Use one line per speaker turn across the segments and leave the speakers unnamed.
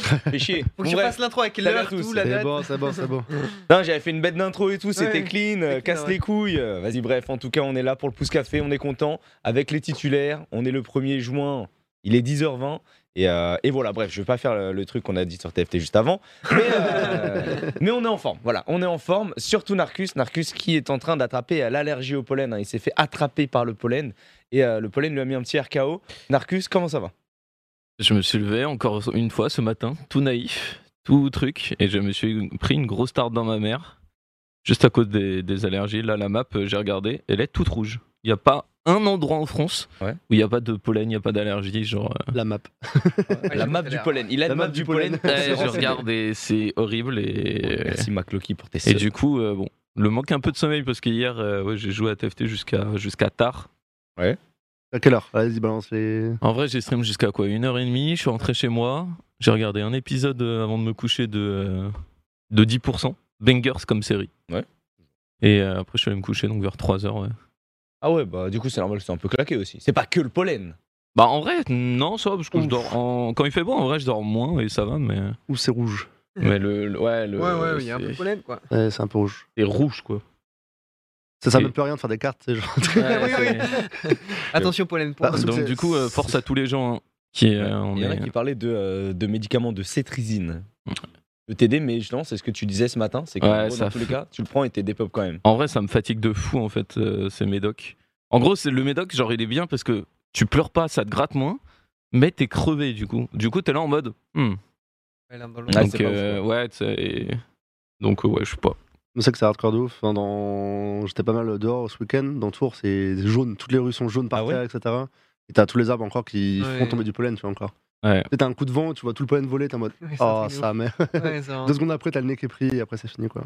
Fais chier.
Faut que tu
Bref.
fasses l'intro avec
Salut à
l'heure,
tous.
tout, la
C'est
date.
bon, c'est bon, c'est bon.
Non, j'avais fait une bête d'intro et tout, c'était
Ouais,
clean,
c'est
euh,
clean,
casse
ouais.
les couilles. euh, Vas-y, bref, en tout cas, on est là pour le pouce café, on est content avec les titulaires. On est le 1er juin, il est 10h20. Et, euh, et voilà, bref, je vais pas faire le, le truc qu'on a dit sur TFT juste avant. Mais, euh, mais on est en forme, voilà, on est en forme. Surtout Narcus, Narcus qui est en train d'attraper à l'allergie au pollen. hein, il s'est fait attraper par le pollen. Et euh, le pollen lui a mis un petit RKO. Narcus, comment ça va
Je me suis levé encore une fois ce matin, tout naïf, tout truc, et je me suis pris une grosse tarte dans ma mère, juste à cause des, des allergies. Là, la map, euh, j'ai regardé, elle est toute rouge. Il n'y a pas un endroit en France
Ouais.
où il n'y a pas de pollen, il n'y a pas d'allergie. Genre, euh.
La map.
La map du pollen. Il a
La
une map du pollen.
Ouais, je regarde et c'est horrible. Et,
Merci McLocky pour tes
et du coup, euh, bon, le manque un peu de sommeil parce qu'hier, euh, ouais, j'ai joué à TFT jusqu'à jusqu'à tard.
À quelle heure Vas-y, balance les.
En vrai, j'ai stream jusqu'à quoi Une heure et demie, je suis rentré chez moi, j'ai regardé un épisode euh, avant de me coucher de, euh, de 10%, Bangers comme série.
Ouais.
Et euh, après, je suis allé me coucher, donc vers 3h. Ouais.
Ah ouais, bah du coup, c'est normal, c'est un peu claqué aussi. C'est pas que le pollen.
Bah, en vrai, non, ça, va, parce que je dors. en- Quand il fait beau, en vrai, je dors moins et ça va, mais.
Ou c'est rouge
Mais le. le- ouais, le.
Ouais, ouais, il y a un peu de
c'est-
pollen, quoi.
Ouais, c'est un peu rouge.
C'est rouge, quoi.
Ça sert
Et-
même plus à rien de faire des cartes, c'est genre.
oui,
c'est-
Attention, pollen pour.
Bah,
Parce que
Donc,
c'est-
du coup, euh, force à tous les gens hein, qui. euh, on
Il y en a
est-
qui parlaient de, euh, de médicaments de cétrizine.
Ouais.
De TD, mais je lance, c'est ce que tu disais ce matin, c'est que
Ouais,
en gros,
ça
dans tous les cas, tu le prends et t'es dépop quand même.
En vrai, ça me fatigue de fou, en fait, euh, ces médocs. En gros, c'est le médoc, genre, il est bien parce que tu pleures pas, ça te gratte moins, mais t'es crevé, du coup. Du coup, t'es là en mode. hmm.
Ouais, là, hein, dans le-
Ah,
Donc,
c'est pas
euh,
ouf,
ouais, tu sais, et- Donc, euh, ouais, je sais pas.
Je sais que c'est hardcore de ouf. Enfin, dans... J'étais pas mal dehors ce week-end. Dans Tours, c'est jaune. Toutes les rues sont jaunes par
Ah ouais
terre, etc. Et t'as tous les arbres encore qui
Ouais.
font tomber du pollen, tu vois, encore.
Ouais.
Tu sais, T'as un coup de vent, tu vois tout le pollen voler, t'es en mode.
Ouais, c'est un
Oh,
truc de
ça, mais.
ouf. Ouais, c'est un-
Deux secondes après, t'as le nez qui est pris et après, c'est fini, quoi.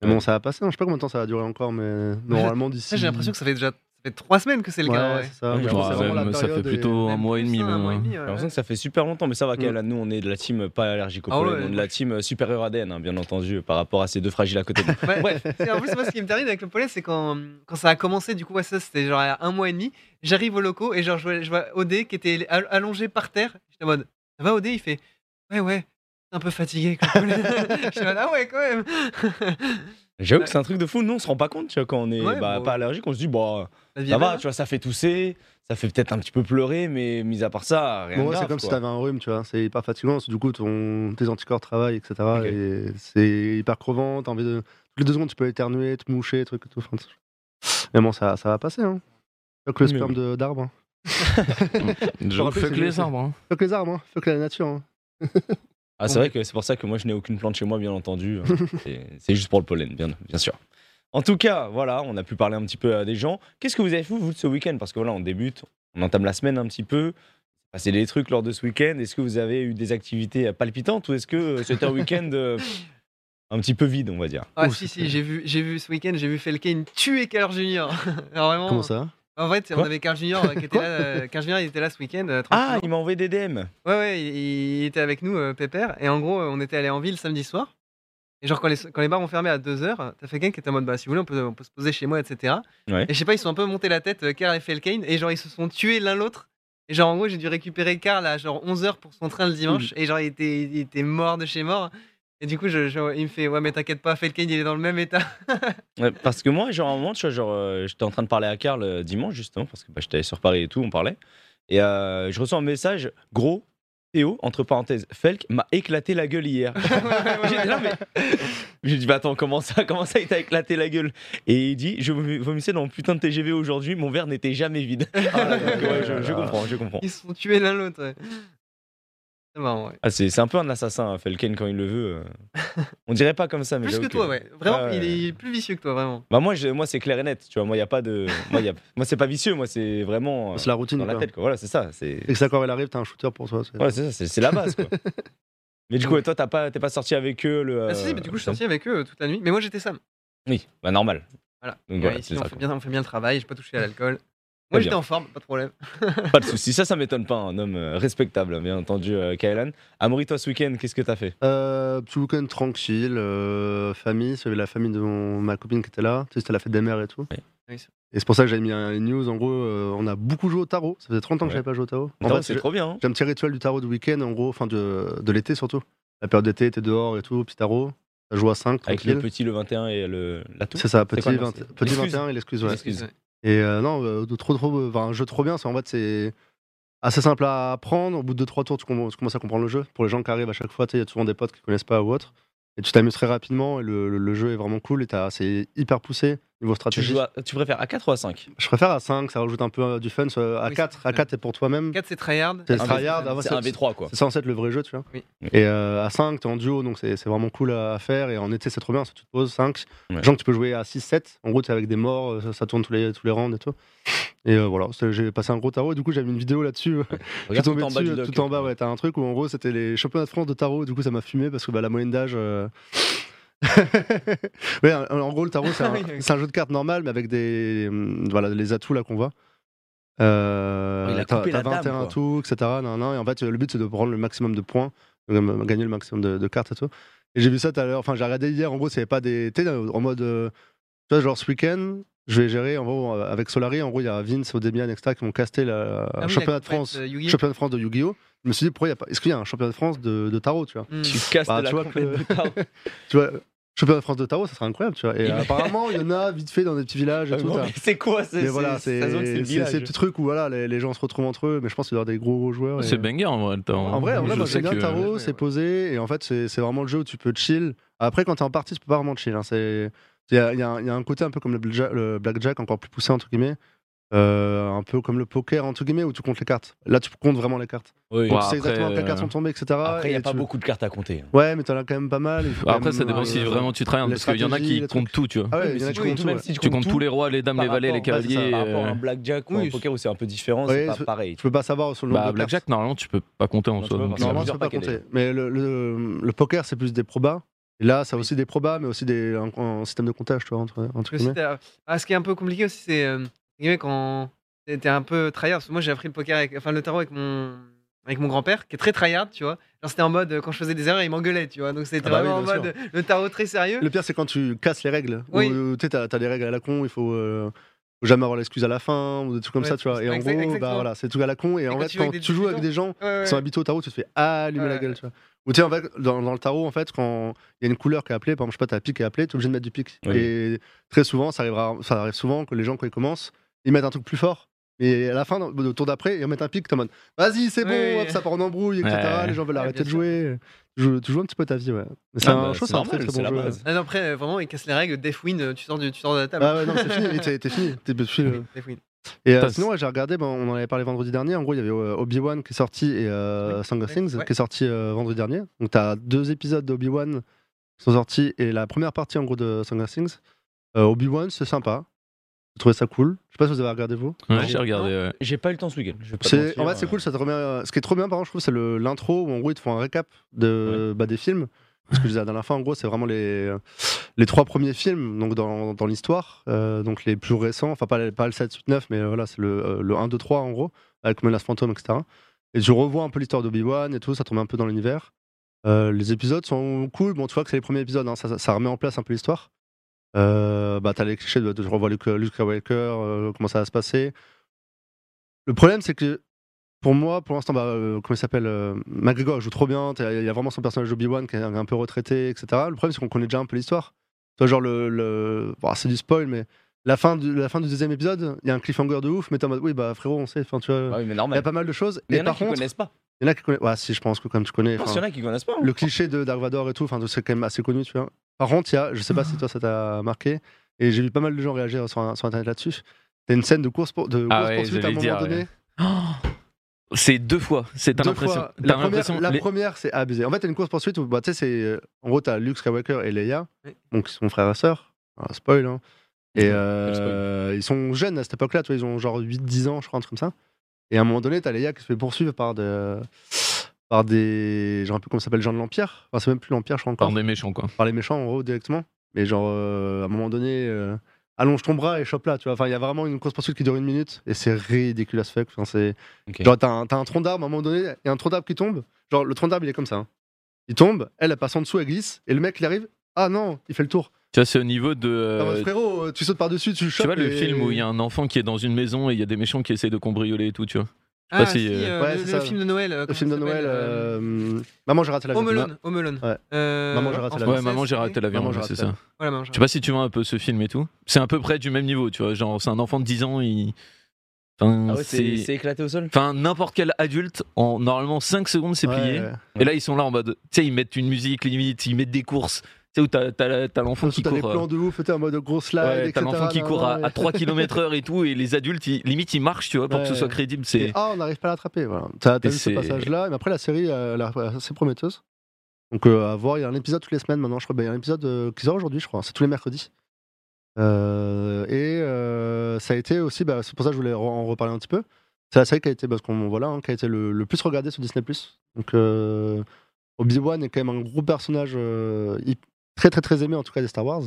Mais
Ouais.
bon, ça va passer. hein. Je sais pas combien de temps ça va durer encore, mais normalement, d'ici.
Ça, J'ai l'impression que ça fait déjà ça fait trois semaines que c'est le
Ouais,
cas. ouais.
c'est ça.
Ouais,
Je
bah,
pense que
Ouais,
c'est vraiment la
même, ça fait
période et-
plutôt un
Même
mois et
plus
demi,
ça, Un
même,
mois et
hein.
demi.
J'ai
ouais.
l'impression que ça fait super longtemps, mais ça va quand même. Là, nous, on est de la team pas allergique au
Mm. Ah
pollen,
ouais.
on est de la team euh, supérieure ADN, hein, bien entendu, par rapport à ces deux fragiles à côté de nous.
Ouais.
Bref,
C'est- En plus, moi, ce qui me termine avec le pollen, c'est quand, quand ça a commencé, du coup, ouais, ça, c'était genre à un mois et demi. J'arrive au locaux et genre, je vois, je vois Odé qui était all- allongé par terre. J'étais en mode, ça va, Odé Il fait, ouais, ouais, t'es un peu fatigué. avec le pollen. J'étais en mode, ah ouais, quand même.
j'avoue que c'est un truc de fou, nous, on se rend pas compte, tu vois, quand on est
Ouais,
bah,
bah,
pas
ouais.
allergique, on se dit, bah,
La vie
ça
est
va,
belle,
tu vois, ça fait tousser, ça fait peut-être un petit peu pleurer, mais mis à part ça, rien
Bon,
de
ouais, c'est
grave,
comme si
quoi.
t'avais un rhume, tu vois. C'est hyper fatigant. parce que Du coup, ton, tes anticorps travaillent, etc.
Ok.
Et c'est hyper crevant. T'as envie de. Toutes les deux secondes, tu peux éternuer, te moucher, truc et tout. Enfin, c'est- mais bon, ça, ça va passer. Hein. Fuck le
Mais
sperme
oui.
de- d'arbre. hein.
Je
rappelle
fuck
que
les
c'est-
arbres. hein.
Fuck les arbres. Hein. Fuck la nature. hein.
Ah, c'est
Donc-
vrai que c'est pour ça que moi je n'ai aucune plante chez moi, bien entendu. hein. C'est- c'est juste pour le pollen, bien, bien sûr. En tout cas, voilà, on a pu parler un petit peu à des gens. Qu'est-ce que vous avez fait, vous, de ce week-end Parce que voilà, on débute, on entame la semaine un petit peu. Passez des trucs lors de ce week-end. Est-ce que vous avez eu des activités euh, palpitantes ou est-ce que euh, c'était un week-end euh, un petit peu vide, on va dire
Ah
Ouh,
si
c'était-
si j'ai vu j'ai vu ce week-end j'ai vu Felkane tuer Carl Junior. Alors vraiment.
Comment ça
En fait on
Quoi
avait Carl Junior euh, qui était là euh, Carl Junior il était là ce week-end. euh,
Ah,
tranquillement.
il m'a envoyé des DM
ouais ouais il, il était avec nous euh, Pépère et en gros euh, on était allé en ville samedi soir. Et genre quand les, quand les bars ont fermé à 2h, t'as Felkane qui était en mode bah si vous voulez on peut, on peut se poser chez moi etc.
Ouais.
Et je sais pas ils sont un peu montés la tête euh, Carl et Felkane et genre ils se sont tués l'un l'autre. Et genre en gros j'ai dû récupérer Carl à genre 11h pour son train le dimanche et genre il était, il était mort de chez mort. Et du coup je, je- il me fait ouais mais t'inquiète pas Felkane il est dans le même état.
Ouais, parce que moi, genre, à un moment, tu vois, genre, euh, j'étais en train de parler à Karl euh, dimanche, justement, parce que bah, j'étais allé sur Paris et tout, on parlait. Et euh, je reçois un message, gros, Théo, entre parenthèses, Felk, m'a éclaté la gueule hier. J'étais là, mais- J'ai dit, bah attends, comment ça, comment ça, il t'a éclaté la gueule Et il dit, je vom- vomissais dans le putain de TGV aujourd'hui, mon verre n'était jamais vide.
Ah,
Donc, ouais, je, je comprends, je comprends.
Ils se sont tués l'un l'autre. ouais. C'est marrant, ouais.
Ah, c'est c'est un peu un assassin, hein, Felken, quand il le veut. euh. On dirait pas comme ça, mais
Plus que
j'avoue
toi, ouais. Vraiment,
Ah ouais.
il est plus vicieux que toi, vraiment.
Bah moi, je- moi c'est clair et net, tu vois, moi, y a pas de... Moi, y a- moi c'est pas vicieux, moi, c'est vraiment... euh,
C'est la routine.
dans la
quoi.
tête quoi. Voilà, c'est ça, c'est
Et que ça, quand elle arrive, t'as un shooter pour toi. c'est-
ouais, c'est ça, c'est c'est la base quoi. Mais du coup, toi, t'as pas, t'es pas sorti avec eux le.
Ah, si, si, mais du coup, je suis sorti avec eux euh, toute la nuit. Mais moi, j'étais Sam.
Oui, bah normal.
Voilà.
Donc
Ouais,
voilà,
ici,
c'est
on,
ça,
fait
quoi.
bien, on fait bien le travail, j'ai pas touché à l'alcool.
Très bien.
Moi, j'étais en forme, pas de problème.
Pas de souci. Ça, ça m'étonne pas. Un homme euh, respectable, hein, bien entendu, euh, Kaelan. Amaury, toi, ce week-end, qu'est-ce que t'as fait
Euh, petit week-end tranquille, euh, famille, c'est la famille de mon- ma copine qui était là, tu sais, c'était la fête des mères et tout.
Ouais.
Oui, c'est-
Et c'est pour ça que j'avais mis un- une news. En gros, euh, on a beaucoup joué au tarot. Ça faisait 30 ans que
Ouais.
j'avais pas joué au tarot. En
Attends,
fait,
c'est
j'ai-
trop bien. hein.
j'ai un petit rituel du tarot du week-end, en gros, enfin de, de l'été surtout. La période d'été, t'es dehors et tout, petit tarot. Ça joue à 5,
Avec le
tranquille.
petit, le 21 et le, la tour.
C'est ça,
C'est
petit,
quoi, non,
20
c'est-
petit
l'excuse.
21 et l'excuse. ouais.
L'excuse.
ouais.
Et euh, non, euh, de- trop, trop, euh, enfin, un jeu trop bien. C'est en fait, c'est assez simple à apprendre. Au bout de 2-3 tours, tu, com- tu commences à comprendre le jeu. Pour les gens qui arrivent à chaque fois, tu sais, il y a souvent des potes qui connaissent pas ou autre. Et tu t'amuses très rapidement. Et le, le- le jeu est vraiment cool. Et t'as- c'est hyper poussé niveau
Tu,
stratégie.
joues à- tu préfères à 4 ou à 5
Je préfère à 5, ça rajoute un peu euh, du fun. euh, À
Oui,
4,
c'est
à 4, t'es pour toi-même.
4, c'est tryhard. Un
C'est
un
tryhard,
business.
ah ouais,
C'est
c'est-
un V3 quoi.
C'est censé être le vrai jeu, tu vois.
Oui.
Et euh, à 5, t'es en duo, donc c'est c'est vraiment cool à à faire. Et en été, c'est trop bien, parce que tu te poses 5.
Ouais.
Genre que tu peux jouer à 6, 7. En gros, t'es avec des morts, euh, ça, ça tourne tous les, tous les rounds et tout. Et euh, voilà, c'est- j'ai passé un gros tarot. Et du coup, j'avais une vidéo là-dessus. Je suis
Regarde
tombé
tout en bas
dessus, euh,
du doc.
tout en bas, ouais. T'as un truc où en gros, c'était les championnats de France de tarot. Du coup, ça m'a fumé parce que bah, la moyenne d'âge. euh, ouais, en, en gros, le tarot, c'est un,
Oui, oui.
c'est un jeu de cartes normal, mais avec des. hum, Voilà, les atouts là qu'on voit. Euh,
Il a
t'as
coupé
t'as
la dame,
21
quoi.
atouts, etc. nan, nan. et en fait, le but, c'est de prendre le maximum de points, de euh, gagner le maximum de, de cartes et tout. Et j'ai vu ça tout à l'heure. Enfin, j'ai regardé hier. En gros, c'est pas des. T'es en mode. euh, tu vois, genre ce week-end, je vais gérer en gros euh, avec Solari. En gros, il y a Vince, Odemian, etc. qui m'ont casté la
Ah oui, la
championnat
compète,
de France,
euh, Yu-Gi-Oh.
championnat de France de Yu-Gi-Oh. Je me suis dit pourquoi il y a pas Est-ce qu'il y a un championnat de France de, de tarot, tu vois
Hmm.
Tu casses
Bah,
la
tu vois
compète
que-
de tarot.
Tu vois, championnat de France de tarot, ça serait incroyable, tu vois. Et
Il-
apparemment, il y en a vite fait dans des petits villages et
Ah
tout.
bon,
t'as-
mais C'est quoi ce-
Mais voilà,
c'est
c'est
ça se voit que c'est le
c'est- c'est ces
village.
petits trucs où voilà, les, les gens se retrouvent entre eux. Mais je pense qu'il doit y avoir des gros gros joueurs. et-
C'est banger en vrai le tarot.
En vrai, en
Je
vrai moi,
sais
j'aime bien le
que-
tarot,
Ouais,
c'est
ouais.
posé, et en fait, c'est c'est vraiment le jeu où tu peux chill. Après, quand t'es en partie, tu peux pas vraiment chill. hein, c'est- Il y, a- il y a un il y a un côté un peu comme le blackja- le blackjack, encore plus poussé, entre guillemets. Euh, un peu comme le poker, entre guillemets, où tu comptes les cartes. Là, tu comptes vraiment les cartes.
Oui.
Ouais,
tu sais
après,
exactement quelles
euh,
cartes sont tombées, etc.
Après, il n'y a
et
pas
tu-
beaucoup de cartes à compter.
Ouais, mais t'en as quand même pas mal. il faut quand
Après, ça
même,
dépend
euh,
si vraiment tu travailles,
la
parce qu'il y en a
stratégie,
qui
les
comptent tout, tu vois.
Ah ouais, il y
mais
en a qui
si tu
comptent
comptes-
tout,
même
ouais.
si
Tu comptes tous
tout,
les rois, les dames,
par
les valets, les
rapport- ouais, c'est ça,
cavaliers.
Par rapport à
euh,
un blackjack ou
Oui,
un poker où c'est un peu différent,
Ouais,
c'est pas
c'est-
pareil.
Tu peux pas savoir sur le nombre
Bah,
de cartes.
Blackjack, normalement, tu peux pas compter
Non,
en soi.
tu peux pas.
donc ça va.
Normalement,
plusieurs
c'est pas
paquets,
compté. Mais le, le, le poker, c'est plus des probas. Et là, ça a aussi des probas, mais aussi des, un, un système de comptage, tu vois, entre, entre
Parce que
guillemets.
si t'as- ah, ce qui est un peu compliqué aussi, c'est euh, entre guillemets, quand t'es t'es un peu tryhard. Parce que moi, j'ai appris le poker, avec, enfin le tarot avec mon avec mon grand-père, qui est très tryhard, tu vois. Genre, c'était en mode euh, quand je faisais des erreurs, il m'engueulait, tu vois. Donc, c'était
Ah bah oui,
vraiment en
bien sûr.
mode euh, le tarot très sérieux.
Le pire, c'est quand tu casses les règles.
Oui.
Ou, euh, tu sais, t'as t'as des règles à la con, il faut, euh, faut jamais avoir l'excuse à la fin, ou des trucs comme
Ouais,
ça, tu vois. Et en
exact-
gros,
exactement.
bah, voilà, c'est tout à la con. Et, en
quand
fait,
tu joues
quand
avec des
tu joues avec
débutants.
des gens
Ouais, ouais,
qui sont habitués au tarot, tu te fais allumer
Ouais,
la
ouais.
gueule, tu vois. Ou tu sais, en fait, dans, dans le tarot, en fait, quand il y a une couleur qui est appelée, par exemple, je sais pas, t'as pique qui est appelé, t'es obligé de mettre du pique.
Oui.
Et très souvent, ça, arrivera, ça arrive souvent que les gens, quand ils commencent, ils mettent un truc plus fort. Mais à la fin, dans- au tour d'après, ils mettent un pic, t'es en mode vas-y, c'est
Oui,
bon,
oui.
hop, ça part en embrouille, etc.
Ouais.
Les gens veulent
Ouais, bien
arrêter de
sûr.
jouer. Tu joues, tu joues un petit peu ta vie, ouais. Mais c'est
Ah
un,
bah,
je trouve que
C'est
c'est un très,
normal,
très
c'est
bon
la
jeu, ouais.
base.
Ah non, après, euh, vraiment, il casse les règles. Death Win, euh, tu sors, du, tu sors de la table.
Ah ouais, non, c'est fini, t'es- t'es fini, t'es plus le-
Death Win.
Et euh,
Putain,
sinon, ouais, j'ai regardé, ben, on en avait parlé vendredi dernier. En gros, il y avait euh, Obi-Wan qui est sorti et euh,
Oui,
Stranger
oui,
Things
ouais.
qui est sorti euh, vendredi dernier. Donc, t'as deux épisodes d'Obi-Wan qui sont sortis et la première partie en gros de Stranger Things. Euh, Obi-Wan, c'est sympa. J'ai trouvé ça cool. Je sais pas si vous avez regardé vous.
Ouais, j'ai regardé. ouais.
J'ai pas eu le temps ce week-end. je vais pas te
C'est-
mentir,
en fait, c'est
euh,
cool. Ça te remet, euh, ce qui est trop bien, par contre, je trouve, c'est le- l'intro où en gros, ils te font un récap de, bah, des films. Parce que je disais la dernière fois, en gros, c'est vraiment les, les trois premiers films donc dans, dans l'histoire. euh, donc les plus récents, enfin pas, les- pas le 7, 8, 9, mais euh, voilà, c'est le, euh, le 1, 2, 3 en gros, avec Menace Fantôme, etc. Et tu revois un peu l'histoire d'Obi-Wan et tout, ça tombe un peu dans l'univers. Euh, les épisodes sont cool. Bon, tu vois que c'est les premiers épisodes, hein, ça, ça- ça remet en place un peu l'histoire. Euh, bah, t'as les clichés de, de- je revois Luke, Luke Skywalker, euh, comment ça va se passer. Le problème, c'est que pour moi, pour l'instant, bah, euh, comment il s'appelle euh, McGregor joue trop bien. t'as- Il y a vraiment son personnage Obi-Wan qui est un un peu retraité, etc. Le problème, c'est qu'on connaît déjà un peu l'histoire. Tu vois, genre, le, le- bon, c'est du spoil, mais la fin du, la fin du deuxième épisode, il y a un cliffhanger de ouf, mais t'es en mode, oui, bah frérot, on sait. Enfin, tu vois,
bah oui, mais
il y a
normal.
pas mal de choses.
Mais il y
et
en a
par
qui
contre,
connaissent pas.
il y en a qui connaissent. Ouais, si, je pense que comme tu connais.
Je pense
enfin,
qu'il y en a qui connaissent pas. hein.
le cliché de Dark Vador et tout, enfin, c'est quand même assez connu, tu vois. Par contre, il y a, je sais pas si toi ça t'a marqué, et j'ai vu pas mal de gens réagir sur, sur internet là-dessus. T'as une scène de course, pour, de
Ah
course
ouais,
poursuite à un
j'allais
moment
dire, ouais.
donné.
C'est deux fois. C'est t'as
deux
l'impression.
fois.
t'as
La première,
l'impression-
la
les-
première, c'est abusé. En fait, t'as une course poursuite où, bah, tu sais, c'est. euh, En gros, t'as Luke Skywalker et Leia,
Oui.
donc ils sont frères et sœurs. Ah, spoil, hein. Et
Quel spoil.
euh, ils sont jeunes à cette époque-là, tu vois, ils ont genre 8-10 ans, je crois, un truc comme ça. Et à un moment donné, t'as Leia qui se fait poursuivre par, de... par des. Genre un peu comment ça s'appelle, gens de l'Empire. Enfin, c'est même plus l'Empire, je crois encore
Par des méchants, quoi.
par les méchants en gros directement. Mais genre euh, à un moment donné, euh, allonge ton bras et chope là, tu vois. Enfin, il y a vraiment une course poursuite qui dure une minute et c'est ridicule à ce fuck. Enfin, c'est
Ok.
genre t'as un, t'as un tronc d'arbre à un moment donné, il y a un tronc d'arbre qui tombe. Genre le tronc d'arbre il est comme ça. hein. Il tombe, elle, elle passe en dessous, elle glisse et le mec il arrive. Ah non, il fait le tour.
Tu vois, c'est au niveau de. euh,
Ah, bah, frérot, tu sautes par-dessus, tu le
tu
chopes.
vois le
et-
film où il y a un enfant qui est dans une maison et il y a des méchants qui essayent de cambrioler et tout, tu vois.
Ah,
si,
si,
euh,
euh,
ouais,
le,
c'est
le
ça.
film de Noël. euh,
Le
comment
film de
ça
Noël.
s'appelle, euh,
euh, Maman, j'ai raté la
Home
vidéo.
Alone. Home Alone.
Ouais.
Euh,
Maman, j'ai raté
en
la vie.
Ouais,
français,
maman, j'ai
c'était-
raté l'avion,
Maman, j'ai
ouais, c'est
raté
ça.
l'avion.
Ouais, maman, j'ai
Je sais
raté.
pas si tu vois un peu ce film et tout. C'est à peu près du même niveau, tu vois. Genre, c'est un enfant de 10 ans, il. Enfin,
Ah ouais, c'est
c'est.
c'est éclaté au sol
Enfin, n'importe quel adulte, en normalement 5 secondes, c'est
Ouais,
plié.
ouais.
Et là, ils sont là en mode. Tu sais, ils mettent une musique limite, ils mettent des courses. Tu sais, où t'as t'as la- t'as l'enfant qui
T'as des
court. euh,
plans de ouf, t'es en mode gros slide,
Ouais, t'as
etc.,
l'enfant qui
nan,
court à,
nan,
à 3 km heure et tout, et les adultes, ils- limite, ils marchent, tu vois, pour que ce
Ouais.
soit crédible. C'est
et- Ah, on n'arrive pas à l'attraper. Voilà. T'as t'as
Et
vu ce
c'est-
passage-là, mais après, la série, euh, elle est assez prometteuse. Donc, euh, à voir, il y a un épisode toutes les semaines maintenant. Je crois Bah, il y a un épisode euh, qui sort aujourd'hui, je crois. C'est tous les mercredis. Euh, et euh, ça a été aussi, bah, c'est pour ça que je voulais re- en reparler un petit peu. C'est la série qui a été, parce qu'on voilà, hein, qui a été le, le plus regardée sur Disney. Donc, euh, Obi-Wan est quand même un gros personnage euh, hy- très très très aimé en tout cas des Star Wars.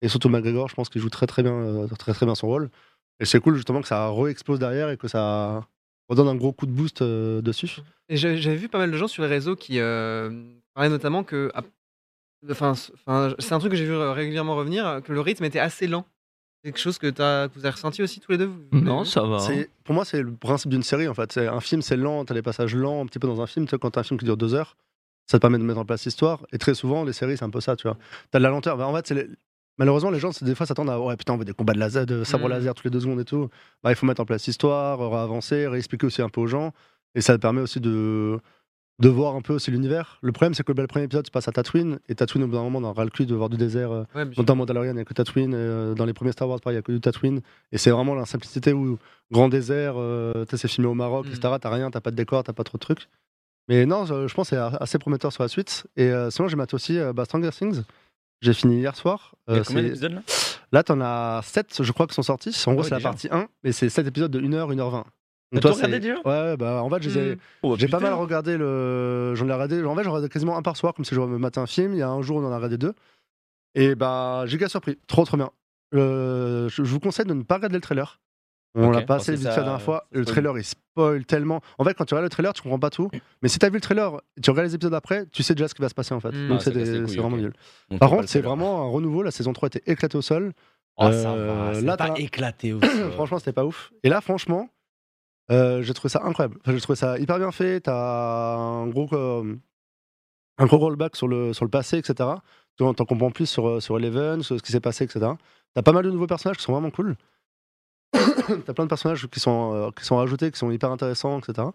Et surtout McGregor, je pense qu'il joue très très bien, euh, très très bien son rôle. Et c'est cool justement que ça re-explose derrière et que ça redonne un gros coup de boost euh, dessus.
Et j'ai- J'avais vu pas mal de gens sur les réseaux qui euh, parlaient notamment que. ah, Enfin, c- enfin, c'est un truc que j'ai vu euh, régulièrement revenir, euh, que le rythme était assez lent. C'est Quelque chose que, t'as- que vous avez ressenti aussi tous les deux vous- vous
Non,
l'avez vu
ça va. hein.
C'est- Pour moi, c'est le principe d'une série en fait. C'est- Un film, c'est lent, t'as les passages lents un petit peu dans un film. Tu sais, quand t'as un film qui dure deux heures, ça te permet de mettre en place l'histoire. Et très souvent, les séries, c'est un peu ça, tu vois. T'as de la lenteur. Bah, en fait, c'est les- malheureusement, les gens, c'est- des fois, s'attendent à ouais, putain, on veut des combats de, laser, de sabre
Mm.
laser tous les deux secondes et tout. Bah, il faut mettre en place l'histoire, avancer, réexpliquer aussi un peu aux gens. Et ça te permet aussi de de voir un peu aussi l'univers. Le problème, c'est que le premier épisode se passe à Tatooine, et Tatooine, au bout d'un moment, on en ras le cul de voir du désert euh,
Ouais, bien sûr.
Notamment Mandalorian, il n'y a que Tatooine. euh, dans les premiers Star Wars, pareil, il n'y a que du Tatooine. Et c'est vraiment la simplicité où grand désert, euh, tu sais, c'est filmé au Maroc,
Mm.
etc. T'as rien, t'as pas de décor, t'as pas trop de trucs. Mais non, je je pense que c'est a- assez prometteur sur la suite. Et euh, sinon, j'ai maté aussi euh, bah, Stranger Things. J'ai fini hier soir.
Il y
Euh,
a combien
c'est-
d'épisodes là
là, t'en as 7, je crois, qui sont sortis. En gros,
ouais,
c'est la
déjà.
partie 1, mais c'est 7 épisodes de 1h, 1h20.
T'as tout regardé déjà Mm.
Ouais, ouais, bah en fait, je les ai-
Hmm.
j'ai pas mal regardé le. J'en ai regardé. En fait, j'en regardais quasiment un par soir, comme si je me matin un film. Il y a un jour, on en a regardé deux. Et bah, giga surpris. Trop, trop bien. Euh, je, je vous conseille de ne pas regarder le trailer. On
Ok.
l'a
Parce que
passé vite fait
ça-
la dernière fois.
ça
Le
spoil.
trailer, il spoil tellement. En fait, quand tu regardes le trailer, tu comprends pas tout. Mais si t'as vu le trailer, tu regardes les épisodes après, tu sais déjà ce qui va se passer en fait.
Mm.
Donc,
Ah, ça
c'est
casse les
des-
couilles,
c'est vraiment
ok.
nul.
On fait
Par
pas
contre,
le
c'est
trailer.
vraiment un renouveau. La saison 3 était éclatée au sol.
Oh, ça
euh,
va,
là,
c'est pas
t'as-
éclaté au sol.
Franchement, c'était pas ouf. Et là, franchement, euh, j'ai trouvé ça incroyable. Enfin, j'ai trouvé ça hyper bien fait. T'as un gros, euh, un gros rollback sur le, sur le passé, etc. Tu en comprends plus sur, euh, sur Eleven, sur ce qui s'est passé, etc. T'as pas mal de nouveaux personnages qui sont vraiment cool. T'as plein de personnages qui sont, euh, qui sont rajoutés, qui sont hyper intéressants, etc.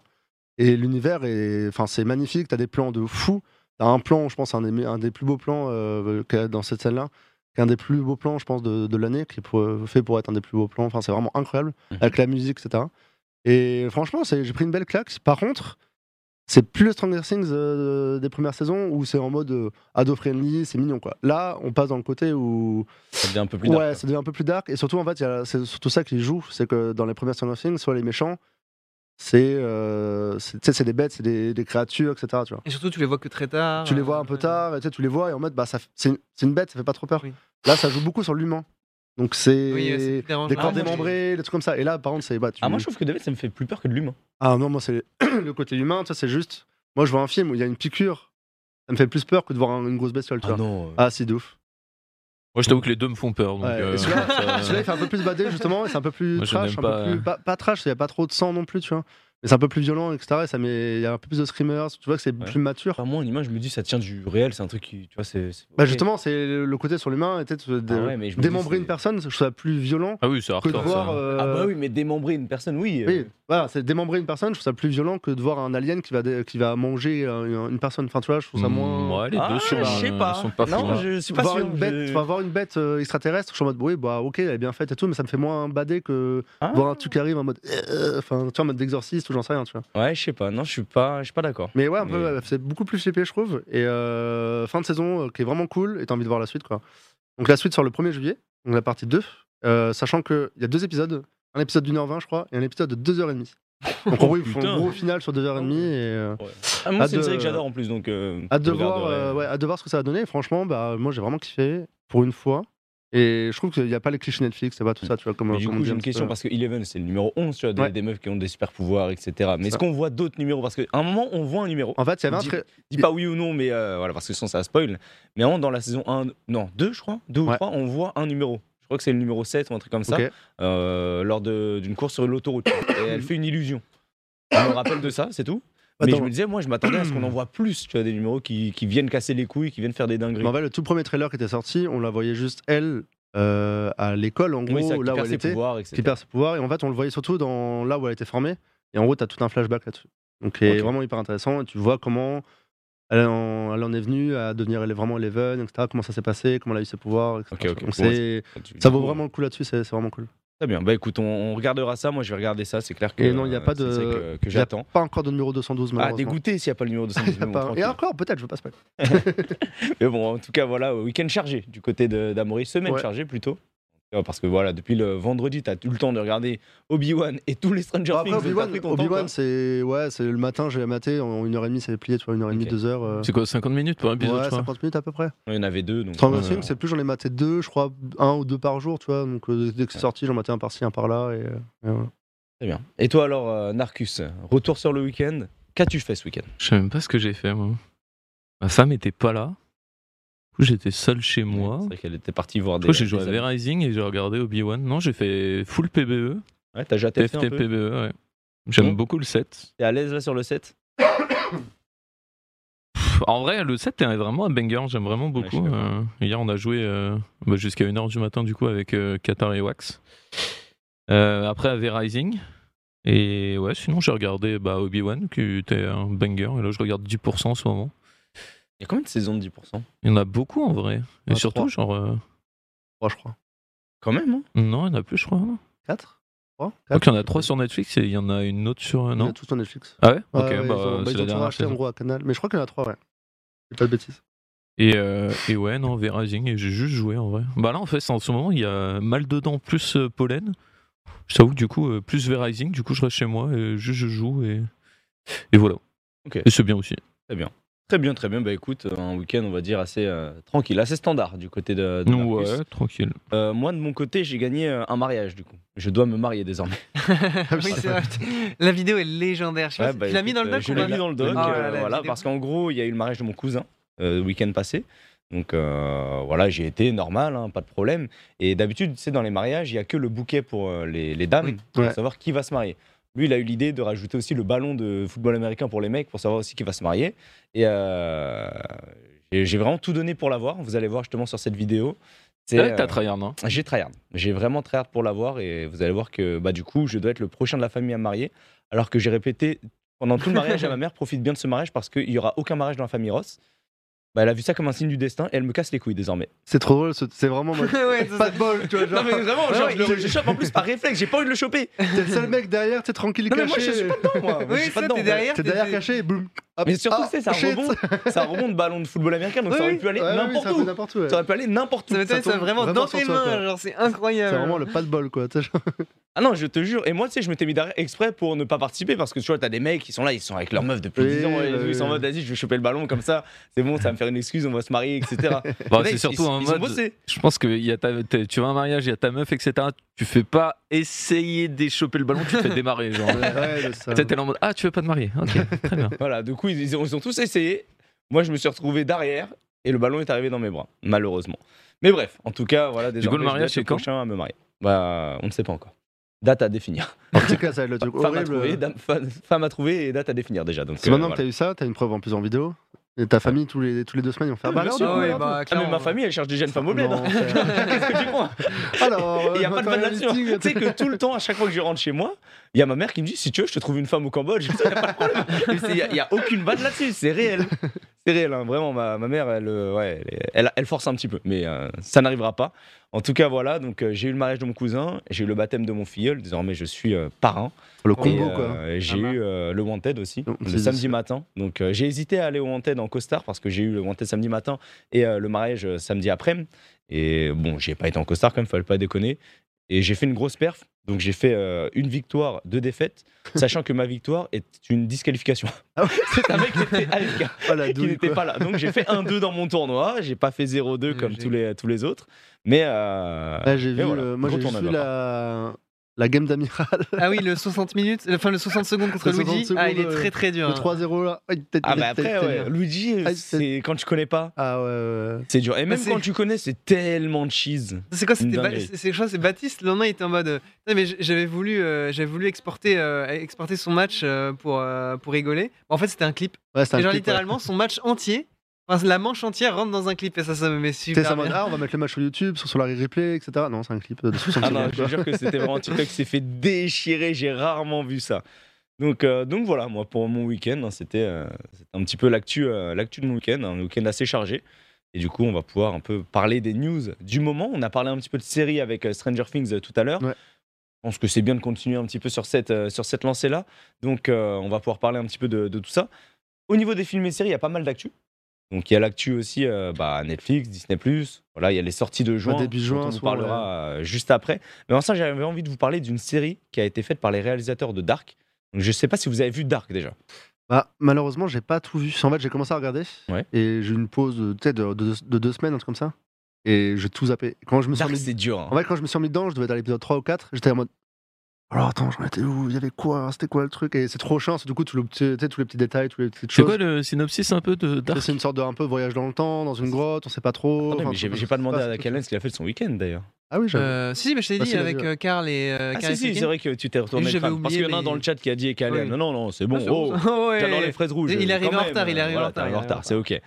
Et l'univers, est, enfin, c'est magnifique. T'as des plans de fou. T'as un plan, je pense, un des, me- un des plus beaux plans euh, qu'il y a dans cette scène-là. qui est Un des plus beaux plans, je pense, de, de l'année, qui est pour- fait pour être un des plus beaux plans. Enfin, c'est vraiment incroyable,
Mhm.
avec la musique, etc. Et franchement, c'est- j'ai pris une belle claque. Par contre, c'est plus le Stranger Things euh, des premières saisons où c'est en mode euh, ado-friendly, c'est mignon, quoi. Là, on passe dans le côté où
Ça devient un peu plus
ouais,
dark,
ça devient un peu plus dark. Et surtout, en fait, il y a- c'est surtout ça qui joue. C'est que dans les premières Stranger Things, soit les méchants, c'est euh, c'est- tu sais, c'est des bêtes, c'est des, des créatures, etc. Tu, vois.
Et surtout, tu les vois que très tard.
tu les
euh,
vois un peu
ouais.
tard, et tu sais, tu les vois, et en mode, bah, ça f- c'est une- c'est une bête, ça fait pas trop peur.
Oui.
Là, ça joue beaucoup sur l'humain. Donc, c'est
Oui, euh, c'est plus dérangeant.
des
Ah,
corps
moi, j'ai-
démembrés, des trucs comme ça. Et là, par contre, c'est. Bah, tu-
Ah, moi je trouve que David ça me fait plus peur que de l'humain.
ah non, moi, c'est le côté humain, tu sais, c'est juste. Moi, je vois un film où il y a une piqûre. Ça me fait plus peur que de voir un- une grosse bestiole, tu vois.
non. Euh.
Ah, si, de ouf.
Moi, je t'avoue que les deux me font peur. Donc,
Ouais, et celui-là-
euh, ça-
Celui-là, il fait un peu plus badé, justement, et c'est un peu plus
Moi, je
trash,
n'aime
un
pas,
peu
euh.
plus. Pas, pas trash, il n'y a pas trop de sang non plus, tu vois. Mais c'est un peu plus violent, etc. Et ça met... Il y a un peu plus de screamers, tu vois que c'est
Ouais.
plus mature.
Enfin, moi en image, je me dis ça tient du réel, c'est un truc qui. Tu vois, c'est. c'est-
Bah,
ok.
justement, c'est le côté sur l'humain, et peut-être de-
Ah ouais, mais je me dis,
démembrer
c'est-
une personne, je trouve ça plus violent
Ah oui, c'est
que de
hardcore.
voir.
ça.
euh,
Ah bah oui, mais démembrer une personne, oui. euh,
oui, voilà, c'est démembrer une personne, je trouve ça plus violent que de voir un alien qui va, dé- qui va manger euh, une, une personne. Enfin, tu vois, je trouve ça moins.
Mm, ouais, les deux
Ah,
sont,
je sais
euh,
pas.
sont pas fous,
non,
hein.
je suis pas
Voir
sûr.
une, bête,
je-
enfin, voir une bête euh, extraterrestre, je suis en mode, oui, bah ok, elle est bien faite et tout, mais ça me fait moins badé que
Ah.
voir un truc qui arrive en mode, euh, enfin, tu vois, en mode d'exorciste ou j'en sais rien, tu vois.
Ouais, je sais pas. Non, je suis pas, je suis pas d'accord.
Mais ouais, un peu,
Mais-
ouais, c'est beaucoup plus flippé, je trouve. Et euh, fin de saison euh, qui est vraiment cool, et t'as envie de voir la suite, quoi. Donc la suite sort le 1er juillet, donc la partie 2, euh, sachant qu'il y a deux épisodes, un épisode d'une heure 20 je crois, et un épisode de 2h30. Donc en gros, ils font
Putain.
un gros final sur 2h30, et euh,
Ah, moi,
À
c'est une
de-
série que j'adore en plus, donc. euh,
hâte,
je
de voir,
regarderai.
euh, ouais, hâte de voir ce que ça va donner. Et franchement, bah, moi j'ai vraiment kiffé, pour une fois. Et je trouve qu'il n'y a pas les clichés Netflix, c'est pas tout ça, tu vois, comme.
Mais du
comme on
coup,
dit
j'ai
un
une
petit
question
peu.
parce que Eleven, c'est le numéro 11, tu vois, des,
Ouais.
des meufs qui ont des super pouvoirs, etc. Mais est-ce
Ça.
qu'on voit d'autres numéros Parce qu'à un moment, on voit un numéro.
En fait, il y avait un
Dis-
très-
Dis pas oui ou non, mais euh, voilà, parce que sinon ça spoil. Mais vraiment, dans la saison 1, non, 2, je crois, 2 ou
Ouais.
3, on voit un numéro. Je crois que c'est le numéro 7 ou un truc comme ça,
Ok.
euh, lors de- d'une course sur l'autoroute. Et elle fait une illusion. Je me rappelle de ça, c'est tout. Mais
Attends.
je me disais, moi, je m'attendais à ce qu'on en voit plus, tu vois, des numéros qui, qui viennent casser les couilles, qui viennent faire des dingueries.
Mais en fait, le tout premier trailer qui était sorti, on la voyait juste elle euh, à l'école, en
Oui, ça,
gros,
qui
là où
perd
elle
ses
était,
pouvoirs, etc.
qui perd ses pouvoirs. Et en fait, on le voyait surtout dans là où elle était formée. Et en gros, t'as tout un flashback là-dessus. Donc, c'est
Ok.
vraiment hyper intéressant. Et tu vois comment elle en, elle en est venue à devenir elle est vraiment Eleven, etc. Comment ça s'est passé, comment elle a eu ses pouvoirs, etc.
Ok, ok.
Donc,
Bon,
c'est- ça vaut vraiment le coup là-dessus, c'est c'est vraiment cool.
Très bien. Bah écoute, on, on regardera ça. Moi, je vais regarder ça. C'est clair que.
Et non, il n'y a
euh,
pas
c'est
de-
ça que, que
il y a
j'attends.
Pas encore de numéro 212,
Ah,
malheureusement.
dégoûté s'il n'y a pas le numéro de
Il y a pas- Et encore, peut-être, je veux pas spoiler.
Mais bon, en tout cas, voilà, week-end chargé du côté de- d'Amaury, semaine
Ouais.
chargée plutôt. Euh, Parce que voilà, depuis le vendredi, t'as tout le temps de regarder Obi-Wan et tous les Stranger
Bon,
Things.
Bah, après,
donc t'as
Obi-Wan,
pris ton temps,
Obi-Wan,
quoi.
c'est ouais, c'est le matin, j'ai maté en une heure et demie, c'est plié, tu vois, une heure et demie,
Ok.
deux heures. euh,
C'est quoi, 50 minutes pour un épisode,
ouais,
je crois
50 minutes à peu près.
il y en avait deux. Donc,
Stranger
euh,
Things, c'est plus j'en ai maté deux, je crois, un ou deux par jour, tu vois. Donc euh, dès que c'est sorti, j'en matais un par-ci, un par-là. Et, euh, et voilà.
très bien. Et toi alors, euh, Narcus, retour sur le week-end. Qu'as-tu fait ce week-end
Je sais même pas ce que j'ai fait, moi. Ma femme était pas là. Du coup, j'étais seul chez moi.
C'est vrai qu'elle était partie voir
Je
des.
crois que j'ai joué à
des amis.
V-Rising et j'ai regardé Obi-Wan. Non, j'ai fait full E. PBE,
Ouais, t'as déjà testé un
TFT
peu.
PBE, E, ouais. J'aime
Bon.
beaucoup le set.
T'es à l'aise là sur le set
Pff, en vrai, le set est vraiment un banger, j'aime vraiment
Ouais, je suis
beaucoup. Euh, hier, on a joué euh, bah, jusqu'à 1h du matin, du coup, avec euh, Qatar et Wax. Euh, après, à V-Rising. Et ouais, sinon, j'ai regardé bah, Obi-Wan, qui était un banger. Et là, je regarde 10% en ce moment.
Il y a combien de saisons de 10%
Il y en a beaucoup en vrai. Et
Ah, trois.
surtout, genre. euh,
Trois, je crois.
Quand même, hein
Non, il y en a plus, je crois. non
Quatre Trois
Je crois
Quatre
qu'il y en a trois sur Netflix et il y en a une autre sur.
Il
euh,
y en a
Non
tous sur Netflix.
Ah ouais Ok,
Ouais, ouais, ils
bah,
ont- bah,
c'est
ils
la
ont tout
dernière
racheté en
saison.
gros à Canal. Mais je crois qu'il y en a trois, ouais. C'est pas de bêtises.
Et, euh, et ouais, non, V-Rising, et j'ai juste joué en vrai. Bah là, en fait, c'est en ce moment, il y a mal dedans plus euh, pollen. Je t'avoue que du coup, euh, plus V-Rising, du coup, je reste chez moi et juste je joue et. Et voilà.
Ok.
Et c'est bien aussi.
Très bien, très bien. Bah écoute, un week-end, on va dire, assez euh, tranquille, assez standard du côté de, de
Nous,
Narcus.
ouais, tranquille.
Euh, moi, de mon côté, j'ai gagné euh, un mariage, du coup. Je dois me marier désormais.
Ah oui,
Ah,
c'est vrai. La vidéo est légendaire. Je sais
Ouais,
pas si-
bah,
tu l'as mis
écoute,
dans le
euh,
doc
Je
ou
l'ai
pas
mis dans le doc,
Ah,
euh,
voilà, la
voilà,
vidéo.
parce qu'en gros, il y a eu le mariage de mon cousin euh, le week-end passé. Donc euh, voilà, j'ai été normal, hein, pas de problème. Et d'habitude, c'est dans les mariages, il y a que le bouquet pour euh, les, les dames,
Oui.
pour
Ouais.
savoir qui va se marier. Lui, il a eu l'idée de rajouter aussi le ballon de football américain pour les mecs, pour savoir aussi qui va se marier. Et euh, j'ai j'ai vraiment tout donné pour l'avoir. Vous allez voir justement sur cette vidéo. C'est,
C'est vrai que
euh,
Eh, t'as tryhard, hein. non
j'ai tryhard. J'ai vraiment tryhard pour l'avoir et vous allez voir que bah, du coup, je dois être le prochain de la famille à me marier. Alors que j'ai répété pendant tout le mariage à ma mère profite bien de ce mariage parce qu'il n'y aura aucun mariage dans la famille Ross. Bah, elle a vu ça comme un signe du destin et elle me casse les couilles désormais.
C'est trop drôle, c'est c'est vraiment. moi,
Ouais, c'est
Pas
ça.
de bol, tu vois. Genre,
vraiment,
genre, je le- je
chope en plus par réflexe, j'ai pas envie de le choper.
t'es le seul mec derrière, t'es tranquille, caché.
dedans, moi.
Oui, ça, t'es derrière.
T'es derrière caché et boum. Hop.
Mais surtout,
Ah,
c'est ça
shit.
rebond, ça rebond de ballon de football américain, donc
Oui,
ça aurait
oui.
pu aller
Ouais, ouais,
n'importe
ça
où.
fait n'importe où. ouais.
Ça aurait pu aller n'importe où.
Ça m'étonne,
Ça
ça
tombe
vraiment
vraiment
dans
sur
tes
toi,
mains,
quoi.
genre c'est
C'est
incroyable.
euh,
vraiment le pas de bol, quoi. tu sais, genre.
Ah non, je te jure. Et moi, tu sais, je m'étais mis derrière exprès pour ne pas participer parce que tu vois, t'as des mecs qui sont là, ils sont avec leur meuf depuis
Oui,
10 ans et
bah
tout,
oui.
ils sont en mode, vas-y, je vais choper le ballon comme ça, c'est bon, ça va me faire une excuse, on va se marier, etc. Les
Bah,
mecs,
C'est
ils-
surtout en
ils ont
mode.
bossé.
Je pense que il y a ta- t'es- tu vas à un mariage, il y a ta meuf, etc. Tu fais pas essayer d'échopper le ballon, tu fais démarrer. Genre.
Ouais, c'est ça.
Peut-être elle est en mode Ah, tu veux pas te marier Ok, très bien.
Voilà, du coup, ils, ils ont, ils ont tous essayé. Moi, je me suis retrouvé derrière et le ballon est arrivé dans mes bras, malheureusement. Mais bref, en tout cas, voilà,
coup,
désormais,
le mariage,
je dois être
c'est quand
prochain à me marier. Bah, on ne sait pas encore. Date à définir.
En tout cas, ça va être le truc
Femme à, trouver,
horrible. euh,
dame- femme, femme à trouver et date à définir déjà. Donc,
C'est
euh,
maintenant que
voilà.
t'as eu ça, t'as une preuve en plus en vidéo. Et ta famille, tous les, tous les deux semaines, ils vont faire.
Ah,
Bah,
bien
alors,
sûr,
du coup,
ouais,
alors,
bah,
Ah, mais ma
clairement.
famille, elle cherche des jeunes femmes au bled.
Non,
hein.
c'est-
Qu'est-ce que tu crois
Alors, euh,
Il n'y a pas de
fan
fan là-dessus. hein. Tu sais que tout le temps, à chaque fois que je rentre chez moi, il y a ma mère qui me dit si tu veux, je te trouve une femme au Cambodge. Il n'y a, pas de problème. Mais c'est- y a- y a aucune vanne là-dessus, c'est réel. C'est réel, hein. vraiment. Ma, ma mère, elle, euh, ouais, elle, est- elle- elle force un petit peu, mais euh, ça n'arrivera pas. En tout cas, voilà. Donc, euh, j'ai eu le mariage de mon cousin, j'ai eu le baptême de mon filleul. Désormais, je suis euh, parrain.
Le
Et,
combo, quoi.
euh, J'ai
Ah bah.
eu euh, le Wanted aussi,
Non,
le
c'est-
samedi
c'est-
matin. Donc euh, j'ai hésité à aller au Wanted en costard parce que j'ai eu le Wanted samedi matin et euh, le mariage euh, samedi après. Et bon, j'ai pas été en costard quand même, fallait pas déconner. Et j'ai fait une grosse perf. Donc j'ai fait euh, une victoire, deux défaites, sachant que ma victoire est une disqualification.
Ah ouais
C'est un mec qui était AFK,
Ah, la
qui
douille,
n'était
quoi.
pas là. Donc j'ai fait 1-2 dans mon tournoi, j'ai pas fait 0-2 comme
j'ai-
tous les, tous les autres. Mais euh,
Ouais, j'ai
et
vu,
voilà,
le- moi
gros
j'ai juste
tournoi,
vu
par
la... la game d'amiral,
Ah oui, le 60 minutes, enfin le 60 secondes contre
Le 60
Luigi. Ah, il est
secondes,
très très dur.
le
hein.
3-0 là. Oh, Aïe, tête,
Ah bah
tête,
après,
tête,
ouais,
tête.
Luigi,
Ah,
c'est quand tu connais pas,
Ah ouais, ouais.
c'est dur. Et même
c'est-
quand tu connais, c'est tellement de cheese.
C'est quoi C'était
Une
Ba-
dinguerie.
c'est- c'est- je crois que c'est Baptiste. Le lendemain, il était en mode. euh, Non, mais j- j'avais voulu, euh, j'avais voulu exporter, euh, exporter son match euh, pour, euh, pour rigoler. En fait, c'était un clip.
ouais c'est un
Et genre
clip, ouais.
littéralement, son match entier, enfin, la manche entière rentre dans un clip. Et ça, ça me met
T'es
super
ça en
bien.
mode, ah, on va mettre le match sur YouTube, sur, sur la replay, etc. Non, c'est un clip de 60
Ah non,
secondes,
je te
quoi.
jure que c'était vraiment TikTok s'est fait déchirer, j'ai rarement vu ça. Donc, euh, donc voilà, moi pour mon week-end, hein, c'était euh, c'était un petit peu l'actu euh, l'actu de mon week-end, un week-end assez chargé. Et du coup, on va pouvoir un peu parler des news du moment. On a parlé un petit peu de série avec euh, Stranger Things euh, tout à l'heure.
Ouais.
Je pense que c'est bien de continuer un petit peu sur cette, euh, sur cette lancée-là. Donc euh, on va pouvoir parler un petit peu de, de tout ça. Au niveau des films et séries, il y a pas mal d'actu. Donc il y a l'actu aussi, euh, bah, Netflix, Disney+, voilà, il y a les sorties de juin,
début
dont
juin,
on vous
souvent,
parlera euh, juste après. Mais avant ça, j'avais envie de vous parler d'une série qui a été faite par les réalisateurs de Dark. Donc, je sais pas si vous avez vu Dark déjà.
Bah, malheureusement, j'ai pas tout vu. En fait, j'ai commencé à regarder
Ouais.
et j'ai eu une pause de, tu sais, de, de- de deux semaines, un truc comme ça. Et j'ai tout zappé. Quand je me suis
Dark,
remis-
c'est dur. hein.
En fait, quand je me suis remis dedans, je devais être à l'épisode 3 ou 4, j'étais en mode. Alors attends, j'en étais où Il y avait quoi C'était quoi le truc Et c'est trop chiant, parce que du coup, tu loupes, tu sais, tous les petits détails, toutes les petites
C'est
choses.
quoi le synopsis un peu de Dark
C'est une sorte de un peu voyage dans le temps, dans une grotte, on sait pas trop.
Attendez,
oh, enfin,
mais
tu
j'ai
sais
j'ai
ce
pas
qui se
demandé
passe,
à
tout
quel est-ce qu'il a fait de son week-end d'ailleurs.
ça. Ah oui, j'avais.
Euh, si, si, bah, je t'ai
Bah,
dit
si, vas-y,
avec
ouais.
euh, Karl et. euh,
Ah
Karl et
si, si,
Céline.
c'est vrai que tu t'es retourné.
Oui, j'avais
crâne. parce qu'il y en a
oublié,
un dans
mais-
le chat qui a dit et qui a allé,
Oui.
Non, non, non, c'est bon.
Ah, je
oh,
trouve- Oh, ouais.
J'adore les fraises rouges.
Il est
euh,
arrivé
quand
en
même,
retard, il est arrivé
voilà,
en retard,
t'es
il est
en
arrivé
retard, c'est ok.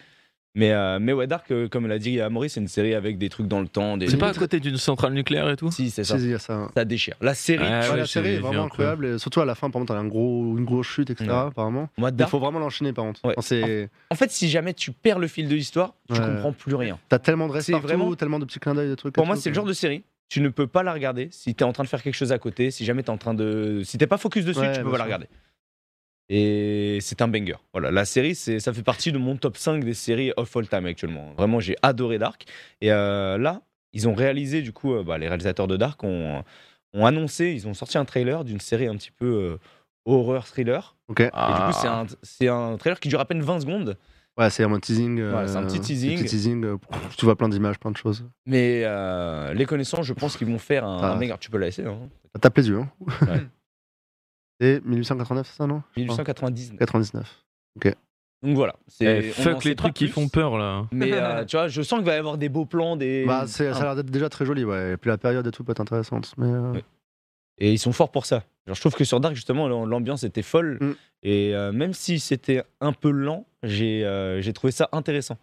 Mais, euh, mais ouais, Dark, euh, comme l'a dit Maurice, c'est une série avec des trucs dans le temps. Des...
C'est pas à côté d'une centrale nucléaire et tout
Si, c'est ça.
Si, il y a ça.
Ça déchire. La série.
Ah,
Ouais,
ouais,
la
j'ai
série est
vu
vraiment
un peu.
incroyable, et surtout à la fin, par contre, t'as un gros, une grosse chute, etc.
Ouais.
Apparemment,
Moi,
il
Dark,
faut vraiment l'enchaîner, par contre.
Ouais.
Enfin, c'est-
en fait, si jamais tu perds le fil de l'histoire, tu
Ouais.
comprends plus rien.
T'as tellement de restes
C'est
partout,
vraiment-
tellement de petits clins d'œil, de trucs.
Pour moi, c'est le genre de série. Tu ne peux pas la regarder si t'es en train de faire quelque chose à côté, si jamais t'es en train de. Si t'es pas focus dessus,
Ouais,
tu peux
bien
pas la
sûr.
regarder. Et c'est un banger. Voilà, la série, c'est, ça fait partie de mon top 5 des séries of all time actuellement. Vraiment, j'ai adoré Dark. Et euh, là, ils ont réalisé, du coup, euh, bah, les réalisateurs de Dark ont, ont annoncé, ils ont sorti un trailer d'une série un petit peu euh, horreur thriller.
Ok.
Et du coup, c'est
Ah.
Ah.
un, c'est un trailer qui dure à peine 20 secondes.
Ouais, c'est un teasing. euh,
Voilà, c'est un petit teasing.
petit teasing, euh, pff, tu vois plein d'images, plein de choses.
Mais euh, les connaissances, je pense qu'ils vont faire un,
Ah.
un banger. Tu peux la laisser, hein.
Ça tape les yeux. Hein.
Ouais.
Et 1889, c'est ça, non
1899.
99.
Donc voilà.
Eh,
c'est- on en
Fuck
sait
les
pas
trucs qui
plus,
font peur là.
Mais euh, tu vois, je sens qu'il va y avoir des beaux plans, des.
Bah, c'est- ça a
Ah.
l'air d'être déjà très joli, ouais. Et puis la période et tout peut être intéressante. Mais euh,
Ouais. Et ils sont forts pour ça. Genre, je trouve que sur Dark, justement, l'am- l'ambiance était folle.
Mm.
Et euh, même si c'était un peu lent, j'ai euh, j'ai trouvé ça intéressant.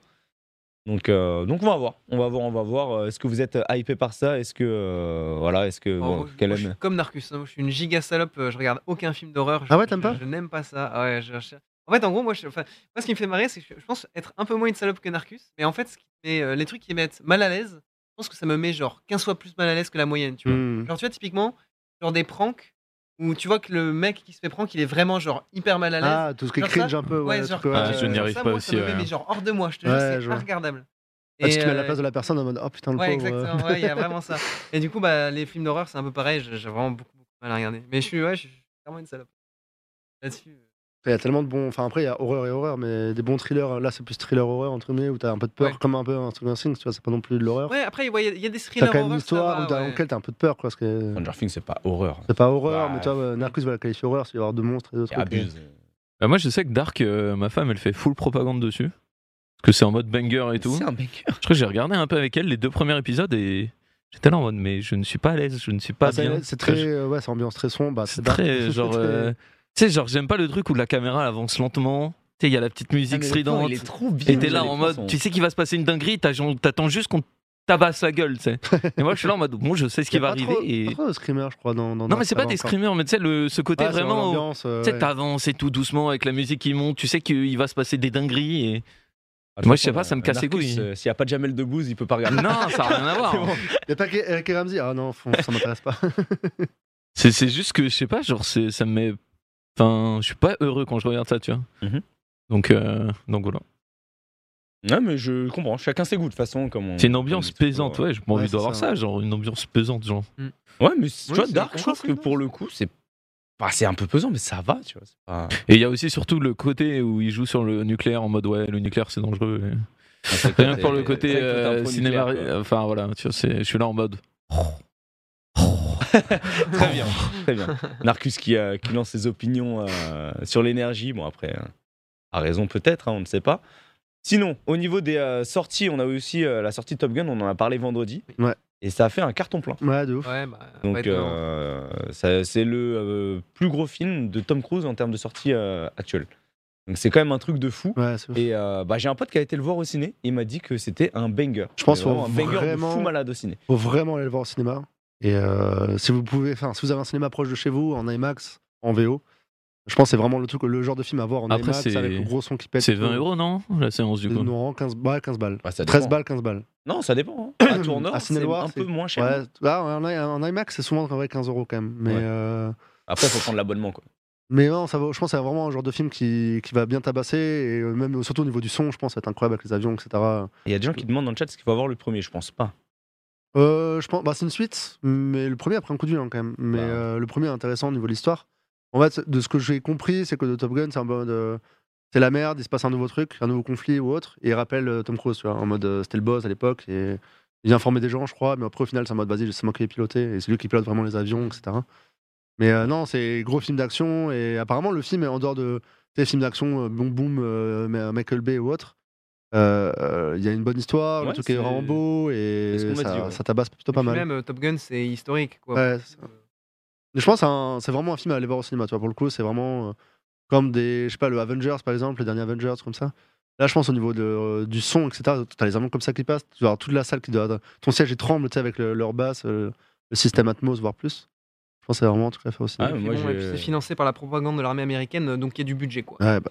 Donc, euh, donc on va voir, on va voir, on va voir. Euh, Est-ce que vous êtes hypé par ça Est-ce que euh, voilà, est-ce que
Oh,
bon,
moi, je-
Kellen-
moi, je suis comme Narcus, hein, moi, je suis une giga salope, euh, je regarde aucun film d'horreur. je-
Ah ouais, t'aimes
je-
pas
Je, n'aime pas ça. Ah ouais, je- je- En fait, en gros, moi, je- enfin, moi, ce qui me fait marrer, c'est que je je pense être un peu moins une salope que Narcus, mais en fait, ce qui met, euh, les trucs qui me mettent mal à l'aise, je pense que ça me met genre 15 fois plus mal à l'aise que la moyenne, tu vois.
hmm.
Genre, tu vois, typiquement, genre des pranks où tu vois que le mec qui se fait prank, il est vraiment genre hyper mal à l'aise.
Ah, tout ce qui est
Genre
cringe
ça
un peu, ouais.
ouais,
le
genre,
truc, ouais,
Ah,
euh,
je n'y
ça,
arrive
moi,
pas
ça
aussi,
me met,
ouais.
mais genre hors de moi, je te
Ouais,
jure,
je
c'est
vois.
pas regardable.
Ah, tu te mets à
euh,
la place de la personne en mode, oh putain, le
Ouais,
pauvre. euh.
exactement. ouais, il y a vraiment ça. Et du coup, bah, les films d'horreur, c'est un peu pareil. J'ai j'ai vraiment beaucoup, beaucoup de mal à regarder. Mais je suis, ouais, je suis clairement une salope. Là-dessus. euh,
Il y a tellement de bons. Enfin, après, il y a horreur et horreur, mais des bons thrillers. Là, c'est plus thriller-horreur, entre guillemets, où t'as un peu de peur,
Ouais.
comme un peu un Stranger Things, tu vois, c'est pas non plus de l'horreur.
Ouais, après, il y, a- il y a des thrillers
T'as quand même
horreur,
une
ça
histoire
va,
où t'as- dans
ouais.
laquelle t'as un peu de peur, quoi. Parce que
Stranger Things, c'est pas horreur.
c'est pas horreur,
Ouais.
mais toi, euh, Narcus va la qualifier horreur, s'il va y avoir deux monstres et deux
C'est
trucs.
abuse.
Bah, moi je sais que Dark, euh, ma femme, elle fait full propagande dessus. Parce que c'est en mode banger et tout.
C'est un Ah, banger.
Je crois que j'ai regardé un peu avec elle les deux premiers épisodes et j'étais là en mode mais je ne suis pas à l'aise, je ne suis pas
Ah, ça,
bien.
C'est très, euh, ouais, c'est ambiance très sombre. bah,
C'est
dark.
très genre.
C'est très-
euh, Tu sais, genre j'aime pas le truc où la caméra elle avance lentement. Tu sais, il y a la petite
Ah,
musique stridente.
Il est trop bien.
Et t'es là en mode tu sais qu'il va se passer une dinguerie, t'as- t'attends juste qu'on tabasse la gueule, tu sais. Et moi je suis là en mode bon, je sais ce
y
qui
a
va
pas
arriver
trop-
et.
pas trop de screamers, je crois, dans. dans
Non,
Dark,
mais c'est
ça
pas
va
des
encore.
screamers, mais tu sais, le- ce côté
Ouais, c'est dans
vraiment. où-
l'ambiance, euh,
Tu sais,
ouais.
t'avances et tout doucement avec la musique qui monte, tu sais qu'il va se passer des dingueries et. Moi, je sais pas, ça me casse les couilles.
euh, S'il y a pas de Jamel Debbouze, il peut pas regarder.
Non, ça n'a rien à voir.
C'est bon.
Y a pas que Eric et Ramsey Ah non, fond, ça m'intéresse pas.
C'est c'est juste que, je sais pas, genre, c'est- ça me met. Enfin, je suis pas heureux quand je regarde ça, tu vois.
Mhm.
Donc, euh, donc voilà.
Non, mais je comprends. Chacun ses goûts, de toute façon. Comme on-
C'est une
on
ambiance
dit
pesante,
toujours.
ouais, j'ai pas envie
Ouais, c'est
d'avoir
ça.
ça, genre une ambiance pesante, genre.
Ouais, mais tu
Oui,
vois,
c'est
Dark, je trouve que
compréhensible.
pour le coup, c'est. Bah, c'est un peu pesant, mais ça va, tu vois. c'est pas-
Et il y a aussi surtout le côté où il joue sur le nucléaire en mode ouais, le nucléaire c'est dangereux. et- Rien que pour le côté
Direct, t'as un
euh,
pro
cinéma,
nucléaire, quoi.
enfin voilà, tu vois, c'est- je suis là en mode.
Très bien, très bien. Narcus qui, euh, qui lance ses opinions euh, sur l'énergie. Bon, après, euh, a raison peut-être, hein, on ne sait pas. Sinon, au niveau des euh, sorties, on a eu aussi euh, la sortie de Top Gun, on en a parlé vendredi.
Ouais.
Et ça a fait un carton plein.
Ouais, de ouf.
Ouais, bah, on va
Donc,
être devant.
euh, ça- c'est le euh, plus gros film de Tom Cruise en termes de sortie euh, actuelle. Donc, c'est quand même un truc de fou.
Ouais, c'est ouf.
Et euh, bah, j'ai un pote qui a été le voir au ciné, il m'a dit que c'était un banger.
Je pense
Mais
qu'on
vraiment un banger
vraiment-
de fou malade au ciné.
faut vraiment aller le voir au cinéma. Et euh, si vous pouvez, enfin, si vous avez un cinéma proche de chez vous, en IMAX, en VO, je pense que c'est vraiment le truc, le genre de film à voir en
Après,
IMAX
c'est-
avec le gros son qui pète.
C'est 20 euros, non La séance du coup.
Non, 15, ouais, 15 balles.
Bah, ça
13
dépend.
balles, 15 balles.
Non, ça dépend. hein. À
À
Tourneur, c'est
Ciné-Loire,
un peu
c'est-
moins cher.
Ouais, ah, en, I- en IMAX, c'est souvent en vrai, 15 euros quand même. Mais,
Ouais.
euh,
Après, faut prendre l'abonnement. quoi.
mais non, ça va, je pense que c'est vraiment un genre de film qui, qui va bien tabasser. Et euh, même surtout au niveau du son, je pense, ça va être incroyable avec les avions, etc.
Il y a des gens qui demandent dans le chat ce qu'il faut avoir le premier. Je pense pas.
Euh, je pense, bah, c'est une suite, mais le premier a pris un coup de vieux hein, quand même. Mais
Bah.
euh, le premier est intéressant au niveau de l'histoire. En fait, de ce que j'ai compris, c'est que de Top Gun, c'est un mode. euh, c'est la merde, il se passe un nouveau truc, un nouveau conflit ou autre, et il rappelle euh, Tom Cruise, tu vois, en mode euh, c'était le boss à l'époque, et il vient informer des gens, je crois, mais après au final, c'est en mode vas-y, c'est moi qui vais piloter, et c'est lui qui pilote vraiment les avions, etc. Mais euh, non, c'est gros film d'action, et apparemment, le film est en dehors de tes films d'action, euh, boom boom, euh, Ma- Michael Bay ou autre. Euh, euh, Il y a une bonne histoire, le
Ouais,
truc est
c'est-
vraiment beau, et
c'est ce qu'on m'a
ça,
dit, ouais.
ça tabasse plutôt
Et
pas
puis
mal.
Même euh, Top Gun, c'est historique. Quoi.
Ouais, c'est ça. Mais je pense que c'est un- c'est vraiment un film à aller voir au cinéma. Tu vois, pour le coup, c'est vraiment euh, comme des, je sais pas, le Avengers par exemple, le dernier Avengers comme ça. Là, je pense au niveau de, euh, du son, etc. T'as les avions comme ça qui passent. Tu vas avoir toute la salle qui doit. Ton siège il tremble, tu sais, avec le- leur basse, euh, le système Atmos, voire plus. Je pense que c'est vraiment un truc à faire au
Ah,
cinéma.
mais
Puis
moi,
bon, et puis
j'ai-
c'est financé par la propagande de l'armée américaine, donc il y a du budget. quoi.
Ouais, bah,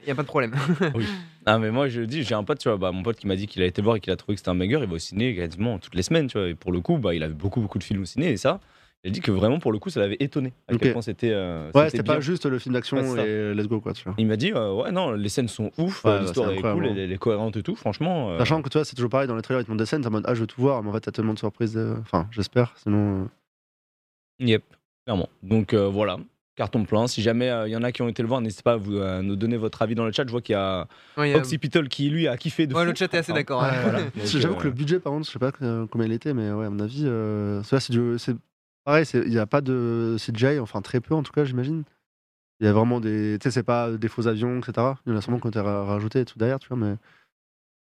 Il n'y a pas de problème.
Ah, mais moi, je dis, j'ai un pote, tu vois, bah, mon pote qui m'a dit qu'il a été voir et qu'il a trouvé que c'était un banger. Il va au ciné quasiment toutes les semaines, tu vois. Et pour le coup, bah, il avait beaucoup, beaucoup de films au ciné et ça. Il a dit que vraiment, pour le coup, ça l'avait étonné. À
Ok.
quel point c'était. euh,
ouais,
c'était
c'était pas
bien.
juste le film d'action
Ouais, c'est ça.
et euh, let's go quoi. Tu vois.
Il m'a dit, euh, ouais, non, les scènes sont ouf,
Ouais,
euh,
bah,
l'histoire
c'est
est
incroyable,
cool,
hein.
elle, elle est cohérente et tout, franchement. euh,
Sachant que tu vois, c'est toujours pareil dans les trailers, ils te montrent des scènes, t'es en mode ah je veux tout voir, mais en fait t'as tellement de surprises. euh, Enfin, j'espère, sinon. euh,
Yep, clairement. Donc euh, voilà, carton plein. Si jamais euh, il y en a qui ont été le voir, n'hésitez pas à, vous- à nous donner votre avis dans le chat. Je vois qu'il y a
Ouais, il y a-
Oxypital qui lui a kiffé de
euh, Ouais,
fou.
le chat est assez
Ah,
d'accord. hein.
voilà. Donc,
J'avoue
euh,
que le budget, par contre, je sais pas euh, combien il était, mais ouais, à mon avis, euh, celui-là, c'est du- c'est pareil, c'est- il n'y a pas de CGI, enfin très peu en tout cas, j'imagine. Il y a vraiment des. Tu sais, c'est pas des faux avions, etc. Il y en a sûrement qui ont été ra- rajoutés et tout derrière, tu vois, mais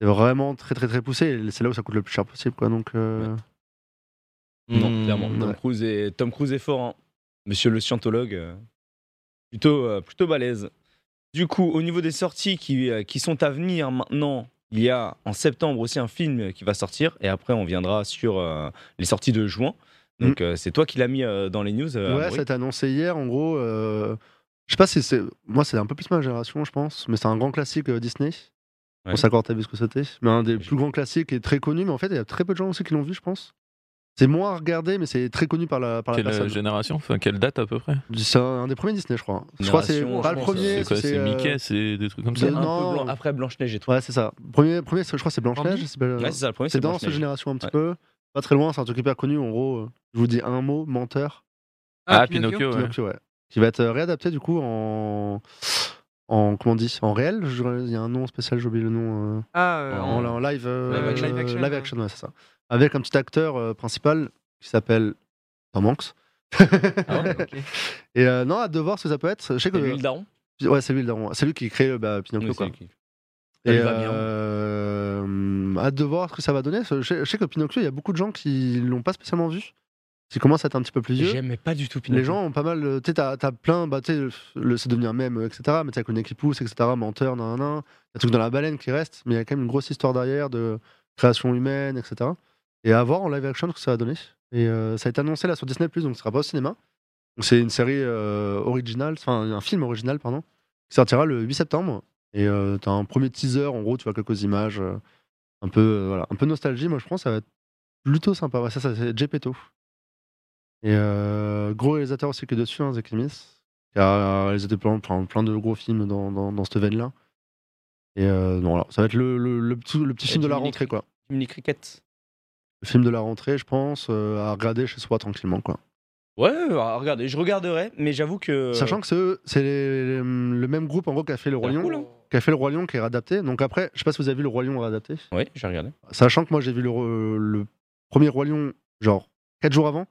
c'est vraiment très très très poussé. et C'est là où ça coûte le plus cher possible, quoi. Donc, euh,
Hmm.
Non, clairement.
Mm,
Hmm, Tom,
ouais.
Cruise est, Tom Cruise est fort, hein. monsieur le scientologue. euh, plutôt, euh, plutôt balèze. Du coup, au niveau des sorties qui, euh, qui sont à venir maintenant, il y a en septembre aussi un film qui va sortir. Et après, on viendra sur euh, les sorties de juin. Donc, euh, c'est toi qui l'as mis euh, dans les news. euh,
Hmm. ouais,
Amaury.
ça a été annoncé hier, en gros. euh, Je sais pas si c'est. Moi, c'est un peu plus ma génération, je pense, mais c'est un grand classique euh, Disney.
Ouais.
On s'accorde à vu ce que c'était. Mais un des
J'ai-
plus grands classiques et très connu, mais en fait, il y a très peu de gens aussi qui l'ont vu, je pense. C'est moins regardé, mais c'est très connu par la, par la
Quelle euh,
personne.
génération Enfin, quelle date à peu près
C'est un, un des premiers Disney, je crois. Je crois que c'est
Génération,
pas
je
le
pense,
premier.
C'est quoi C'est
euh,
Mickey, c'est des trucs comme
C'est
ça
un peu
non.
blanc- Après Blanche-Neige et tout.
Ouais, c'est ça. Premier, premier, je crois que c'est Blanche-Neige.
Bambi
c'est pas- euh,
Ouais, c'est ça, le premier,
C'est dans cette
Blanche-Neige.
génération un petit
Ouais.
peu. Pas très loin, c'est un truc hyper connu. En gros, euh, je vous dis un mot, menteur.
Ah, Pinocchio, ouais.
Pinocchio, ouais. Qui va être euh, réadapté du coup en. En, comment on dit En réel je- Il y a un nom spécial, j'ai oublié le nom. euh,
Ah, euh, en-
en, en live, euh,
Live action.
live action.
Live action,
ouais, c'est ça. Avec un petit acteur euh, principal qui s'appelle Tom Hanks.
Ah ouais,
ok.
Et euh, non, hâte de voir ce que ça peut être. Je sais que.
C'est lui le daron
Ouais, c'est lui le daron. C'est lui qui crée euh, bah, Pinocchio,
Oui, c'est
quoi.
lui qui- Ça
Et
lui va bien.
euh, hâte de voir ce que ça va donner. Je sais, je sais que Pinocchio, il y a beaucoup de gens qui l'ont pas spécialement vu. Qui commencent à être un petit peu plus vieux.
J'aimais pas du tout Pinocchio.
Les gens ont pas mal. euh, Tu sais, t'as t'as plein. Bah, tu sais, le- le- c'est devenu un mème, euh, etc. Mais t'as Conné qui pousse, etc. Menteur, nan, nan, nan. Il y a truc dans la baleine qui reste. Mais il y a quand même une grosse histoire derrière de création humaine, etc. Et à voir en live action ce que ça va donner. Et euh, ça a été annoncé là sur Disney, donc ce sera pas au cinéma. Donc, C'est une série euh, originale, enfin un film original, pardon, qui sortira le 8 septembre. Et euh, t'as un premier teaser, en gros, tu vois quelques images. euh, un peu, euh, voilà, un peu nostalgie, moi je pense, que ça va être plutôt sympa. Ouais, ça, ça c'est Gepetto. Et euh, gros réalisateur aussi qui est dessus, hein, Zach Emis, qui a réalisé plein, plein, plein de gros films dans, dans, dans cette veine-là. Et Et euh, bon, voilà, ça va être le, le, le petit, le petit
Et
film de la
Jiminy
rentrée, quoi.
Mini cricket.
Le film de la rentrée, je pense, euh, à regarder chez soi tranquillement, quoi.
Ouais, alors, regardez, je regarderai, mais j'avoue que.
Sachant que c'est eux- c'est les- les- le même groupe, en gros, qui a fait le Roi
C'est
Lion,
cool, hein.
qui a fait le Roi Lion, qui est réadapté. Donc après, je sais pas si vous avez vu le Roi Lion réadapté.
Ouais, j'ai regardé.
Sachant que moi, j'ai vu le, re- le premier Roi Lion, genre, 4 jours avant.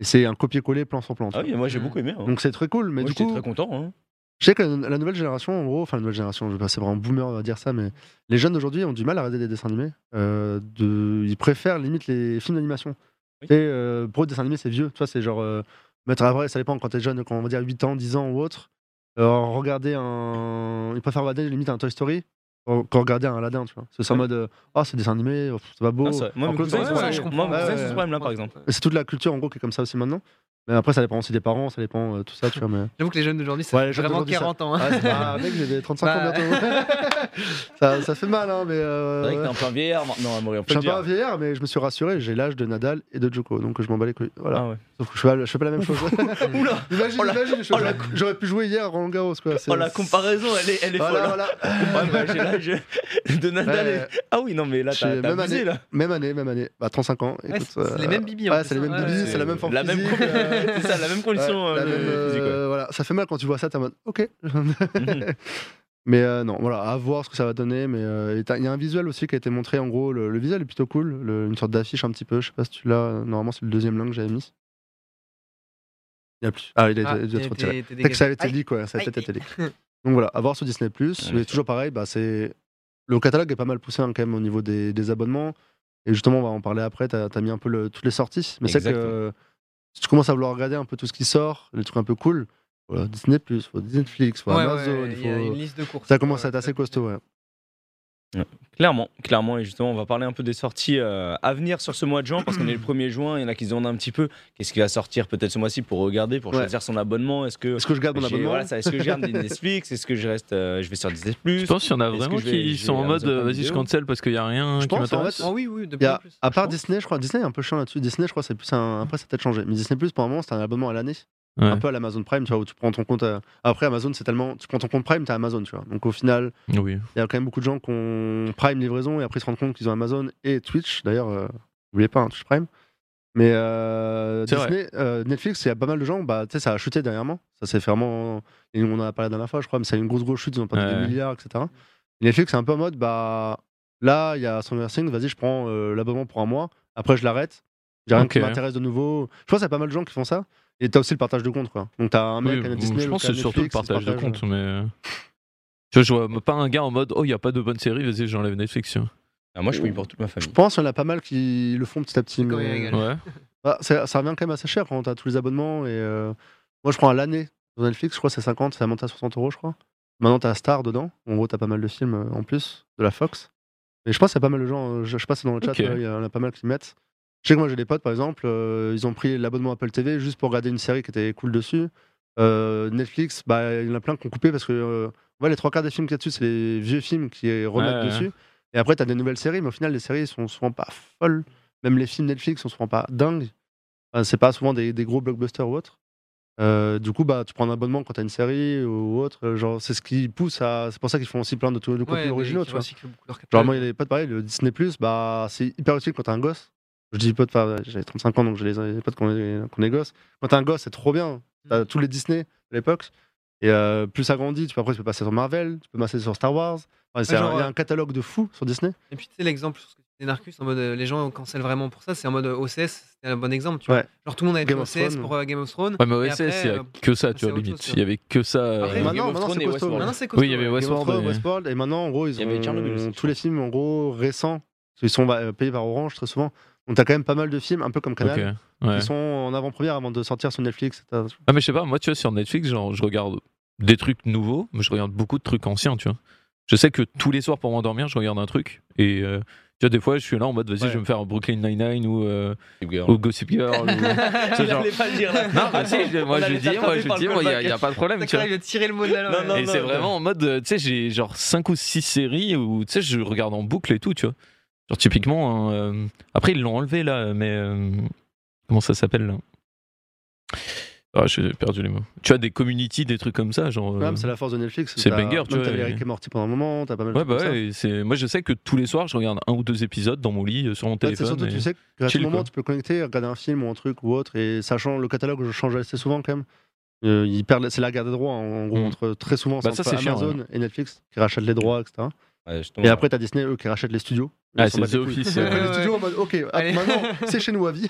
Et c'est un copier-coller plan sur plan. tu
Ah
vois.
oui, moi j'ai
Mm.
beaucoup aimé. hein.
Donc c'est très cool, mais
Moi,
du
j'étais
coup,
très content. hein.
je sais que la, la nouvelle génération, en gros, enfin la nouvelle génération, je vais passer pour un boomer à dire ça, mais les jeunes d'aujourd'hui ont du mal à regarder des dessins animés. Euh, de, ils préfèrent limite les films d'animation.
Oui.
Et euh, pour eux, dessin animé, c'est vieux. Tu vois, c'est genre euh, mettre après, ça dépend quand t'es jeune, quand on va dire 8 ans, 10 ans ou autre. euh, regarder un, ils préfèrent regarder limite un Toy Story. qu'en- qu'en regarder un Aladdin, tu vois. C'est ça en
Ouais.
mode, euh, ah, c'est dessin animé, oh, pff, c'est pas beau.
Non, c'est vrai. Moi,
Alors
mes
que
cousins,
le
ils
temps-
sont
ouais,
ça,
ouais,
je
je
comprends.
comprends.
Moi,
Ouais,
c'est ce
ouais.
problème-là, par exemple.
C'est toute la culture, en gros, qui est comme ça aussi maintenant. Mais après, ça dépend aussi des parents, ça dépend euh, tout ça, tu vois. Mais...
J'avoue que les jeunes d'aujourd'hui, c'est
Ouais, les jeunes
vraiment
d'aujourd'hui, ça-
40 ans. hein.
Ah, c'est pas- mec, j'ai 35 ans
Bah.
bientôt. ça, ça fait mal, hein, mais.
C'est
euh,
vrai que
ouais.
t'es un peu un vieillard maintenant, à mourir.
Je suis un peu un vieillard, mais je me suis rassuré, j'ai l'âge de Nadal et de Djoko, donc je m'en bats les couilles. Voilà.
Ah ouais.
Sauf que je fais, pas- je fais pas la même chose.
Oula
imagine,
Oh la-
imagine, je-
oh la-
j'aurais pu jouer hier à Roland Garros, quoi. c'est-
Oh, la comparaison, elle est, elle est
Voilà,
folle.
voilà.
hein. Ouais, moi, j'ai l'âge de Nadal.
Ouais.
et- Ah oui, non, mais là,
Je
t'as
suis
t'as
même
abusé,
année.
là.
Même année, même année. Bah, 35 ans.
Ouais,
écoute,
c'est c'est les mêmes bibis. en
ouais,
plus,
c'est les
hein.
mêmes bibis, c'est la même forme
La même
physique,
con-
euh,
C'est ça, la même
ouais,
condition
la
euh,
même,
de- physique. ouais.
euh, voilà, ça fait mal quand tu vois ça, t'es en mode ok.
Mhm.
mais euh, non, voilà, à voir ce que ça va donner. Mais euh, et t'as- il y a un visuel aussi qui a été montré. En gros, le, le visuel est plutôt cool, le- une sorte d'affiche un petit peu. Je sais pas si tu l'as. euh, Normalement, c'est le deuxième lien que j'avais mis. Il y a plus. Ah, il a,
Ah,
été- il a
t'es-
trop tiré.
t'es- t'es
C'est que ça a
dégagé.
été leak, quoi. Ça a
Aïe,
peut-être
aïe.
été leak. Donc voilà, à voir sur Disney
Ouais,
Mais toujours pareil, bah, c'est le catalogue est pas mal poussé hein, quand même au niveau des, des abonnements. Et justement, on va en parler après. T'as as mis un peu le- toutes les sorties, mais c'est que
Exactement.
si tu commences à vouloir regarder un peu tout ce qui sort, les trucs un peu cool, voilà, Disney faut Netflix, faut
Ouais,
Amazon,
ouais,
il
il y a
faut-
une liste de courses.
ça commence à être
Ouais,
assez
ouais.
costaud. Ouais.
Clairement, clairement, et justement, on va parler un peu des sorties euh, à venir sur ce mois de juin, parce qu'on est le 1er juin, il y en a qui se demandent un petit peu qu'est-ce qui va sortir peut-être ce mois-ci pour regarder, pour
Ouais.
choisir son abonnement. Est-ce que,
Est-ce que je garde mon
j'ai-
abonnement
voilà, ça, est-ce que je garde Netflix Est-ce que je reste, euh, je vais sur Disney
Je
Plus
pense qu'il y en a
Est-ce que
vraiment
je vais-
qui
je vais
sont en mode
Amazon
euh, vas-y, je
Vidéo
cancel parce qu'il n'y a rien
Je
qui
pense, en
m'intéresse.
fait,
Ah oui, oui, de
Il y
plus en
a-
plus.
à part
Je pense.
Disney, je crois Disney est un peu chiant là-dessus. Disney, je crois, c'est plus un. Après, ça a peut-être changé. Mais Disney, pour le moment, c'est un abonnement à l'année.
Ouais.
Un peu à l'Amazon Prime, tu vois, où tu prends ton compte. à- Après, Amazon, c'est tellement. Tu prends ton compte Prime, t'as Amazon, tu vois. Donc au final,
Oui.
Il y a quand même beaucoup de gens qui ont Prime livraison et après ils se rendent compte qu'ils ont Amazon et Twitch. D'ailleurs, euh, n'oubliez pas, hein, Twitch Prime. Mais euh,
C'est
Disney, euh, Netflix, il y a pas mal de gens, bah, tu sais, ça a chuté dernièrement. Ça s'est fait vraiment. et on en a parlé la dernière fois, je crois, mais ça a eu une grosse, grosse chute, ils ont perdu
Ouais.
des milliards, etc. Et Netflix, c'est un peu en mode, bah, là, il y a Stranger Things, vas-y, je prends euh, l'abonnement pour un mois, après je l'arrête. J'ai rien
Ok.
qui m'intéresse de nouveau. Je pense qu'il y a pas mal de gens qui font ça. Et t'as aussi le partage de compte, quoi. Donc t'as un mec
Oui,
qui a
bon,
Disney.
je
l'autre
pense
qui
que
a
c'est surtout le
Netflix, ils se euh,
partage de
partagent.
compte, mais. euh. Tu vois, je vois pas un gars en mode oh, il n'y a pas de bonne série, vas-y, j'enlève Netflix. tu vois.
Ah, Moi, je suis pour toute ma famille.
Je pense qu'il y en a pas mal qui le font petit à petit.
quand
mais-
ils rigolent.
Ouais.
Bah, ça, ça revient quand même assez cher quand t'as tous les abonnements. Et euh, moi, je prends à l'année sur Netflix, je crois que c'est 50, ça monte à 60 euros, je crois. Maintenant, t'as Star dedans. En gros, t'as pas mal de films euh, en plus, de la Fox. Et je pense qu'il y a pas mal de gens, euh, je, je sais pas si dans le chat,
Ok.
euh, il y en a pas mal qui mettent. Je sais que moi, j'ai des potes, par exemple, euh, ils ont pris l'abonnement Apple TV juste pour regarder une série qui était cool dessus. Euh, Netflix, bah, il y en a plein qui ont coupé parce que euh, ouais, les trois quarts des films qu'il y a dessus, c'est les vieux films qui euh, remettent
Ouais, ouais.
dessus. Et après, t'as des nouvelles séries, mais au final, les séries sont souvent pas folles. Même les films Netflix sont souvent pas dingues. Enfin, c'est pas souvent des, des gros blockbusters ou autre. Euh, du coup, bah, tu prends un abonnement quand t'as une série ou autre. euh, Genre, c'est ce qui pousse à. C'est pour ça qu'ils font aussi plein de, de
Ouais,
contenus
mais
originaux.
qui
Tu vois.
recyclent beaucoup leur
Genre,
catalogue.
moi, il est pas de pareil. Le Disney, bah, c'est hyper utile quand t'as un gosse. Je dis pote, enfin, j'ai 35 ans, donc j'ai les les potes qu'on est, qu'on est gosse. Quand t'as un gosse, c'est trop
Mmh.
bien. T'as tous les Disney à l'époque. Et euh, plus ça grandit, tu peux, après, tu peux passer sur Marvel, tu peux passer sur Star Wars. Enfin, c'est
Ouais,
un-
genre,
il y a
euh,
un catalogue de fou sur Disney.
Et puis tu sais l'exemple sur ce que tu disais, Narcus, en mode euh, les gens cancellent vraiment pour ça, c'est en mode euh, OCS, c'était un bon exemple, tu
Ouais.
vois. Genre tout le monde a été
Game of
OCS
Thrones.
pour euh, Game of Thrones.
Ouais, mais
Et
OSS, il
après,
n'y a
euh,
que ça, tu
c'est
vois,
autre chose,
limite.
tu
Il y avait que ça.
Après,
euh,
Game of
maintenant,
Thrones
c'est
et
costaud,
Westworld.
Maintenant c'est costaud.
Oui, il y avait
ouais.
Game of
Westworld.
Thrones,
et-
Westworld, et maintenant, en gros, ils
Il y avait Charles de Gaulle
ont
aussi,
tous les films en gros récents, parce qu'ils sont euh, payés par Orange très souvent. Donc t'as quand même pas mal de films, un peu comme Canal,
ok, ouais.
qui sont en avant-première avant de sortir sur Netflix. etc.
Ah, mais je sais pas, moi, tu vois, sur Netflix, genre, je regarde des trucs nouveaux, mais je regarde beaucoup de trucs anciens, tu vois. Je sais que tous les soirs pour m'endormir, je regarde un truc. Et euh, tu vois, des fois, je suis là en mode, vas-y,
Ouais.
je vais me faire Brooklyn Nine-Nine ou, euh,
Girl.
ou Gossip Girl. ou-
Il allait pas le dire. là.
Non, bah, si, je- moi,
On
je
allait
dis, moi,
t'attraper
je
par le
dis, moi, il n'y a,
callback.
y a pas de problème, tu
D'accord,
vois.
il a tiré le mot de la
Non, non,
langue.
Et c'est vraiment en mode, euh, tu sais, j'ai genre 5 ou 6 séries où, tu sais, je regarde en boucle et tout, tu vois. Genre, typiquement, hein, euh, après, ils l'ont enlevé là, mais. euh, comment ça s'appelle là Ah, j'ai perdu les mots. Tu as des community, des trucs comme ça, genre.
Ouais,
euh,
mais c'est la force de Netflix.
c'est
t'as-
banger, tu
même
vois,
T'avais
et-
Rick et Morty pendant un moment, t'as pas mal de
Ouais,
trucs
bah
comme ça.
ouais, et c'est... moi je sais que tous les soirs je regarde un ou deux épisodes dans mon lit euh, sur mon
Ouais, c'est
téléphone.
surtout,
et-
tu sais, qu'à ce
chill,
moment,
quoi.
tu peux connecter, regarder un film ou un truc ou autre, et sachant le catalogue, je change assez souvent quand même. Euh, ils perdent, c'est la guerre des droits, en gros,
Mm.
entre, très souvent,
Bah,
c'est
ça,
entre
c'est chiant,
Amazon et Netflix qui rachètent les droits, etc.
Ouais, justement.
Et après, t'as Disney, eux, qui rachètent les studios. Ils
Ah,
s'en
c'est
battent
The
les couilles.
Office.
Ils
euh,
prennent les
Ouais,
studios en mode, ok, hop,
Allez.
maintenant, c'est chez nous à vie.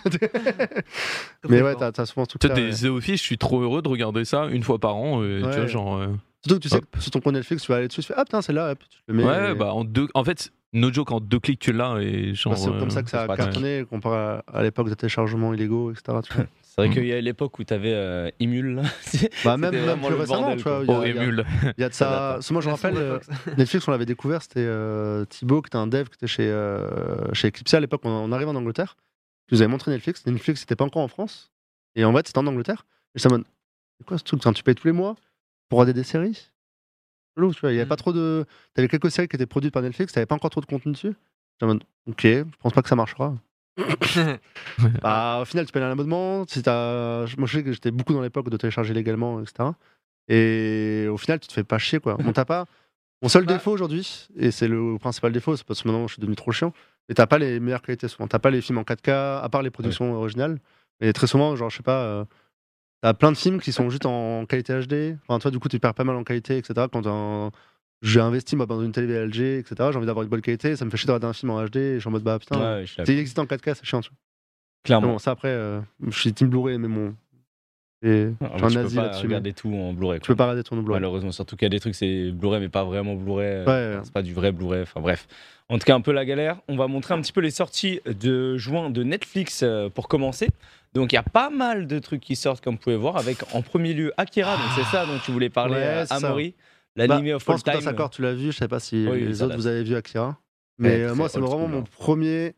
Mais ouais, t'as t'as souvent ce euh,
Tu
truc
sais, des The Office, je suis trop heureux de regarder ça une fois par an. euh,
Ouais.
Tu vois, genre. euh,
Surtout que tu sais que sur ton compte Netflix, tu vas aller dessus, tu fais, ah putain, c'est là, hop, tu le mets. euh,
ouais,
et-
bah en deux. En fait, no joke, en deux clics tu l'as et genre.
bah, c'est
euh,
comme ça que ça
c'est
a
pratique.
cartonné comparé à, à l'époque des téléchargements illégaux, etc. tu vois.
C'est vrai
Mm.
qu'il y a l'époque où t'avais euh, Imul. là. C'est-
bah, même,
C'était
même
vraiment
plus
le
récemment,
bordel,
tu
quoi.
vois. il y a-
Oh,
il y a-
émule.
Il y a de ça. Parce que Moi, je me rappelle, euh, Netflix, on l'avait découvert, c'était euh, Thibaut, qui était un dev qui était chez, euh, chez Eclipse à l'époque, on, on arrivait en Angleterre. Je nous avais montré Netflix. Netflix, c'était pas encore en France. Et en fait, c'était en Angleterre. Et ça m'a dit, c'est quoi ce truc Enfin, Tu payes tous les mois pour regarder des séries Chelou, tu vois. Il y avait
Mm.
pas trop de. T'avais quelques séries qui étaient produites par Netflix, t'avais pas encore trop de contenu dessus. J'étais en mode, ok, je pense pas que ça marchera. Bah, au final, tu payes un abonnement. Si t'as- Moi, je sais que j'étais beaucoup dans l'époque de télécharger légalement, etc. Et au final, tu te fais pas chier, quoi. On t'a pas. Mon seul
Bah.
défaut aujourd'hui, et c'est le principal défaut, c'est parce que maintenant je suis devenu trop chiant, mais t'as pas les meilleures qualités souvent. T'as pas les films en 4K, à part les productions originales. Mais très souvent, genre, je sais pas, euh, t'as plein de films qui sont juste en qualité HD. Enfin, toi, du coup, tu perds pas mal en qualité, etc. Quand t'as un- j'ai investi moi, dans une télé LG, etc., j'ai envie d'avoir une bonne qualité, ça me fait chier de regarder un film en HD, et je suis en mode bah putain,
Ouais, ouais, je l'avais.
il existe en 4K, c'est chiant, tu vois. Mais
Clairement.
Bon, ça après, euh, je suis Team Blu-ray, mais bon. Et
Ah,
je suis
tu
un
peux
nazi
pas
là-dessus. mais
regarder tout en Blu-ray.
Tu
quoi.
peux pas regarder ton Blu-ray.
Malheureusement, surtout qu'il y a des trucs, c'est Blu-ray, mais pas vraiment Blu-ray. euh,
Ouais, ouais.
C'est pas du vrai Blu-ray. Enfin bref. En tout cas, un peu la galère. On va montrer un petit peu les sorties de juin de Netflix euh, pour commencer. Donc il y a pas mal de trucs qui sortent, comme vous pouvez voir, avec en premier lieu Akira. Donc c'est ça dont tu voulais parler,
Ouais,
euh,
c'est ça.
Amaury.
Bah,
L'anime
je
of all
pense que toi,
time.
Sakor, tu l'as vu. Je sais pas si
Oui, oui,
les
ça
autres,
date.
vous avez vu Akira. Mais
Ouais,
euh, moi,
c'est
c'est
old
vraiment
school,
mon
hein.
premier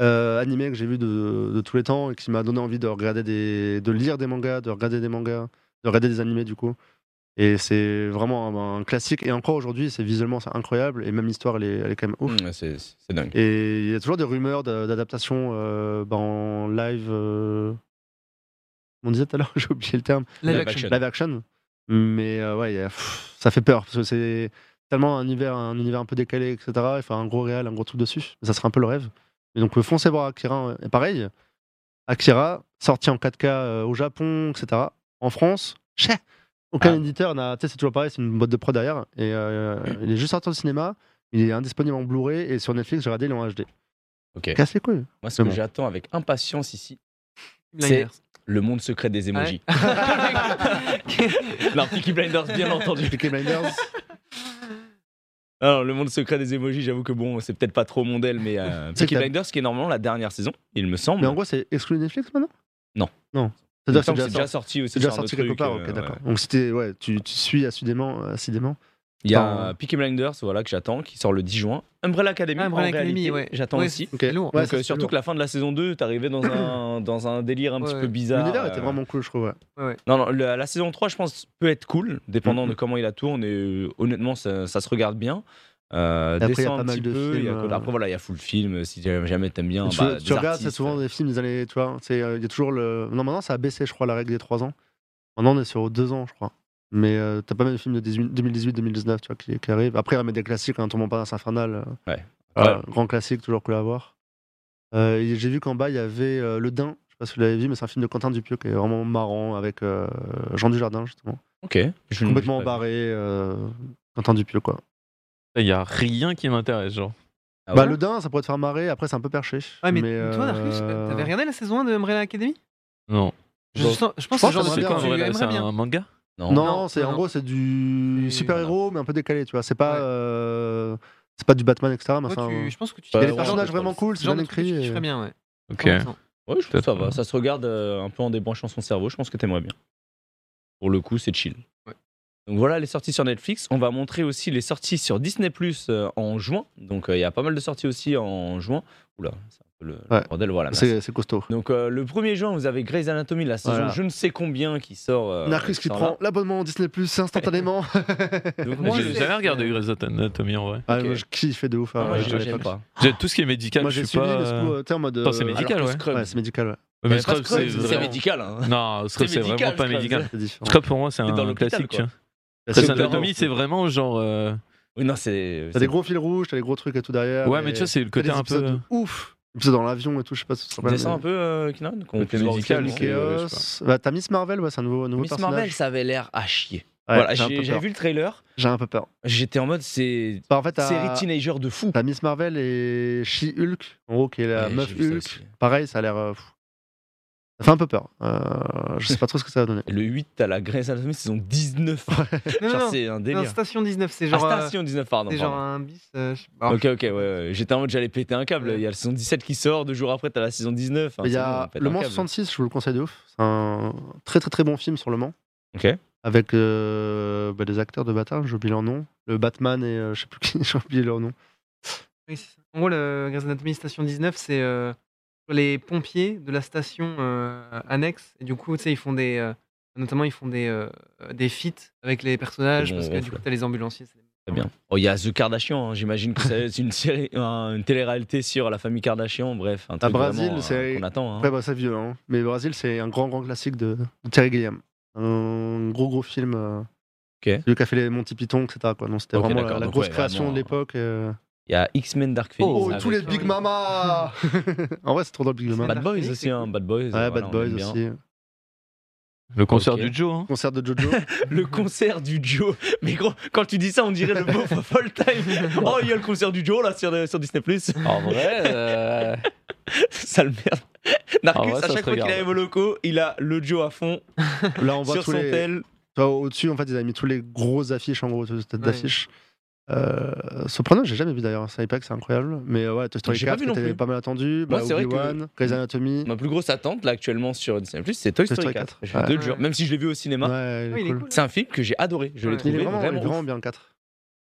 euh, animé que j'ai vu de, de tous les temps et qui m'a donné envie de regarder des, de lire des mangas, de regarder des mangas, de regarder des animés du coup. Et c'est vraiment un, un classique. Et encore aujourd'hui, c'est visuellement c'est incroyable et même l'histoire, elle est, elle est quand même ouf.
Mmh, c'est c'est dingue.
Et il y a toujours des rumeurs de- d'adaptation euh, bah, en live. euh, On disait tout à l'heure, j'ai oublié le terme
Live action.
live action. Mais euh, ouais, il y a- pff, ça fait peur parce que c'est tellement un univers, un univers un peu décalé, etc. Il faut un gros réel, un gros truc dessus. Ça serait un peu le rêve. Et donc, euh, foncez voir Akira. euh, Et pareil, Akira, sorti en 4K euh, au Japon, etc. En France, chais, aucun
Ah.
éditeur n'a. Tu sais, c'est toujours pareil, c'est une boîte de prod derrière. Et euh, il est juste sorti au cinéma. Il est indisponible en Blu-ray et sur Netflix, j'ai regardé, il est en HD.
Ok.
Casse les couilles.
Moi, ce
C'est
que
bon.
j'attends avec impatience ici, c'est le monde secret des emojis. Non, Peaky Blinders, bien entendu.
Peaky Blinders.
Alors, le monde secret des emojis, j'avoue que bon, c'est peut-être pas trop mon del, mais euh,
C'est
Peaky
que t'as-
Blinders, qui est normalement la dernière saison, il me semble.
Mais en gros, c'est exclu Netflix maintenant
Non.
Non.
Il me
C'est-à-dire que c'est
semble que
déjà
c'est déjà sorti aussi.
C'est déjà
sur un
sorti
autre truc,
quelque part,
euh,
ok, d'accord.
ouais.
Donc c'était, ouais, tu, tu suis assidément, assidément.
Il y a
Enfin,
euh, Peaky Blinders, voilà, que j'attends, qui sort le 10 juin. Umbrella Academy,
Ah, Umbrella
en
Academy,
réalité,
ouais.
j'attends
Ouais,
aussi.
Ok.
C'est lourd.
Ouais,
Donc,
ça,
euh,
c'est
surtout
lourd.
que la fin de la saison 2, t'arrivais dans un, dans un délire un petit
Ouais.
peu bizarre.
L'univers
euh,
était vraiment cool, je trouve. ouais.
Non, non, la, la saison 3, je pense, peut être cool, dépendant
Mhm.
de comment il la tourne. Et euh, honnêtement, ça, ça se regarde bien. Euh,
Après,
descend
il y a pas
un
mal
petit
de
peu, il y a-
films, euh,
Après, voilà, il y a full film. Si jamais t'aimes bien,
tu
bah,
tu
des
regardes, c'est
artistes.
souvent des films des années, tu vois. c'est, euh, Il y a toujours le. Non, maintenant ça a baissé, je crois, la règle des 3 ans. Maintenant on est sur 2 ans, je crois. Mais euh, t'as pas mal de films de 2018-2019, tu vois, qui, qui arrivent. Après, il y a des classiques, hein, Tombant Palace Infernal. euh,
Ouais.
voilà, Grand classique, toujours cool à voir. Euh, et J'ai vu qu'en bas, il y avait euh, Le Dain. Je sais pas si vous l'avez vu, mais c'est un film de Quentin Dupieux qui est vraiment marrant avec euh, Jean Dujardin, justement.
Ok. Je ne- je
Complètement
sais Mmh, pas.
barré, euh, Quentin Dupieux, quoi.
Il y a rien qui m'intéresse, genre.
Ah
bah,
ouais
le dain, ça pourrait te faire marrer, après, c'est un peu perché.
Ouais, mais,
euh,
toi, Narcus, t'avais regardé la saison 1 de Umbrella Academy
Non.
je,
Bon.
sens- je pense
Je
que
pense
c'est le genre
que
de
c'est
j'aimerais
truc
quoi
que
en
tu
vrai, là, C'est
aimerais bien.
un manga
Non.
Non,
Non,
c'est, en
non.
gros, c'est du
C'est-
super-héros, mais un peu décalé, tu vois. C'est pas,
Ouais.
euh, c'est pas du Batman, etc. Mais
Toi,
c'est un-
tu- Je pense que tu
Il y a
Euh,
des
ouais,
personnages
ouais,
vraiment
ouais.
cool,
Ce
c'est
genre
bien
de truc que tu
écrit. et-
kifferais bien, ouais.
Ok.
100%.
Ouais, je trouve que ça
Peut-être,
va.
ouais.
Ça se regarde euh, un peu en débranchant son cerveau. Je pense que t'aimerais bien. Pour le coup, c'est chill.
Ouais.
Donc voilà les sorties sur Netflix. On va montrer aussi les sorties sur Disney Plus euh, en juin. Donc euh, il y a pas mal de sorties aussi en juin. Oula, c'est un peu le, le
Ouais.
bordel. Voilà. merci.
euh, C'est, c'est costaud.
Donc euh, le 1er juin, vous avez Grey's Anatomy, la saison
Voilà.
je ne sais combien qui sort. euh,
Narcus qui
sort
prend
là.
l'abonnement Disney Plus instantanément.
Donc,
Moi,
moi,
J'ai
c'est-
jamais regardé Grey's Anatomy en vrai.
Ah,
Ok.
moi, je kiffe de ouf. hein,
moi,
à
je-
l'époque.
j'aime pas.
J'ai- Tout ce qui est médical,
Moi,
je
j'ai
suis
suivi,
pas.
mais du coup, euh, tu sais, en mode.
Attends, c'est
euh,
médical,
Alors que
ouais.
Scrubs,
Ouais, c'est médical, ouais.
Mais
Parce
Scrub,
que
c'est
c'est
vraiment-
médical. hein.
Non, Scrub,
C'est
c'est vraiment
médical,
pas
Scrub.
médical.
C'est différent.
Scrub, pour moi, c'est
T'es dans
un
l'hôpital,
classique.
quoi.
tiens.
Parce que
Grey's
c'est
t'as-
Anatomy, c'est vraiment genre. euh,
Oui, non, c'est.
T'as Ah, des gros fils rouges, t'as des gros trucs et tout derrière.
Ouais, mais tu vois, c'est le
t'as
côté
des
un
épisodes
peu.
de ouf. Épisode dans l'avion et tout, je sais pas si ça se rappelle,
Descends un
mais-
peu, euh, Kinan, qu'on
Le plus
puisse voir
musical,
aussi.
c'est- euh, je
Chaos. Bah, t'as Miss Marvel, ouais, c'est un nouveau, nouveau
Miss
personnage.
Marvel, ça avait l'air à chier.
Ouais,
voilà,
j'ai un
j'ai
peu
j'avais
peur.
vu le trailer,
J'ai un peu peur.
j'étais en mode c'est
Bah, en fait,
série
t'as
teenager de fou.
t'as Miss Marvel et She-Hulk, en gros, qui est la
Ouais,
meuf
j'ai vu ça
Hulk.
aussi.
Pareil, ça a l'air. euh, fou. ça fait un peu peur. Euh, je sais pas trop ce que ça va donner.
Et Le 8, t'as la Grey's Anatomy saison 19.
Non, non,
Genre,
non,
c'est un
non,
délire.
Station 19, c'est
Ah,
genre. euh,
Station 19, pardon.
C'est genre
pardon.
un bis. euh, je sais
Hein
pas. Alors,
Ok, ok, ouais, ouais. J'étais en mode j'allais péter un câble. Il y a la saison 17 qui sort, deux jours après, t'as la saison 19. hein,
Il y
c'est bon, on
a
pète
Le
un
Mans
câble.
66, je vous le conseille de ouf. C'est un très très très bon film sur Le Mans.
Ok.
Avec euh, bah, des acteurs de bâtard, j'ai oublié leur nom. Le Batman et euh, je sais plus qui, j'ai oublié leur nom.
oui, c'est ça. En gros, le Grey's Anatomy Station 19, c'est euh, sur les pompiers de la station euh, annexe. Et du coup, tu sais, ils font des. euh, notamment, ils font des, euh, des feats avec les personnages.
Ils vont
parce que du
ronfler.
coup, t'as les ambulanciers. c'est-
Très bien. Oh, il y a The Kardashian, hein, j'imagine que c'est une, série- un- une télé-réalité sur la famille Kardashian, bref. Un truc
Brésil,
vraiment, euh,
c'est-
qu'on attend. hein.
Après, bah, c'est vieux. Hein. Mais Brésil, c'est un grand grand classique de, de Terry Gilliam. Un gros gros film. Euh, Celui qui a fait les Monty Python, etc. Quoi. Non, c'était
Ok,
vraiment la-
d'accord,
la,
donc,
grosse
ouais,
création
vraiment,
de l'époque. euh.
Il y a X-Men Dark Phoenix. Ah,
Oh,
avec-
tous les Big Mama En vrai, c'est trop drôle, Big Mama.
Bad
Dark
Boys
Phoenix,
aussi,
c'est
hein,
cool.
Bad Boys.
Ouais,
voilà,
Bad
on
Boys
aime bien.
aussi.
Le concert
Ok.
du Joe, hein.
Concert de Jojo.
Le concert du Joe. Mais gros, quand tu dis ça, on dirait le mot full time. Oh, il y a le concert du Joe là sur, sur Disney Plus.
En vrai, euh,
Sale merde. Narcus,
Ah ouais, ça
à
se
chaque fois qu'il
regarde.
arrive au loco, il a le Joe à fond
Là, on voit
sur
tous
son
les.
tel.
Toi, Au-dessus, en fait, ils avaient mis tous les grosses affiches, en gros, toutes les têtes
Ouais.
d'affiches. Euh, Soprano, j'ai jamais vu d'ailleurs, ça hype que c'est incroyable. Mais euh, ouais, Toy Story
J'ai pas
4,
vu
que
non
t'avais
plus.
pas mal attendu, bah,
Moi, c'est vrai que-
Obi-Wan, Grey's Anatomy.
Mm. Ma plus grosse attente là actuellement sur Disney Plus, c'est Toy
Toy
Story
Story
4. Je
ouais.
te le jure.
Ouais.
Même si je l'ai vu au cinéma,
Ouais, il est
Oui, il est
cool.
cool. hein.
c'est un film que j'ai adoré. Je l'ai
Ouais.
trouvé
Il est vraiment, il est
vraiment.
vraiment
ouf.
bien le 4.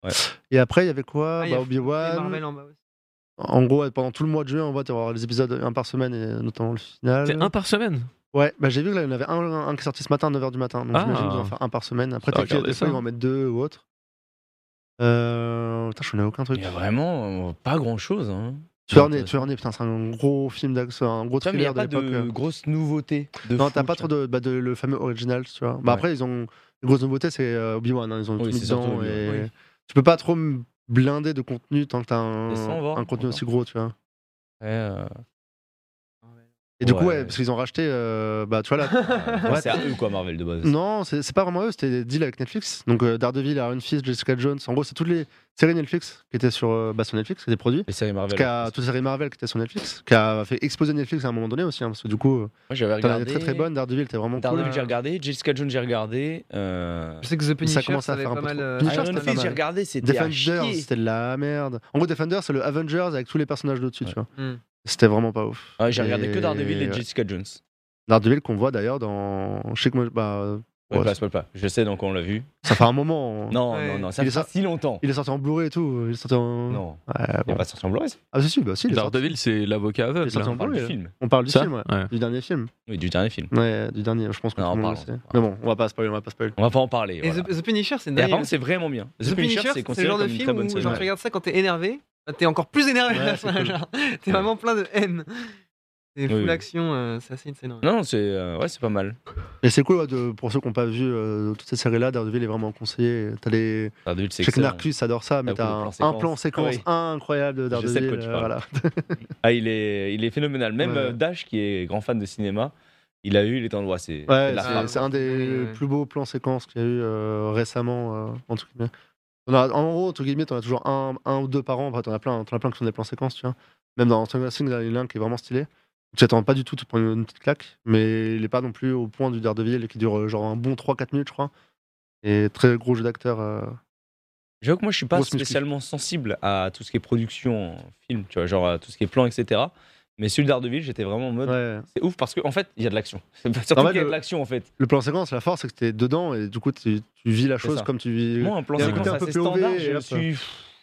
Ouais.
Et après, il y avait quoi
Ah, il y
bah,
a les
Obi-Wan.
Marvel en bas aussi.
En gros, ouais, pendant tout le mois de juin, on va avoir les épisodes un par semaine, et notamment le final.
c'est un par semaine.
Ouais, bah, j'ai vu que là, il y en avait un, un qui est sorti ce matin à 9h du matin. Donc
Ah.
j'imagine qu'ils vont en faire un par semaine. Après,
Ça
t'as
va regarder
des fois,
ça.
ils vont en mettre deux ou autre. Euh... Putain, je connais aucun truc.
Il y a vraiment euh, pas grand chose. Hein.
Tueur né, Tueur né, putain, c'est un gros film d'action, un gros
Tu vois, mais il n'y a
thriller de
pas de,
l'époque. euh.
grosses nouveautés. De
Non,
fou,
t'as pas
tu
trop
vois.
de, bah, de- le fameux original, tu vois.
Ouais.
Bah, Après, ils ont. Les grosses nouveautés, c'est euh, Obi-Wan, hein, ils ont
Oui,
tout mis
c'est surtout
dedans.
Obi-Wan,
Et...
oui.
Tu peux pas trop me blinder de contenu tant que t'as un,
Et ça, on va,
un contenu
on va.
aussi gros, tu vois.
Ouais, euh,
Et du
Ouais.
coup, ouais, parce qu'ils ont racheté. euh, bah, tu vois, là.
euh,
Ouais.
c'est à eux quoi, Marvel de base.
non, c'est c'est pas vraiment eux, c'était des deals avec Netflix. Donc, euh, Daredevil, Iron Fist, Jessica Jones. En gros, c'est toutes les séries Netflix qui étaient sur, euh, bah, sur Netflix, c'est des produits.
Les séries Marvel. hein.
Qui a, toutes les séries Marvel qui étaient sur Netflix, qui a fait exploser Netflix à un moment donné aussi, hein, parce que du coup, euh,
Moi j'avais
t'en as
regardé.
des très très bonnes. Daredevil, t'es vraiment cool.
Daredevil, j'ai regardé. Jessica Jones, j'ai regardé. euh,
Je sais que The Punisher,
Ça commence à
avait
faire un
pas
peu
mal.
trop.
euh,
Punisher,
Iron
c'était
Iron
pas
Man.
Fist,
mal.
j'ai regardé. C'était à
Defenders,
chier.
c'était de la merde. En gros, Defenders, c'est le Avengers avec tous les personnages d'au-dessus,
Ouais.
tu vois.
Hmm.
C'était vraiment pas ouf.
Ouais, j'ai regardé que Daredevil et
ouais.
Jessica Jones.
Daredevil qu'on voit d'ailleurs dans. Je sais que moi, bah,
Ouais,
Ouais,
pas, pas, pas. Je sais donc on l'a vu.
ça fait un moment.
Non,
Ouais.
non, non, ça
Il
fait
est sorti-
si longtemps.
Il est sorti en Blu-ray et tout. Il est sorti en.
Non,
Ouais,
il
bon.
est pas sorti en Blu-ray. ça.
Ah, si, si, bah, si, il est sorti.
Daredevil, c'est l'avocat
Il est
aveugle.
sorti
là.
en
On parle
Blu-ray.
du film.
On parle du
Ça
film, ouais.
Ouais.
Du dernier film.
Oui, du dernier film.
Ouais, du dernier, je pense que
Non,
tout le
on
monde
parle,
le sait.
on
Mais
parle.
bon, on va pas spoiler, on va pas spoiler.
On va pas en parler.
Et
voilà.
The, The Punisher, c'est
Et
dingue.
apparemment, c'est vraiment bien.
The Punisher, c'est le
considéré
genre de
comme une très
film
bonne
où
série.
genre, tu regardes ça quand t'es énervé, bah, t'es encore plus énervé.
Ouais, c'est cool.
Genre, t'es vraiment plein de haine. C'est
Oui,
full
oui.
action, euh, c'est assez insane. ouais.
Non, c'est euh, ouais, c'est pas mal.
Mais c'est cool, ouais, de- pour ceux qui n'ont pas vu euh, toutes ces séries-là, Daredevil est vraiment conseillé. T'as les.
Daredevil, c'est
Je sais que
excellent.
Narcus adore ça, mais
T'as
t'as un,
beaucoup de
un
plans
plan
séquences. Ah
séquence incroyable de
Je sais de
Daredevil.
quoi tu
euh,
parles.
voilà.
Ah, il est, il est phénoménal. Même
Ouais.
euh, Dash, qui est grand fan de cinéma, il a eu, il est en droit. C'est
Ouais,
la
c'est-
frappe.
c'est un des
Ouais.
plus beaux plans séquences qu'il y a eu euh, récemment. euh, en, tout cas. On a- en gros, entre guillemets, t'en as toujours un, un ou deux par an. Après, t'en as plein, t'en as plein qui sont des plans séquences, tu vois. Même dans Stranger Things, il y en a un qui est vraiment stylé. Tu t'attends pas du tout, tu prends une petite claque, mais il est pas non plus au point du Daredevil qui dure euh, genre un bon 3-4 minutes, je crois. Et très gros jeu d'acteur. euh.
J'avoue que moi, je suis pas
Grosse muscu.
spécialement sensible à tout ce qui est production, film, tu vois, genre à tout ce qui est plan, etc. Mais celui de Daredevil, j'étais vraiment en mode.
Ouais.
C'est ouf parce qu'en en fait, il y a de l'action. C'est pas- Surtout
En fait,
qu'il y a de
le-
l'action, en fait.
Le plan séquence, la force, c'est que t'es dedans et du coup, tu, tu vis la
C'est
chose
ça.
comme tu vis.
Moi, un plan
il y a un
séquence
côté un peu
assez
POV,
standard,
et
je
hop.
suis.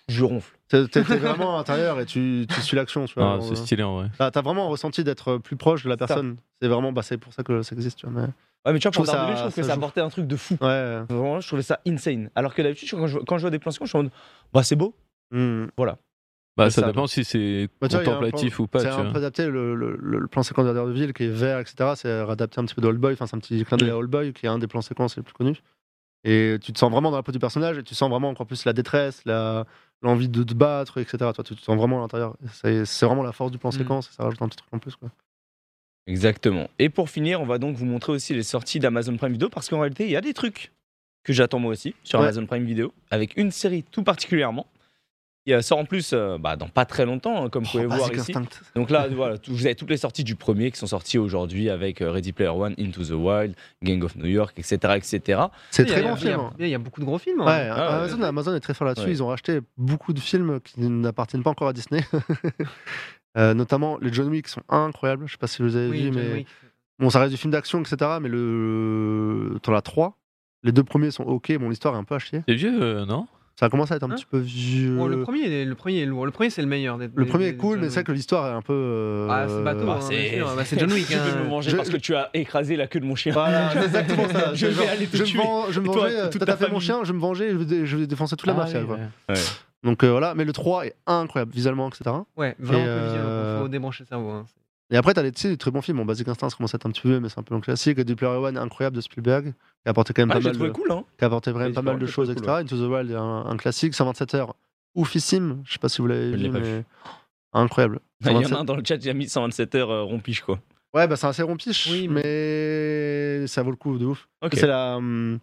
Je ronfle.
T'es t'es- t'es vraiment à l'intérieur et tu, tu suis l'action, tu vois.
Ah,
Alors,
c'est
euh,
stylé en vrai.
t'as t'as vraiment ressenti d'être euh, plus proche de la
C'est ça.
personne. C'est vraiment, bah, c'est pour ça que ça existe, tu vois. mais-
Ouais, mais tu vois, pour
Je trouve ça-
Daredevil, je trouve que
ça
ça
joue.
apportait un truc de fou.
Ouais. euh,
Vraiment, je trouvais ça insane. Alors que d'habitude, je- quand je, quand je vois des plans séquences, je suis en mode, bah c'est beau,
Hmm.
Voilà.
Bah,
C'est
ça
ça,
dépend
donc.
si c'est
Bah, tu vois, il y a un
contemplatif ou pas.
C'est
tu
un
vois.
peu adapté, le, le- le plan secondaire de ville qui est vert, etc. C'est adapté un petit peu de Old Boy, enfin c'est un petit clin d'œil à Old Boy qui est un des plans séquences les plus connus. Et tu te sens vraiment dans la peau du personnage et tu sens vraiment encore plus la détresse, la- l'envie de te battre, etc. Toi, tu te sens vraiment à l'intérieur. C'est c'est vraiment la force du plan
Mm.
Hmm.
séquence et ça rajoute un petit truc en plus. Quoi.
Exactement. Et pour finir, on va donc vous montrer aussi les sorties d'Amazon Prime Video parce qu'en réalité, il y a des trucs que j'attends moi aussi sur
Ouais.
Amazon Prime Video avec une série tout particulièrement. Il euh, sort en plus euh, bah, dans pas très longtemps, hein, comme vous
bah,
pouvez
Oh,
voir
Basic
ici.
Instinct.
Donc là, voilà, tout- vous avez toutes les sorties du premier qui sont sorties aujourd'hui avec euh, Ready Player One, Into the Wild, Gang of New York, etc. etc.
C'est
Il y a-
très
il y a-
bon film. hein.
il y a- Il y a beaucoup de gros films. hein.
Ouais,
Ah, ouais,
Amazon, Amazon est très fort là-dessus.
Ouais.
Ils ont racheté beaucoup de films qui n'appartiennent pas encore à Disney. Euh, notamment les John Wick sont incroyables. Je sais pas si vous avez
Oui,
vu,
John
mais
Wick.
Bon, ça reste du film d'action, etc. Mais le. T'en as trois. Les deux premiers sont ok. Bon, l'histoire est un peu à chier.
C'est vieux, euh, non
Ça commence à être un
Hein
petit peu vieux.
Bon, le
le,
premier, il est- le premier est lourd. Le premier, c'est le meilleur. des- des-
premier
des
est cool,
John
mais c'est vrai
Wick.
que l'histoire est un peu. euh,
Ah, c'est bateau.
Bah,
hein,
c'est-
bien sûr. Bah, c'est John Wick.
Je vais
hein.
me manger
je-
parce que tu as écrasé la queue de mon chien. Ah,
Voilà, c'est exactement ça.
Je
C'est
vais aller te
je me
tuer.
venge- je me
Et toi,
vengeais,
toute
t'as
ta
tapé
famille.
mon chien, je me vengeais, je, dé- je défonçais toute la
Ah,
mafia.
oui,
quoi.
ouais.
Donc euh, voilà, mais le 3 est incroyable, visuellement, etc.
Ouais, vraiment
Et,
que le visuel,
euh,
donc faut débrancher le cerveau. hein.
Et après, t'as les, tu sais, des très bons films. Bon, Basic Instinct, ça commence à être un petit peu vieux, mais c'est un peu long classique. Deep Player One, incroyable de Spielberg, qui a apporté quand même
Ah,
pas
j'ai
mal
trouvé
de-
cool, hein.
qui a apporté vraiment
Les
pas mal de
différents
choses,
trucs,
etc. Into the Wild est un, un classique, 127 heures, oufissime. Je sais pas si vous l'avez
Je l'ai
vu,
pas Ah,
mais incroyable.
Il y en
127.
a un dans le chat qui a mis 127 heures euh, rompiche, quoi.
Ouais, bah c'est assez rompiche,
Oui,
mais ça vaut le coup de ouf.
Ok.
C'est la, hum,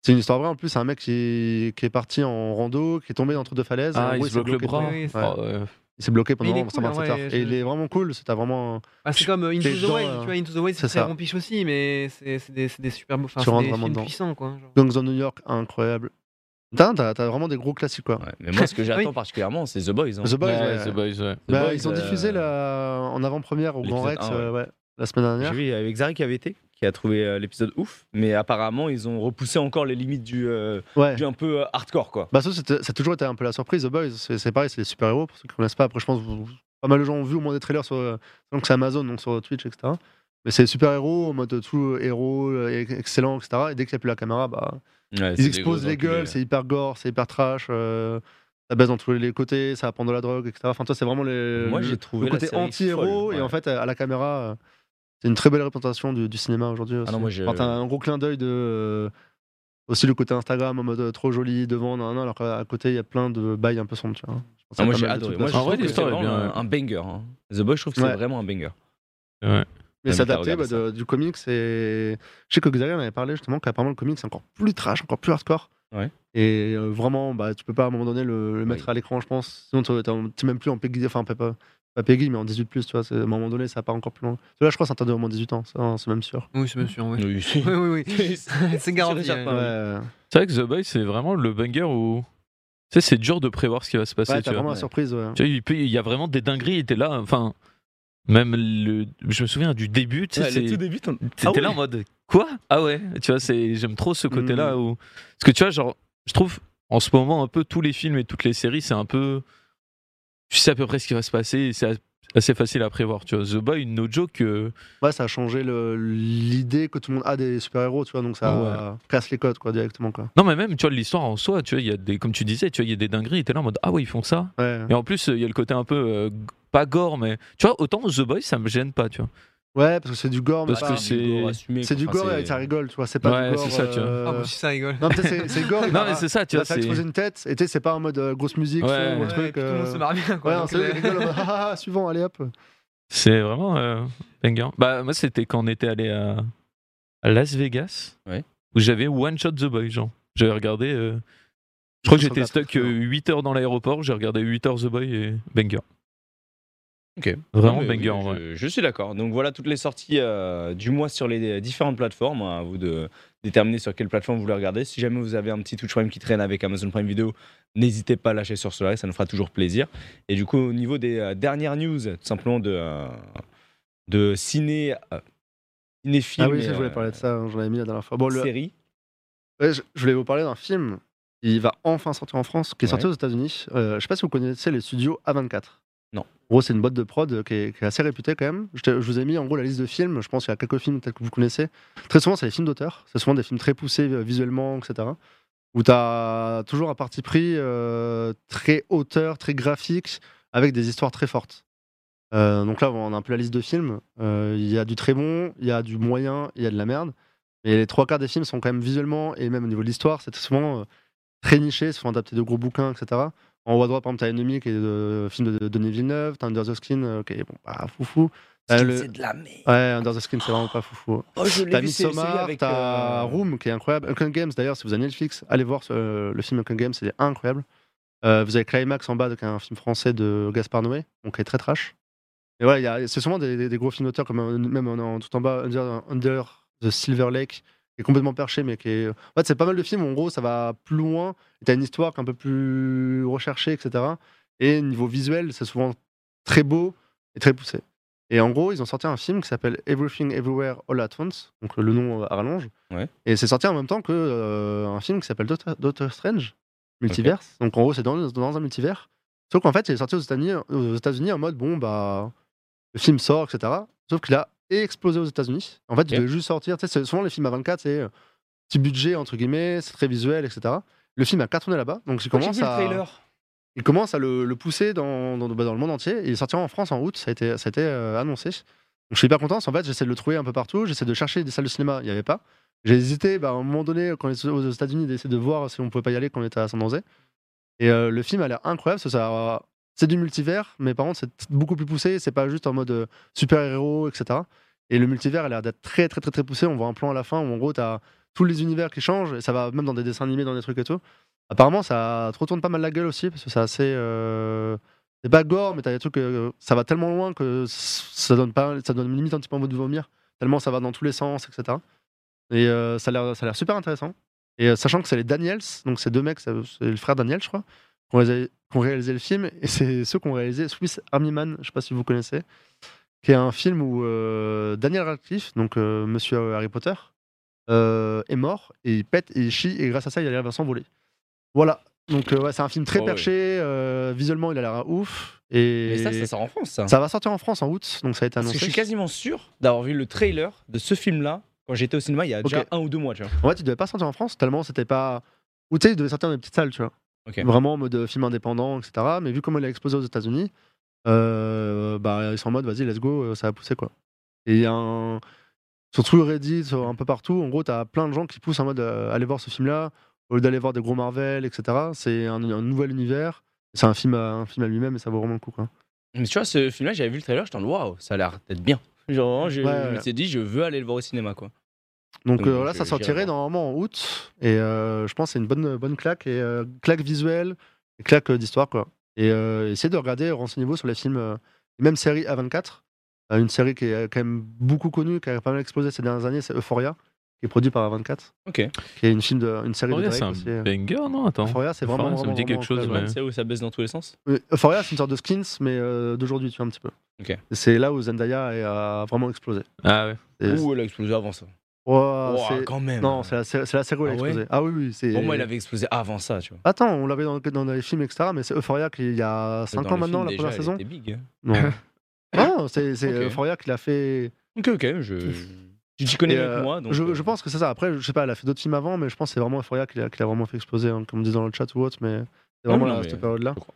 c'est une histoire vraie en plus. C'est un mec qui, qui est parti en rando, qui est tombé entre deux falaises. En
Ah, il
gros,
se
s'est
bloque
bloqué
le bras.
pendant-
Oui, oui,
ouais.
Oh, euh,
Il s'est bloqué
Mais il est
pendant
cool,
127
ouais,
heures.
je-
Et il est vraiment cool. C'est t'as vraiment.
Bah, c'est comme euh, Into
les
the
gens,
Wild,
euh,
tu vois, Into the Wild, c'est
c'est
très
ça.
rompiche aussi, mais c'est c'est des, c'est des super beaux, enfin,
Tu
c'est
rentres
des
vraiment
films
dedans.
puissants, quoi. genre.
Gangs of New York, incroyable. Putain, T'as t'as vraiment des gros classiques quoi.
Ouais, mais moi, ce que j'attends
Oui.
particulièrement, c'est The Boys. hein.
The Boys,
ouais,
ouais.
The Boys, ouais.
Bah,
Boys,
ils ont
euh,
diffusé la- en avant-première au Grand
l'épisode
Rex
un, ouais.
euh, ouais, la semaine
J'ai
dernière.
vu avec Zari qui avait été, qui a trouvé euh, l'épisode ouf, mais apparemment ils ont repoussé encore les limites du, euh,
Ouais.
du un peu euh, hardcore quoi.
Bah ça, c'était- ça a toujours été un peu la surprise, The Boys. C'est c'est pareil, c'est les super-héros, pour ceux qui connaissent pas. Après, je pense que vous- pas mal de gens ont vu au moins des trailers sur, euh, donc c'est Amazon, donc sur Twitch, etc. Mais c'est les super-héros, en mode tout euh, héros, euh, ex- excellent, etc. Et dès qu'il n'y a plus la caméra, bah,
Ouais, c'est
ils
des
explosent
gros
les gueules,
enculés.
c'est hyper gore, c'est hyper trash, euh, ça baisse dans tous les côtés, ça prend de la drogue, etc. Enfin, toi, c'est vraiment les,
Moi
le-
j'ai
le
trouvé la
côté
série
anti-héros,
folle,
et
ouais.
en fait, à à la caméra, euh, c'est une très belle représentation du, du cinéma aujourd'hui. aussi.
Ah non, moi, j'ai-
Enfin, t'as un gros clin d'œil de. euh, aussi le côté Instagram en mode euh, trop joli devant, nan, nan, alors qu'à côté, il y a plein de bails un peu sombres, tu vois. Je pense
Ah,
à
moi
pas
j'ai
mal de
adoré.
trucs
Moi, je
là-dessus.
En vrai,
trouve que c'est
l'histoire est
vraiment
bien,
un,
ouais.
un banger. hein. The Boys, je trouve que c'est
Ouais.
vraiment un banger.
ouais.
Mais
Même t'as
s'adapter
regardé
bah, de- du comics, et. Je sais que Xavier en avait parlé justement qu'apparemment le comics c'est encore plus trash, encore plus hardcore.
Ouais.
Et euh, vraiment, bah, tu peux pas à un moment donné le, le
Oui.
mettre à l'écran, je pense. Sinon, t'es- t'es en- t'es même plus en Peggy, enfin, pas, pas pas Peggy, mais en 18, tu vois. c'est- À un moment donné, ça part encore plus loin. Là, je crois que c'est interdit au moins 18 ans, ça, hein, c'est même sûr.
Oui, c'est bien sûr, oui.
Oui, si.
Oui, oui, oui. C'est garanti.
Richard
ouais.
Pin. Ah oui.
ouais.
C'est vrai que The Boys, c'est vraiment le banger où. Tu sais, c'est dur de prévoir ce qui va se passer.
Ouais,
tu
t'as
vois.
vraiment la
ouais.
surprise, ouais.
Tu vois, il, peut- il y a vraiment des dingueries, et t'es là, enfin. Même le. Je me souviens du début, tu sais,
Ouais,
c'est-
le tout début, t'en-
t'étais
Ah ouais.
là en mode. Quoi Ah ouais Tu vois, c'est- j'aime trop ce
Hmm.
côté-là où. Parce que tu vois, genre, je trouve, en ce moment, un peu tous les films et toutes les séries, c'est un peu. Tu sais à peu près ce qui va se passer, et c'est assez facile à prévoir, tu vois. The Boy, no joke. euh,
Ouais, ça a changé le- l'idée que tout le monde a des super-héros, tu vois, donc ça
Ah Ouais.
casse les codes, quoi, directement, quoi.
Non, mais même, tu vois, l'histoire en soi, tu vois, il y a des. Comme tu disais, tu vois, il y a des dingueries, et t'es là en mode, ah ouais, ils font ça.
Ouais,
Et en plus, euh, il y a le côté un peu. euh, g- pas gore, mais. Tu vois, autant The Boys, ça me gêne pas, tu vois.
ouais parce que c'est du gore, mais
Parce
pas-
que c'est-
Ah, gore assumé,
c'est du
quoi. Enfin,
gore et
c'est-
ça rigole, tu vois, c'est pas
Ouais,
du gore.
c'est ça, tu vois.
euh,
Ah, bon, si ça rigole.
Non, peut-être c'est c'est gore, il
Non,
va-
mais c'est ça, tu
il va
vois.
faire
c'est-
exploser une tête, et tu sais, c'est pas en mode euh, grosse musique,
Ouais.
son, ou
Ouais,
Ouais,
truc.
puis Tout le monde
euh,
se marre bien,
Ouais,
quoi.
non,
donc,
c'est eux, ils
euh,
rigolent, en mode, ah, ah, ah, suivant, allez hop.
C'est vraiment euh, banger. Bah, moi, c'était quand on était allé à, à Las Vegas,
Ouais.
où j'avais One Shot The Boy, genre. J'avais regardé. euh, je crois que j'étais euh,
104, très
stuck
bien.
8 heures dans l'aéroport, j'ai regardé 8 heures The Boy et banger.
Ok.
Vraiment
Non, mais
banger
oui,
en vrai.
je, je suis d'accord. Donc voilà toutes les sorties euh, du mois sur les différentes plateformes. hein, À vous de déterminer sur quelle plateforme vous les regardez. Si jamais vous avez un petit Twitch Prime qui traîne avec Amazon Prime Video, n'hésitez pas à lâcher sur cela, ça nous fera toujours plaisir. Et du coup, au niveau des euh, dernières news, tout simplement de, euh, de ciné. euh, cinéfilm
Ah oui,
et,
ça, je voulais
euh,
parler de ça, j'en avais mis la dernière fois. Bon, le-
série.
Ouais, je, je voulais vous parler d'un film qui va enfin sortir en France, qui est sorti
Ouais.
aux États-Unis. Euh, je sais pas si vous connaissez les studios A24.
Non.
En gros, c'est une boîte de prod euh, qui est, qui est assez réputée quand même. Je, te- je vous ai mis en gros la liste de films. Je pense qu'il y a quelques films peut-être que vous connaissez. Très souvent, c'est les films d'auteur. C'est souvent des films très poussés euh, visuellement, etc. où tu as toujours un parti pris euh, très auteur, très graphique, avec des histoires très fortes. Euh, donc là, on a un peu la liste de films. Euh, Il y a du très bon, il y a du moyen, il y a de la merde. Mais les trois quarts des films sont quand même visuellement, et même au niveau de l'histoire, c'est souvent euh, très niché, souvent adapté de gros bouquins, etc. En haut à droite, par exemple, t'as Enemy, qui est le film de de Denis Villeneuve, t'as Under the Skin, euh, qui est bon, pas foufou. T'as Ah, le-
de la merde.
Ouais, Under the Skin, c'est vraiment pas foufou.
Oh, je
T'as
l'ai vu, c'est celui
Midsommar,
avec.
t'as
euh,
Room qui est incroyable. Uncle Games, d'ailleurs, si vous avez Netflix, allez voir euh, le film Uncle Games, c'est incroyable. Euh, vous avez Climax en bas, donc un film français de Gaspard Noé, donc qui est très trash. Et voilà, il y a- c'est souvent des, des- des gros films d'auteur, comme euh, même en, en- tout en bas, Under, Under the Silver Lake, qui est complètement perché, mais qui est. En fait, c'est pas mal de films où, en gros, ça va plus loin. T'as une histoire qui est un peu plus recherchée, etc. Et niveau visuel, c'est souvent très beau et très poussé. Et en gros, ils ont sorti un film qui s'appelle Everything Everywhere All at Once, donc le nom euh, à rallonge.
Ouais.
Et c'est sorti en même temps que euh, un film qui s'appelle Doctor, Doctor Strange Multiverse. Donc en gros, c'est dans, dans un multivers. Sauf qu'en fait, il est sorti aux États-Unis aux États-Unis en mode bon bah le film sort, etc. Sauf qu'il a explosé aux États-Unis. En fait, il
Ok.
devait juste sortir. Tu sais, c'est- souvent les films à 24, c'est euh, petit budget entre guillemets, c'est très visuel, etc. Le film a cartonné là-bas, donc
j'ai
il
vu
commence
le
à
trailer.
il commence à le, le pousser dans, dans, bah, dans le monde entier. Il sortira en France en août, ça a été, ça a été euh, annoncé. Donc je suis hyper content. En fait, j'essaie de le trouver un peu partout. J'essaie de chercher des salles de cinéma, il n'y avait pas. J'ai hésité bah, à un moment donné, quand on était aux États-Unis, d'essayer de voir si on pouvait pas y aller quand on était à San Jose. Et euh, le film a l'air incroyable. parce que ça a- C'est du multivers, mais par contre, c'est t- beaucoup plus poussé. C'est pas juste en mode euh, super-héros, etc. Et le multivers a l'air d'être très, très, très, très poussé. On voit un plan à la fin où, en gros, tu as tous les univers qui changent. Et ça va même dans des dessins animés, dans des trucs et tout. Apparemment, ça te retourne pas mal la gueule aussi, parce que c'est assez. euh, C'est pas gore, mais t'as des trucs. euh, Ça va tellement loin que s- ça donne, pas, ça donne limite un petit peu envie de vomir, tellement ça va dans tous les sens, etc. Et euh, ça a l'air ça a l'air super intéressant. Et euh, sachant que c'est les Daniels, donc ces deux mecs, c'est c'est le frère Daniel, je crois, qui ont réalisé, qui ont réalisé le film, et c'est ceux qui ont réalisé Swiss Army Man, je sais pas si vous connaissez, qui est un film où euh, Daniel Radcliffe, donc euh, monsieur Harry Potter, euh, est mort, et il pète, et il chie, et grâce à ça, il arrive à s'envoler. Voilà. Donc euh, ouais, c'est un film très
Oh,
perché, euh, visuellement il a l'air ouf, et
Mais ça, ça sort en France, ça.
ça va sortir en France en août, donc ça a été
Parce
annoncé.
que je suis quasiment sûr d'avoir vu le trailer de ce film-là quand j'étais au cinéma il y a déjà
Ok.
un ou deux mois, tu vois.
En fait, il devait pas sortir en France tellement c'était pas. Ou tu sais, il devait sortir dans des petites salles, tu vois.
Ok.
Vraiment en mode euh, film indépendant, etc. Mais vu comment il a explosé aux États-Unis, euh, bah, ils sont en mode vas-y, let's go, euh, ça va pousser quoi. Et il y a un. Sur tout Reddit, sur un peu partout, en gros, t'as plein de gens qui poussent en mode euh, allez voir ce film-là, au lieu d'aller voir des gros Marvel, etc. C'est un, un nouvel univers. C'est un film, à, un film à lui-même et ça vaut vraiment le coup. Quoi.
Mais tu vois, ce film-là, j'avais vu le trailer, j'étais en mode, waouh, ça a l'air d'être bien. Genre, vraiment, je,
Ouais,
je
ouais.
me suis dit, je veux aller le voir au cinéma, quoi.
Donc
Donc,
euh,
je-
là, ça
j'irai
sortirait
voir.
normalement en août. Et euh, je pense que c'est une bonne, bonne claque. Et euh, claque visuelle, et claque euh, d'histoire, quoi. Et euh, essayez de regarder, renseignez-vous sur les films, euh, même série A24. euh, une série qui est euh, quand même beaucoup connue, qui a pas mal explosé ces dernières années, c'est Euphoria, qui est produit par A24.
Ok.
Qui est une, film de, une série
Euphoria,
de
Oh, c'est
Drake
un
aussi. euh.
banger, non Attends.
Euphoria, c'est vraiment.
Euphoria, ça me
vraiment,
dit quelque
vraiment
chose,
incroyable,
Ouais,
ouais.
Tu sais où ça baisse dans tous les sens
Euh, Euphoria, c'est une sorte de skins, mais euh, d'aujourd'hui, tu vois, un petit peu.
Ok.
Et C'est là où Zendaya est, a vraiment explosé.
Ah ouais.
Et-
Ouh, elle a explosé avant ça. Ah,
Ouah,
Ouah,
c'est-
quand même.
Non, c'est la, sé- c'est la série où elle a
Ah ouais
explosé. Ah oui, oui. c'est-
Pour moi, elle avait explosé avant ça, tu vois.
Attends, on l'avait dans, dans les films, etc. Mais c'est Euphoria qui, il y a 5
Dans
ans
le
maintenant,
film,
la
déjà,
première
elle
saison.
était big. hein.
Non, non c'est c'est
Ok.
Euphoria qui l'a fait.
Ok, ok, je. Tu t'y connais
Et,
mieux
euh,
que moi, donc.
je,
euh,
je pense que c'est ça. Après, je sais pas, elle a fait d'autres films avant, mais je pense que c'est vraiment Euphoria qui l'a qui l'a vraiment fait exploser, hein, comme on dit dans le chat ou autre. Mais c'est
Non,
vraiment
mais Ah non,
à
mais
cette période-là.
je crois.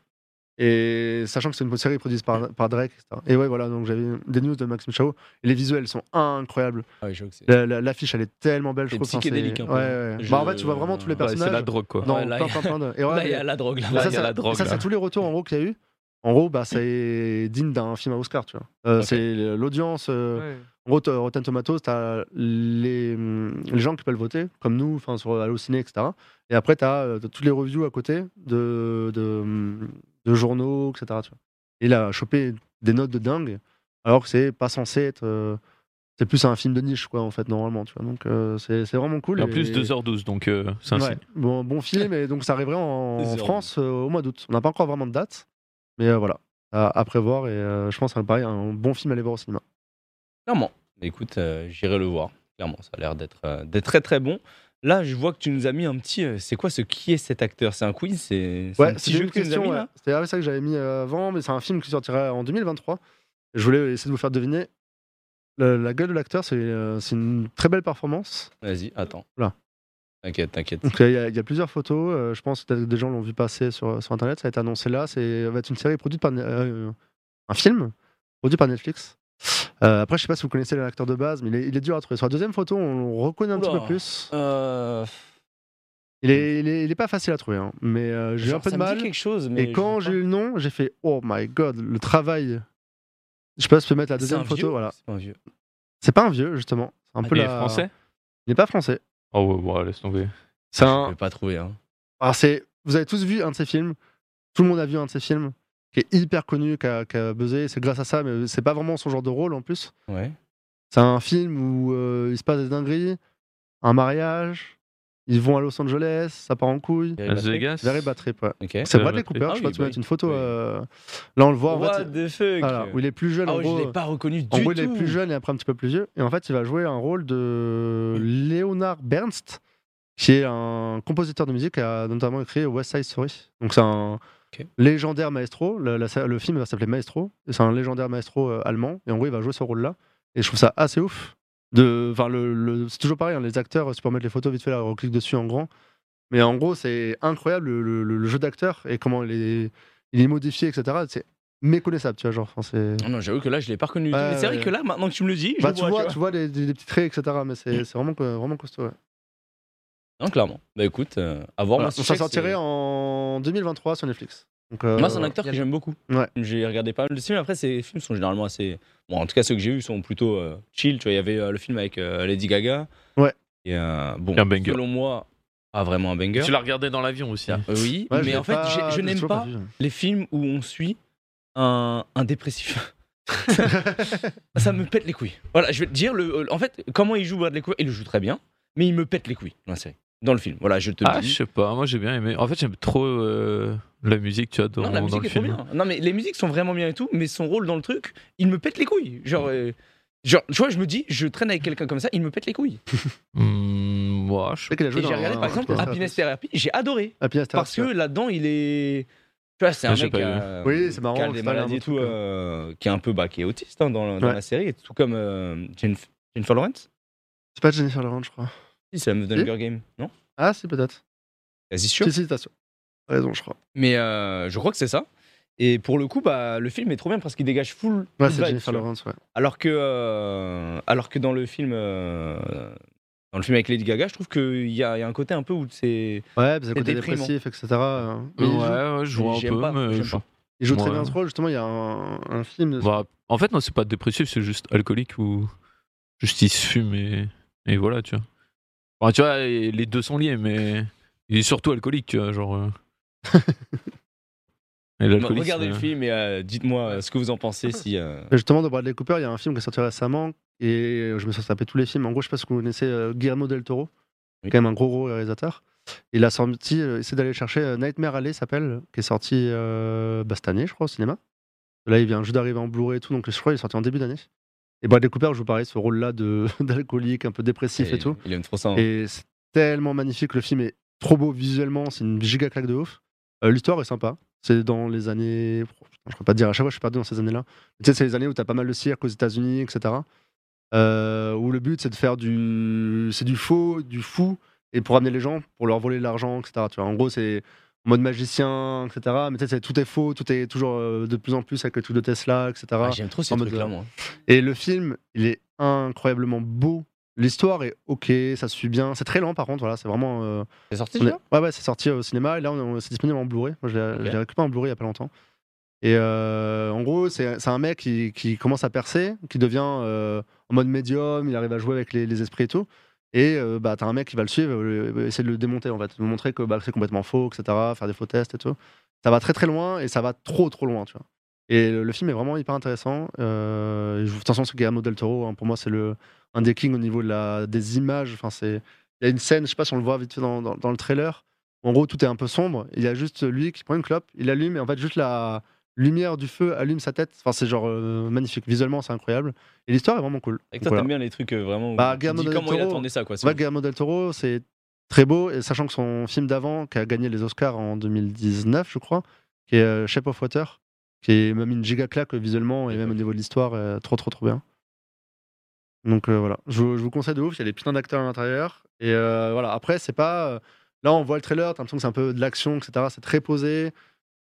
Et sachant que c'est une série produite par, par Drake, etc. Et ouais, voilà, donc j'avais des news de Maxime Chao. Et les visuels sont incroyables.
Ah ouais, je vois que c'est.
La- la- L'affiche, elle est tellement belle, je
C'est
trouve. Enfin,
psychédélique, un peu.
Ouais, ouais.
Je- euh,
Bah, en fait, tu vois vraiment tous les
Ouais,
Ouais,
personnages.
c'est la drogue, quoi.
Non,
Ouais, là,
plein,
y a-
plein, plein de- et ouais,
Là, il y
mais-
a la drogue, là.
Mais
Là,
ça,
il y a
c'est-
la drogue,
ça,
là.
c'est tous les retours en gros qu'il y a eu. En gros, bah, c'est digne d'un film à Oscar, tu vois. Euh,
Ok.
C'est l'audience. euh,
Ouais.
en gros, t- Rotten Tomatoes, t'as les, hum, les gens qui peuvent voter, comme nous, enfin sur Allociné, etc. Et après, t'as euh, toutes les reviews à côté de, de, hum, de journaux, etc. tu vois. Et il a chopé des notes de dingue, alors que c'est pas censé être. euh, c'est plus un film de niche, quoi, en fait, normalement, tu vois. Donc, euh, c'est c'est vraiment cool.
Et en plus,
et-
2h12, donc euh, c'est un
Ouais,
signe.
Bon, bon film, et donc ça arriverait en,
Deux heures.
France euh, au mois d'août. On n'a pas encore vraiment de date, mais euh, voilà, à, à prévoir. Et euh, je pense que pareil, un bon film à aller voir au cinéma.
Clairement. Mais Écoute, euh, j'irai le voir. Clairement, ça a l'air d'être euh, d'être très très bon. Là, je vois que tu nous as mis un petit. euh, c'est quoi ce qui est cet acteur C'est un quiz C'est c'est un petit
c'était
jeu
une
que tu nous as mis
ouais.
là
C'était ah oui, ça que j'avais mis euh, avant, mais c'est un film qui sortira en 2023. Je voulais essayer de vous faire deviner. Le- la gueule de l'acteur, c'est euh, c'est une très belle performance.
Vas-y, attends. T'inquiète, t'inquiète.
Donc, Il y, a- il y a plusieurs photos, euh, je pense que peut-être des gens l'ont vu passer sur, sur Internet, ça a été annoncé là, c'est ça va être une série produite par... Ne- euh, un film produit par Netflix. Euh, après, je sais pas si vous connaissez l'acteur de base, mais il est, il est dur à trouver. Sur la deuxième photo, on le reconnaît un petit
Oula.
peu plus.
Euh,
Il est, il est- il est pas facile à trouver, hein, mais euh, j'ai eu un
genre,
peu de
ça me dit
mal.
quelque chose, mais
Et quand
je
j'ai
sais
eu le nom, j'ai fait Oh my god, le travail. Je sais pas si je peux mettre la
pas. C'est un
deuxième photo.
vieux Ah, C'est
Voilà.
pas un vieux.
C'est pas un vieux, justement. C'est un peu
Il est
la-
français
Il n'est pas français.
Oh ouais, bon, laisse tomber.
C'est
Je
un.
vais pas trouver. Hein.
Alors c'est. Vous avez tous vu un de ses films. Tout le monde a vu un de ses films qui est hyper connu, qui a, qui a buzzé. C'est grâce à ça, mais c'est pas vraiment son genre de rôle en plus.
Ouais.
C'est un film où euh, il se passe des dingueries, un mariage, ils vont à Los Angeles, ça part en couille.
Las Vegas
Very bad trip, ouais.
Ok.
C'est Bradley
Very Bad Trip.
Cooper,
Ah
je crois
oui,
que tu
bah
mettre une photo.
oui.
euh, Là, on le voit en
What
fait.
the fuck
voilà, où il est plus jeune
Ah
en
ouais,
gros.
je l'ai pas reconnu du
En gros,
tout.
il est plus jeune et après un petit peu plus vieux. Et en fait, il va jouer un rôle de Leonard Bernst, qui est un compositeur de musique, qui a notamment écrit West Side Story. Donc, c'est un
Ok.
légendaire maestro. Le, la- le film va s'appeler Maestro. Et C'est un légendaire maestro euh, allemand. Et en gros, il va jouer ce rôle-là. Et je trouve ça assez ouf. De, enfin, le, le- c'est toujours pareil, hein, les acteurs, si tu peux mettre les photos vite fait, là, on clique dessus en grand. Mais en gros, c'est incroyable le, le- le jeu d'acteur et comment il est, il est modifié, etc. C'est méconnaissable, tu vois. Genre, enfin, c'est...
Ah Non, j'avoue que là, je l'ai pas reconnu. du tout.
Ouais,
mais c'est
ouais.
vrai que là, maintenant que tu me le dis, je
Bah,
le
tu
vois, tu vois.
vois,
Mm.
tu vois des, des- des petits traits, etc. Mais c'est c'est vraiment, co- vraiment costaud. ouais.
Non, clairement. Bah écoute, euh, à voir.
Voilà,
moi, si je sais
ça
que
sortirait
c'est-
en 2023 sur Netflix. Donc, euh,
Moi, c'est un acteur
y a-
que j'aime beaucoup.
Ouais.
J'ai regardé pas mal de films. Après, ces films sont généralement assez. Bon, en tout cas, ceux que j'ai vus sont plutôt euh, chill. Tu vois, il y avait euh, le film avec euh, Lady Gaga.
Ouais.
Et euh, bon,
Et un banger.
selon moi, pas vraiment un banger.
Tu l'as regardé dans l'avion aussi.
Euh, Oui,
ouais,
mais
l'ai
en fait,
pas-
j'ai- je
l'ai
n'aime
toujours
pas
vu.
les films où on suit un, un dépressif. ça me pète les couilles. Voilà, je vais te dire, le, en fait, comment il joue Bradley Cooper Il le joue très bien, mais il me pète les couilles dans la série, dans le film. Voilà, je te le
Ah, je
dis.
sais pas, moi j'ai bien aimé. En fait, j'aime trop euh, la musique, tu vois, dans,
Non, la
dans
musique
le
est trop
film.
bien. Non, mais les musiques sont vraiment bien et tout, mais son rôle dans le truc, il me pète les couilles. Genre, euh, genre tu vois, je me dis, je traîne avec quelqu'un comme ça, il me pète les couilles.
Hmm, ouais, je-
C'est qu'il a joué
Et j'ai
dans
regardé,
un-
par exemple,
un-
Happiness Therapy, j'ai adoré.
Happiness Therapy,
Parce que
ouais.
là-dedans, il est. Tu vois, c'est un
Ouais, j'ai
mec
pas
euh,
Oui, c'est marrant,
qui a
c'est
des
pas
maladies
un
et tout,
truc,
euh, qui est un peu bah, qui est autiste hein, dans, la- dans
Ouais.
la série, et tout comme euh, Jennifer, Jennifer Lawrence.
C'est pas Jennifer Lawrence, je crois.
Si, c'est la meuf de
Si.
Hunger Game, non
Ah, si, peut-être.
Quasi sûr.
Si, si, t'as t'as raison, je crois.
Mais euh, je crois que c'est ça. Et pour le coup, bah, le film est trop bien parce qu'il dégage full.
Ouais,
full
c'est
vibe,
Jennifer
tu vois.
Lawrence, ouais.
Alors que, euh, alors que dans le film, euh, dans le film avec Lady Gaga, je trouve qu'il y, a- il y a un côté un peu où c'est.
Ouais, parce que
C'est
côté
déprimant.
dépressif, etc. euh, mais il
Ouais,
joue-
ouais, je vois un
J'aime
peu,
pas,
mais
j'aime
je-
pas.
Il joue très
Ouais.
bien ce rôle, justement. Il y a un un film. de-
Bah, en fait, non, c'est pas dépressif, c'est juste alcoolique ou juste il se fume et, et voilà, tu vois. Enfin, tu vois, et les deux sont liés, mais il est surtout alcoolique, tu vois, genre. euh. et
Bah,
l'alcoolisme,
regardez le
euh,
film et euh, dites-moi euh, ce que vous en pensez. Si, euh,
Mais Justement, de Bradley Cooper, il y a un film qui est sorti récemment et je me suis tapé tous les films. En gros, je sais pas si vous connaissez euh, Guillermo del Toro,
Oui.
quand même un gros, gros réalisateur. Il a sorti, euh, essaie d'aller chercher euh, Nightmare Alley, s'appelle, qui est sorti euh, bah, cette année, je crois, au cinéma. Là, il vient juste d'arriver en Blu-ray et tout, donc je crois qu'il est sorti en début d'année. Et Bradley Cooper joue pareil, ce rôle-là de- d'alcoolique, un peu dépressif et,
il-
tout.
Il aime trop ça. hein.
Et c'est tellement magnifique, le film est trop beau visuellement, c'est une giga claque de ouf. Euh, L'histoire est sympa, c'est dans les années. Je peux pas te dire, à chaque fois je suis perdu dans ces années-là. Tu sais, c'est les années où t'as pas mal de cirque aux États-Unis, etc. Euh, où le but c'est de faire du. C'est du faux, du fou, et pour amener les gens, pour leur voler de l'argent, etc. Tu vois, en gros, c'est en mode magicien, etc. Mais tu sais, c'est- tout est faux, tout est toujours euh, de plus en plus avec le truc de Tesla, etc.
Ah, J'aime trop ces
en mode euh,
trucs-là,
de-
moi.
Et le film, il est incroyablement beau. L'histoire est ok, ça se suit bien. C'est très lent par contre, voilà, c'est vraiment. euh,
C'est sorti
on est-
déjà
Ouais, ouais, c'est sorti au cinéma et là, on- on- c'est disponible en Blu-ray. Moi, je l'ai
Ok.
je l'ai récupéré en Blu-ray il y a pas longtemps. Et euh, en gros, c'est c'est un mec qui, qui commence à percer, qui devient euh, en mode médium, il arrive à jouer avec les, les esprits et tout. Et euh, bah, t'as un mec qui va le suivre, euh, essayer de le démonter en fait, lui montrer que bah, c'est complètement faux, etc., faire des faux tests et tout. Ça va très très loin et ça va trop trop loin, tu vois. Et le, le film est vraiment hyper intéressant. Euh, je- de toute façon, c'est Guillermo del Toro, hein, pour moi, c'est le un des kings au niveau de la, des images. Enfin, c'est il y a une scène, je sais pas si on le voit vite fait dans, dans- dans le trailer. où En gros, tout est un peu sombre. Il y a juste lui qui prend une clope, il allume et en fait juste la lumière du feu allume sa tête. Enfin, c'est genre euh, magnifique visuellement, c'est incroyable. Et l'histoire est vraiment cool.
Avec
Donc,
toi,
voilà.
t'aimes bien les trucs euh, vraiment. où
Bah,
tu
Guillermo
dis
del
comment il a
Toro- Bah,
tourné ça, quoi.
Ouais, Guillermo del Toro, c'est très beau, et sachant que son film d'avant, qui a gagné les Oscars en 2019, je crois, qui est euh, Shape of Water, qui est même une giga claque euh, visuellement et même au niveau de l'histoire, euh, trop trop trop bien. Donc euh, voilà, je, vous- je vous conseille de ouf, il y a des putains d'acteurs à l'intérieur. Et euh, voilà, après, c'est pas. euh, Là, on voit le trailer, t'as l'impression que c'est un peu de l'action, etc. C'est très posé,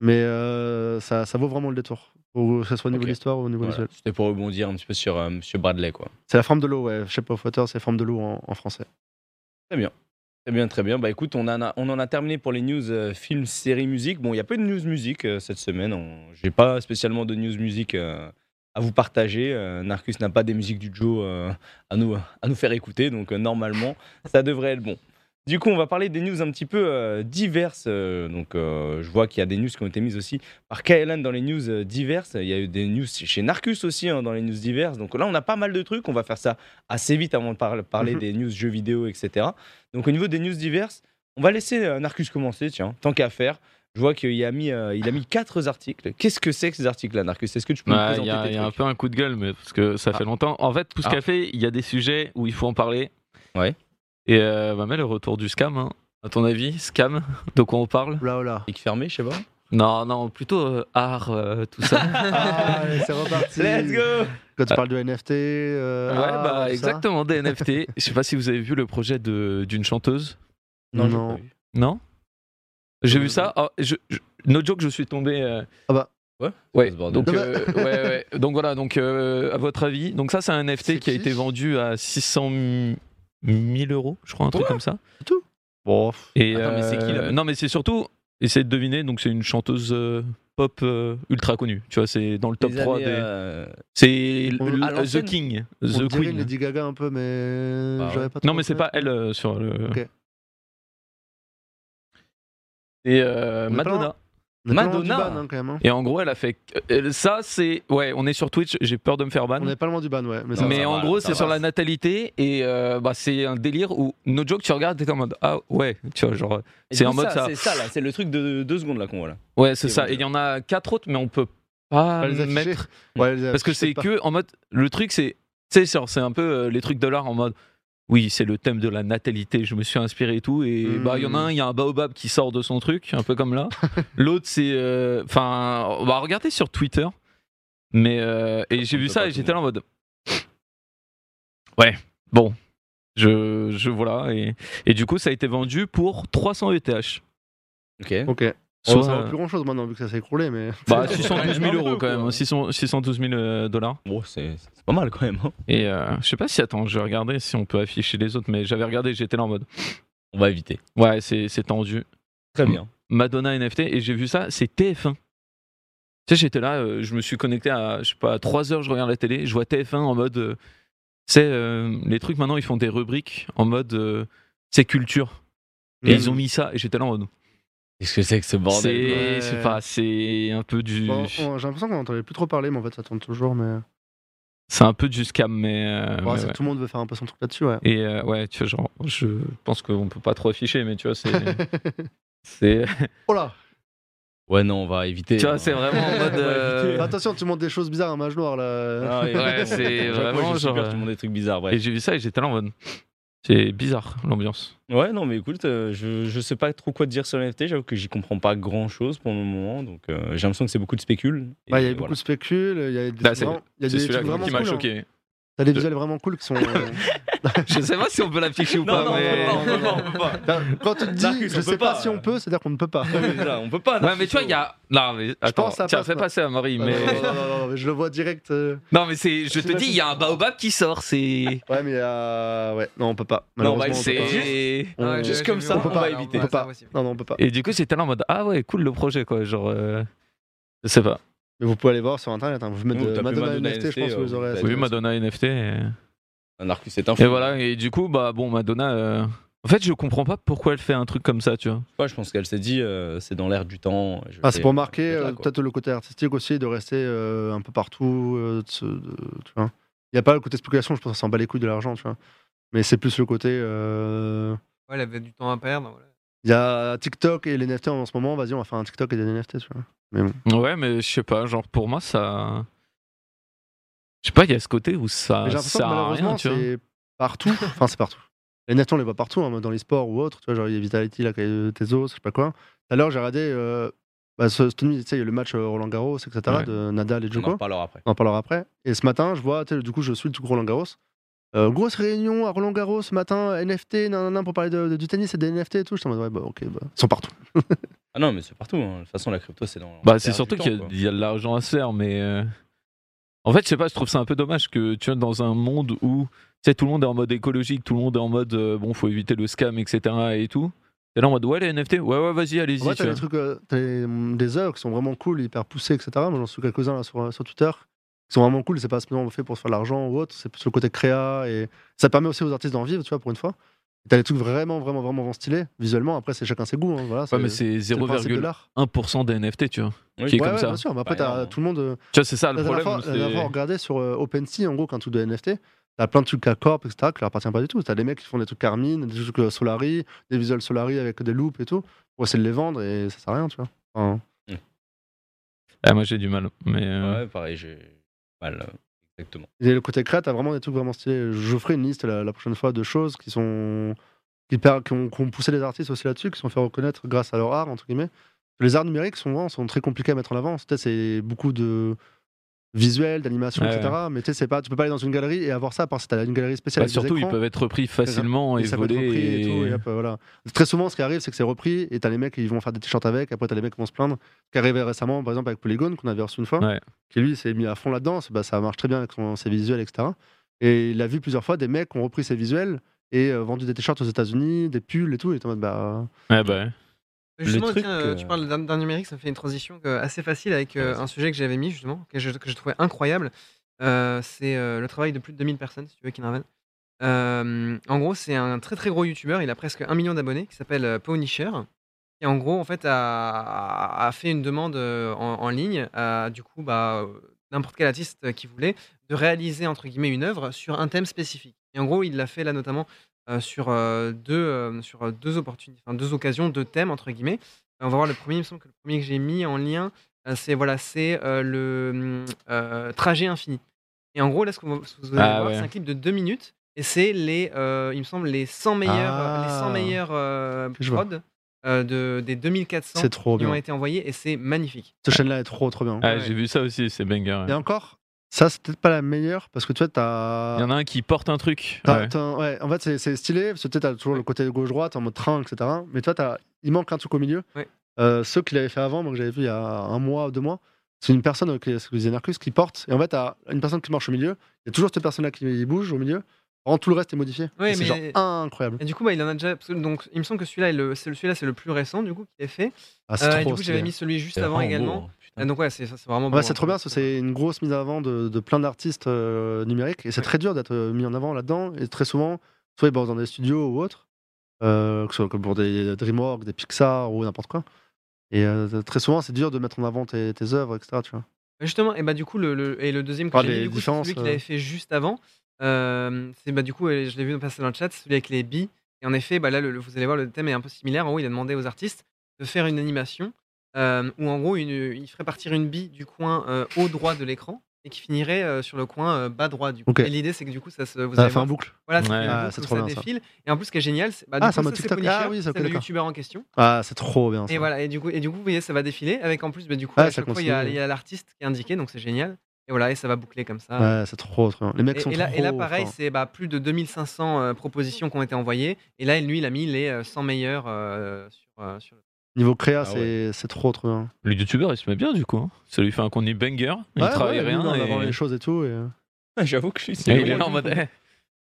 mais euh, ça, ça vaut vraiment le détour. Ou que ce soit au niveau
Ok.
de l'histoire ou au niveau
Voilà.
visuel.
C'était pour rebondir un petit peu sur euh, Monsieur Bradley, quoi.
C'est la forme de l'eau, ouais. Shape of Water, c'est forme de l'eau en, en français.
Très bien, très bien. Bah écoute, on, en a, on en a terminé pour les news euh, films, séries, musique. Bon, il n'y a pas de news musique euh, cette semaine. On- J'ai pas spécialement de news musique euh, à vous partager. Euh, Narcus n'a pas des musiques du Joe euh, à, nous, à nous faire écouter, donc euh, normalement, ça devrait être bon. Du coup, on va parler des news un petit peu euh, diverses. Euh, donc, euh, je vois qu'il y a des news qui ont été mises aussi par KLN dans les news euh, diverses. Il y a eu des news chez Narcus aussi hein, dans les news diverses. Donc là, on a pas mal de trucs. On va faire ça assez vite avant de par- parler
Mhm.
des news jeux vidéo, etc. Donc au niveau des news diverses, on va laisser euh, Narcus commencer, tiens, tant qu'à faire. Je vois qu'il a mis, euh, il a mis quatre articles. Qu'est-ce que c'est que ces articles-là, Narcus Est-ce que tu peux nous
Ouais, Il
présenter
y, a
tes
il y a un
trucs
peu un coup de gueule, mais parce que ça fait longtemps. En fait, tout ce
Ah.
qu'a fait, il y a des sujets où il faut en parler.
Ouais.
Et euh, bah, mais le retour du scam, hein. à ton avis, scam, de quoi on parle
Là, là.
Article fermé, je sais pas.
Non, non, plutôt euh, art, euh, tout ça.
Ah, allez, c'est reparti.
Let's go
Quand tu parles du NFT. euh,
Ah. ouais,
ah, tout
bah
ça.
exactement, des NFT. Je sais pas si vous avez vu le projet de- d'une chanteuse.
Non,
j'ai
non.
pas vu.
Non J'ai vu ça. Ah, je, je- no joke, je suis tombé. euh,
Ouais,
Ouais,
c'est pas ce bordel.
donc, euh, ouais, ouais. donc voilà, donc euh, à votre avis, donc ça c'est un NFT
C'est
qui a
qui
été vendu à 600 000 euros, je crois, un truc comme ça.
Bon, pff,
Et
Attends, mais c'est qui, la
euh,
meuf
Non, mais c'est surtout, essayez de deviner, donc c'est une chanteuse euh, pop euh, ultra connue, tu vois, c'est dans le top
Les
3
années,
des.
euh,
C'est l-
On-
l-
à l'ancienne.
The King,
on
The
dirait
Queen. Bah,
Lady Gaga un peu, mais.
Ah ouais.
j'aurais pas
Non,
trop
mais c'est pas
fait.
elle euh, sur le.
Ok.
Et euh,
On est pas loin.
Madonna.
On est pas loin du
Madonna.
ban, hein, quand même, hein.
Et en gros, elle a fait. euh, Ça, c'est. Ouais, on est sur Twitch, j'ai peur de me faire ban.
On est pas loin du ban, ouais. Mais, ça
Mais
va.
ça
en
va,
gros,
ça
c'est
va.
sur la natalité et euh, bah, c'est un délire où, no joke, tu regardes, t'es en mode Ah ouais, tu vois, genre.
et
C'est
dis
en mode ça.
C'est ça, là. C'est le truc de deux secondes, là, qu'on voit là.
Ouais, c'est
Et
ça.
oui.
Et il y en a quatre autres, mais on peut pas
Pas les afficher.
mettre.
Ouais, les-
Parce que
je sais
c'est
pas.
que en mode le truc c'est tu sais genre, c'est un peu euh, les trucs de l'art en mode oui c'est le thème de la natalité je me suis inspiré et tout et
Mm.
bah il y en a un il y a un baobab qui sort de son truc un peu comme là l'autre c'est euh, enfin on va regarder sur Twitter mais euh, et j'ai
On
vu
peut
ça
pas
et
tout
j'étais là en mode ouais bon je, je voilà et, et du coup ça a été vendu pour 300 ETH
Ok.
Ok.
soit
Oh, ça vaut
euh,
plus grand chose maintenant vu que ça s'est écroulé, mais.
bah 612 000 euros quand
Ouais,
même
ouais.
600 612 000 euh, dollars
Bon, c'est c'est pas mal quand même. hein.
Et euh, je sais pas si, attends, je vais regarder si on peut afficher les autres, mais j'avais regardé, j'étais là en mode,
On va éviter.
ouais, c'est c'est tendu.
Très
Mm.
bien.
Madonna NFT, et j'ai vu ça, c'est TF1. Tu sais, j'étais là, euh, je me suis connecté à, je sais pas, à 3 heures, je regarde la télé, je vois TF1 en mode, euh, tu sais, euh, les trucs maintenant, ils font des rubriques en mode, euh, c'est culture. Et
Mm.
ils ont mis ça, et j'étais là en mode,
Qu'est-ce que c'est que ce bordel
c'est,
ouais.
c'est pas, c'est un peu du,
Bon, on- J'ai l'impression qu'on entendait plus trop parler, mais en fait ça tourne toujours. Mais
c'est un peu du scam, mais, euh,
Ouais,
mais
c'est-
ouais.
tout le monde veut faire un peu son truc là-dessus, ouais.
Et euh, ouais, tu vois, genre, je pense qu'on peut pas trop afficher, mais tu vois, c'est, c'est,
oh là
Ouais, non, on va éviter.
Tu
hein.
vois, c'est vraiment en mode.
Ouais,
euh,
Fais Attention, tu montes des choses bizarres à mage noir là.
Ah,
Ouais, c'est
Chaque fois,
vraiment
je suis
genre,
peur,
euh,
Tout le monde des trucs bizarres, bref.
Et j'ai vu ça et j'étais là en mode. C'est bizarre l'ambiance.
Ouais, non, mais écoute, euh, je, je sais pas trop quoi te dire sur les NFT. J'avoue que j'y comprends pas grand chose pour le moment. Donc, euh, j'ai l'impression que c'est beaucoup de spécule.
Il y a eu beaucoup de spécule, il y a des,
Là, Bah, c'est-
vraiment- il y a
C'est
des trucs
celui-là
vraiment
qui m'a
cool, hein.
choqué.
T'as des
De-
visuels vraiment cool qui sont. euh, Là,
Je sais pas si on peut l'afficher ou pas,
Non, non,
mais.
on peut pas, on peut pas.
Quand tu te dis,
Marcus, on
je
peut
sais pas
pas,
si
euh.
on peut, c'est-à-dire qu'on ne peut pas.
Non, mais là, on peut pas.
Ouais, mais tu vois, il y a. Non, mais attends,
pense que ça
tiens,
passe,
fais
non.
passer à Marie,
Ah, Non,
mais.
non, non, non, non, mais je le vois direct. euh.
Non, mais c'est.
Je
Je
sais
te
pas
dis,
si-
il y a un baobab qui sort, c'est.
Ouais, mais euh, ouais, non, on peut pas.
Non, bah,
Malheureusement, on peut pas.
C'est.
On-
Ouais,
Juste
j'ai-
comme
j'ai
ça,
vu,
on peut
ouais,
pas
non,
éviter.
ouais,
On peut
c'est
pas.
impossible.
Non, non, on peut pas.
Et du coup, j'étais là en mode. Ah ouais, cool le projet, quoi. Genre. euh, Je sais pas.
Mais vous pouvez aller voir sur internet. hein, Vous mettez
Ou
euh,
tapez
Madonna
Madonna
NFT, je pense
NFT,
que vous
euh,
aurez.
vous
J'ai vu Madonna NFT. Et...
Un arc, c'est un
et voilà, et du coup, bah bon, Madonna. euh, En fait, je comprends pas pourquoi elle fait un truc comme ça, tu vois.
Ouais, je pense qu'elle s'est dit, euh, c'est dans l'air du temps. je
Ah, c'est
vais-
pour marquer
je vais être là,
euh,
quoi.
peut-être le côté artistique aussi, de rester euh, un peu partout. euh, de se- de- tu vois. Il n'y a pas le côté spéculation, je pense qu'on s'en bat les couilles de l'argent, tu vois. Mais c'est plus le côté. euh,
Ouais, elle avait du temps à perdre. voilà.
Il y a TikTok et les NFT en ce moment, vas-y, on va faire un TikTok et des NFT, tu vois.
Ouais, mais je sais pas, genre pour moi, ça. Je sais pas, il y a ce côté où ça.
Mais j'ai l'impression que
Ah, Ça a rien,
malheureusement,
tu vois.
c'est partout. enfin, c'est partout. Les NFT, on les voit partout, hein, dans les sports ou autre. Tu vois, genre, il y a Vitality, là, qui a eu Tezos, je sais pas quoi. Tout à l'heure, j'ai regardé. euh, bah, ce, cette nuit, tu sais, il y a eu le match euh, Roland Garros, etc.,
Ouais.
de Nadal et
On en
Djoko.
reparlera après.
On en parlera après. Et ce matin, je vois, tu sais, du coup, je suis le Roland Garros. Euh, grosse réunion à Roland Garros ce matin, NFT, nanana, pour parler de- de- du tennis et des NFT et tout. J'étais en mode, ouais, bah ok, bah, ils sont partout.
Ah non, mais c'est partout. hein. De toute façon, la crypto, c'est dans.
Bah, c'est
l'air
surtout
du
qu'il y,
temps,
a-
quoi.
il y a de l'argent à se faire, mais. euh, En fait, je sais pas, je trouve ça un peu dommage que tu vois, dans un monde où tu sais, tout le monde est en mode écologique, tout le monde est en mode euh, bon, faut éviter le scam, etc. et tout. T'es là en mode ouais, les NFT, ouais, ouais, vas-y, allez-y.
En vrai, t'as
tu
des
vois.
trucs, euh, t'as des, mm, des œuvres qui sont vraiment cool, hyper poussées, etc. Moi, j'en suis quelques-uns là, sur, euh, sur Twitter qui sont vraiment cool. C'est pas simplement fait pour se faire de l'argent ou autre, c'est plus le côté créa et ça permet aussi aux artistes d'en vivre, tu vois, pour une fois. Et T'as des trucs vraiment, vraiment, vraiment, vraiment stylés visuellement. Après, c'est chacun ses goûts. hein, voilà,
Ouais, mais c'est
c'est le principe de
0,1%
l'art.
des NFT, tu vois.
Oui.
qui est
Ouais,
comme
ouais,
ça.
bien sûr. Mais
Bah,
après, t'as
énorme.
tout le monde. euh,
Tu vois, c'est ça le
La dernière
problème.
fois, la dernière fois, on
c'est-
regardait sur euh, OpenSea, en gros, quand tout de NFT, t'as plein de trucs à Corp, etc., qui leur appartient pas du tout. T'as des mecs qui font des trucs Carmine, des trucs euh, Solari, des visuals Solari avec des loops et tout, pour essayer de les vendre et ça sert à rien, tu vois. Enfin,
Ah, moi, j'ai du mal. Mais euh,
Ouais, pareil, j'ai mal. euh, Exactement.
et le côté créa, t'as vraiment des trucs vraiment stylés. Je vous ferai une liste la, la prochaine fois de choses qui sont. qui, per- qui ont, qui ont poussé les artistes aussi là-dessus, qui se sont fait reconnaître grâce à leur art, entre guillemets. Les arts numériques sont, vraiment- sont très compliqués à mettre en avant. Peut-être c'est beaucoup de visuels, d'animation,
Ouais,
etc. Mais tu sais, c'est pas, tu peux pas aller dans une galerie et avoir ça, à part si t'as une galerie
bah,
spéciale. avec des
surtout, ils
écrans.
peuvent être repris facilement et
Et ça peut être
volés.
repris et...
et-
tout, et hop, euh, voilà. Très souvent, ce qui arrive, c'est que c'est repris et t'as les mecs qui vont faire des t-shirts avec. Après, t'as les mecs qui vont se plaindre. Ce qui arrivait récemment, par exemple, avec Polygon, qu'on avait reçu une fois,
Ouais.
qui lui s'est mis à fond là-dedans. c'est- Bah, ça marche très bien avec son- ses visuels, etc. Et il a vu plusieurs fois des mecs qui ont repris ses visuels et euh, vendu des t-shirts aux États-Unis, des pulls et tout. Et t'es en mode, bah.
Ouais, bah ouais.
Justement,
truc,
tiens, euh,
euh,
tu parles d'un d'un numérique, ça me fait une transition euh, assez facile avec euh,
Vas-y.
un sujet que j'avais mis justement, que je, que je trouvais incroyable. Euh, c'est euh, le travail de plus de 2000 personnes, si tu veux, qui Euh, en gros, c'est un très très gros youtubeur, il a presque un million d'abonnés, qui s'appelle euh, Pawnisher, qui en gros, en fait, a, a fait une demande euh, en, en ligne à du coup, bah, euh, n'importe quel artiste euh, qui voulait, de réaliser entre guillemets une œuvre sur un thème spécifique. Et en gros, il l'a fait là notamment euh, sur, euh, deux, euh, sur euh, deux opportunités, enfin, deux occasions, deux thèmes entre guillemets. Euh, on va voir le premier. Il me semble que le premier que j'ai mis en lien, euh, c'est voilà, c'est euh, le hum, euh, trajet infini. Et en gros, là, ce que vous, ce que vous allez
Ah,
voir,
ouais.
c'est un clip de deux minutes. Et c'est les, euh, il me semble, les 100 meilleurs,
Ah.
les 100 meilleurs euh,
Je vois.
prods, euh, de, des 2400
C'est trop
qui ont
bien.
été envoyés et c'est magnifique.
Cette chaîne-là est trop, trop bien.
Ah,
Ouais.
J'ai vu ça aussi, c'est banger.
Et encore, ça, c'est peut-être pas la meilleure parce que tu vois, t'as.
Il y en a un qui porte un truc.
T'as-
ouais.
t'as- ouais, en fait, c'est- c'est stylé, parce que tu as toujours le côté gauche-droite en mode train, etc. Mais toi, t'as- il manque un truc au milieu.
Ouais.
Euh, ceux qu'il avait fait avant, moi, que j'avais vu il y a un mois, deux mois, c'est une personne avec les, les anarchus qui porte. Et en fait, t'as une personne qui marche au milieu. Il y a toujours cette personne-là qui bouge au milieu. Par contre, tout le reste est modifié.
Ouais,
Et c'est genre
mais-
incroyable.
Et du coup, bah, il en a déjà. parce que- Donc, il me semble que celui-là, est le- c'est- celui-là, c'est le plus récent du coup qu'il est fait.
Ah, c'est
Euh, et du
trop
coup,
stylé.
j'avais mis celui juste
C'est
avant
vraiment
également.
beau, hein, putain.
Ah, donc ouais, c'est ça, c'est vraiment.
Ouais,
beau,
bah, c'est
hein,
trop bien,
ça,
parce que c'est une grosse mise en avant de, de plein d'artistes euh, numériques et c'est
Ouais.
très dur d'être euh, mis en avant là-dedans. Et très souvent, soit ils bossent dans des studios ou autres, euh, que ce soit comme pour des DreamWorks, des Pixar ou n'importe quoi. Et euh, très souvent, c'est dur de mettre en avant tes, tes œuvres, etc. Tu vois.
Justement, et bah du coup, le, le- et le deuxième que
Par
j'ai
les
mis, du coup, c'est
différences,
celui qu'il
euh.
avait fait juste avant. Euh, c'est bah du coup, euh, je l'ai vu passer dans le chat, c'est celui avec les billes. Et en effet, bah là, le- le- vous allez voir, le thème est un peu similaire. En gros, il a demandé aux artistes de faire une animation euh, où en gros, une, il ferait partir une bille du coin euh, haut droit de l'écran et qui finirait euh, sur le coin euh, bas droit. Du coup.
Ok. Ah,
Et l'idée, c'est que du coup, ça se. Vous
Ça
allez
fait
voir,
un boucle.
Voilà, ça
Ouais.
fait une
Ah,
boucle
c'est
où
trop
ça
bien, ça.
défile. Et en plus, ce qui est génial, c'est bah, du
Ah,
coup,
c'est
ça,
en mode
c'est
TikTok.
Punisher,
Ah oui, c'est ok,
c'est le
d'accord.
youtubeur en question.
Ah, c'est trop bien. Ça.
Et voilà, et du coup, et du coup, vous voyez, ça va défiler avec en plus, bah, du coup,
Ah,
à
ça
chaque fois, il y a,
continue.
il y a l'artiste qui est indiqué, donc c'est génial. Et voilà, et ça va boucler comme ça.
Ouais, c'est trop, trop bien. Les mecs
Et,
sont
et là,
trop
et là, pareil,
forts.
c'est bah, plus de 2500 euh, propositions qui ont été envoyées. Et là, lui, il a mis les euh, 100 meilleures euh, sur, euh, sur le-
Niveau créa,
Ah
c'est c'est trop, trop bien.
Le youtubeur il se met bien du coup. hein. Ça lui fait un contenu banger. Il
Ouais,
travaille
ouais, nous,
rien.
on met en avant
et...
les choses et tout. et- euh,
Ah, J'avoue que lui,
et
c'est
il est là en
drôle.
mode. eh.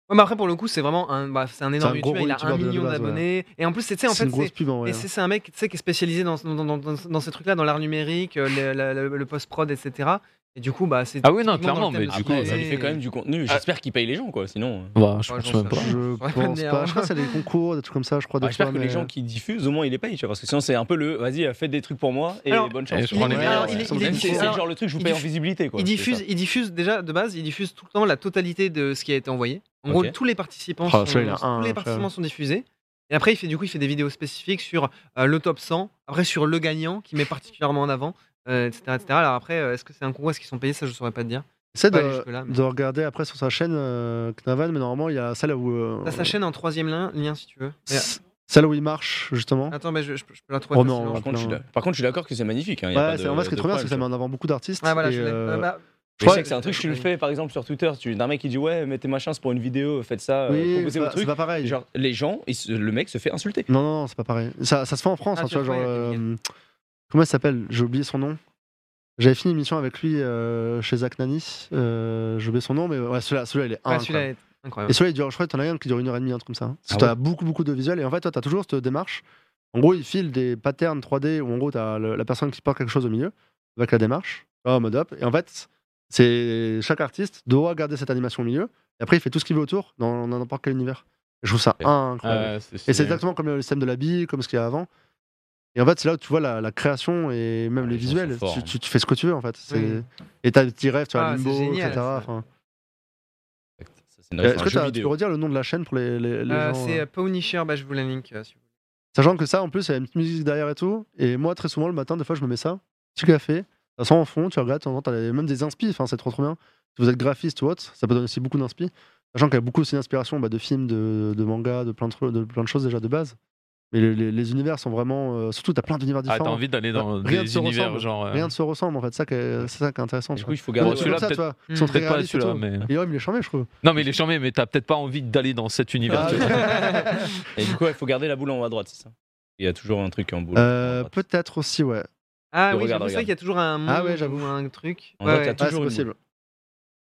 Ouais, mais après, pour le coup, c'est vraiment un, bah, c'est un énorme
gros
youtubeur. Il a
youtubeur
un
de
million
base, ouais.
d'abonnés. Et en plus, c'est tu sais, en
C'est
fait,
une grosse
c'est.
pub en vrai. hein.
Et c'est c'est un mec tu sais, qui est spécialisé dans, dans, dans- dans- dans ces trucs-là, dans l'art numérique, euh, le, la- le- le post-prod, etc. Et du coup, bah, c'est.
Ah oui, non,
typiquement dans
clairement,
le thème
mais
de
du
ce
coup, euh,
Après,
projet.
ça lui fait quand même du contenu. J'espère qu'il paye les gens, quoi. Sinon. euh.
Bah, je
Ouais,
pense
j'en
même
sais
pas.
rien.
Je
Ouais,
pense
mais
pas.
alors-
Je crois que c'est des concours, des trucs comme ça. Je crois
Ah,
de
J'espère
fois,
que les
mais- euh.
gens qui diffusent, au moins, ils les payent, tu vois. Parce que sinon, c'est un peu le vas-y, faites des trucs pour moi et
Alors,
bonne chance.
et je prends les
Même
meilleurs,
si
ouais.
c'est-
Il est-
Même
il
si
est-
c'est le
alors,
genre le truc, je vous
il
paye en
diffuse-
visibilité, quoi.
Il
c'est
diffuse,
ça.
il diffuse déjà de base, il diffuse tout le temps la totalité de ce qui a été envoyé. En gros,
Ok.
tous les participants,
Oh,
sont,
celui-là, il a
tous
un,
les
incroyable.
participants sont diffusés. Et après, il fait du coup, il fait des vidéos spécifiques sur euh, le top 100, après sur le gagnant qui met particulièrement en avant, euh, etc., etc. Alors après, euh, est-ce que c'est un concours, est-ce qu'ils sont payés, ça je saurais pas te dire.
Essaie
Pas
de,
aller jusque-là, mais-
de regarder après sur sa chaîne euh, Knavan, mais normalement il y a celle où euh,
T'as sa chaîne en troisième lien, lien si tu veux. Mais,
c- celle où il marche justement.
attends, mais je, je peux je peux la trouver.
Oh non,
facilement,
on
Par contre, je suis
je
va
d'a- par contre, je suis d'accord que c'est magnifique. hein, y a
Ouais,
pas
c'est-
de-
en fait ce qui est
de
trop bien,
problème,
c'est que ça met en avant beaucoup d'artistes.
Ouais, Ah, voilà,
et,
je l'ai.
euh,
Ouais, bah,
Je
Ouais.
sais que c'est un truc, tu le fais par exemple sur Twitter, tu d'un mec qui dit ouais, mettez machin, c'est pour une vidéo, faites ça, euh,
Oui,
proposez
c'est
vos
pas, c'est
trucs.
pas pareil.
Genre, les gens, ils se- le mec se fait insulter.
Non, non, non, c'est pas pareil. Ça, ça se fait en France,
Ah,
hein,
tu
tu
vois,
vois, genre.
il y a Eminem.
euh, comment il s'appelle J'ai oublié son nom. J'avais fini une mission avec lui euh, chez Zach Nani. euh, J'ai oublié son nom, mais ouais, celui-là, celui-là, il est
Ah,
incroyable.
celui-là est incroyable.
Et celui-là, il dure, je crois, t'en as un qui dure une heure et demie, un truc comme ça. hein. Parce que
Ah
t'as beaucoup, beaucoup de visuels. Et en fait, toi, t'as toujours cette démarche. En gros, il file des patterns 3D où, en gros, t'as le- la personne qui porte quelque chose au milieu avec la démarche, tu vois, en mode up. Et en fait, c'est chaque artiste doit garder cette animation au milieu. Et après, il fait tout ce qu'il veut autour dans dans n'importe quel univers. Et je trouve ça
Ouais.
incroyable. Et c'est
Ah, c'est-
exactement comme le système de la bille, comme ce qu'il y a avant. Et en fait, c'est là où tu vois la, la création et même
Ah,
les,
les gens
visuels.
sont forts,
tu,
hein.
tu- tu fais ce que tu veux, en fait. C'est-
Oui.
Et t'as des petits rêves, tu vois,
Ah, c'est
Limbo,
génial,
etc.
ça.
Enfin,
Ça, C'est une
Euh, Est-ce
référence
que
jeu
t'as- tu peux
vidéo.
redire le nom de la chaîne pour les, les- les
Euh,
gens
C'est
euh,
euh, Punisher, bah, je vous la link. euh, si vous voulez.
Sachant que ça, en plus, il y a une petite musique derrière et tout. Et moi, très souvent, le matin, des fois, je me mets ça. Petit café. Ça sent en fond, tu regardes, t'entends, t'as les- même des inspi. Enfin, c'est trop, trop bien. Si vous êtes graphiste ou autre, ça peut donner aussi beaucoup d'inspi. Sachant qu'il y a beaucoup aussi d'inspiration bah, de films, de, de mangas, de plein de, tru- de plein de choses déjà de base. Mais les, les- les univers sont vraiment. euh, surtout, t'as plein d'univers
Ah, t'as
différents.
envie d'aller dans
Rien ne
des
se
univers
ressemble.
genre. euh,
Rien ne se ressemble, en fait. Ça qui est- C'est ça qui est intéressant.
Du
tu
coup,
vois.
il faut
Bon,
garder.
Ouais,
c'est
ouais,
celui-là,
comme ça, tu vois. Ils sont
Hmm.
très
Peut-être pas
réalistes et
celui-là,
tout.
mais.
Et ouais, mais il est charmé, je trouve.
Non, mais il est charmé, mais t'as peut-être pas envie d'aller dans cet univers.
Ah,
tu
oui.
vois.
Et du coup, il faut garder la boule en haut à droite, c'est ça Il y a toujours un truc en boule. en
Euh,
droite.
Peut-être aussi, ouais.
Ah
Je
oui,
regarde,
j'avoue, c'est
regarde.
vrai qu'il y a toujours un monde
Ah ouais, j'avoue.
ou un truc.
En
Ouais,
vrai,
ouais.
t'as tout-
Ah, c'est
Toujours une
possible.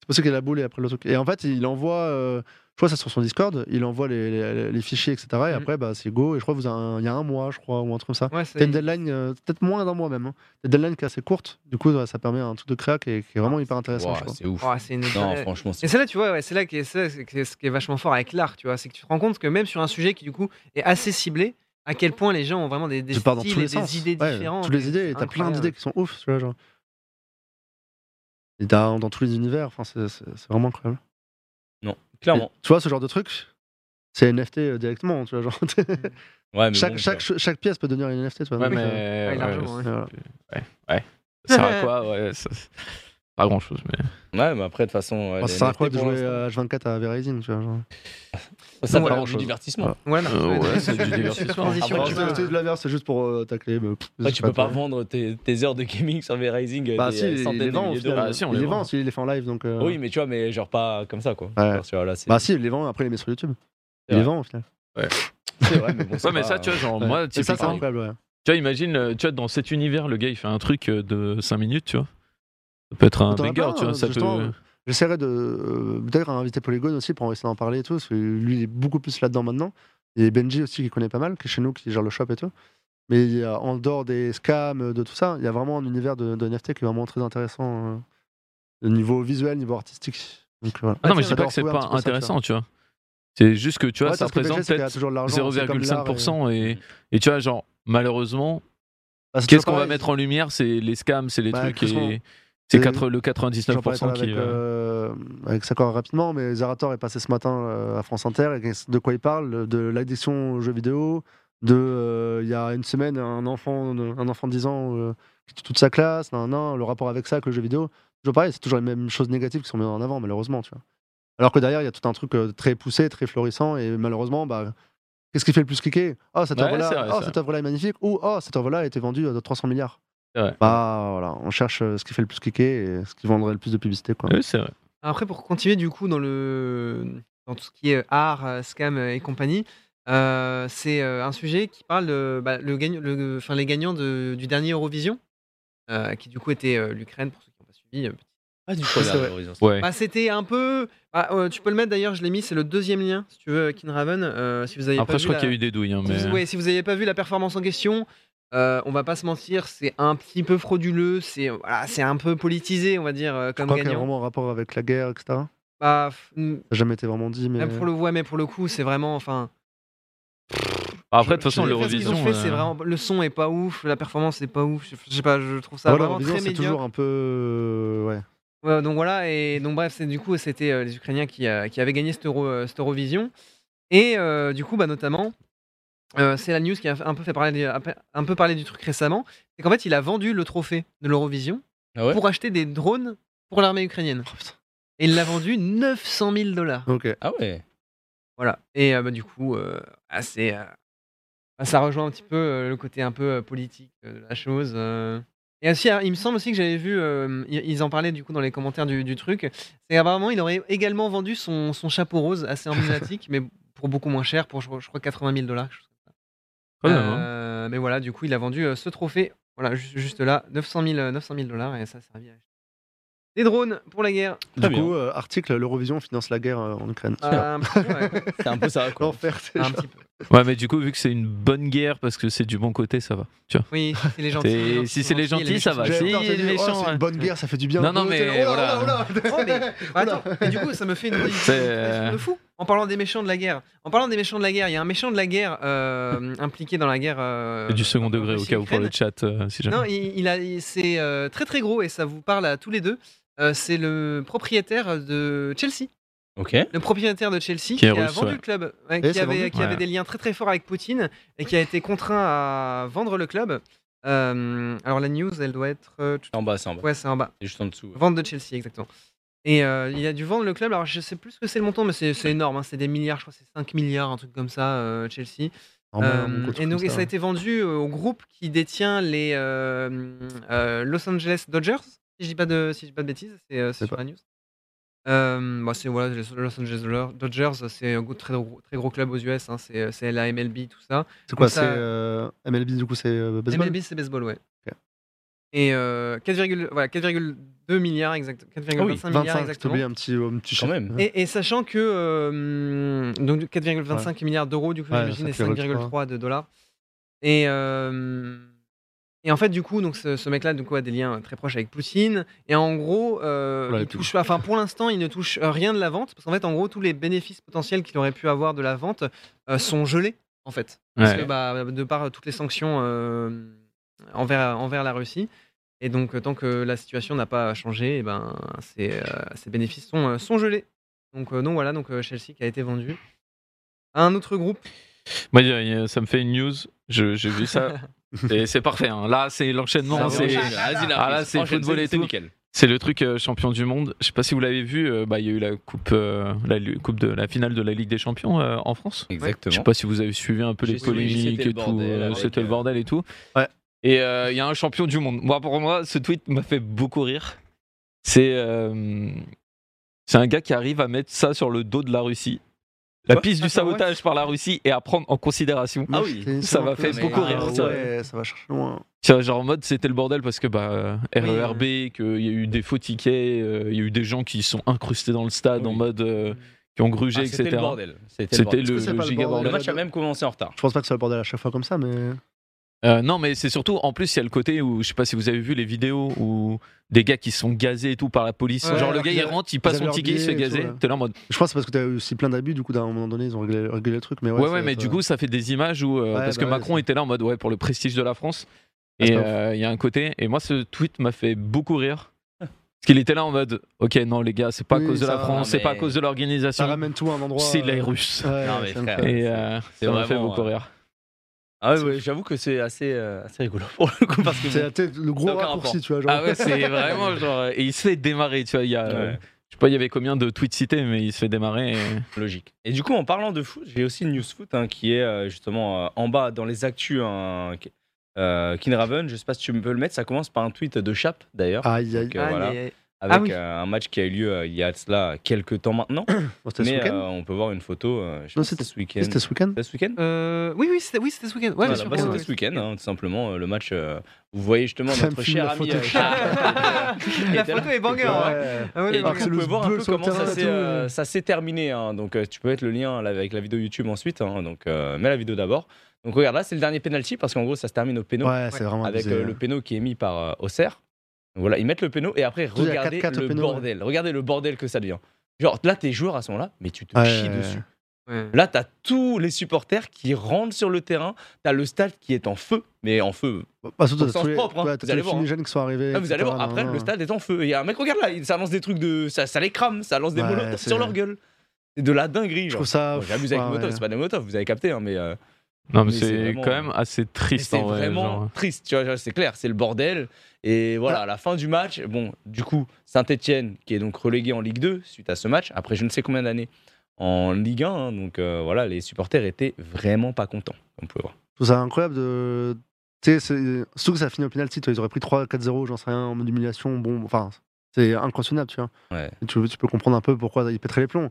C'est possible qu'il a la boule et après le truc. Et en fait, il envoie, euh, je crois ça sur son Discord, il envoie les, les- les fichiers, etc. Et
Mhm.
après, bah, c'est go. Et je crois vous a un- il y a un mois, je crois, ou un truc comme ça.
Ouais, c'est-
T'as une deadline, euh, peut-être moins d'un mois même. Hein. T'as une deadline qui est assez courte. Du coup, ouais, ça permet un truc de créa qui est, qui est vraiment hyper intéressant.
Ouah,
je crois.
c'est ouf.
Oh, Ah, c'est une...
Non, franchement, c'est
Et c'est là, tu vois, ouais, c'est là qui est, c'est là que- que- ce qui est vachement fort avec l'art, tu vois, c'est que tu te rends compte que même sur un sujet qui du coup est assez ciblé, à quel point les gens ont vraiment des, des
Tu
styles
pars dans
et
tous les
des
sens.
idées
Ouais,
différentes.
Toutes les idées. et T'as plein
incroyable.
d'idées qui sont ouf. Tu vois, genre. Et t'as dans tous les univers. Enfin, c'est- c'est c'est vraiment incroyable.
clairement.
Et tu vois, ce genre de truc, c'est NFT euh, directement. Tu vois, genre,
Ouais, mais
chaque,
bon,
chaque, chaque pièce peut devenir une NFT. Tu vois,
Ouais,
donc,
mais.
euh,
ouais,
largement, ouais.
voilà.
Ça sert à quoi Ouais, ça- Pas grand chose, mais.
Ouais, mais après, de toute façon. ouais,
Enfin,
les
ça sert à
NFT
quoi bah, de
pour
jouer euh,
l'instant,
à H24 à Verizon tu vois, genre.
Ça
Ouais,
va avoir
grand-chose.
du divertissement.
Ouais, non,
Euh, ouais,
c'est-
c'est du
super
divertissement.
transition,
Ah,
tu
bah,
vois.
de la verve, c'est juste pour euh, tacler. mais pff,
Après,
c'est
tu peux pas
trop.
vendre tes, tes heures de gaming sur V-Rising
Bah
des
si,
euh,
il
centaines de
les vend au
milliers
final.
d'euros.
Ah, si, on
il
les
les vend,
vend.
s'il les fait en live. Donc, euh,
Oui, mais tu vois, mais genre pas comme ça, quoi.
Ouais.
Tu vois, là, c'est-
Bah si, il les vend, après il les met sur YouTube.
C'est
Il les
vrai.
vend au final.
c'est vrai, mais bon, c'est
Ouais, mais
pas-
ça, tu vois, genre,
Ouais.
moi,
Et ça, c'est
typiquement.
incroyable, ouais.
Tu vois, imagine, euh, tu vois, dans cet univers, le gars, il fait un truc euh, de 5 minutes, tu vois. Ça peut être un
T'en as
banger,
plein,
tu vois. Ça
justement. Ah,
peut...
J'essaierai de euh, peut-être inviter Polygon aussi pour essayer d'en parler et tout, parce que lui il est beaucoup plus là-dedans maintenant. Et Benji aussi qui connaît pas mal, qui est chez nous, qui gère le shop et tout. Mais il y a, en dehors des scams, euh, de tout ça, il y a vraiment un univers de, de NFT qui est vraiment très intéressant, euh, au niveau visuel, niveau artistique. Donc, voilà.
Ah non, mais je
Ouais,
dis pas que c'est
retrouver un
pas
petit peu ça, tu vois.
intéressant, tu vois. C'est juste que, tu vois,
Ouais,
ça
parce que BG,
représente
c'est qu'il y a
peut-être
toujours de l'argent, c'est comme l'art et-
0,5% et... et tu vois, genre, malheureusement,
Bah, c'est
qu'est-ce qu'on
toujours
va
pareil.
mettre en lumière C'est les scams, c'est les
Bah, Euh,
trucs
Christophe.
et c'est
Et-
quatre- le
J'en parlais
98% qui.
avec,
euh,
euh, avec Sakura rapidement, mais Zerator est passé ce matin euh, à France Inter. Et de quoi il parle De l'addiction aux jeux vidéo. De euh, il y a une semaine, un enfant, un enfant de 10 ans euh, qui tue toute sa classe. Nan, nan, le rapport avec ça, que le jeu vidéo. Toujours pareil, c'est toujours les mêmes choses négatives qui sont mises en avant, malheureusement. Tu vois. Alors que derrière, il y a tout un truc euh, très poussé, très florissant. Et malheureusement, bah, qu'est-ce qui fait le plus cliquer Oh, cette
Ouais, c'est
œuvre-là
vrai,
oh,
ça.
cette œuvre-là est magnifique. Ou oh, cette œuvre-là a été vendue à 300 milliards.
C'est vrai.
Bah voilà, on cherche euh, ce qui fait le plus cliquer et ce qui vendrait le plus de publicité. Quoi.
Oui, c'est vrai.
Après, pour continuer du coup dans le dans tout ce qui est art, euh, scam euh, et compagnie, euh, c'est euh, un sujet qui parle de, bah, le gagne- le- enfin, les gagnants de- du dernier Eurovision, euh, qui du coup était euh, l'Ukraine pour ceux qui n'ont pas suivi. euh, petit-
Ah, du coup,
C'est
regarde,
vrai.
Horizon.
Ouais.
Bah, c'était un peu. bah, euh, tu peux le mettre d'ailleurs, je l'ai mis, c'est le deuxième lien si tu veux, Kinraven. euh, si vous avez
Après, je crois qu'il y a eu des douilles, hein, mais.
Ouais, si vous n'avez pas vu la performance en question, euh, on va pas se mentir, c'est un petit peu frauduleux, c'est voilà, c'est un peu politisé, on va dire, euh,
Je
comme
crois qu'il y a
gagnant.
vraiment un rapport avec la guerre, etc. Ça
Bah, f- m-
n'a jamais été vraiment dit, mais.
même pour le ouais, mais pour le coup, c'est vraiment, enfin.
Après, de toute façon,
les faits, ce qu'ils
l'Eurovision.
ont fait,
euh,
c'est vraiment, le son est pas ouf, la performance est pas ouf. Je, je sais pas, je trouve ça
Voilà,
vraiment
l'Eurovision,
très
c'est
médiocre.
toujours un peu. euh, Ouais.
Ouais, donc voilà, et donc bref, c'est du coup, c'était euh, les Ukrainiens qui, euh, qui avaient gagné cette, Euro- euh, cette Eurovision. Et euh, du coup, bah, notamment, euh, c'est la news qui a un peu, fait parler, du- un peu parlé du truc récemment. C'est qu'en fait, il a vendu le trophée de l'Eurovision
Ah ouais
pour acheter des drones pour l'armée ukrainienne.
Oh, putain.
Et il l'a vendu 900 000 dollars.
ok.
Ah ouais.
Voilà. Et euh, bah, du coup, euh, ah, c'est, euh, bah, ça rejoint un petit peu euh, le côté un peu euh, politique euh, de la chose. euh. Et aussi, alors, il me semble aussi que j'avais vu, euh, i- ils en parlaient du coup dans les commentaires du, du truc, c'est apparemment il aurait également vendu son, son chapeau rose assez emblématique, mais pour beaucoup moins cher, pour je, crois- je crois 80 000 dollars.
Quand même, hein.
Euh, mais voilà, du coup, il a vendu euh, ce trophée, voilà, ju- juste là, 900 000, euh, 900 000 dollars, et ça a servi à acheter des drones pour la guerre.
Très
Du
bien.
coup, euh, article l'Eurovision finance la guerre euh, en Ukraine.
Ah, un petit peu, ouais.
C'est un peu ça, quoi.
L'enfer, c'est
Un
genre-
petit peu.
Ouais, mais du coup, vu que c'est une bonne guerre, parce que c'est du bon côté, ça va. Tu vois.
Oui, si c'est les gentils.
Et
les gentils sont
si c'est les gentils, ça
méchants sont
va. Si,
J'ai
gentils.
peur,
il
t'as
est
dit,
méchant,
oh, c'est
hein.
une bonne guerre, ça fait du bien.
Non, non,
Oh,
mais
t'es- oh là là, oh là.
Oh, mais- bah, attends, mais du coup, ça me fait une, une-
C'est-
une- fou. En parlant des méchants de la guerre, en parlant des méchants de la guerre, il y a un méchant de la guerre euh, impliqué dans la guerre. euh,
Et du second degré, au cas où, pour le
Russie-Ukraine.
chat, euh, si jamais.
Non, il, il a, il- c'est euh, très très gros et ça vous parle à tous les deux. Euh, c'est le propriétaire de Chelsea,
Ok.
le propriétaire de Chelsea qui,
Qui est
a
russe,
vendu
ouais.
le club, ouais,
Et
qui,
c'est
avait,
vendu
qui avait
Ouais.
des liens très très forts avec Poutine et qui a été contraint à vendre le club. Euh, alors la news, elle doit être, euh,
En bas, c'est en bas.
ouais, c'est en bas.
C'est juste en dessous.
Vente de Chelsea, exactement. Et euh, il a dû vendre le club. Alors, je sais plus ce que c'est le montant, mais c'est c'est énorme. hein. C'est des milliards, je crois, que c'est 5 milliards, un truc comme ça, euh, Chelsea.
Oh, mais
Euh,
un bon coup de
et
truc
donc,
comme
et ça a été vendu euh, au groupe qui détient les euh, euh, Los Angeles Dodgers, si je dis pas de, si je dis pas de bêtises. C'est euh, c'est
sais
sur la news. Euh, bah, c'est voilà, les Los Angeles Dodgers, c'est un gros- très gros, très gros club aux US. hein. C'est c'est la MLB, tout ça.
C'est quoi
ça-
C'est euh, MLB, du coup, c'est euh, baseball
MLB, c'est baseball, ouais.
Ok.
Et euh, 4,2 voilà, 4,2 milliards, exact, 4,25 milliards
25, je t'ai
exactement.
oublié un petit, euh, un petit
Quand
chiffre.
même.
Et, et sachant que euh, donc 4,25 milliards d'euros du coup
Ouais,
j'imagine et
5,3.
5,3 de dollars et euh, et en fait du coup donc ce, ce mec-là du coup a des liens euh, très proches avec Poutine et en gros euh,
Oula,
il
les poules.
touche enfin pour l'instant il ne touche euh, rien de la vente parce qu'en fait en gros tous les bénéfices potentiels qu'il aurait pu avoir de la vente euh, sont gelés en fait parce
Ouais.
que bah, de par toutes les sanctions euh, envers envers la Russie et donc euh, tant que la situation n'a pas changé et ben c'est euh, ces bénéfices sont, euh, sont gelés. Donc, euh, donc voilà, donc euh, Chelsea qui a été vendu à un autre groupe.
Moi, il y a- il y a- ça me fait une news. Je- J'ai vu ça. et c'est parfait. hein. Là, c'est l'enchaînement.
Ça va,
C'est
enchaîne.
Ah, là, c'est football et tout.
nickel.
c'est le truc euh, champion du monde. Je sais pas si vous l'avez vu. euh, bah, Il y a eu la coupe, euh, la, lu- coupe de la finale de la Ligue des Champions euh, en France. Je sais
Exactement.
pas si vous avez suivi un peu les
J'ai suivi,
polémiques
c'était le
et tout.
bordel
euh,
avec,
C'était le
euh,
bordel et tout.
Ouais.
Et euh, il y a un champion du monde. Moi, pour moi, ce tweet m'a fait beaucoup rire. C'est euh, c'est un gars qui arrive à mettre ça sur le dos de la Russie. La
Quoi
piste
Attends,
du
ouais.
sabotage par la Russie et à prendre en considération.
Ah oui,
C'est-
ça
c'est
m'a
un peu-
fait
c'est-
beaucoup
ah
rire,
ça.
ouais, ça va chercher loin.
Tu vois, genre en mode c'était le bordel parce que bah, euh,
Oui,
RERB, qu'il y a eu des faux tickets, euh, il y a eu des gens qui sont incrustés dans le stade
Oui.
en mode euh, qui ont
Ah,
grugé,
C'était
etc.
le bordel. C'était le
C'était
bordel.
le,
Est-ce que c'est
le
pas le
giga
bordel
Le
bordel.
match a même commencé en retard.
Je pense pas que ça va le bordel à chaque fois comme ça, mais.
Euh, non, mais c'est surtout, en plus, il y a le côté où, je sais pas si vous avez vu les vidéos où des gars qui se sont gazés et tout par la police.
Ouais,
genre,
alors
le gars,
qu'il
il
a-
rentre, il
ils
passe
avaient
son
leur
ticket, il se fait
billet et tout,
gazer.
ouais.
T'es là en mode.
Je pense que c'est parce que t'as eu aussi plein d'abus, du coup, d'un moment donné, ils ont réglé, réglé le truc. Mais ouais,
Ouais, ouais,
c'est- euh,
mais
ça-
du coup, ça fait des images où. euh,
Ouais,
parce
bah
que
ouais,
Macron
c'est-
était là en mode, ouais, pour le prestige de la France.
Ah, c'est
et
pas
euh,
ouf.
il y a un côté. Et moi, ce tweet m'a fait beaucoup rire. Parce qu'il était là en mode, ok, non, les gars, c'est pas à
Oui,
cause de
ça
la
va,
France, c'est
mais-
pas à cause
ça
de l'organisation,
ramène tout à un endroit.
c'est les
euh,
Russes.
ouais,
Non, mais
ça me
frère,
fait-
Et euh,
c'est
ça m'a fait
vraiment,
beaucoup
euh,
rire.
Ah ouais, ouais, j'avoue que c'est assez, euh, assez rigolo pour le coup parce que
C'est t'sais, le gros
Ça a aucun
raccourci,
rapport.
tu vois. Genre.
Ah ouais, c'est vraiment genre. Et il se fait démarrer, tu vois. Il y a, euh,
Ouais.
Je sais pas, il y avait combien de tweets cités, mais il se fait démarrer. et-
Logique. Et du coup, en parlant de foot, j'ai aussi une news foot hein, qui est euh, justement euh, en bas dans les actus. Hein, qui- euh, Kinraven, je sais pas si tu peux le mettre, ça commence par un tweet de Chap d'ailleurs,
Aïe, aïe.
Donc, euh, voilà.
Aïe, aïe, aïe.
avec
ah oui.
euh, un match qui a eu lieu euh, il y a de cela quelques temps maintenant.
Bon, C'était ce
Mais
week-end
euh, on peut voir une photo, euh, je
Non,
pense que c'était
c'était-
ce week-end.
C'était ce week-end
C'était ce week-end
Euh, oui, oui, c'était oui, c'était ce week-end.
Ouais,
Ouais, bien
là-bas,
sûr,
c'était
ouais,
ce
ouais.
week-end, hein, tout simplement. euh, Le match, euh, vous voyez justement
Ça
notre
me filme
cher
la
ami.
photo.
euh, Charles.
La
était là.
photo est banger. ouais.
Ouais.
Ah ouais,
Et
les
donc,
bangers.
alors que c'est
on
le
peut voir un
bleu
peu
sur le
comment ça
terrain et
s'est
tout,
euh,
ouais.
ça s'est terminé. hein. Donc, euh, tu peux mettre le lien là, avec la vidéo YouTube ensuite. hein. Donc, euh, mets la vidéo d'abord. Donc, regarde là, c'est le dernier penalty parce qu'en gros, ça se termine au péno
Ouais, c'est vraiment
avec
abusé.
euh, le péno qui est mis par euh, Auxerre. Donc, Voilà, ils mettent le péno et après,
Tout, il y a
regardez
4-4 au
le
péno, ouais.
bordel. Regardez le bordel que ça devient. Genre, là, tes joueurs à ce moment-là, mais tu te
Ouais,
chies
ouais,
dessus.
ouais.
Ouais.
Là, t'as tous les supporters qui rentrent sur le terrain. T'as le stade qui est en feu, mais en feu.
Bah, surtout,
Au
t'as
sens
tous les-
propre, hein.
ouais,
Vous
t'as tous
allez
les
voir,
fumigènes qui sont arrivés.
Ah, vous allez
etc.,
voir, après,
nan,
le
nan.
stade est en feu. Et Il y a un mec, regarde là, il- ça lance des trucs de. Ça, ça les crame, ça lance des
Ouais,
molotovs
c'est-
sur leur gueule. C'est de la dinguerie.
Je
Genre.
trouve ça.
Bon, J'abuse avec
ouais,
les molotovs,
ouais.
c'est pas des molotovs, vous avez capté, hein, mais, euh,
Non, mais,
Mais
c'est
c'est vraiment-
quand même assez
mais
triste
c'est
en vrai.
vraiment
genre.
triste, tu vois, c'est clair, c'est le bordel. Et voilà, à la fin du match, bon, du coup, Saint-Etienne, qui est donc relégué en Ligue 2 suite à ce match, après je ne sais combien d'années en Ligue 1, hein, donc euh, voilà, les supporters étaient vraiment pas contents, on peut voir.
Je trouve ça incroyable de. tu Tu sais, c'est- surtout que ça finit au penalty, toi, ils auraient pris 3-4-0, j'en sais rien, en mode humiliation, bon, enfin, c'est inconstitutionnable, tu vois.
Ouais.
Et Tu, tu peux comprendre un peu pourquoi ils pèteraient les plombs.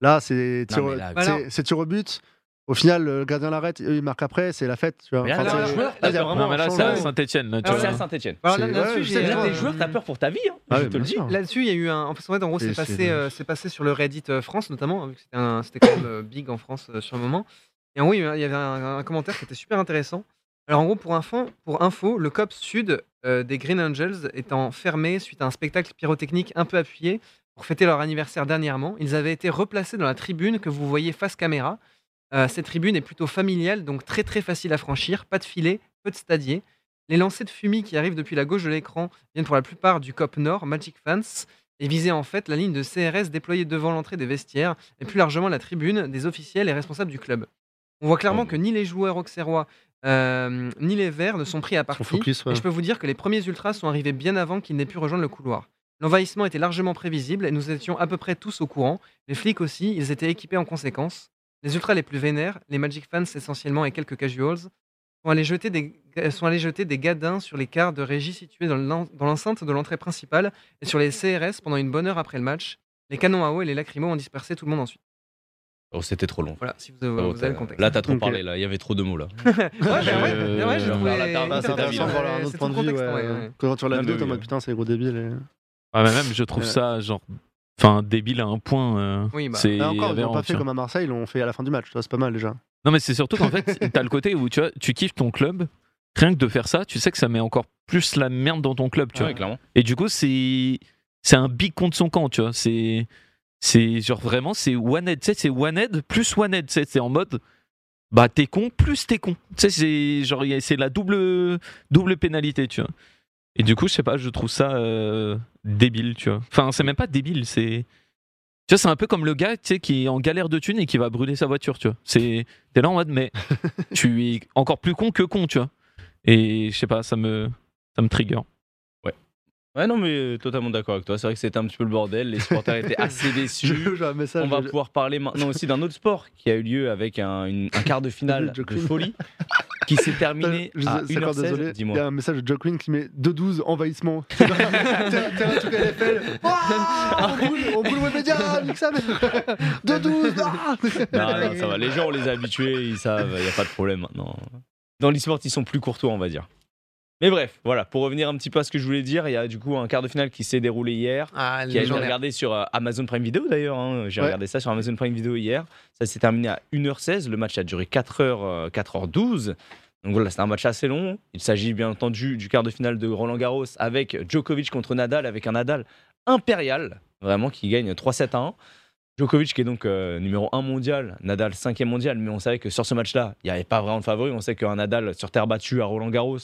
Là, c'est
Non,
tir,
mais là,
c'est-
alors-
c'est tir au but. Au final, le gardien l'arrête, eux, ils marquent après, c'est la fête, tu vois.
Mais là,
Enfin,
là,
c'est-
là,
là, il y a vraiment
Non, mais là,
un
c'est à
changement.
Saint-Etienne. Là, tu
Ah,
C'est
vois.
à Saint-Etienne.
Alors,
C'est-
là-
ouais,
là-dessus,
c'est-
j'ai-
Là,
Ouais.
t'es joueur, t'as peur pour ta vie. hein,
Ah
je
oui,
te le
bien
dis.
sûr.
Là-dessus, il y a eu un. En fait, ouais, en gros, c'est
C'est- c'est-
passé, euh, c'est passé sur le Reddit euh, France, notamment, vu que c'était un- c'était quand même euh, big en France euh, sur le moment. Et en gros, il y a eu- il y avait un, un commentaire qui était super intéressant. Alors, en gros, pour info, pour info le COP Sud euh, des Green Angels étant fermé suite à un spectacle pyrotechnique un peu appuyé pour fêter leur anniversaire dernièrement, ils avaient été replacés dans la tribune que vous voyez face caméra. Euh, cette tribune est plutôt familiale, donc très très facile à franchir, pas de filet, peu de stadiers. Les lancers de fumée qui arrivent depuis la gauche de l'écran viennent pour la plupart du COP Nord, Magic Fans, et visaient en fait la ligne de CRS déployée devant l'entrée des vestiaires et plus largement la tribune des officiels et responsables du club. On voit clairement que ni les joueurs auxerrois euh, ni les Verts ne sont pris à
Son
partie.
focus, ouais.
Et je peux vous dire que les premiers ultras sont arrivés bien avant qu'ils n'aient pu rejoindre le couloir. L'envahissement était largement prévisible et nous étions à peu près tous au courant. Les flics aussi, ils étaient équipés en conséquence. Les ultras les plus vénères, les Magic Fans essentiellement et quelques casuals, sont allés jeter des, euh, sont allés jeter des gadins sur les quarts de régie situés dans l'en- dans l'enceinte de l'entrée principale et sur les CRS pendant une bonne heure après le match. Les canons à eau et les lacrymos ont dispersé tout le monde ensuite.
Oh, c'était trop long.
Voilà, si vous avez,
Oh,
vous
t'as-
avez le contexte.
Là, t'as trop
Ok.
parlé. Là, il y avait trop de mots là.
Ouais, bah ouais,
Euh,
bah ouais, j'ai
genre,
trouvé
la tarde,
hyper
c'est
Ah, C'est intéressant de
Ouais,
voir un
c'est
autre
tout
point de vue.
contexte,
ouais.
ouais, ouais.
Quand tu regardes
Ah,
l'abdo,
mais
t'es en
oui,
mode
oui.
putain, c'est les gros débiles. et-
Ouais, Ah, mais même, je trouve
Ouais.
ça, genre, enfin, débile à un point. euh,
Oui, bah.
c'est
Et encore, ils l'ont
aberrant,
pas
tu
fait
vois.
comme à Marseille, ils l'ont fait à la fin du match, tu vois, c'est pas mal déjà.
Non, mais c'est surtout qu'en fait, t'as le côté où tu vois, tu kiffes ton club. Rien que de faire ça, tu sais que ça met encore plus la merde dans ton club, tu
Tu vois,
vois.
clairement.
Et du coup, c'est c'est un big contre son camp, tu vois. C'est c'est genre vraiment c'est one head, tu sais, c'est one head plus one head, tu sais, c'est en mode bah t'es con plus t'es con. Tu sais, c'est genre il y a- c'est la double double pénalité, tu vois. Et du coup, je sais pas, je trouve ça euh, débile, tu vois. Enfin, c'est même pas débile, c'est tu vois, c'est un peu comme le gars tu sais, qui est en galère de thunes et qui va brûler sa voiture, tu vois. C'est t'es là en mode mais tu es encore plus con que con, tu vois. Et je sais pas, ça me ça me trigger.
Ouais, non, mais euh, totalement d'accord avec toi. C'est vrai que c'était un petit peu le bordel. Les supporters étaient assez déçus.
J'ai un message.
On va
je-
pouvoir parler maintenant aussi d'un autre sport qui a eu lieu avec un, une- un quart de finale
Je
de
crie.
folie qui s'est terminé
Je-
à
c'est encore
1h16.
désolé. Il y
Dis-moi.
a un message de Joe Quinn qui met 2-12 envahissement. T'es dans- t'es- t'es un truc LFL. Ouah, On boule, on boule Webedia, nique sa mère. 2-12. ah
Non, non, ça va. Les gens, on les a habitués, ils savent, il n'y a pas de problème maintenant. Dans l'e-sport, ils sont plus courtois, on va dire. Mais bref, voilà, pour revenir un petit peu à ce que je voulais dire, il y a du coup un quart de finale qui s'est déroulé hier,
Ah,
qui a été
légendaire.
regardé sur euh, Amazon Prime Video d'ailleurs. hein. J'ai
Ouais.
regardé ça sur Amazon Prime Video hier. Ça s'est terminé à 1h16. Le match a duré 4h, euh, 4h12. Donc voilà, c'est un match assez long. Il s'agit bien entendu du quart de finale de Roland Garros avec Djokovic contre Nadal, avec un Nadal impérial, vraiment, qui gagne 3-7 à 1. Djokovic qui est donc euh, numéro 1 mondial, Nadal 5 mondial, mais on savait que sur ce match-là, il n'y avait pas vraiment de favori. On sait qu'un Nadal sur terre battue à Roland Garros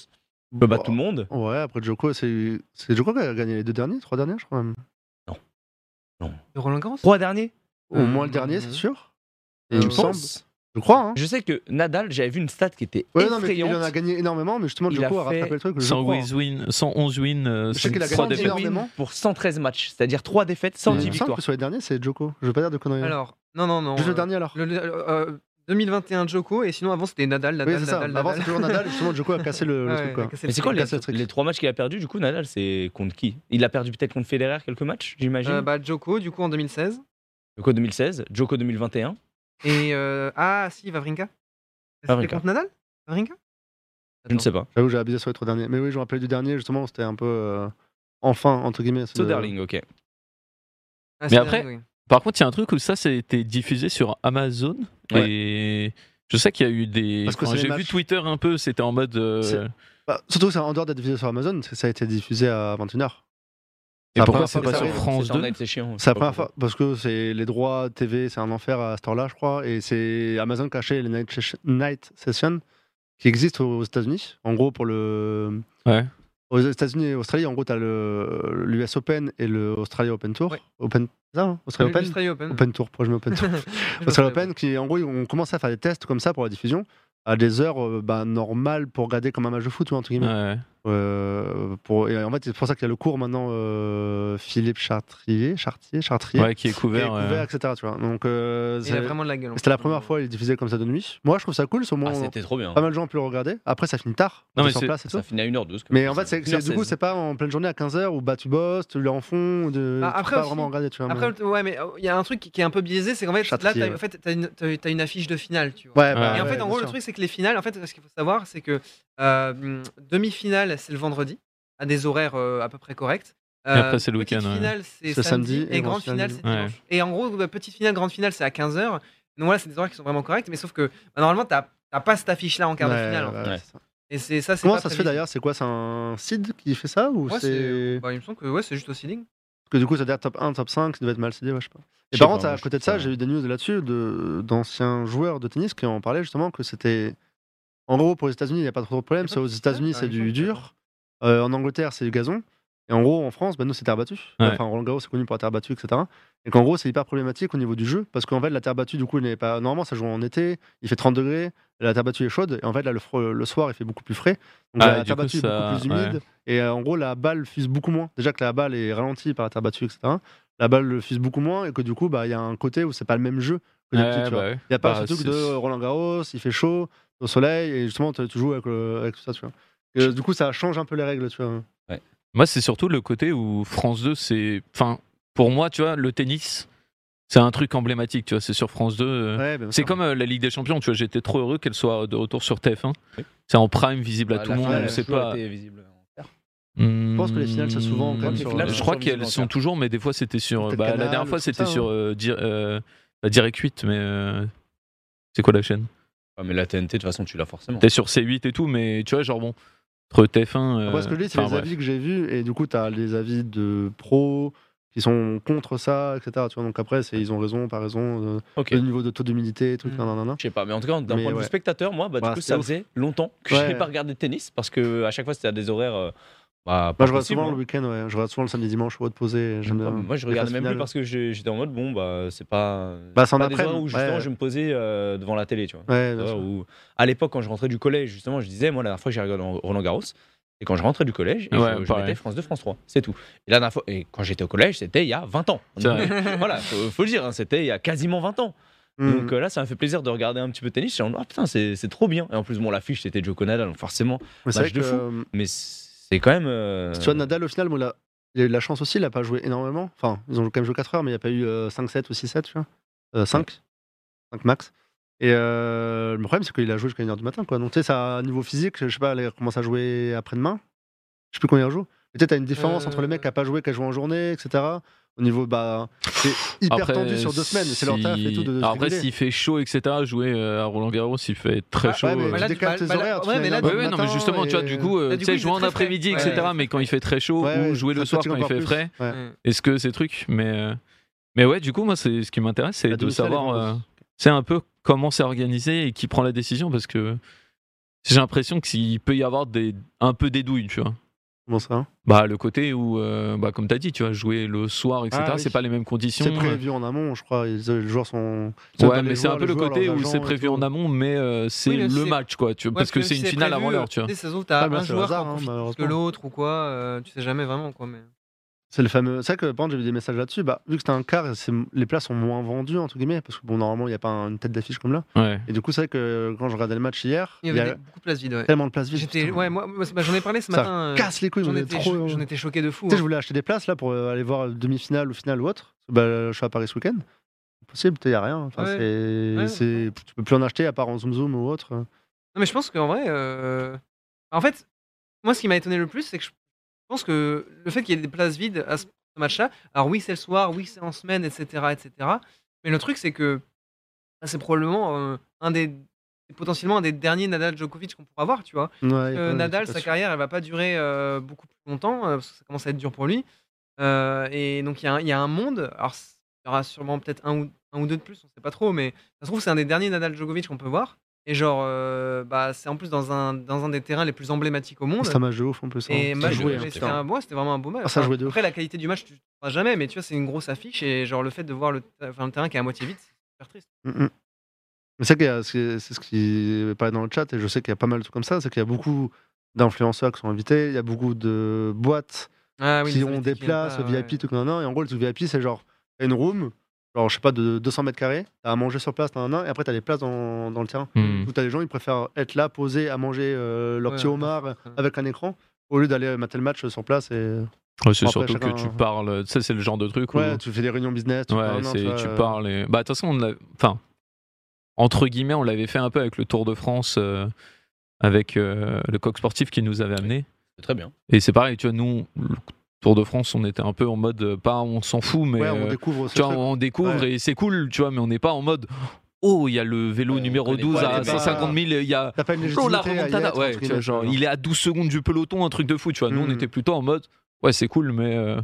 peut
Bah.
battre tout le monde.
Ouais, après Joko, c'est c'est Joko qui a gagné les deux derniers, trois derniers, je crois. même.
De Roland Garros
Trois derniers,
Au
Euh,
moins le dernier, c'est sûr. Et
euh,
il
tu
me semble.
penses
Je crois, hein.
Je sais que Nadal, j'avais vu une stat qui était
Ouais, non, mais il
effrayante.
en a gagné énormément, mais justement,
Il
Joko
a
a rattrapé
fait
le truc. je
100
crois.
wins win, 111 win, euh,
Je sais qu'il a
103
gagné
défaites.
défaites
énormément.
pour 113 matchs, c'est-à-dire 3 défaites,
Il me
110
semble
victoires.
que sur les derniers, c'est Joko. Je veux pas dire de conneries.
Euh,
hein.
Alors, non, non, non.
Juste
euh,
le dernier alors.
le- le- euh, 2021 Joko, et sinon avant c'était Nadal,
Oui,
Nadal,
c'est ça. Bah,
Nadal,
Avant,
Nadal.
c'est toujours Nadal. Justement, Joko a cassé le
Ouais,
le
Euh,
truc, quoi.
casser
Mais
le
c'est quoi
truc.
les,
Casser le truc.
les trois matchs qu'il a perdu du coup Nadal c'est contre qui Il a perdu peut-être contre Federer quelques matchs j'imagine.
Euh, bah, Joko, du coup, en 2016.
Joko 2016, Joko 2021.
Et. euh, ah, si, Vavrinka. C'était
Wawrinka.
contre Nadal Vavrinka
Je ne sais pas.
J'avoue, j'ai abusé sur les trois derniers. Mais oui, je me rappelle du dernier, justement, c'était un peu. euh, enfin, entre guillemets. c'est-
Soderling, ok.
Ah,
Mais
c'est
après-
Vavrinka, oui.
Par contre, il y a un truc où ça, c'était diffusé sur Amazon.
Ouais.
Et je sais qu'il y a eu des.
Parce que c'est les
J'ai vu
matchs.
Twitter un peu, c'était en mode. euh,
C'est- Bah, surtout que c'est en dehors d'être diffusé sur Amazon, c'est- ça a été diffusé à 21h.
Et
la
pourquoi
première
c'est
fois que
pas
ça
sur
arrive.
France
C'est en
2
net, C'est chiant.
C'est la première fois, parce que c'est les droits TV, c'est un enfer à cette heure-là, je crois, et c'est Amazon qui a acheté les Night, Sesh- Night Sessions qui existent aux États-Unis. En gros, pour le.
Ouais.
Aux États-Unis et Australie, en gros, t'as le- l'US Open et le Australia Open Tour.
Ouais.
Open. c'est ça, hein Australia Open
L'Australie Open.
Open Tour, pourquoi je mets Open Tour Australia Open, qui en gros, on commençait à faire des tests comme ça pour la diffusion à des heures euh, bah, normales pour regarder comme un match de foot, tu vois, entre guillemets.
Ouais.
Euh, pour, et en fait, c'est pour ça qu'il y a le cours maintenant euh, Philippe Chartrier, Chartier, Chartrier,
Ouais, qui est
qui est
couvert.
couvert,
euh,
etc. Tu vois. Donc, euh,
Il a
c'est-
vraiment de la gueule. en hein.
c'était la
fait.
première fois il diffusait comme ça de nuit. Moi, je trouve ça cool. c'est Au moins,
Ah, c'était trop bien.
pas mal de gens ont pu le regarder. Après, ça finit tard.
Non,
on
mais
est sur
c'est-
place et tout.
Ça finit à 1h12.
Mais en fait, c'est, c'est- du coup, c'est pas en pleine journée à 15h où bah, tu bosses, tu l'es en fond, de,
Bah,
tu peux
après
pas
aussi-
vraiment regarder. Tu vois, mais-
Après, ouais, mais euh, il y a un truc qui qui est un peu biaisé, c'est qu'en fait, là,
hein. Châtrier,
t'as
ouais.
en fait, t'as une, t'as- t'as une affiche de finale, tu vois.
Ouais, bah,
Et en
ouais,
fait, en
bien
gros, le
sûr.
truc, c'est que les finales, en fait, ce qu'il faut savoir, c'est que euh, hum, demi-finale, c'est le vendredi, à des horaires euh, à peu près corrects. Euh,
Et après, c'est le
petite
week-end, ouais.
finale, c'est
C'est
samedi, et, grande finale, c'est
samedi.
Ouais.
dimanche. Et en gros, bah, petite finale, grande finale, c'est à 15h. Donc voilà, c'est des horaires qui sont vraiment corrects, mais sauf que bah, normalement, t'as t'as pas cette affiche-là en quart
Ouais,
de finale. en fait.
ouais,
Ouais.
c'est ça.
Et c'est ça, c'est
Comment
pas
ça se fait
prévisible.
d'ailleurs C'est quoi C'est un seed qui fait ça ou
Ouais,
c'est...
c'est- bah, Il me semble que ouais, c'est juste au ceiling.
que du coup, ça devait être top 1, top 5, ça devait être mal cédé, ouais, je sais pas.
Je sais
Et par
pas,
contre,
moi,
à
je
côté de
trouve
ça,
ça-
j'ai eu des news là-dessus de, d'anciens joueurs de tennis qui en parlaient justement que c'était. En gros, pour les États-Unis, il n'y a pas trop de problème.
C'est
C'est
pas
aux
possible,
États-Unis,
ça,
c'est
il me
du
semble que-
dur. Euh, en Angleterre, c'est du gazon. Et en gros, en France, bah, nous, c'est terre battue.
Ouais.
Enfin, Roland Garros, c'est connu pour la terre battue, etc. Et qu'en gros, c'est hyper problématique au niveau du jeu parce qu'en fait, la terre battue, du coup, il n'est pas. Normalement, ça joue en été, il fait 30 degrés, la terre battue est chaude. Et en fait, là, le, fro- le soir, il fait beaucoup plus frais. Donc,
Ah, et
la
du
terre
coup,
battue est
ça-
beaucoup plus humide.
ouais.
Et euh, en gros, la balle fuse beaucoup moins. Déjà que la balle est ralentie par la terre battue, etc. La balle le fuse beaucoup moins et que du coup, bah, il y a un côté où c'est pas le même jeu que d'habitude.
ouais,
tu
bah
vois.
ouais.
Il n'y a pas
Bah,
ce truc
c'est-
de Roland Garros, il fait chaud, au soleil, et justement, tu tu joues avec, le- avec tout ça, tu vois. Et, euh, du coup, ça change un peu les règles, tu vois.
Moi, c'est surtout le côté où France 2, c'est. Enfin, pour moi, tu vois, le tennis, c'est un truc emblématique, tu vois, c'est sur France 2. euh,
Ouais, bah, bien
C'est
sûr.
comme euh, la Ligue des Champions, tu vois, j'étais trop heureux qu'elle soit de retour sur TF1.
Oui.
C'est en prime visible à tout le monde,
Bah, finale,
on
elle
sait pas.
Je pense que les finales, c'est souvent quand
même
Hmm,
sur-
Je
sur
crois
le
qu'elles
visible
sont
encore.
toujours, mais des fois c'était sur.
Peut-être
bah, la
Canal,
dernière fois
tout
c'était
ça, hein.
sur euh, Dir- euh, bah, Direct 8, mais euh, c'est quoi la chaîne
Ouais, mais la TNT, de toute façon, tu l'as forcément.
T'es sur C8 et tout, mais tu vois, genre bon, entre TF1. euh,
Moi, ce que je dis, c'est
enfin,
les
bref.
avis que j'ai vus, et du coup, tu as les avis de pros qui sont contre ça, etc. Tu vois, donc après, c'est ils ont raison, pas raison, euh,
Ok. Hmm.
le niveau de taux d'humidité, truc,
Mm.
nan, nan, nan, nan.
Je sais pas, mais en tout cas, d'un
Mais
point de vue
ouais.
spectateur, moi, bah, du
Bah,
coup,
c'était
ça
ouf.
faisait longtemps que
Ouais.
j'ai pas regardé de tennis parce que à chaque fois, c'était à des horaires. euh, bah, pas
Moi, je regarde
possibles,
souvent
hein.
le week-end, ouais. Je regarde souvent le samedi, dimanche, au haut de poser.
Ah,
j'aime bien
mais moi, je
les
regardais
phases
même plus
finales.
parce que j'ai- j'étais en mode, bon, bah, c'est pas.
Bah, c'est en
pas des
après,
horaires où justement
ouais.
je vais me posais euh, devant la télé, tu vois.
Ouais, bien
Ouais,
sûr.
ou- à l'époque, quand je rentrais du collège, justement, je disais, moi, la dernière fois que j'ai regardé Roland Garros, et quand je rentrais du collège, et
Ouais,
je, je
pareil.
mettais France 2, France 3, c'est tout. Et la dernière fois, et quand j'étais au collège, c'était il y a 20 ans.
C'est vrai.
voilà, faut, faut le dire, hein, c'était il y a quasiment 20 ans.
Mm.
Donc euh, là, ça m'a fait plaisir de regarder un petit peu de tennis. Et on, ah putain, c'est c'est trop bien. Et en plus, bon, l'affiche, c'était Joe Nadal, donc forcément.
Mais c'est vrai
match bah, de
que,
fou.
euh,
Mais c'est quand même. euh,
Tu vois, Nadal, au final, bon, il a- il a eu de la chance aussi, il n'a pas joué énormément. Enfin, ils ont quand même joué 4 heures, mais il n'y a pas eu euh, 5-7 ou 6-7, tu vois. 5. 5 max. Et euh, le problème, c'est qu'il a joué jusqu'à 1h du matin, quoi. Donc, tu sais, ça, niveau physique, je sais pas, elle commence à jouer après-demain. Je sais plus combien il joue. Peut-être t'as une différence
Euh.
entre le mec qui a pas joué, qui a joué en journée, etc. Au niveau, bah, c'est hyper
Après,
tendu sur deux semaines. C'est leur
si-
taf et tout de. de se
Après,
réguler.
s'il fait chaud, etc., jouer euh, à Roland Garros, s'il fait très
Ah,
chaud.
ouais, mais
euh,
Bah
tu
là, tu-
décales tes
bah là-
horaires. tu
ouais,
mets
mais
une
là,
heure
Ouais,
du
ouais, non,
matin
mais justement, tu vois, du
et-
coup, euh,
Là, du
tu
coup,
sais,
il
jouer
fait
en
très frais.
après-midi,
Ouais,
etc.,
ouais,
mais quand
très
il fait très chaud,
Ouais,
ou
ouais,
jouer
ça
le
te
soir
fatigue
quand il
encore
fait
plus.
frais.
Ouais.
Hum.
Est-ce que ces trucs, mais, euh, mais ouais, du coup, moi, c'est ce qui m'intéresse,
Bah,
c'est
La
de
demi-finale est
savoir, euh,
vendredi.
c'est un peu comment c'est organisé et qui prend la décision, parce que j'ai l'impression qu'il peut y avoir des, un peu des douilles, tu vois.
Comment ça hein
Bah, le côté où, euh, bah, comme t'as dit, tu vas jouer le soir, etc.,
Ah oui.
c'est pas les mêmes conditions.
C'est prévu en amont, je crois. Ils- Les joueurs sont.
Ouais,
les
mais c'est
joueurs,
un peu
les
le
joueurs,
côté
leurs
où c'est
agents et
prévu
tout.
en amont, mais euh, c'est
Oui, mais
le
c'est-
match, quoi, tu vois,
Ouais,
parce que c'est une
si
finale avant
prévu,
l'heure, tu vois.
sais, Ça se trouve, t'as
Ouais, mais
un
c'est au
joueur qui
hasard,
en
hein,
profite plus que
malheureusement.
l'autre ou quoi, euh, tu sais jamais vraiment quoi. Mais...
C'est le fameux. C'est vrai que par exemple, j'ai vu des messages là-dessus. Bah, vu que c'était un quart, c'est- les places sont moins vendues, entre guillemets, parce que bon, normalement, il n'y a pas un- une tête d'affiche comme là.
Ouais.
Et du coup, c'est vrai que quand je regardais le match hier,
Il y avait des- beaucoup de places vides, ouais.
tellement de places vides.
J'étais,
putain.
ouais, moi, moi, bah, j'en ai parlé ce
Ça
matin. euh,
Casse les couilles,
j'en
on est
étais,
trop.
cho- j'en
Tu
étais choqué de fou.
sais,
hein.
je voulais acheter des places là pour euh, aller voir le demi-finale ou finale ou autre. Bah, je suis à Paris ce week-end. Possible, il n'y a rien. Enfin,
Ouais.
c'est-
Ouais.
c'est- Tu peux plus en acheter à part en zoom zoom ou autre.
Non, mais je pense qu'en vrai, euh, en fait, moi, ce qui m'a étonné le plus, c'est que je pense que le fait qu'il y ait des places vides à ce ce match-là, alors oui, c'est le soir, oui, c'est en semaine, etc., etc. Mais le truc, c'est que bah, c'est probablement euh, un des c'est potentiellement un des derniers Nadal Djokovic qu'on pourra avoir, tu vois.
Ouais,
Euh,
ouais,
Nadal,
c'est
sa
pas sûr.
carrière, elle va pas durer euh, beaucoup plus longtemps, euh, parce que ça commence à être dur pour lui. Euh, et donc, il y, a un- il y a un monde. Alors, c- il y aura sûrement peut-être un ou, un ou deux de plus, on sait pas trop, mais ça se trouve, c'est un des derniers Nadal Djokovic qu'on peut voir. Et genre, euh, bah, c'est en plus dans un, dans un des terrains les plus emblématiques au monde.
C'est un match de ouf en plus. hein.
Et
Ça
match-
joué,
mais
hein,
c'était
putain.
un- ouais, c'était vraiment un beau match.
Ah, ça
Enfin,
jouait de ouf.
après, la qualité du match, tu ne sauras jamais, mais tu vois, c'est une grosse affiche. Et genre, le fait de voir le, enfin, le terrain qui est à moitié vide, c'est super triste.
Mm, mm. Mais c'est vrai qu'il y a- c'est c'est ce qui est parlé dans le chat, et je sais qu'il y a pas mal de trucs comme ça, c'est qu'il y a beaucoup d'influenceurs qui sont invités, il y a beaucoup de boîtes
Ah oui,
qui
ça
ont
me
des
dit,
places
ah, ouais.
VIP, tout comme un Et en gros, le truc VIP, c'est genre t'as une room, genre je sais pas, de 200 mètres carrés, t'as à manger sur place, t'as un nain, et après t'as les places dans, dans le terrain.
Hmm.
Où t'as les gens, ils préfèrent être là, posés, à manger euh, leur
Ouais,
petit
ouais.
homard euh, avec un écran, au lieu d'aller mater le match sur place. Et...
Ouais, c'est
Bon, après,
surtout que
chacun-
tu parles. Tu sais, c'est le genre de truc où.
Ouais, tu fais des réunions business, tu
Ouais,
parles, non,
c'est-
vois,
tu
euh,
parles. et- Bah, de toute façon, on l'a- enfin, entre guillemets, on l'avait fait un peu avec le Tour de France, euh, avec euh, le coq sportif qui nous avait amené.
C'est très bien.
Et c'est pareil, tu vois, nous, le Tour de France, on était un peu en mode, euh, pas on s'en fout, mais
Ouais, on
euh,
découvre ce
tu vois,
truc.
on découvre
Ouais.
et c'est cool, tu vois, mais on n'est pas en mode, oh, il y a le vélo
Ouais, on
numéro
connaît
12
pas
à
les
150 000, il y a.
T'as pas une
Oh,
légitimité
la
à y
remontada
être,
Ouais,
entre
tu vois,
guillemets,
genre,
tu vois.
il est à 12 secondes du peloton, un truc de fou, tu vois. Nous, on
Hmm.
était plutôt en mode, ouais, c'est cool, mais. euh,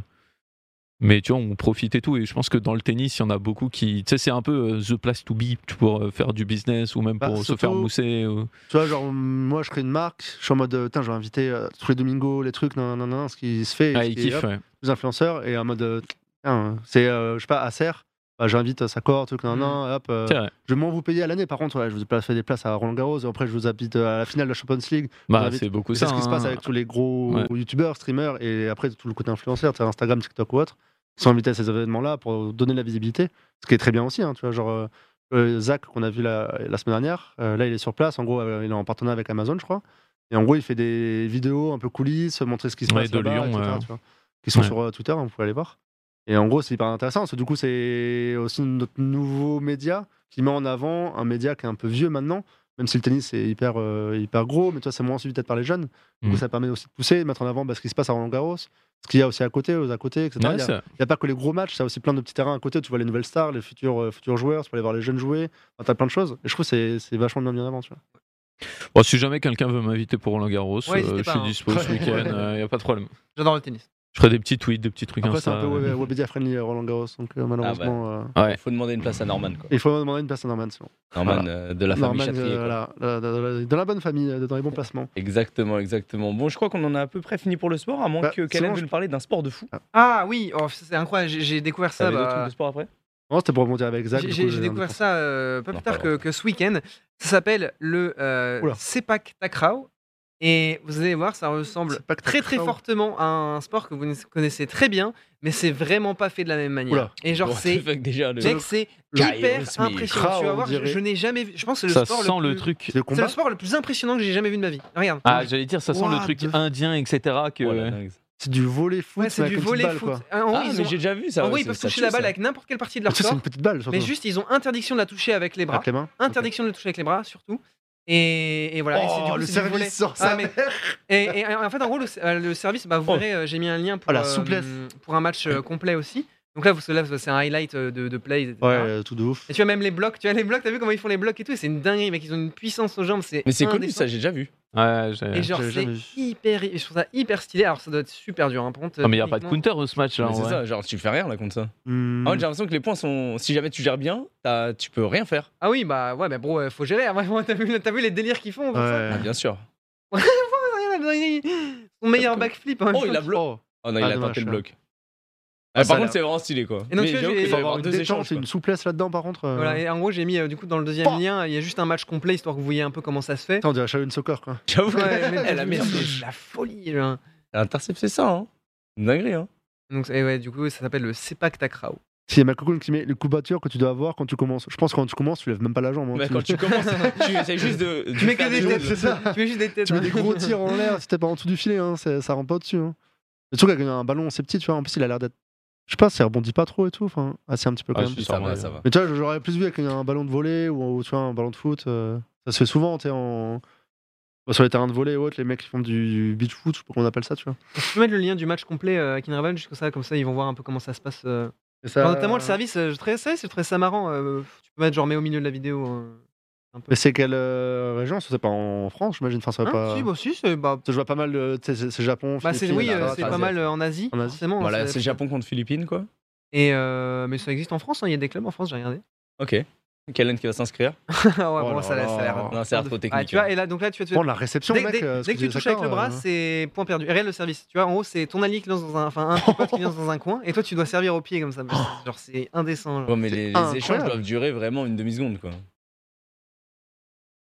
Mais tu vois, on profite et tout. Et je pense que dans le tennis, il y en a beaucoup qui. Tu sais, c'est un peu euh, the place to be tu- pour euh, faire du business ou même
Bah,
pour se
surtout-
faire mousser. ou-
Tu vois, genre, moi, je crée une marque, je suis en mode, euh, putain, je vais inviter euh, tous les domingos, les trucs, nan, nan, nan, ce qui se fait, et
Ah,
ce
il
qui est
kiffe,
hop, euh,
ouais.
les influenceurs, et en mode, euh, putain, c'est, euh, je sais pas, Acer, bah, j'invite euh, Sakor, truc, nan, nan, hop, euh,
C'est vrai.
je vais moins vous payer à l'année, par contre, ouais, je vous ai pas fait des places à Roland Garros, et après, je vous invite euh, à la finale de la Champions League.
Bah,
invite-
c'est beaucoup
Et
ça.
C'est ce qui se
hein.
passe avec tous les gros
Ouais.
youtubeurs, streamers, et après, tout le côté influenceur, tu sais, Instagram, TikTok ou autre, qui sont invités à ces événements-là pour donner de la visibilité, ce qui est très bien aussi, hein, tu vois, genre. euh, euh, Zach, qu'on a vu la, la semaine dernière, euh, là il est sur place. En gros, euh, il est en partenariat avec Amazon, je crois. Et en gros, il fait des vidéos un peu coulisses, montrer ce qui se
Ouais,
passe
de
là-bas,
Lyon,
etc.,
ouais.
tu vois, qui sont
Ouais.
sur euh, Twitter, hein, vous pouvez aller voir. Et en gros, c'est hyper intéressant. Parce que du coup, c'est aussi notre nouveau média qui met en avant un média qui est un peu vieux maintenant, même si le tennis est hyper, euh, hyper gros, mais tu vois, c'est moins suivi peut-être par les jeunes. Du coup,
Mm.
ça permet aussi de pousser, de mettre en avant bah, ce qui se passe à Roland Garros, ce qu'il y a aussi à côté, aux à côté, etc.
Ouais,
Il y a-
c'est-
il n'y a pas que les gros matchs, ça a aussi plein de petits terrains à côté. où Tu vois les nouvelles stars, les futurs, euh, futurs joueurs, tu peux aller voir les jeunes jouer. Enfin, t'as plein de choses. Et je trouve que c'est- c'est vachement bien mis en avant. Tu vois.
Bon, si jamais quelqu'un veut m'inviter pour Roland Garros,
Ouais, n'hésitez
euh, je
pas,
suis
hein.
dispo ce week-end, il n'y a pas de problème.
J'adore le tennis.
Je ferai des petits tweets, des petits trucs
Après, c'est
Insta,
un peu
ouais.
Web- Webedia friendly euh, Roland Garros. Donc,
Ah,
euh, malheureusement,
bah.
euh,
Ouais.
Faut demander une place à Norman, quoi.
il faut demander une place à Norman. Sinon.
Norman euh, de la famille
Norman,
Châtrier,
euh,
quoi.
voilà, la- la- la- la- dans la bonne famille, euh, dans les bons placements.
Exactement, exactement. Bon, je crois qu'on en a à peu près fini pour le sport, à moins
Bah,
que
sinon,
Caleb
je-
veuille nous parler d'un sport de fou.
Ah oui, oh, c'est incroyable, j'ai- j'ai découvert ça.
T'avais
bah,
d'autres trucs de sport après
Non, c'était pour rebondir avec Zach.
J'ai-
du
J'ai
coup,
j'ai
j'ai-
découvert ça euh, pas
Non,
plus tard
pas
que,
grave.
que ce week-end. Ça s'appelle le euh,
Oula.
Sepak Takraw. Et vous allez voir, ça ressemble
Sepak
très très
Takraw.
fortement à un sport que vous ne connaissez très bien, mais c'est vraiment pas fait de la même manière.
Oula.
Et genre,
What the
c'est
fuck, déjà le.
mec, c'est
le-
hyper
Kyle Smith.
impressionnant. Tu vas
Kraw,
voir,
on
je,
dirait.
je n'ai jamais vu. Je pense que c'est
Ça
le sport
sent le
plus-
truc.
C'est le
C'est
combat.
le sport le plus impressionnant que j'ai jamais vu de ma vie. Regarde.
Ah, j'allais dire, ça sent le
What
truc
the-
indien, etc. Que...
Oh, la dingue.
C'est du volley foot.
Ouais, c'est
mais
du
avec une
volley
petite balle,
foot.
quoi.
Ah, En gros,
Ah,
ils
mais
ont-
j'ai déjà vu ça.
en
ouais,
gros, ils
c'est-
peuvent
ça
toucher
tue,
la balle
ça.
avec n'importe quelle partie de
Ah,
leur
tu sais, C'est
corps,
une petite balle, surtout.
mais juste ils ont interdiction de la toucher avec les bras.
Avec les mains.
interdiction de le toucher avec les bras surtout. Et, et
Ok.
voilà. Et c'est du
Oh,
coup,
le
c'est du volet.
service sort
Ah,
ça.
mais- Et, et, euh, en fait, en gros, le, euh, le service, bah, vous
Oh.
verrez, euh, j'ai mis un lien pour,
Oh, la souplesse.
pour un match euh, complet aussi. Donc là, vous là, c'est un highlight euh, de, de play. etc.
Ouais, euh, tout de ouf.
Et tu vois même les blocs, tu vois les blocs, t'as vu comment ils font les blocs et tout, et c'est une dinguerie, mec, ils ont une puissance aux jambes, c'est.
Mais c'est connu,
indécent.
ça, j'ai déjà vu.
Ouais, j'ai-
Et genre,
J'avais
c'est
jamais vu.
hyper, je trouve ça hyper stylé. Alors ça doit être super dur, hein. Par contre,
Non, Ah, mais il n'y a pas de
techniquement-
counter au ce match. là,
Mais
en
C'est
vrai.
ça, genre, tu fais rien là contre ça.
Hmm.
En
Oh,
fait, j'ai l'impression que les points sont. Si jamais tu gères bien, t'as- tu peux rien faire.
Ah oui, bah ouais, mais bro, euh, faut gérer. hein. Vraiment, T'as vu, t'as vu les délires qu'ils font pour ça
Ah,
Ouais.
bien sûr.
Rien, la dinguerie. Son meilleur backflip. hein.
Oh, il a bloqué.
Oh,
Oh non, il
Ah,
a
dommage,
tenté le
ouais.
bloc.
Ah,
Ah,
ça
par
a
contre,
l'air-
c'est vraiment stylé quoi.
Et donc, tu
j'avoue
vois, j'ai-
qu'il
Il
va
faut
y
avoir
avoir
une
deux échanges.
détente et une souplesse là-dedans, par contre. euh,
Voilà, et en gros, j'ai mis euh, du coup dans le deuxième
Oh.
lien, il y a juste un match complet histoire que vous voyez un peu comment ça se fait.
Putain, on dirait Shaolin Soccer, quoi.
quoi. J'avoue
Ouais, mais-
elle a
mais
merde.
c'est de la folie. là.
Intercept, c'est ça, hein. Une Dinguerie, hein.
Donc, et ouais, du coup, ça s'appelle le Sepak Takraw.
Si y a ma cocoon qui met le coup batteur que tu dois avoir quand tu commences. Je pense que quand tu commences, tu lèves même pas la jambe. hein.
Mais quand tu commences, tu essayes juste de. de
Tu mets que
faire
des
choses.
têtes,
c'est ça.
Tu mets juste des têtes.
Tu mets
hein.
des gros tirs en l'air, si t'es pas en dessous du filet, hein, c'est- ça rentre pas au-dessus. hein. Le truc avec un ballon, c'est petit, tu vois. En plus, il a l'air d'être. Je sais pas, ça rebondit pas trop et tout. Enfin, assez un petit peu quand
Ah,
même.
si,
Ça va, ça va.
Mais tu vois, j'aurais plus vu avec un ballon de volet ou, ou, tu vois, un ballon de foot. euh, Ça se fait souvent, tu sais, en. bah, sur les terrains de volet ou autre, les mecs qui font du beach foot, je sais pas comment on appelle ça, tu vois.
Je peux mettre le lien du match complet euh, à Kinraven, juste comme ça, comme ça, ils vont voir un peu comment ça se passe. euh.
Et ça-
Enfin, notamment le service, euh, je trouvais ça, je trouvais ça marrant. euh, tu peux mettre genre, mais au milieu de la vidéo. euh, un peu.
Mais c'est quelle euh, région Ça, C'est pas en France, j'imagine. Enfin, ça va
Hein
pas.
Si, bah, si, c'est. Bah,
Je vois pas mal de. tu sais, C'est c'est Japon,
bah, c'est-
Philippines,
oui,
là,
euh,
là,
c'est
t'as
pas
Asie.
mal euh, en Asie.
En Asie.
forcément,
Voilà,
c'est-
c'est Japon contre Philippines, quoi.
Et, euh, mais ça existe en France, hein, il y a des clubs en France, j'ai regardé.
Ok. Kellen qui va s'inscrire.
Ah ouais,
Oh
bon,
là
ça, a l'air- ça a l'air.
là.
Non, c'est
hard de-
arthro-technique,
Ah, tu vois,
hein.
et là, donc là, tu vas te
Prendre la réception,
Dès,
mec.
dès-
euh, ce
dès que tu
disait
touches avec le
Sakor,
bras,
euh,
c'est point perdu. Et Regarde le service. Tu vois, en gros, c'est ton allié qui lance dans un, enfin, un petit pote qui lance dans un coin, et toi, tu dois servir au pied comme ça. Genre, c'est indécent.
Ouais,
genre.
mais
C'est
les, les
incroyable.
échanges doivent durer vraiment une demi-seconde, quoi.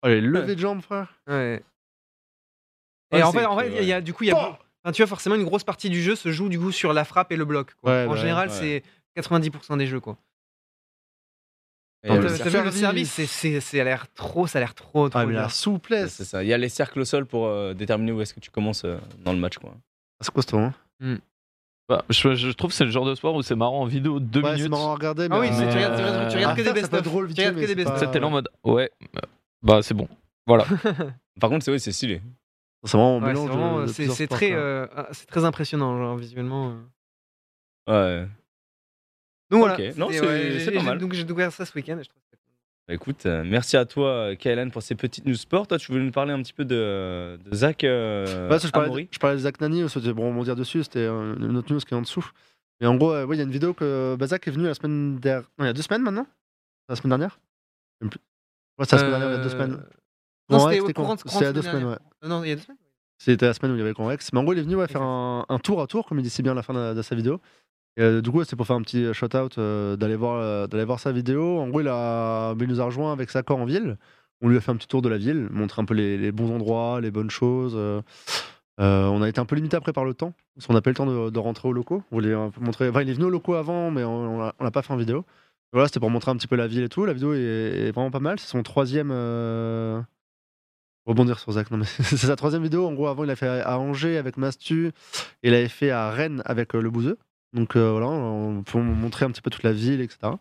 Oh, Allez, lever de jambe, frère.
Ouais. Et
Ouais,
en
c'est
fait, en
que,
fait, il y a- du coup, il y a.
Bon.
enfin, tu vois, forcément, une grosse partie du jeu se joue du coup sur la frappe et le bloc. quoi.
Ouais,
en
bah ouais,
général,
ouais.
c'est 90% des jeux, quoi.
Et
Attends,
le
T'as-
le
t'as vu le
service.
service, c'est, c'est- c'est- ça a l'air trop, ça a l'air trop, trop
Ah, mais
bien.
la
Ouais,
souplesse
C'est ça. Il y a les cercles au sol pour euh, déterminer où est-ce que tu commences euh, dans le match. Quoi.
C'est costaud, hein
Bah, je, je trouve que c'est le genre de sport où c'est marrant en vidéo deux
Ouais, c'est
minutes.
marrant à regarder, mais...
Ah oui, c'est-
tu regardes- tu
regardes- tu regardes que des
Ah, ça, ça peut
best-of.
être drôle,
Tu
vite
regardes que
fait, mais
des
c'est
best-of.
pas-
Ça, t'es là en mode ouais, euh, bah c'est bon. Voilà.
Par contre, c'est ouais, c'est stylé.
C'est vraiment un
Ouais, c'est
mélange
vraiment,
de
c'est-
plusieurs
c'est
sports,
très,
quoi.
euh, ah, c'est très impressionnant, genre, visuellement. euh.
Ouais.
Donc
Ok,
voilà.
non,
c'était-
c'est-
ouais,
c'est
j'ai-
pas
j'ai-
mal.
Donc j'ai découvert ça ce week-end. et je trouve ça cool.
Bah, écoute, euh, merci à toi, Kaelan, pour ces petites news sport. Toi, tu voulais nous parler un petit peu de, de Zach euh,
Ouais, ça, je, parlais,
Amaury.
je parlais de Zach Nani, parce que, bon, on va dire dessus, c'était euh, une autre news qui est en dessous. Mais en gros, euh, ouais, il y a une vidéo que bah, Zach est venu la semaine dernière. Non, il y a deux semaines maintenant La semaine dernière Je sais plus. Ouais, c'est la semaine dernière, il y a deux
Euh,
semaines.
Non,
Bon, ouais,
c'était au
con.
courant
C'était il y a deux semaines, ouais.
ouais. Non, il y a deux semaines.
C'était la semaine où il y avait le Convex. Mais en gros, il est venu ouais, faire un, un tour à tour, comme il dit si bien à la fin de, de sa vidéo. Et, euh, du coup, c'est pour faire un petit shout-out euh, d'aller voir, euh, d'aller voir sa vidéo. En gros, il, a, bah, il nous a rejoint avec sa corps en ville. On lui a fait un petit tour de la ville, montrer un peu les, les bons endroits, les bonnes choses. euh. Euh, on a été un peu limité après par le temps, parce qu'on n'a pas eu le temps de, de rentrer aux locaux. On voulait un peu montrer. Enfin, il est venu aux locaux avant, mais on on n'a pas fait en vidéo. Voilà, c'était pour montrer un petit peu la ville et tout. La vidéo est, est vraiment pas mal. C'est son troisième. euh, Rebondir sur Zach, non mais c'est sa troisième vidéo. En gros, avant, il a fait à Angers avec Mastu. Il avait fait à Rennes avec euh, Le Bouzeux. Donc euh, voilà, on peut montrer un petit peu toute la ville, etc.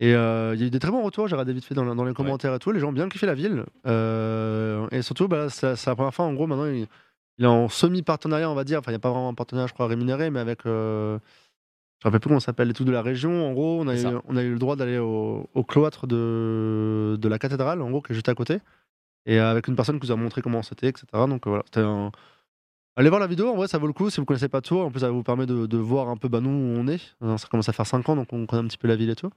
Et euh, il y a eu des très bons retours, j'ai regardé vite fait dans, la- dans les commentaires et tout. Les gens ont bien kiffé la ville. Euh, et surtout, bah, c'est c'est la première fois, en gros, maintenant, il, il est en semi-partenariat, on va dire. Enfin, il n'y a pas vraiment un partenariat, je crois, rémunéré, mais avec. euh, je ne rappelle plus comment ça s'appelle, les trucs de la région. En gros, on a, eu,
C'est ça.
on a eu le droit d'aller au, au cloître de, de la cathédrale, en gros, qui est juste à côté. Et euh, avec une personne qui nous a montré comment c'était, etc. Donc euh, voilà, c'était un. Allez voir la vidéo, en vrai ça vaut le coup si vous connaissez pas tout. En plus, ça vous permet de, de voir un peu bah, nous où on est. Euh, Ça commence à faire 5 ans, donc on connaît un petit peu la ville et tout.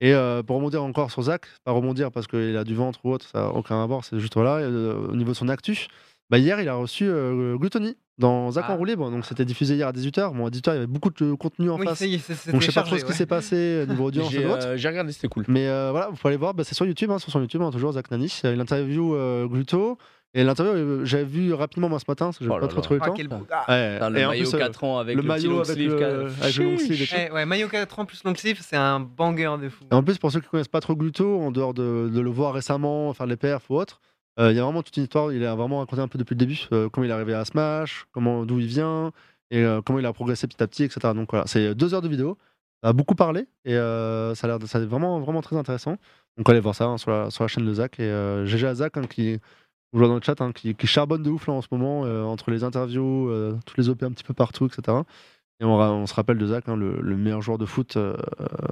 Et euh, pour rebondir encore sur Zach, pas rebondir parce qu'il a du ventre ou autre, ça n'a aucun rapport, c'est juste voilà. euh, au niveau de son actu, bah, hier il a reçu euh, Gluttony dans Zach
Ah.
en roue libre. Donc c'était diffusé hier à 18h. Bon, à 18h il y avait beaucoup de contenu en
Oui,
face.
ça y est, c'est- c'était
Donc je sais pas trop
chargé,
ce qui
ouais.
s'est passé euh, niveau audience et
J'ai
autres.
euh, j'ai regardé, c'était cool.
Mais euh, voilà, vous pouvez aller voir, bah, c'est sur YouTube, hein, sur son YouTube, hein, toujours Zach Nani. Euh, Il interview euh, Gluto. Et l'interview, euh, j'avais vu rapidement moi ce matin, parce que j'ai
Oh
pas
là
trop
là.
trouvé le
Ah,
temps.
quel beau- ah,
Ouais,
Putain, le
et en
maillot
plus, euh,
4 ans avec le,
le
petit
maillot
long
avec
sleeve,
le- euh,
quatre-
avec le long sleeve et
Chiche.
tout.
Eh, ouais, maillot 4 ans plus long sleeve, c'est un banger de fou.
Et en plus, pour ceux qui connaissent pas trop Gluto, en dehors de, de le voir récemment, faire les perfs ou autre, euh, il y a vraiment toute une histoire. Il a vraiment raconté un peu depuis le début euh, comment il est arrivé à Smash, comment d'où il vient et euh, comment il a progressé petit à petit, etc. Donc voilà, c'est deux heures de vidéo. Ça a beaucoup parlé et euh, ça a l'air de- ça a vraiment, vraiment très intéressant. Donc allez voir ça hein, sur, la, sur la chaîne de Zach et euh, GG à Zach hein, qui on le voit dans le chat hein, qui, qui charbonne de ouf là en ce moment euh, entre les interviews, euh, toutes les OP un petit peu partout, etc. Et on, ra- on se rappelle de Zach, hein, le, le meilleur joueur de foot euh,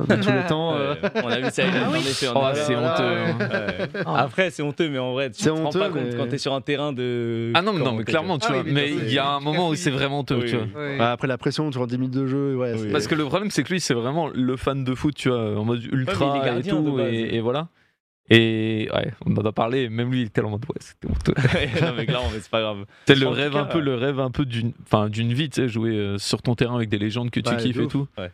de tous les temps. euh,
Ouais, on a vu ça, il a
Ah
dans
oui.
les faits, on
Oh,
a vu
c'est
ça.
honteux. hein.
Ouais.
Ah,
Après, c'est honteux, mais en vrai, tu
C'est
te rends pas
honteux,
compte
mais-
quand t'es sur un terrain de.
Ah non, mais, non,
Comment
mais
t'es-
clairement, tu
Ah oui, mais
vois. Mais
bien
il y
sûr.
a un moment où c'est vraiment honteux,
Oui,
tu vois.
oui.
Ouais.
Bah, après la pression, tu rentres 10 minutes de jeu, ouais.
Oui.
c'est-
Parce que le problème, c'est que lui, c'est vraiment le fan de foot, tu vois, en mode
Ouais, mais il est
ultra et
gardien de
tout,
base.
et, et voilà. Et ouais, on en a parlé, même lui, il était en mode ouais, c'était honteux.
non, mais clairement, mais c'est pas grave.
C'est le
En tout
rêve
cas,
un peu,
euh,
le rêve un peu d'une, enfin, d'une vie, tu sais, jouer euh, sur ton terrain avec des légendes que tu
Ouais,
kiffes
de
et
ouf.
tout.
Ouais.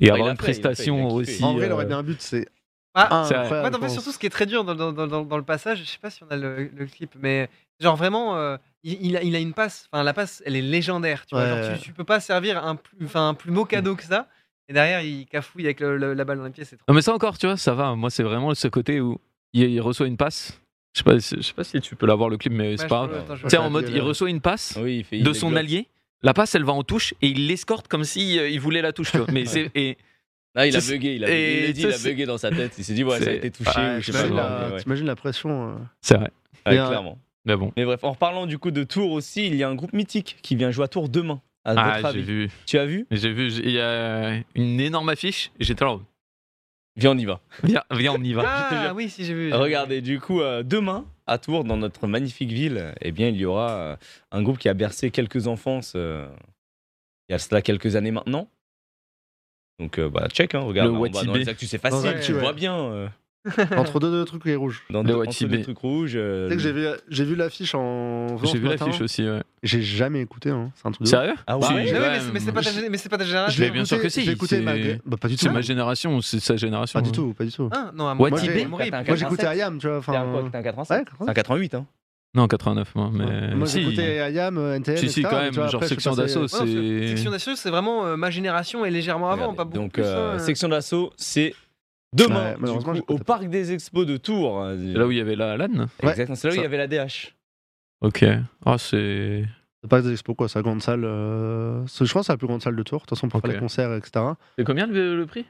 Et
Ah, il
avoir
a
une
fait, il a fait, il a
prestation
kiffé.
aussi.
en vrai, il
euh,
aurait bien un but, c'est.
Ah,
c'est
incroyable,
Ouais, non, mais
je pense.
surtout, ce qui est très dur dans, dans- dans- dans- dans le passage, je sais pas si on a le, le clip, mais genre vraiment, euh, il, il a, il a une passe, enfin la passe, elle est légendaire. Tu, vois,
Ouais.
genre, tu, tu peux pas servir un plus, enfin, un plus beau cadeau que ça, et derrière, il cafouille avec le- le- la balle dans les pieds, c'est trop.
Non, Ah, mais ça encore, tu vois, ça va. Moi, c'est vraiment ce côté où il, il reçoit une passe. Je sais pas, si- je sais pas si tu peux l'avoir le clip, mais c'est
Ouais,
pas
je-
grave.
attends, je-
Tu sais,
Ouais,
en mode,
il
il
a-
reçoit une passe
Ah Oui, il fait- il
de
les
son
bloque.
allié. La passe, elle va en touche et il l'escorte comme si euh, il voulait la touche. tu vois. Mais c'est et
Ah, il a
C'est-
bugué, il a bugué. Il
et
l'a dit, il a
ça, c'est-
bugué dans sa tête. Il s'est dit, ouais, ça a
C'est-
été touché
Ah,
ou je sais pas
T'imagines
j'imagine
quoi.
la,
mais ouais.
t'imagines la pression. euh.
c'est vrai.
Ouais,
Et un-
clairement.
Mais bon.
Mais bref, en reparlant du coup de Tours aussi, il y a un groupe mythique qui vient jouer à Tours demain. À votre
Ah, j'ai
avis.
vu.
Tu as vu
J'ai vu, j'ai- il y a une énorme affiche et j'étais là. oh,
Viens, on y va.
Viens, viens, on y va.
je te
Ah
jure.
oui, si j'ai vu. j'ai vu.
Regardez, du coup, euh, demain, à Tours, dans notre magnifique ville, euh, eh bien, il y aura euh, un groupe qui a bercé quelques enfances euh, il y a cela quelques années maintenant. Donc, euh, bah, check, hein, regarde.
Le
on va dans
Watibé.
les actus, c'est
Dans
facile,
les
tu
actus,
vois
ouais.
bien. euh,
Entre deux, deux trucs, il est rouge.
dans
Le
deux, entre
Watibé.
les trucs rouges. euh,
Tu sais que j'ai vu, j'ai vu l'affiche en. venant
J'ai
ce
vu
matin.
l'affiche aussi. Ouais.
J'ai jamais écouté, hein. c'est un truc de. ouf.
Sérieux
Ah
Bah,
ouais
Ah
j'ai-
oui,
ouais,
mais c'est- mais c'est
mais
pas, ta
je-
gé- mais c'est pas ta
Je
génération.
l'ai
Mais bien
écouté-
sûr que si,
J'ai écouté
c'est-
malgré. Bah, pas du tout.
C'est ma génération, c'est sa génération.
Pas Ah, du tout, pas du tout.
Hein non, à
Moi,
mon-
j'ai-
à mon rythme.
T'as un
Moi
quatre-vingt-sept.
j'écoutais Ayam, tu vois. Enfin...
T'es un quoi T'es un 87
Ouais,
C'est un 88, hein
Non, 89, moi. Mais...
Moi,
si,
j'écoutais IAM, euh, NTM.
si, si,
etc.,
quand
mais
même,
tu vois,
genre
après, je suis
section
passé-
d'assaut,
ouais,
parce que
c'est.
Section d'assaut, c'est vraiment euh, ma génération et légèrement avant,
Regardez.
pas beaucoup
Donc,
plus.
euh,
hein.
section d'assaut, c'est demain
Ouais, malheureusement,
du coup,
j'écoutais
au
pas.
parc des expos de Tours. euh,
C'est Là où il y avait la LAN
Ouais,
Exactement, c'est là où
ça.
il y avait la DH.
Ok. Ah, c'est.
C'est pas des expos, quoi. C'est la grande salle. euh, c'est- Je crois que c'est la plus grande salle de tour. De toute façon, pour
Ok.
faire les concerts, etc.
C'est combien le, le prix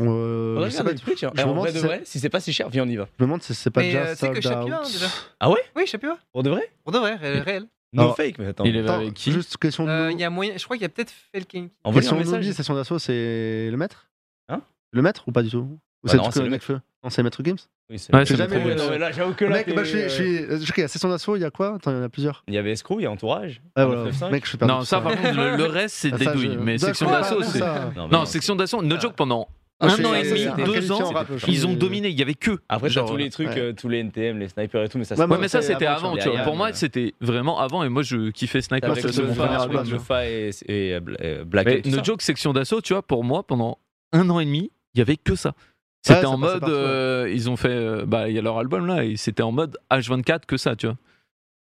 Euh,
Faudrait
je, sais
regarder
pas,
le prix, tiens.
je
Eh,
me
en
demande
vrai
si
de
c'est-
vrai, si c'est pas si cher, viens, on y va.
je me demande si c'est pas
Mais, euh,
déjà
tu sais que
sold
Shapiro,
out.
déjà. Oui, je sais plus. ouais.
Pour de vrai
Pour de vrai, ré- réel.
No
Alors,
fake, mais attends.
Il est
Attends,
avec qui
Juste question de.
Euh,
nous-
il y a moyen, je crois qu'il y a peut-être Felking.
Envoyez un
Question de
message.
Noobie, session d'assaut, c'est le maître
Hein
Le maître ou pas du tout Ou
Bah
c'est
non,
du
c'est le
coup, Nekfeu Non, c'est Maître Gims
Oui, c'est-
Ouais,
J'ai
c'est
jamais vu.
le problème.
non, mais là, j'avoue que là,
Mec,
t'es-
bah, je suis. Je suis... euh, ok, la session d'assaut, il y a quoi Attends, il y en a plusieurs.
Il y avait Escrow, il y a Entourage.
Ah,
995.
voilà. Mec, je suis perdu.
Non, ça, par contre, le, le reste, c'est
Ah,
des
ça,
douilles.
je-
Mais
D'accord,
section
ah,
d'assaut,
tout
c'est.
ça.
mais
Non, section d'assaut, no joke, pendant
Ah,
un
c'est-
an et
c'est-
demi,
c'est un
deux
qualifiant
ans,
rap, je
ils ont
crois.
dominé, il y avait que.
Après, t'as
Genre,
tous les trucs,
ouais.
euh, tous les NTM, les snipers et tout, mais ça
Ouais,
se
Ouais,
Ah, Non,
mais ça,
c'est
c'était
avant,
avant,
les
tu vois.
Ayam,
Pour moi,
euh.
c'était vraiment avant, et moi, je kiffais Sniper,
Avec
c'est
c'était
le
mon
premier
premier
album,
album.
ouais.
Mufa et, et, euh, Bla- euh, Black
Mais
et tout
No
ça.
Joke Section d'Assaut, tu vois, pour moi, pendant un an et demi, il y avait que ça. C'était
ça
en
passait
mode,
partout, ouais.
euh, ils ont fait, euh, bah, il y a leur album là, et c'était en mode H24 que ça, tu vois.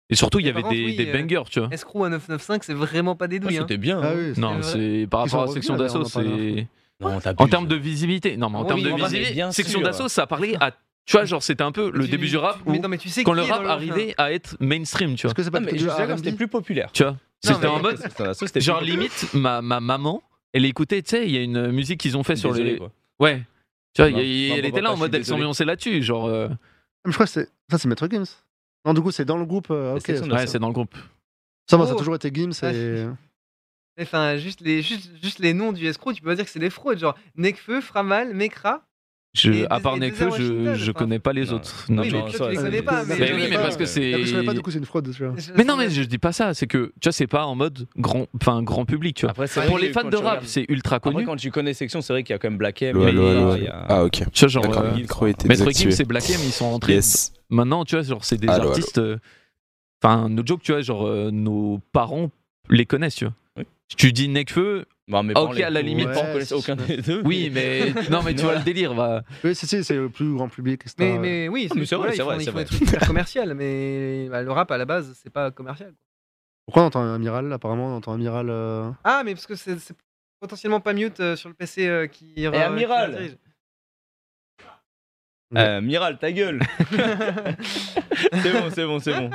Et surtout, il y
Et par
avait
contre,
des,
oui,
des
euh,
bangers, tu vois.
Escrew à 995, c'est vraiment pas des
Ah,
douilles. hein.
C'était bien.
Ah
hein.
oui, c'est-
Non,
vrai.
c'est par
Ils sont
rapport à
revenus,
Section
là, d'ailleurs,
d'Assaut,
on en parlait la
c'est.
Non, t'abuses.
En termes de visibilité, non, mais en
Oui,
termes de
mais
bien
visibilité, Section
sûr.
d'Assaut, ça parlait à. Tu vois, genre, c'était un peu le
Tu-
début du rap
tu-
où,
mais non, mais tu sais
quand
qui
le
est
rap
dans hein.
arrivait à être mainstream, tu vois.
Est-ce que c'est
Ah,
pas
mais
plutôt
je
du
suis d'accord, c'était
R&B
plus populaire.
Tu vois,
Non,
c'était
mais-
en mode,
Section d'assaut, c'était
genre
plus
limite, ma, ma maman, elle écoutait, tu sais, il y a une musique qu'ils ont fait sur
Désolé,
les.
quoi.
Ouais. Tu vois, il y
Non,
a- il-
non,
elle
pourquoi
était là
pas,
en
je
mode,
suis
elle
désolé.
s'ambiançait là-dessus, genre. euh,
Mais Je crois que c'est. Ça, c'est Maître Gims. Non, du coup, c'est dans le groupe. euh, ok.
section
Ouais, c'est dans le groupe.
Ça, moi, ça
Oh.
a toujours été Gims et.
Ouais. Enfin, juste les, juste, juste les noms du escroc, tu peux pas dire que c'est des fraudes. Genre Nekfeu, Framal, Mekra.
Je,
Et
à
des-
part
et des
Nekfeu, je,
Washington,
je
enfin.
connais pas les
Non.
autres.
Non,
No
oui,
joke.
mais tu vois, tu les
ça,
connais
c'est-
pas.
mais
Mais,
Mais
je
Ben oui,
connais
mais
pas,
parce que
ouais.
c'est.
Ah, mais je savais pas, du coup, c'est une fraude. tu vois.
Mais non, mais je dis pas ça, c'est que, tu vois, c'est pas en mode grand, enfin, grand public, tu vois.
Après, c'est
Pour
vrai
les
que
fans
Ah, quand
de
tu
rap,
regardes- Ah,
c'est ultra
Après,
connu.
quand tu connais section, c'est vrai qu'il y a quand même Black M. il y
Allô, allô,
a-
allô,
il y
allô.
a-
Ah, ok.
Tu vois, genre,
D'accord,
euh,
le micro était
Maître Kim,
désactivé.
c'est Black M, ils sont rentrés.
Yes.
Maintenant, tu vois, genre, c'est des
Allô, allô.
artistes. euh, Enfin, no joke, tu vois, genre, euh, nos parents les connaissent, tu vois.
Oui.
Tu dis Nekfeu,
Bah, mais
Ah,
bon,
ok,
les-
à la limite,
on connaissait
c'est-
aucun des deux.
oui, mais. Non, mais tu vois le délire, va.
Oui, si, si, c'est le plus grand public, etc.
Mais, mais oui,
Ah, mais c'est vrai,
voilà,
c'est
ils font-
vrai,
ils
c'est
font
vrai.
des trucs hyper commerciaux, mais bah, le rap à la base, c'est pas commercial.
Pourquoi on entend Amiral là, Apparemment, on entend Amiral. euh,
Ah, mais parce que c'est c'est potentiellement pas mute euh, sur le PC euh, qui. Et
Amiral Euh, Miral, ta gueule C'est bon, c'est bon, c'est bon.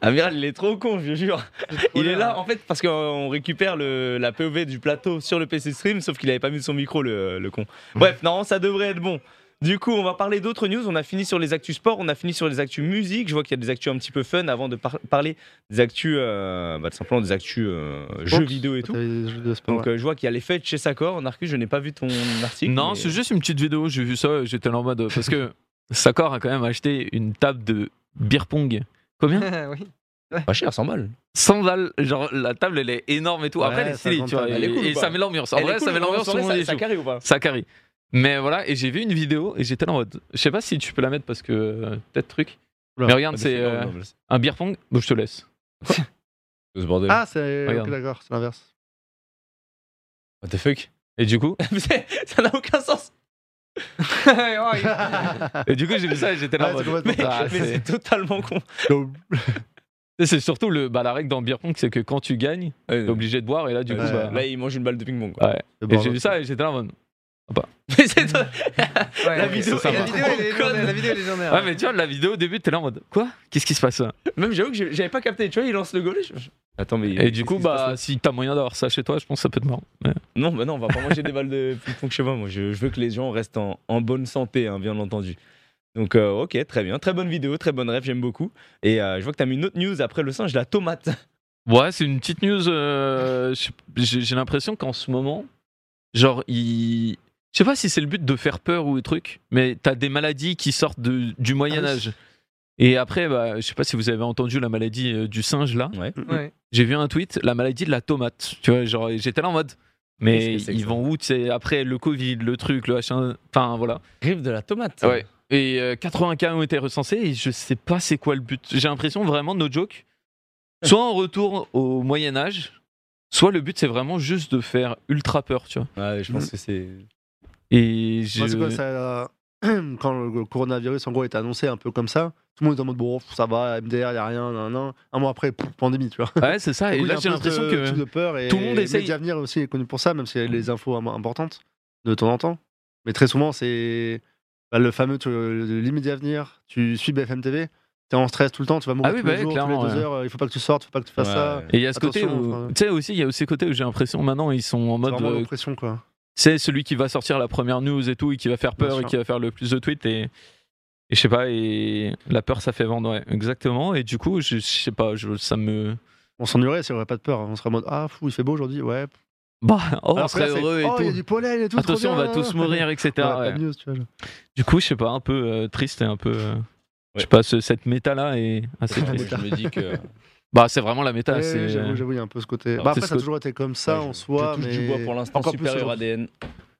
Amiral, il est trop con, je jure. Il est
hein.
là, en fait, parce qu'on récupère le, la POV du plateau sur le PC Stream, sauf qu'il avait pas mis son micro, le, le con. Bref, non, ça devrait être bon. Du coup, on va parler d'autres news. On a fini sur les actus sport, on a fini sur les actus musique. Je vois qu'il y a des actus un petit peu fun avant de par- parler des actus, euh, bah, tout simplement des actus euh, jeux
Oups,
vidéo et tout.
des jeux de sport,
Donc,
ouais.
euh, je vois qu'il y a les fêtes chez Sakor. Narcus, je n'ai pas vu ton article.
Non,
mais-
c'est juste une petite vidéo, j'ai vu ça, euh, j'étais là en mode. euh, Parce que Sakor a quand même acheté une table de beer pong. Combien
oui.
Pas cher, 100 balles.
100 balles, genre la table elle est énorme et tout. Après
Ouais,
elle est
ça
stylée,
compte
tu vois.
pas.
Et,
Elle est cool ou
et ça
pas
met l'ambiance. En vrai, ça met l'ambiance, tout le monde y
ça
joue.
carré ou pas
Ça carie. Mais voilà, et j'ai vu une vidéo et j'étais là en mode. Je sais pas si tu peux la mettre parce que. euh, Peut-être truc.
Oula.
Mais
Ah,
regarde, c'est euh, un beer pong. Bon, je te laisse.
Ce bordel.
Ah, c'est.
euh, Regarde.
Ok, d'accord, c'est l'inverse.
What the fuck
Et du coup,
Ça n'a aucun sens.
Oh, il-
et du coup j'ai vu ça et j'étais
Ouais,
là en
c'est
mode.
complètement
Ah,
mais
c'est-
c'est totalement con.
Et C'est surtout le, bah, la règle dans le beer pong, c'est que quand tu gagnes, t'es obligé de boire et là du
Ouais,
coup.
c'est-
bah,
Là, il mange une balle de ping-pong. quoi.
ouais. Et j'ai vu ça et j'étais là en mode.
Mais c'est to-
Ouais,
La
ouais,
vidéo,
c'est ça.
elle
la
est
vidéo, elle est
conne.
légendaire. La vidéo est légendaire.
Ouais, mais tu vois, la vidéo au début, t'es là en mode quoi Qu'est-ce qui se passe là
Même j'avoue que j'ai- j'avais pas capté. Tu vois, il lance le goal. je- je- Attends, mais.
Et du
qu'est-ce
coup,
qui se passe,
bah,
là
si t'as moyen d'avoir ça chez toi, je pense que ça peut être marrant. Ouais.
Non, bah non, on va pas manger des balles de ping-pong chez moi. Moi, je, je veux que les gens restent en, en bonne santé, hein, bien entendu. Donc, euh, ok, très bien. Très bonne vidéo, très bonne rêve, j'aime beaucoup. Et euh, je vois que t'as mis une autre news après le singe, la tomate.
Ouais, c'est une petite news. euh, je- J'ai j'ai l'impression qu'en ce moment, genre, il. Je sais pas si c'est le but de faire peur ou des trucs, mais t'as des maladies qui sortent de-
Ah
du Moyen-Âge. Et après, bah, je sais pas si vous avez entendu la maladie euh, du singe là.
Ouais.
J'ai vu un tweet, la maladie de la tomate. Tu vois, genre, et j'étais là en mode.
Qu'est-ce
Mais
que c'est que
ils
ça
vont où, tu sais, après le Covid, le truc, le H1. Enfin, voilà.
Griffe de la tomate.
Ouais. Et euh, 80 cas ont été recensés et je sais pas c'est quoi le but. J'ai l'impression vraiment, no joke, soit on retourne au Moyen-Âge, soit le but c'est vraiment juste de faire ultra peur, tu vois.
Ouais, je pense que c'est.
Et je...
Moi, c'est quoi ça euh, quand le coronavirus en gros est annoncé un peu comme ça, tout le monde est en mode bon, pff, ça va, MDR, y a rien, nan, nan. un mois après, pff, pandémie, tu vois.
Ouais, c'est ça. Ah, Et
Oui, il y a
là,
un
j'ai
peu
l'impression
ce truc
que.
de peur et
tout le monde essaye- Mmh.
Les Avenir aussi est connu pour ça, même s'il y a les infos im- importantes de temps en temps. Mais très souvent, c'est bah, le fameux tu- le- l'immédiat avenir. Tu suis BFM TV, t'es en stress tout le temps, tu vas mourir
Ah oui,
tous
bah
les
oui,
jours, tous les
clairement,
deux
ouais.
heures. euh, Il faut pas que tu sortes, il faut pas que tu fasses ça.
Et il y a ce côté
Attention,
où.
enfin.
Tu sais aussi, il y a aussi ce côté où j'ai l'impression maintenant, ils sont en
C'est
mode.
vraiment
euh,
l'oppression, quoi.
C'est celui qui va sortir la première news et tout, et qui va faire
Bien
peur, et
sûr.
qui va faire le plus de tweets, et, et je sais pas, et la peur, ça fait vendre, ouais, exactement, et du coup, je, je sais pas, je- ça me...
On s'ennuierait si on avait pas de peur. On serait en mode ah fou, il fait beau aujourd'hui, ouais.
Bah, oh, on
Alors que là,
serait
c'est,
heureux et
oh, il y a
tout.
du pollen et tout. trop
Attention, on
bien,
va
là.
tous mourir, etc.
On a pas
ouais.
de news, tu vois. là.
Bah, Du coup, je sais pas, un peu euh, triste et un peu... euh, Je
Ouais.
sais pas, ce- cette méta-là est assez
Ouais,
Moi,
triste.
je me dis que
Bah, c'est vraiment la méta,
Ouais,
c'est... euh,
J'avoue, j'avoue, il y a un peu ce côté.
Alors,
Bah,
c'est
après,
ce
ça a
côté-
toujours été comme ça
Ouais,
en
je-
soi.
je touche du
mais
bois pour l'instant,
encore plus
supérieur
aujourd'hui.
ADN.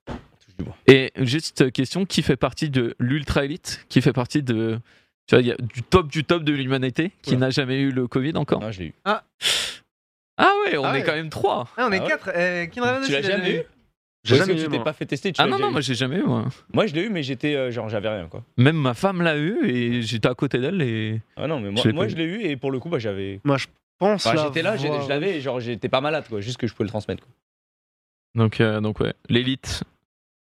Je touche du bois.
Et juste euh, question, qui fait partie de l'ultra-élite, qui fait partie de... Tu vois, il y a du top du top de l'humanité, qui
Oula.
n'a jamais eu le Covid encore.
Ah, je l'ai eu.
Ah ouais, on
Ah
est
ouais.
quand même trois
Ah, on est
Ah ouais
quatre. euh, Kindred Anonymous,
Tu l'as
il euh, l'a
jamais eu
J'ai
Parce que
jamais eu,
tu t'es
moi.
pas fait tester. tu
Ah
l'as
non,
déjà
non,
eu.
moi j'ai jamais eu, moi.
Moi, je l'ai eu, mais j'étais euh, genre, j'avais rien, quoi.
Même ma femme l'a eu et j'étais à côté d'elle et.
Ah non, mais moi,
Je l'ai
moi,
pas
je l'ai eu, et pour le coup, bah, j'avais.
Moi, je pense.
Bah,
Enfin, j'étais là, j'ai-
l'avoir-
je l'avais, et genre, j'étais pas malade, quoi. Juste que je pouvais le transmettre. quoi.
Donc, euh, donc ouais, l'élite.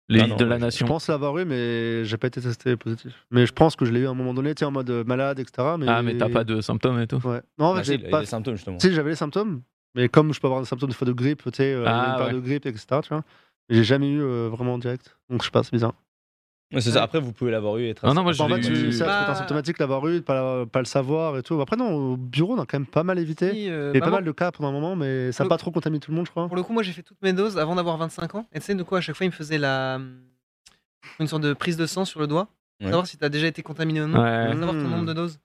L'élite
Ah non,
de la
je-
Je
nation.
pense l'avoir eu, mais j'ai pas été testé positif. Mais je pense que je l'ai eu à un moment donné, tu sais, en mode euh, malade, etc. Mais...
Ah, mais t'as pas de symptômes et tout.
Ouais. Non, en fait,
Ah, si,
j'ai
il y a
pas.
des symptômes, justement.
Si, j'avais les symptômes, mais comme je peux avoir des symptômes des fois de grippe, tu sais, euh,
Ah,
une période de grippe, etc. Tu vois, j'ai jamais eu euh, vraiment en direct. Donc je sais pas, c'est bizarre.
Ouais, c'est ça. Après, vous pouvez l'avoir eu et être
Ah non, moi,
assez-
je
en fait,
l'ai
c'est
eu-
c'est ça,
Bah-
être symptomatique, l'avoir eu, pas, la- pas le savoir et tout. Après, non, au bureau, on a quand même pas mal évité.
Oui, euh,
Il y a pas
maman,
mal de cas pendant un moment, mais ça n'a
Le-
pas trop contaminé tout le monde, je crois.
Pour le coup, moi j'ai fait toutes mes doses avant d'avoir 25 ans. Et tu sais, de quoi à chaque fois il me faisait la... une sorte de prise de sang sur le doigt. pour
Ouais.
Savoir si t'as déjà été contaminé ou non.
Ouais.
Pour savoir ton
Hmm.
nombre de doses.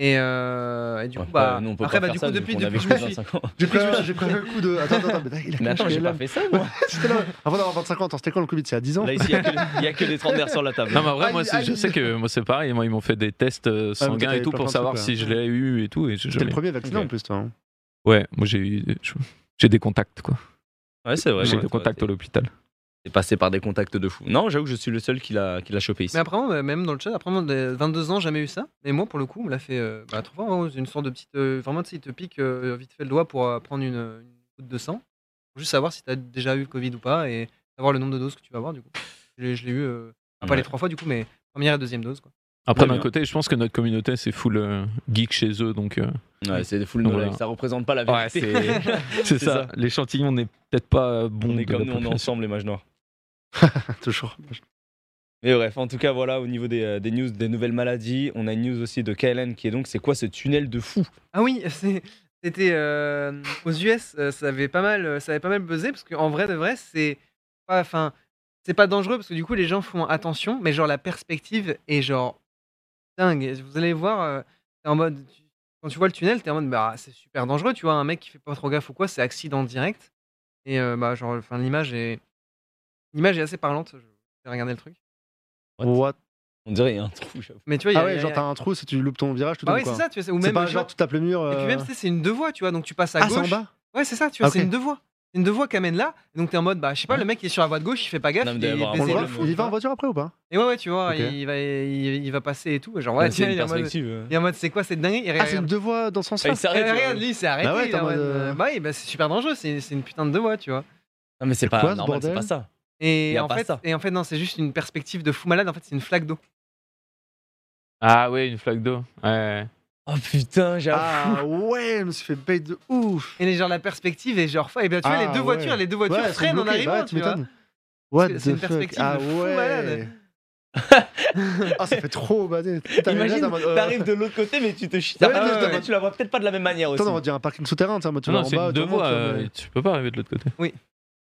Et, euh, et du
Ouais,
coup,
ouais,
bah.
nous, on peut
après,
pas faire
bah, du coup,
ça, vu
depuis,
qu'on
depuis,
avait
je me
que
suis.
25 ans.
J'ai pris, un- j'ai pris un coup de. Attends, attends, attends, mais là, il a
Mais attends,
quel
j'ai
âge,
pas
là
fait ça, moi.
C'était là, Avant d'avoir 25 ans, attends, c'était quand le Covid C'est à 10 ans
Là, ici, il y a que- il y a que des trentenaires sur la table.
Non, mais en vrai, moi,
Aïe,
c'est- je
aïe.
sais que moi, c'est pareil. Moi, ils m'ont fait des tests euh,
Ah, mais
sanguins
t'avais
et tout
pas
pour
pensé,
savoir
quoi.
si je l'ai eu et tout. Et j'ai
C'était le
jamais-
premier vacciné
Ok.
en plus, toi. hein.
Ouais, moi, j'ai eu. je- J'ai des contacts, quoi.
Ouais, c'est vrai. ouais,
j'ai des
toi,
contacts
t'es-
à l'hôpital.
T'es passé par des contacts de fou. Non, j'avoue que je suis le seul qui l'a qui l'a chopé ici.
Mais après, moi, même dans le chat, après moi, de 22 ans, jamais eu ça. Mais moi, pour le coup, on me l'a fait euh, bah, trop fort, hein, une sorte de petite. euh, vraiment, tu sais, il te pique euh, vite fait le doigt pour euh, prendre une, une goutte de sang. Pour juste savoir si t'as déjà eu le Covid ou pas et savoir le nombre de doses que tu vas avoir, du coup. Je l'ai je l'ai eu, euh, enfin, pas
Ah Ouais.
les trois fois, du coup, mais première et deuxième dose, quoi.
Après,
Ouais,
d'un
bien.
côté, je pense que notre communauté, c'est full euh, geek chez eux. Donc, euh,
Ouais, c'est full
Donc,
knowledge.
voilà.
Ça représente pas la
Ouais,
vérité.
c'est
C'est
ça.
ça.
L'échantillon n'est peut-être pas bon.
on est
de
comme
la
nous, on est
population.
ensemble, les mages noirs.
Toujours.
Mais bref, en tout cas, voilà, au niveau des, euh, des news, des nouvelles maladies, on a une news aussi de KLM qui est donc c'est quoi ce tunnel de fou
Ah oui, c'est- c'était euh, aux US, euh, ça avait pas mal, euh, ça avait pas mal buzzé parce qu'en vrai de vrai, c'est pas, enfin, c'est pas dangereux parce que du coup les gens font attention, mais genre la perspective est genre dingue. Vous allez voir, euh, t'es en mode, tu- quand tu vois le tunnel, t'es en mode bah c'est super dangereux, tu vois un mec qui fait pas trop gaffe ou quoi, c'est accident direct. Et euh, bah genre, enfin l'image est, l'image est assez parlante. Je vais regarder le truc.
What
What
On dirait il y a un trou, j'avoue.
Mais tu vois, il y a-
Ah
il y
ouais,
a-
genre t'as un trou si tu loupes ton virage, tout
Bah
tombe,
oui,
quoi.
c'est ça, tu vois, c'est- ou
C'est
même
pas
genre-
genre tu tapes le mur.
Et puis même,
euh,
tu sais, c'est une deux voies, tu vois, donc tu passes à
Ah, c'est
gauche.
en bas
Ouais, c'est ça, tu vois,
Ah,
c'est
ok.
une deux voies. C'est une deux voies qui amène là. Donc t'es en mode, bah, je sais pas, le mec qui est sur la voie de gauche, il fait pas gaffe.
Non, mais
il est
d'avoir un
On
baisé de
le voit,
fou,
Il
tu
va en
vois.
voiture après ou pas
Et ouais, ouais, tu vois,
Ok.
il, va, il, il va passer et tout. Genre, ouais,
c'est
tiens,
une
il est en mode,
perspective. euh.
il est en mode, c'est quoi cette dinguerie Et
Ah, c'est
regarde,
une deux voies dans ce
Ah,
sens-là.
il s'arrête.
et regarde,
euh.
lui, il s'est arrêté.
ouais,
il
t'es
est en
en
mode,
mode,
euh,
euh,
Bah oui, bah, c'est super dangereux, c'est c'est une putain de deux voies, tu vois.
Non, mais c'est
C'est
pas
quoi, ce
normal, c'est
bordel
pas ça. Y
Et
a
en,
pas
fait,
ça.
et en fait, non, c'est juste une perspective de fou malade. En fait, c'est une flaque d'eau.
Ah ouais, une flaque d'eau. Ouais.
Oh putain, j'avoue.
Ah ouais, je me suis fait bait de ouf.
Et les- genre, la perspective est genre, fa- et bien tu vois, les
Ah,
deux
ouais.
voitures, les deux voitures
Ouais,
freinent en
bloqué,
arrivant,
Bah ouais,
tu vois.
What
C'est-
the
c'est une
fuck.
perspective
ah
de fou
ouais.
malade.
ah, ça fait trop badé.
Imagine,
euh.
t'arrives de l'autre côté, mais tu te chies. T'arrives
Ouais,
de l'autre
ouais,
côté,
ouais.
tu la vois peut-être pas de la même manière aussi.
Attends, on dirait un parking souterrain, tu sais, en mode, tu
Non,
vas en
c'est
bas,
une deux
tu remontes,
voies.
tu vois, mais-
euh, Tu peux pas arriver de l'autre côté.
Oui.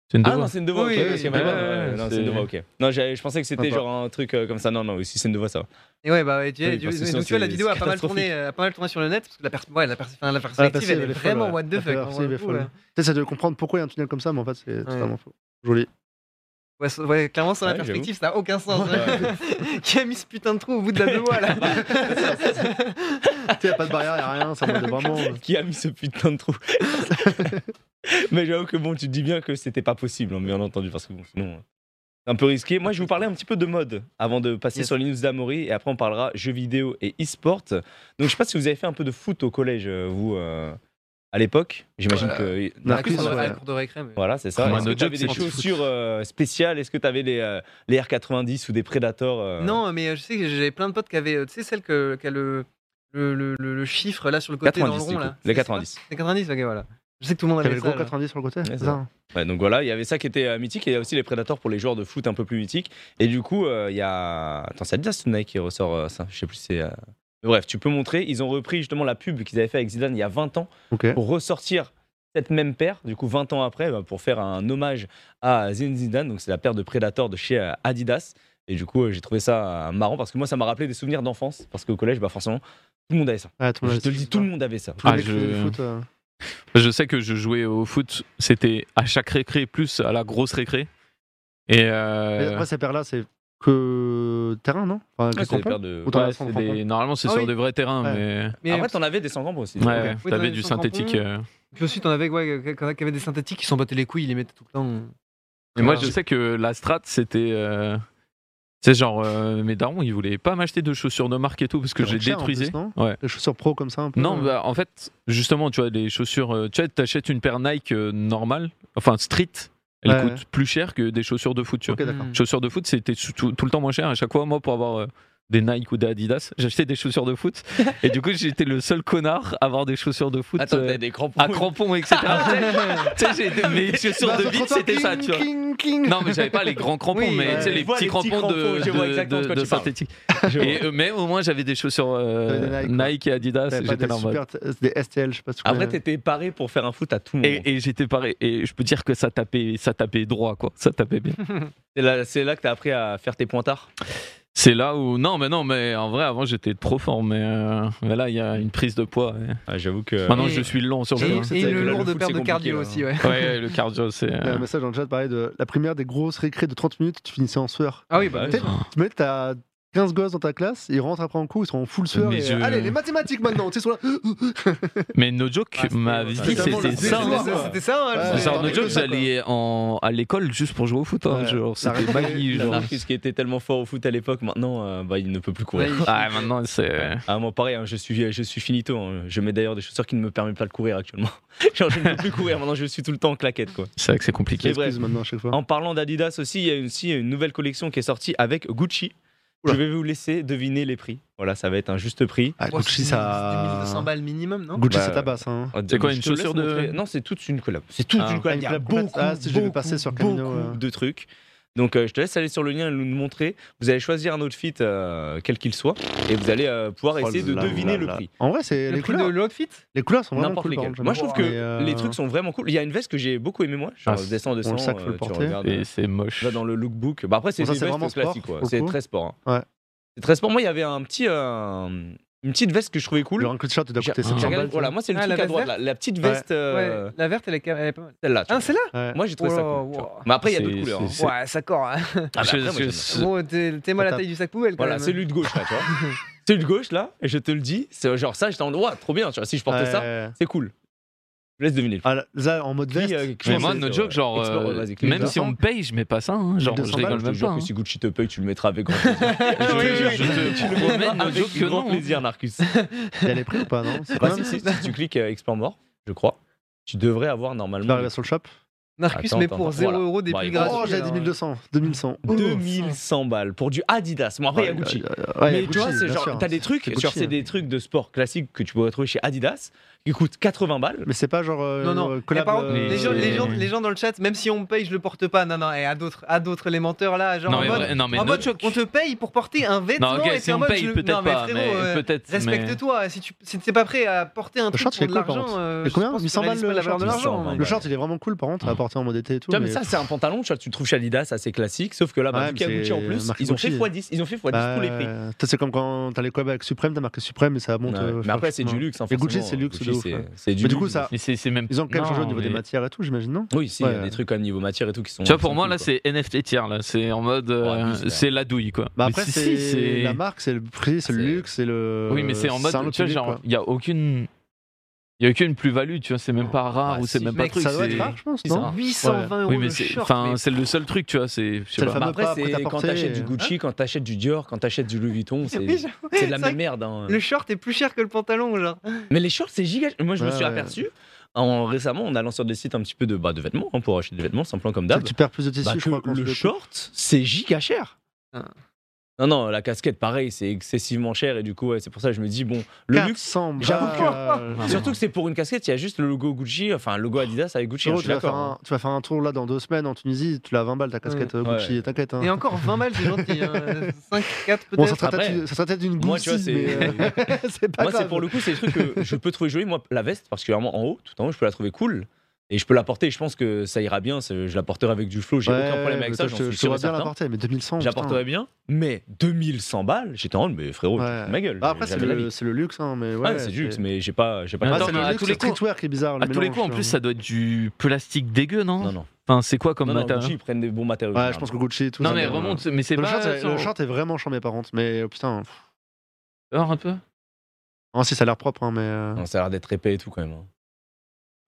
C'est une deux
Ah non,
voies.
c'est une devoir.
Oui,
ok,
oui,
parce qu'il y a
oui.
pas de-
Ouais,
euh,
ouais,
Non,
c'est-
c'est une devoir, ok. Non, j'avais- je pensais que c'était
Sympa.
genre un truc euh, comme ça. Non, non, aussi c'est une devoir, ça. va.
Et ouais, bah, ouais, tu,
Oui,
et tu-
parce que
et
sinon,
donc, tu vois, la
c'est-
vidéo a
c'est
pas mal tourné,
catastrophique.
euh, a pas mal tourné sur le net parce que la, pers- ouais, la, pers- enfin, la
Ah, la
perspective,
perspective,
elle est
elle est folle,
vraiment
ouais.
what the
La
fuck. hein,
perspective
pour le
est
coup,
folle.
ouais.
T'essaies de comprendre pourquoi il y a un tunnel comme ça, mais en fait, c'est totalement faux. Joli.
Ouais, ça- ouais, clairement, sans
Ouais,
la
j'avoue.
perspective, ça n'a aucun sens. hein. Qui a mis ce putain de trou au bout de la deux voies là
tu sais, y a pas de barrière, y a rien, ça mode vraiment. euh,
Qui a mis ce putain de trou Mais j'avoue que bon, tu te dis bien que c'était pas possible, hein, bien entendu, parce que bon, sinon. C'est un peu risqué. Moi, je vais vous parlais un petit peu de mode avant de passer
Yes.
sur les news d'Amaury et après on parlera jeux vidéo et e-sport. Donc, je sais pas si vous avez fait un peu de foot au collège, euh, vous, euh, à l'époque. J'imagine que. euh,
On a
Marcus,
que ça
ouais.
à la cour de récré. mais-
Voilà, c'est ça.
Comme
Est-ce
un
que
autre job,
t'avais
c'est
des
du foot.
chaussures euh, spéciales Est-ce que tu avais les, euh, les R90 ou des Predators euh,
Non, mais euh, je sais que j'ai plein de potes qui avaient, euh, tu sais, celle que, qui a le, le, le, le- le chiffre là sur le
90
côté dans le
du
rond
coup.
là.
Les
C'est-
90.
C'est quoi C'est 90, ok, voilà. Je sais que tout le monde
T'avais
avait
le
ça.
gros
là.
90 sur le côté
c'est
c'est
ça. Ouais, donc voilà, il y avait ça qui était euh, mythique et il y a aussi les Predators pour les joueurs de foot un peu plus mythiques. Et du coup, euh, il y a. Attends, c'est Adidas Tonight qui ressort euh, ça. Je sais plus si c'est. euh, Bref, tu peux montrer. Ils ont repris justement la pub qu'ils avaient fait avec Zidane il y a 20 ans
Ok.
pour ressortir cette même paire, du coup 20 ans après, bah, pour faire un hommage à Zinedine Zidane. Donc c'est la paire de Predator de chez euh, Adidas. Et du coup, euh, j'ai trouvé ça euh, marrant parce que moi, ça m'a rappelé des souvenirs d'enfance. Parce qu'au collège, bah, forcément, tout le monde avait ça.
Ah, tout le
je
monde
te le
avait-
dis, tout le monde avait ça.
Tous les
Ah,
mecs qui
je-
faisaient du foot, euh,
Je sais que je jouais au foot, c'était à chaque récré plus à la grosse récré. Et
mais
euh,
Après, ces paires-là, c'est que terrain, non Enfin, que
Ouais, c'est des
campagne
paires de-
Ou t'en as
ouais,
sans
c'est
campagne
des- normalement c'est
Ah
sur
oui.
des vrais terrains,
Ouais.
Mais
Après, t'en avais des sans gambres aussi.
mais ouais, ouais,
Ok.
Oui, t'en
t'avais
as
du
des sans
synthétique.
crampons.
euh.
Puis aussi, t'en avais, ouais, quand quand il y avait des synthétiques qui s'en battaient les couilles, ils les mettaient tout le temps.
Et moi,
Ah.
je sais que la strat, c'était. euh, C'est genre, euh, mes darons, ils voulaient pas m'acheter de chaussures de marque et tout parce que
Ça
je les
coûte cher, en
détruisais.
plus, non
Ouais.
Les chaussures pro comme ça, un peu
Non,
euh,
bah, en fait, justement, tu vois, les chaussures. euh, Tu vois, t'achètes une paire Nike euh, normale, enfin street, elle
Ouais,
coûte
ouais.
plus cher que des chaussures de foot, tu vois.
Ok, d'accord.
Hmm.
Chaussures de foot, c'était sou- tout, tout le temps moins cher. À chaque fois, moi, pour avoir euh, des Nike ou des Adidas, j'achetais des chaussures de foot. et du coup, j'étais le seul connard à avoir des chaussures de foot.
Attends,
euh,
t'avais des crampons.
à crampons, etc. tu sais, j'ai été- mes chaussures
Bah,
de
sur
vide,
trottoir,
c'était ça,
cling,
tu vois.
cling, cling.
Non, mais j'avais pas les grands crampons,
Oui,
mais
ouais.
tu sais, les
Je vois
petits
les petits
crampons de,
crampons, je vois
de-
exactement
de-
de quoi
de
tu parles.
synthétique.
Je vois.
Et, euh, mais au moins, j'avais des chaussures euh,
T'avais des Nike,
Nike,
quoi.
et
T'avais
Adidas.
pas
J'étais
des,
là en mode- Ah,
super t- des STL, je sais pas si tu
Après,
connais.
t'étais paré pour faire un foot à tout moment.
Et, et j'étais pareil. Et je peux dire que ça tapait, ça tapait droit, quoi. Ça tapait bien.
C'est là, c'est là que t'as appris à faire tes pointards.
C'est là où. Non, mais non, mais en vrai, avant, j'étais trop fort. Mais, euh, mais là, il y a une prise de poids. ouais.
J'avoue que.
Maintenant,
Et-
je suis lent sur le
Et,
terrain.
J'avoue que
et
c'était-
une
là, le
lourde
foot,
paire
c'est
de cardio
compliqué,
aussi, ouais.
Ouais, ouais, le cardio, c'est.
Il y a un
euh,
message dans le chat, pareil, de la première des grosses récrés de 30 minutes, tu finissais en sueur.
Ah oui, bah,
Ouais.
Tu sais, tu mets, t'as 15 gosses dans ta classe, ils rentrent après en cours, ils sont en full sueur.
Mais
et,
je-
Allez, les mathématiques maintenant, tu sais, ils sont là.
Mais no joke,
Ah, c'était-
ma vie,
c'était
vraiment
c'était
la
ça.
saison.
hein.
hein.
C'était ça, hein,
Ouais,
le-
C'est genre,
Dans
no
les
joke,
deux, ça,
j'allais en... à l'école juste pour jouer au foot. hein,
Ouais.
genre,
Ça
C'était
arrêtait-
magie.
la
Genre.
Marcus qui était tellement fort au foot à l'époque, maintenant, euh, bah, il ne peut plus courir.
Ouais,
Ah, maintenant, c'est.
Ah, moi, pareil, hein, je, suis, je suis finito. hein. Je mets d'ailleurs des chaussures qui ne me permettent pas de courir actuellement. Genre, je ne peux plus courir. Maintenant, je suis tout le temps en claquette. Quoi.
C'est vrai Oh, que c'est compliqué.
Et bref.
Excuse maintenant à chaque fois.
En parlant d'Adidas aussi, il y a aussi une nouvelle collection qui est sortie avec Gucci.
Oula.
Je vais vous laisser deviner les prix. Voilà, ça va être un juste prix.
Ah,
Oh,
Gucci,
c'est du
ça.
1200 balles minimum, non
Gucci,
Bah,
ça tabasse. Hein.
C'est quoi, une
Je te laisse
chaussure de-
montrer. Non, c'est toute une collab. C'est toute
Ah.
une collab. Il y
Ah,
a
une collab
beaucoup,
complète. Ah, si, je vais
beaucoup,
passer sur Camino, euh.
beaucoup
ouais.
de trucs. Donc, euh, je te laisse aller sur le lien et nous le montrer. Vous allez choisir un outfit, euh, quel qu'il soit, et vous allez euh, pouvoir
Oh
essayer de
là
deviner
là
le
là.
prix.
En vrai, c'est
Le
les
prix de
couleurs.
l'outfit
Les couleurs sont vraiment
N'importe
cool. par
lesquels.
contre,
Moi, je trouve que
Mais, euh,
les trucs sont vraiment cool. Il y a une veste que j'ai beaucoup aimée, moi. Genre,
Ah,
descend,
on le
descend,
sac, faut le
euh, tu
porter.
regardes.
Et c'est moche.
Là, dans le lookbook. Bah, après, c'est
Bon, ça,
des
c'est
vestes
vraiment sport,
classiques, quoi.
pour
C'est
le coup.
très sport. hein.
Ouais.
C'est très sport. Moi, il y avait un petit, euh, une petite veste que je trouvais cool.
Le rancune shirt, il doit
J'ai-
coûter
j'ai
700
regardé-
balles.
voilà, moi, c'est le
Ah, la
truc à
veste
droite,
verte
la, la petite
Ouais.
veste, euh,
Ouais, la verte, elle est elle est pas mal.
celle-là. tu
Ah, celle-là
Ouais.
Moi j'ai trouvé ça
Wow,
cool. tu
wow.
vois. Mais après il y a
C'est-
d'autres couleurs. hein.
c'est-
Ouais, ça corre. hein.
Ah, bah,
Je-
après, moi,
je-
j'aime
je-
Bon, t'es t'es moi la
Attends.
taille du sac poubelle, quand
Voilà,
même.
celui de gauche là, tu vois. celui de gauche là, et je te le dis, c'est genre ça, j'étais en droit, trop bien, tu vois. Si je portais ça,
Ouais.
c'est cool. Je laisse deviner. le
Ah, là, là, en mode
prix,
veste.
euh, quelque
Mais
chose,
moi,
c'est-
no
c'est,
joke,
euh,
genre,
export,
euh,
vas-y, clique
même
là.
si on me paye, je mets pas ça. hein, genre, je
1200 balles,
rigole
Je te
même
jure
pas.
que
hein.
si Gucci te paye, tu le mettras avec grand plaisir.
Je
Oui,
te
oui,
jure,
oui.
je te
Tu le promets
promets, no joke,
avec
que
grand
non.
plaisir, Narcus.
Il y a les prix ou pas, non C'est
Bah,
quand
si,
même-
si, si tu cliques euh, Explore More, je crois, tu devrais avoir
Tu
normalement
vas arriver sur le shop.
Narcus,
Attends,
mais
attends,
pour
attends,
0
voilà.
euros des
Bah,
plus
il faut-
gratuits. euh,
Oh, j'ai
alors.
2100. 2100.
2100 balles pour du Adidas. Bon, après, il y a
Ouais,
Gucci.
ouais, ouais,
mais
Gucci,
tu vois, c'est
bien
genre,
sûr.
t'as des trucs,
c'est
genre,
Gucci,
c'est
hein.
des trucs de sport classiques que tu peux retrouver chez Adidas qui coûtent 80 balles.
Mais c'est pas genre. euh,
Non, non.
collab,
Mais par contre,
euh,
les, gens,
euh,
les, gens, les gens dans le chat, même si on me paye, je le porte pas. Non, non, et à d'autres, à d'autres, les menteurs là, genre
Non,
en
mais
mode,
vrai- non, mais
en
no
mode,
joke.
on te paye pour porter un vêtement.
Non, ok,
et
si
t'es en
on
mode,
paye,
je-
peut-être
non, mais
pas,
frérot,
mais
euh,
peut-être, mais-
Respecte-toi, si tu si t'es pas prêt à porter un
Le
truc
short, il
pour
est
de
cool, par
l'argent,
contre.
euh,
Et
je
combien
pense qu'on
800 balles
réalise pas
le
la
short de
valeur de
l'argent,
l'argent,
hein.
Le short, il est vraiment cool, par contre, à porter en mode été et
Tu
tout.
vois, mais
mais-
ça, c'est un pantalon, tu, vois, tu le trouves chez Adidas, assez classique, sauf que là, bah,
Ouais,
vu
mais
qu'il y a
c'est
Gucci en plus,
marque
ils ont fait
Gucci.
x10, ils ont fait x10 tous les prix.
Euh, ça, c'est comme quand t'as les collabs avec Supreme, t'as marqué Supreme et ça monte.
Ouais,
euh,
mais
franchement.
après, c'est du luxe. Hein,
Et Gucci,
forcément,
c'est luxe de
Gucci,
ouf,
c'est-
ouais.
c'est
Mais du
luxe.
coup, ça,
Mais c'est c'est même.
ils ont quand même changé au
Non,
niveau des
mais-
matières et tout, j'imagine, non
Oui, si, il y a
Ouais.
des trucs quand même niveau matière et tout qui sont.
Tu vois,
qui
pour
sont
moi,
cool,
là,
quoi.
c'est NFT tier. Là, c'est en mode. euh,
Ouais, c'est ça.
c'est la douille, quoi.
Bah
Mais
après,
si,
c'est
si, c'est-
la marque, c'est le prix, c'est le
c'est-
luxe, c'est le.
Oui, mais c'est en mode.
un autre
Tu vois,
public,
genre,
quoi.
il y a aucune. Il n'y a aucune plus-value, tu vois, c'est même pas rare
Ah,
ou c'est
si,
même pas
mec,
truc.
Ça doit
c'est-
être rare, je pense,
c'est
non
rare.
820 euros
Oui, mais
le
c'est
short,
enfin,
mais-
c'est le seul truc, tu vois, c'est. je sais
C'est le
Bah
pas. hein.
fameux
après,
pas
c'est
prêt-à-porter,
quand t'achètes du
euh,
Gucci, quand t'achètes du Dior, quand t'achètes du Louis Vuitton, c'est
Oui, j'avoue,
c'est de la même
c'est vrai
merde. hein.
que Le short est plus cher que le pantalon, genre.
Mais les shorts, c'est giga. Moi, je me
Ouais,
suis
ouais.
aperçu en, récemment en allant sur des sites un petit peu de, bah, de vêtements, hein, pour acheter des vêtements, simplement comme
Tu-
d'hab.
Tu perds plus de tissu,
bah,
je
que
crois. qu'on se
le
le coupe.
short, c'est giga cher.
Ah.
Non, non, la casquette, pareil, c'est excessivement cher et du coup, ouais, c'est pour ça que je me dis, bon, le luxe.
400 balles.
J'avoue que-
Euh,
Surtout que c'est pour une casquette, il y a juste le logo Gucci, enfin le logo Adidas avec Gucci, hein,
Frérot,
je
tu,
suis
vas faire
d'accord.
un, tu vas faire un tour là dans deux semaines en Tunisie, tu l'as à 20 balles ta casquette euh, Gucci,
Ouais.
t'inquiète. Hein.
Et encore 20 balles, c'est gentil. 5, 4 peut-être.
Bon, ça sera
Après-
peut-être une- ça sera peut-être une
Moi, tu vois,
Gucci, mais
c'est-
euh, c'est pas
Moi,
grave.
c'est pour le coup, c'est des trucs que je peux trouver jolis. Moi, la veste, particulièrement en haut, tout en haut, je peux la trouver cool. Et je peux la porter, je pense que ça ira bien. c'est- Je la porterai avec du flow, j'ai
Ouais,
aucun problème avec
mais
ça,
toi,
j'en
je te-
suis
je te
sûr
vois
et
bien
certain.
l'apporter, mais 2100.
J'apporterai bien, mais 2100 balles, j'étais en mode, mais frérot,
putain. Ouais.
ma gueule.
Bah, après, c'est
jamais la
le,
vie.
c'est le luxe, hein, mais ouais.
Ah, c'est du luxe, mais j'ai pas. j'ai pas
Mais
la
Ah,
Attends,
c'est
place.
mais
le
à
luxe,
tous les
le
coups-
streetwear qui est bizarre. le
À tous les
mélange, hein. euh.
coups, en
tu
plus,
vois.
ça doit être du plastique dégueu, non
Non, non.
Enfin, c'est quoi comme
Non, non, Gucci,
matériel
ils prennent des bons matériaux.
Ouais, je pense que Gucci et tout.
Non,
ça,
mais
euh,
remonte, mais c'est
Le
pas.
short, est-
sans-
le short est vraiment chambé par contre, mais euh, putain. pff.
Or, un peu.
Ah, si, ça a l'air propre, hein, mais. euh,
Non, Ah, ça a l'air d'être épais et tout quand même. hein.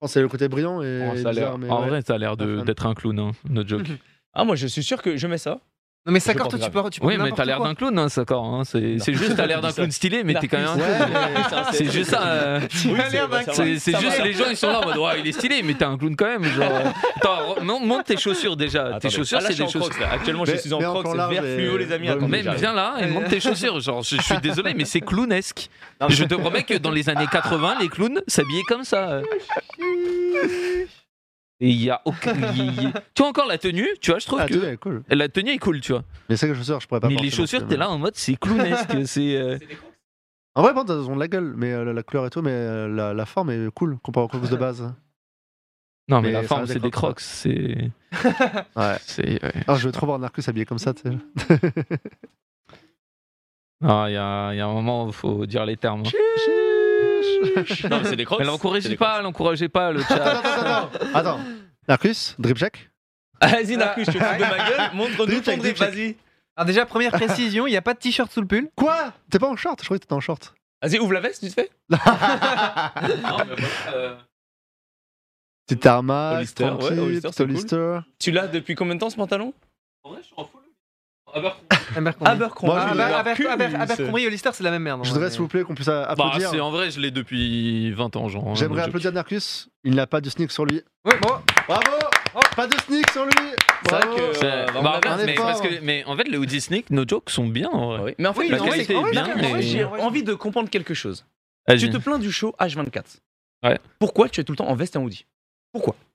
non, C'est le côté brillant et.
Oh, ça a l'air-
bizarre, mais
en
ouais.
vrai, ça a l'air de-
Pas fan.
d'être un clown, hein, no joke.
Ah, moi, je suis sûr que je mets ça.
Non, mais
Je
d'accord,
porte
toi, tu
grave.
peux. Tu peux
Oui, mais
n'importe
t'as l'air
quoi.
d'un clown, hein, ça, encore. hein, C'est c'est juste, t'as l'air d'un clown stylé, mais t'es quand même un
Ouais,
clown.
mais-
C'est juste ça. euh,
Tu as l'air d'un
Oui, c'est-
clown.
C'est c'est
Ça
juste
va.
les gens ils sont là en mode ouais il est stylé mais t'es un clown quand même genre attends re- mon- montre tes chaussures déjà
Attendez.
tes chaussures
Ah, là,
c'est
je suis
des
en
chaussures
Crocs, là. Actuellement, je
Mais-
suis en
mais en
crocs
plan
vert
large,
fluo,
euh,
les amis.
ouais,
attendez,
mais
même
j'arrive.
viens là et montre tes chaussures genre je, je suis désolé mais c'est clownesque je te promets que dans les années 80 les clowns s'habillaient comme ça et il y a aucun il y- il- tu vois encore la tenue tu vois je trouve
Ah, tenue,
que
elle est cool.
la tenue est cool tu vois
Mais c'est que les chaussures, je pourrais pas.
mais
porter,
les
donc,
chaussures
euh,
t'es là en mode c'est clownesque c'est euh,
En vrai, par contre, elles ont de la gueule, mais euh, la- la couleur et tout, mais euh, la, la forme est cool comparé aux crocs de base.
non mais,
Mais
la
ça
forme
reste
c'est
des
des
Crocs,
crocs c'est
Ouais.
c'est ouais.
Ah, je veux trop voir Narcus habillé comme ça, tu sais.
Ah, il y, a il y a un moment où faut dire les termes hein.
Non, mais c'est des crocs.
Mais
c'est
l'encouragez
des
pas, l'encouragez pas, le
Attends,
chat.
attends, attends, attends. Attends. Narcus, Dripjack
crocs. Vas-y, Narcus, je te fous de ma gueule. Montre-nous
Drip
ton
check, drip
drip, vas-y.
Alors, déjà, première précision, il n'y a pas de t-shirt sous le pull.
Quoi T'es pas en short Je croyais que t'étais en short.
Vas-y, ouvre la veste, tu te fais euh,
Petit Arma,
Hollister, ouais,
tranquille,
Hollister,
petit
c'est cool.
Hollister.
Tu l'as depuis combien de temps ce pantalon
Ah, bah,
Abercrombie.
Abercrombie.
Moi,
Ah, bah,
je l'ai.
Aber- Aber- Abercrombie et Hollister, c'est la même merde. en
Je
vrai,
voudrais,
mais-
s'il vous plaît, qu'on puisse a-
Bah,
applaudir.
c'est en vrai, je l'ai depuis 20 ans, genre. hein,
hein. J'aimerais
donc je-
applaudir Narcus. Il n'a pas de sneak sur lui.
Ouais, bon,
Bravo Oh, Pas de sneak sur lui
C'est vrai
Bravo
que.
C'est-
euh,
bah,
bah,
en fait,
un
mais,
effort.
parce que- mais en fait, les hoodie sneak, nos jokes sont bien. En vrai.
oui. Mais en fait,
Oui,
la
en vrai,
qualité
c'est-
est
en vrai,
bien,
c'est-
mais
en vrai,
j'ai
j'ai-
envie de comprendre quelque chose.
Vas-y.
Tu te plains du show H24.
Ouais.
Pourquoi tu es tout le temps en veste et en hoodie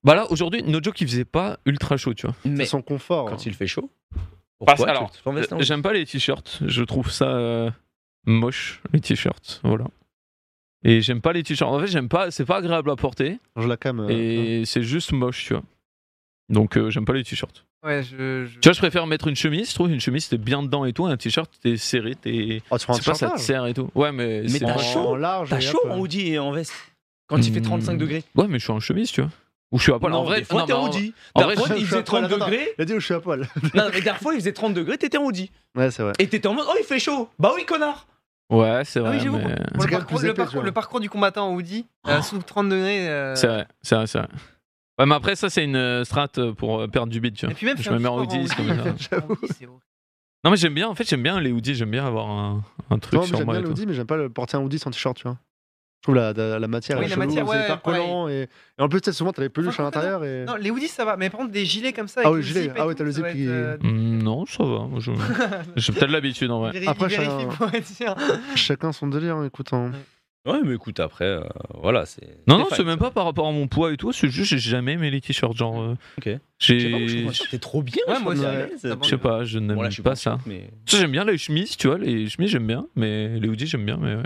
Bah là, aujourd'hui, nos jokes, il faisait pas ultra chaud, tu vois.
Mais
Son confort. hein.
quand il fait chaud,
Parce-
pourquoi
alors,
tu te mets en veste et en hoodie
Euh, J'aime pas les t-shirts. Je trouve ça euh, moche, les t-shirts. Voilà. Et j'aime pas les t-shirts. En fait, j'aime pas. C'est pas agréable à porter.
Je la cam. euh,
et c'est juste moche, tu vois. Donc, euh, j'aime pas les t-shirts.
ouais, je. je-
Tu vois, je préfère mettre une chemise. Je trouve une chemise, t'es bien dedans et tout. Un t-shirt, t'es serré, t'es.
Oh, tu prends un
C'est pas ça te
chantage.
serre et tout. Ouais, mais.
Mais
c'est
t'as
en-
chaud.
en large.
T'as
et hop,
chaud
euh,
en hoodie et en veste quand il fait
Hmm.
35 degrés.
Ouais, mais je suis en chemise, tu vois. Ou je suis à poil.
Non,
en vrai,
des fois
non,
t'es
mais
en
en-
hoodie.
en
Des
vrai,
fois
je-
il
je-
faisait 30
euh. attends, attends.
degrés.
Il a dit où je suis à poil.
Non, mais des fois il faisait 30 degrés, t'étais en hoodie.
Ouais, c'est vrai.
Et t'étais en mode, oh il fait chaud. Bah oui, connard.
Ouais, c'est
Ah
vrai.
oui, j'avoue.
mais-
Bon,
C'est
le,
quand même
parcours, le
plus épais,
parcours-
tu vois.
le parcours du combattant en hoodie, euh, sous 30 degrés. euh,
C'est vrai, c'est vrai, c'est vrai. Ouais, mais après, ça, c'est une euh, strat euh, pour euh, perdre du bid, tu
Et
vois.
puis même,
Je
faire
me
du
mets en
sport
hoodie, c'est comme ça.
en hoodie, c'est horrible.
Non, mais j'aime bien, en fait, j'aime bien les hoodies, j'aime bien avoir un, un truc
Non, mais
sur
j'aime
moi
bien
et tout.
l'hoodie, mais j'aime pas le porter un hoodie sans t-shirt, tu vois. Je trouve la, la, la matière
Oui,
est
la
chelou,
matière,
c'est
ouais,
hyper
pareil.
collant et, et en plus tu sais, souvent t'as les peluches à
Enfin,
l'intérieur et
Non, les hoodies, ça va. Mais par contre, des gilets comme ça.
Ah
avec
oui,
le
gilet.
zip et
Ah ouais,
tout,
t'as le
ça
zip
va
qui-
être, euh,
Mm, Non, ça va. moi, je- J'ai peut-être l'habitude, en vrai.
vérifie-
Après,
vérifie
chacun-
pour être sûr.
chacun son délire, écoute. hein.
Ouais, mais écoute, après, euh, voilà, c'est.
Non, non,
fine,
c'est même pas par rapport à mon poids et tout, c'est juste, j'ai jamais aimé les t-shirts, genre. euh,
Ok. Je sais pas, moi, je
J'ai.
trouve ça, T'es trop bien.
Ouais,
je trouve
moi aussi,
ça.
ouais, ça
Je sais pas, je n'aime
Bon, là, je suis
pas
en
ça.
short, mais-
Ça, J'aime bien les chemises, tu vois, les chemises, j'aime bien, mais les hoodies, j'aime bien, mais ouais.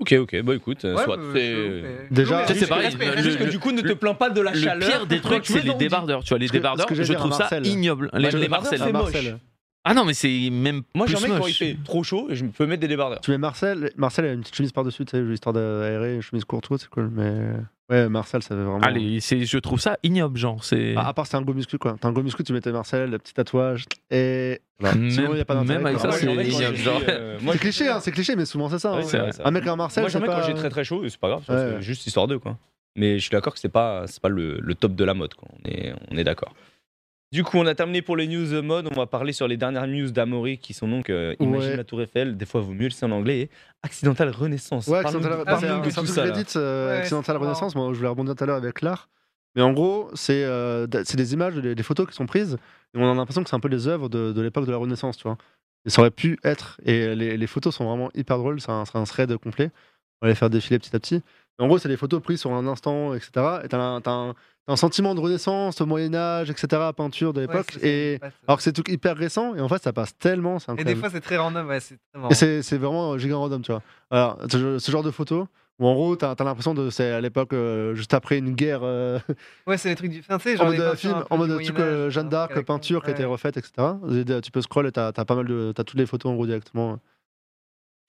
Ok, ok, bah écoute, euh,
Ouais,
soit.
bah,
c'est-
chelou, mais-
Déjà,
Non, mais
Ça, c'est
juste-
pareil,
respect,
le-
respect.
Juste que
le-
du coup, ne te plains pas de la
Le
chaleur.
pire des trucs,
Tu
c'est
es
les
dans-
débardeurs, tu vois. Les
Parce que-
débardeurs,
parce que
je
j'allais
trouve
dire à
ça
Marcel.
ignoble. Les,
Ouais,
les
les
Marcel.
Marcel. hein.
À
c'est
Marcel.
moche.
Ah non, mais c'est même.
Moi,
plus
j'en mets quand il
moche.
fait trop chaud, je peux mettre des débardeurs.
Tu mets Marcel, Marcel a une petite chemise par-dessus, tu sais, histoire d'aérer, une chemise courte, haute, c'est cool, mais. Ouais, Marcel, ça fait vraiment.
Allez, c'est- je trouve ça ignoble, genre. C'est
Ah, à part, c'est un gros muscu, quoi. T'as un gros muscu, tu mettais Marcel, le petit tatouage. Et.
Même-
Sinon, ah, y a pas d'intérêt,
même avec
quoi.
ça, c'est
Moi, j'ai envie, quand
ignoble.
je
Genre,
suis, euh, moi,
C'est cliché, hein, c'est cliché, mais souvent c'est ça.
Ah Ouais,
hein.
c'est vrai, ça.
Un mec comme Marcel,
Moi, j'en
c'est
mets quand
pas...
j'ai très très chaud, c'est pas grave, ça,
Ouais,
c'est
ouais.
juste histoire de quoi. Mais je suis d'accord que c'est pas, c'est pas le, le top de la mode, quoi. On est, on est d'accord. Du coup, on a terminé pour les news mode. On va parler sur les dernières news d'Amaury qui sont donc euh, Imagine
Ouais.
la Tour Eiffel. Des fois, vaut mieux le c'est en anglais. Et Accidental Renaissance.
Ouais,
Parle-nous
Accidental,
de-
Ah,
c'est
parle-nous
un-
de
c'est un
tout
truc
ça. là.
Reddit, euh,
Ouais,
Accidental
c'est
Renaissance. Moi, je voulais rebondir tout à l'heure avec l'art. Mais en gros, c'est euh, d- c'est des images, des, des photos qui sont prises. Et on a l'impression que c'est un peu des œuvres de, de l'époque de la Renaissance, tu vois. Et ça aurait pu être. Et les, les photos sont vraiment hyper drôles. C'est un, c'est un thread complet. On va les faire défiler petit à petit. Mais en gros, c'est des photos prises sur un instant, etc. Et t'as un, t'as un- t'as un sentiment de Renaissance, de Moyen-Âge, etc. Peinture de
Ouais,
l'époque.
ça, ça
et.
me passe.
Alors que c'est tout hyper récent, et en fait ça passe tellement, c'est
Et
incroyable.
des fois, c'est très random, ouais, c'est très marrant.
Et c'est c'est vraiment euh, giga random, tu vois. Alors, ce, ce genre de photo où en gros, t'as as, l'impression de c'est à l'époque, euh, juste après une guerre euh,
Ouais, c'est les trucs du. Enfin, tu sais,
en
genre les
mode
peintures un
film,
peu
en
du
mode
Moyen
truc euh,
Âge,
Jeanne
un
d'Arc,
truc à la con,
peinture qui a été
ouais.
refaite, etc. Et, euh, Tu peux scroll et t'as as pas mal de, t'as toutes les photos en gros directement.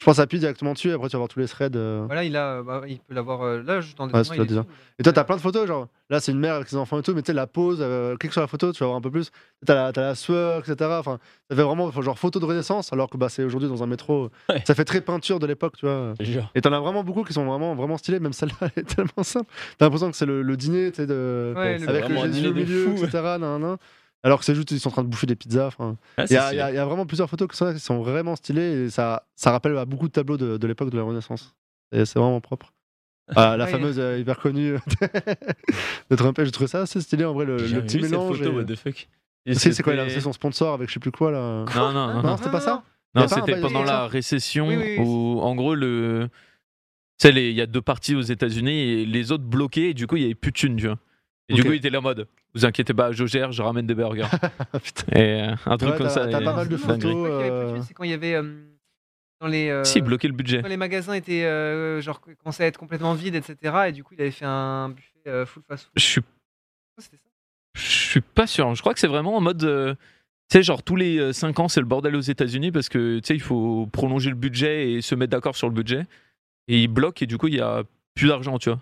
Je pense à Pi directement dessus, et après tu vas voir tous les threads. euh.
Voilà, il a, euh, bah, il peut l'avoir euh, là, juste en
Ouais,
descendant,
c'est
il
pas
est
déjà.
dessous.
Et toi, t'as plein de photos, genre là c'est une mère avec ses enfants et tout, mais tu sais la pose, euh, clique sur la photo, tu vas voir un peu plus. T'as la, t'as la sueur, etc. Enfin, ça fait vraiment genre photo de Renaissance, alors que bah c'est aujourd'hui dans un métro.
Ouais.
Ça fait très peinture de l'époque, tu vois.
Je te jure.
Et t'en as vraiment beaucoup qui sont vraiment, vraiment stylés, même celle-là, elle est tellement simple. T'as l'impression que c'est le, le dîner, tu sais, de...
Ouais, le-
avec le
vraiment un
Jésus au
dîner de
milieu,
fou, ouais.
etc. nan, nan. Alors que c'est juste, ils sont en train de bouffer des pizzas. enfin.
Ah,
Il y,
c'est
a- il
stylé.
y a euh, il y a vraiment plusieurs photos qui sont, qui sont vraiment stylées et ça, ça rappelle à beaucoup de tableaux de, de l'époque de la Renaissance. Et c'est vraiment propre. Ah, la
Ouais.
fameuse euh, hyper connue de Trump, je trouve ça assez stylé en vrai, le,
J'ai
le
jamais
petit
vu cette
mélange.
photo,
et-
what the fuck.
Tu sais, c'est quoi, il a annoncé son sponsor avec je sais plus quoi là.
Non, non, non.
Non, c'était pas ça Y a
Non,
pas un
c'était
bail
pendant
de
la
sponsor
récession
Oui, oui, oui,
où, en gros, le. Tu sais, les- il y a deux parties aux États-Unis et les autres bloqués, et du coup, il n'y avait plus de thunes, tu vois. Et du
Ok.
coup, il était là en mode Vous inquiétez pas, je gère, je ramène des burgers.
Ah, putain.
et euh, un truc
Ouais,
comme
t'as-
ça.
t'as
et-
pas mal de
dinguerie.
photos.
C'est pas qu'il y avait
euh,
plus de thunes, C'est quand il y avait. euh, Dans les. euh,
Si, bloquer le budget.
Quand les magasins étaient. euh, Genre, commençaient à être complètement vides, etc. Et du coup, il avait fait un buffet euh, full fast food.
Je suis,
C'était ça
je suis pas sûr. Je crois que c'est vraiment en mode. euh, tu sais, genre tous les 5 ans, c'est le bordel aux États-Unis parce que tu sais, il faut prolonger le budget et se mettre d'accord sur le budget. Et ils bloquent et du coup, il y a plus d'argent, tu vois.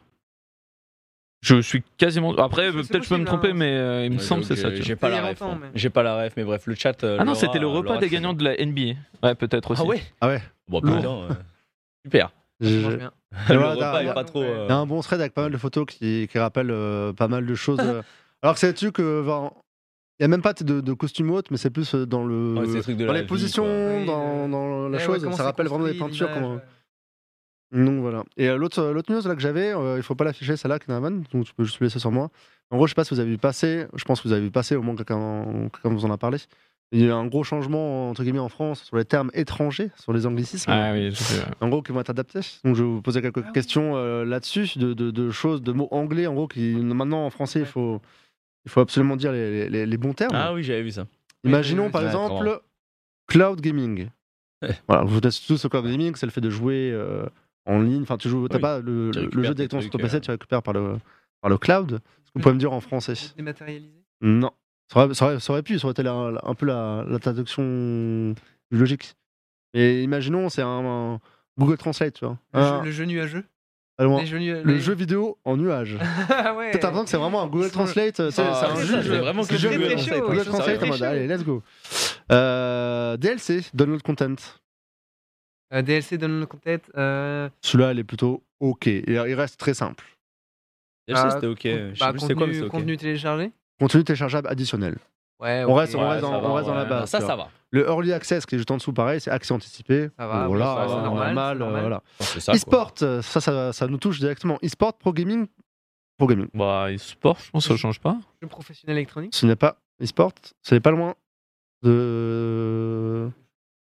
Je suis quasiment. Après,
C'est- c'est
peut-être je peux me
possible,
tromper,
hein.
mais euh, il me
Ouais,
semble que
donc,
c'est ça.
euh,
tu vois.
J'ai pas
C'était il y
la
a
ref.
longtemps,
hein.
mais-
J'ai pas la ref, mais bref, le chat. euh,
Ah non,
Laura,
c'était le
euh,
repas
Laura,
des
très
gagnants de la NBA. Ouais, peut-être aussi.
Ah ouais
Ah ouais.
Bon,
Lourd.
putain, euh, super.
j'ai-
Je mange bien.
Le
voilà,
repas
t'as-
est pas trop. euh,
Il y a un bon thread avec pas mal de photos qui, qui rappellent euh, pas mal de choses. euh. Alors que sais-tu que. ben, Il n'y a même pas de, de costume haute, mais c'est plus euh, dans, le,
ouais, c'est des trucs de
dans
la
les
vie, quoi.
positions,
Oui, le-
dans,
Eh
dans la
Ouais, ouais,
chose.
comment
ça
c'est
rappelle vraiment les
construit,
peintures.
l'image, euh,
comment-
ouais.
Donc voilà. Et euh, l'autre l'autre news là, que j'avais, euh, il faut pas l'afficher, celle-là, Knaman, donc tu peux juste le laisser sur moi. En gros, je sais pas si vous avez vu passer, je pense que vous avez vu passer, au moins quelqu'un quelqu'un vous en a parlé. Il y a eu un gros changement, entre guillemets, en France sur les termes étrangers, sur les anglicismes
Ah oui, je sais, ouais.
en gros, qui vont être adaptés. Donc, je vais vous poser quelques
Ah oui.
questions euh, là-dessus, de, de- de choses, de mots anglais, en gros, qui maintenant en français, il
Ouais.
faut, il faut absolument dire les, les- les bons termes.
Ah oui, j'avais vu ça.
Imaginons
oui,
par
oui.
exemple
Ouais,
cloud gaming.
Ouais.
voilà, vous connaissez tous le cloud gaming, c'est le fait de jouer euh, en ligne. Enfin, tu joues, t'as
Oui.
pas le,
Tu
le- le
récupères
jeu
tes
directement sur ton
trucs,
PC,
euh.
tu récupères par le, par le cloud. Ce que vous pouvez me dire en français
Dématérialisé.
Non. Ça aurait, ça aurait- ça aurait pu, ça aurait été la- la- un peu la, la traduction logique. Mais imaginons, c'est un, un Google Translate, tu vois.
Le,
Un-
jeu, le jeu nuageux.
pas loin.
Les jeux nu-
Ah. Le
les-
jeu vidéo en nuage.
ah ouais.
T'as l'impression que c'est vraiment un Google
Ils sont-
Translate. euh,
ils
C'est
sont-
c'est un
Ah, c'est
ça,
juge.
c'est vraiment
c'est
que le
jeu
Google
vidéo.
Translate,
ouais,
Google
c'est
Translate
très
en mode
chaud.
allez, let's go. Euh, DLC, download content.
Euh, DLC Download Content. Euh...
Celui-là, elle est plutôt ok. Il il reste très simple.
Je sais,
Ah,
c'était ok. Je sais
bah,
plus
contenu,
c'est quoi, mais c'est ok.
contenu téléchargé.
Contenu téléchargeable additionnel.
Ouais,
On
ok.
reste- on
ça
reste dans-
va,
on reste dans
ouais.
la base,
Ah, Ça,
tu
ça va.
Le early access qui est juste en dessous, pareil, c'est accès anticipé.
Ça va,
Voilà,
bon, ça va, c'est
euh,
normal, c'est
euh,
normal.
voilà.
Non, C'est ça. quoi.
E-sport, euh, ça, ça, ça nous touche directement. E-sport, pro gaming, pro gaming.
Bah, et sport, je pense que ça change pas.
Jeu professionnel électronique.
Ce n'est pas e-sport, ce n'est pas loin de.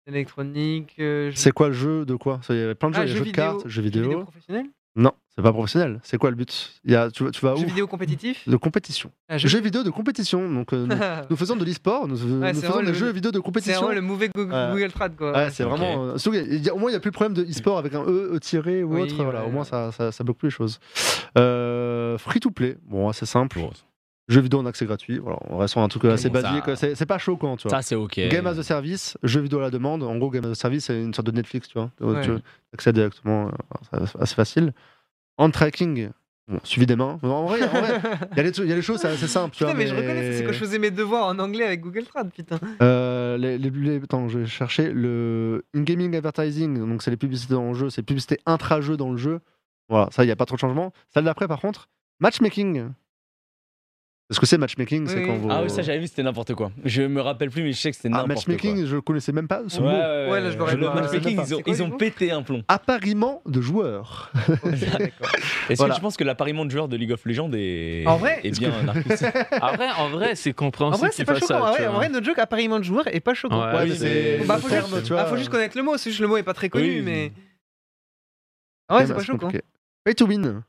Électronique. euh, jeu-
C'est quoi le jeu de quoi Il y avait plein de
Ah,
jeux, il y a
jeux
jeux de
vidéo.
cartes, jeux
jeu
vidéo.
professionnel.
Non, c'est pas professionnel. C'est quoi le but Il y a, tu, vas- tu vas où
Jeu vidéo compétitif.
De compétition.
Ah, jeu-
Ah, Jeux vidéo de compétition. Donc, euh, nous, nous faisons de l'e-sport, nous, euh, nous
c'est
faisons
vrai,
des
le-
jeux vidéo de
C'est
compétition.
vraiment le mauvais Go-
Ouais.
Google Trad quoi.
Ouais, c'est
Ok.
vraiment. euh, surtout qu'il y a- au moins, il n'y a plus le problème de e-sport avec un E, E tiré ou
Oui,
autre. Voilà, au
ouais.
moins, ça, ça, ça bloque plus les choses. Euh, free to play. Bon, c'est simple.
Bon,
Jeux vidéo en accès gratuit. Voilà, on reste sur un truc assez
bon, ça-
basique. C'est c'est pas chaud quand, tu vois.
Ça, c'est ok.
Game as a service, jeux vidéo à la demande. En gros, game as a service, c'est une sorte de Netflix, tu vois. Tu-
Ouais.
Tu accèdes directement, euh, c'est assez facile. Hand tracking, Suivi des mains. Non, en vrai, en vrai, il y, a les trucs- il y a les choses, c'est assez simple. Tu
Putain,
vois,
mais je reconnais, ça, c'est quand je faisais mes devoirs en anglais avec Google Trad, putain.
Euh, les, les- les- attends, je vais chercher le in-gaming advertising, donc c'est les publicités dans le jeu, c'est les publicités intra-jeu dans le jeu. Voilà, ça, il n'y a pas trop de changement. Celle d'après, par contre, matchmaking. Est-ce que c'est matchmaking
Oui,
C'est quand
oui.
vous.
Ah oui, ça j'avais vu, c'était n'importe quoi. Je me rappelle plus, mais je sais que c'était
Ah,
n'importe
matchmaking, je connaissais même pas
quoi.
ce mot.
Ouais, là, je l'aurais
Le
pas-
matchmaking,
pas.
ils ont,
C'est quoi,
ils
du
ont
coup
pété un plomb.
Appariement de joueurs.
Est-ce
Voilà.
que tu penses que l'appariement de joueurs de League of Legends est,
En vrai,
est bien narcissique
Après, en vrai, c'est
En
compréhensible.
vrai, c'est
qu'il
pas
fasse
choquant.
ça,
en,
tu
vrai, en
vois.
vrai, notre jeu apparemment de joueur est pas choquant.
Ouais,
Ouais,
mais
mais
c'est-
c'est-
Bah,
le
faut
terme,
juste-
tu vois.
Ah, faut juste connaître le mot, c'est juste le mot est pas très connu,
Oui.
mais. Ah ouais,
Quand
c'est
même
pas
assez
choquant.
compliqué. Pay to win.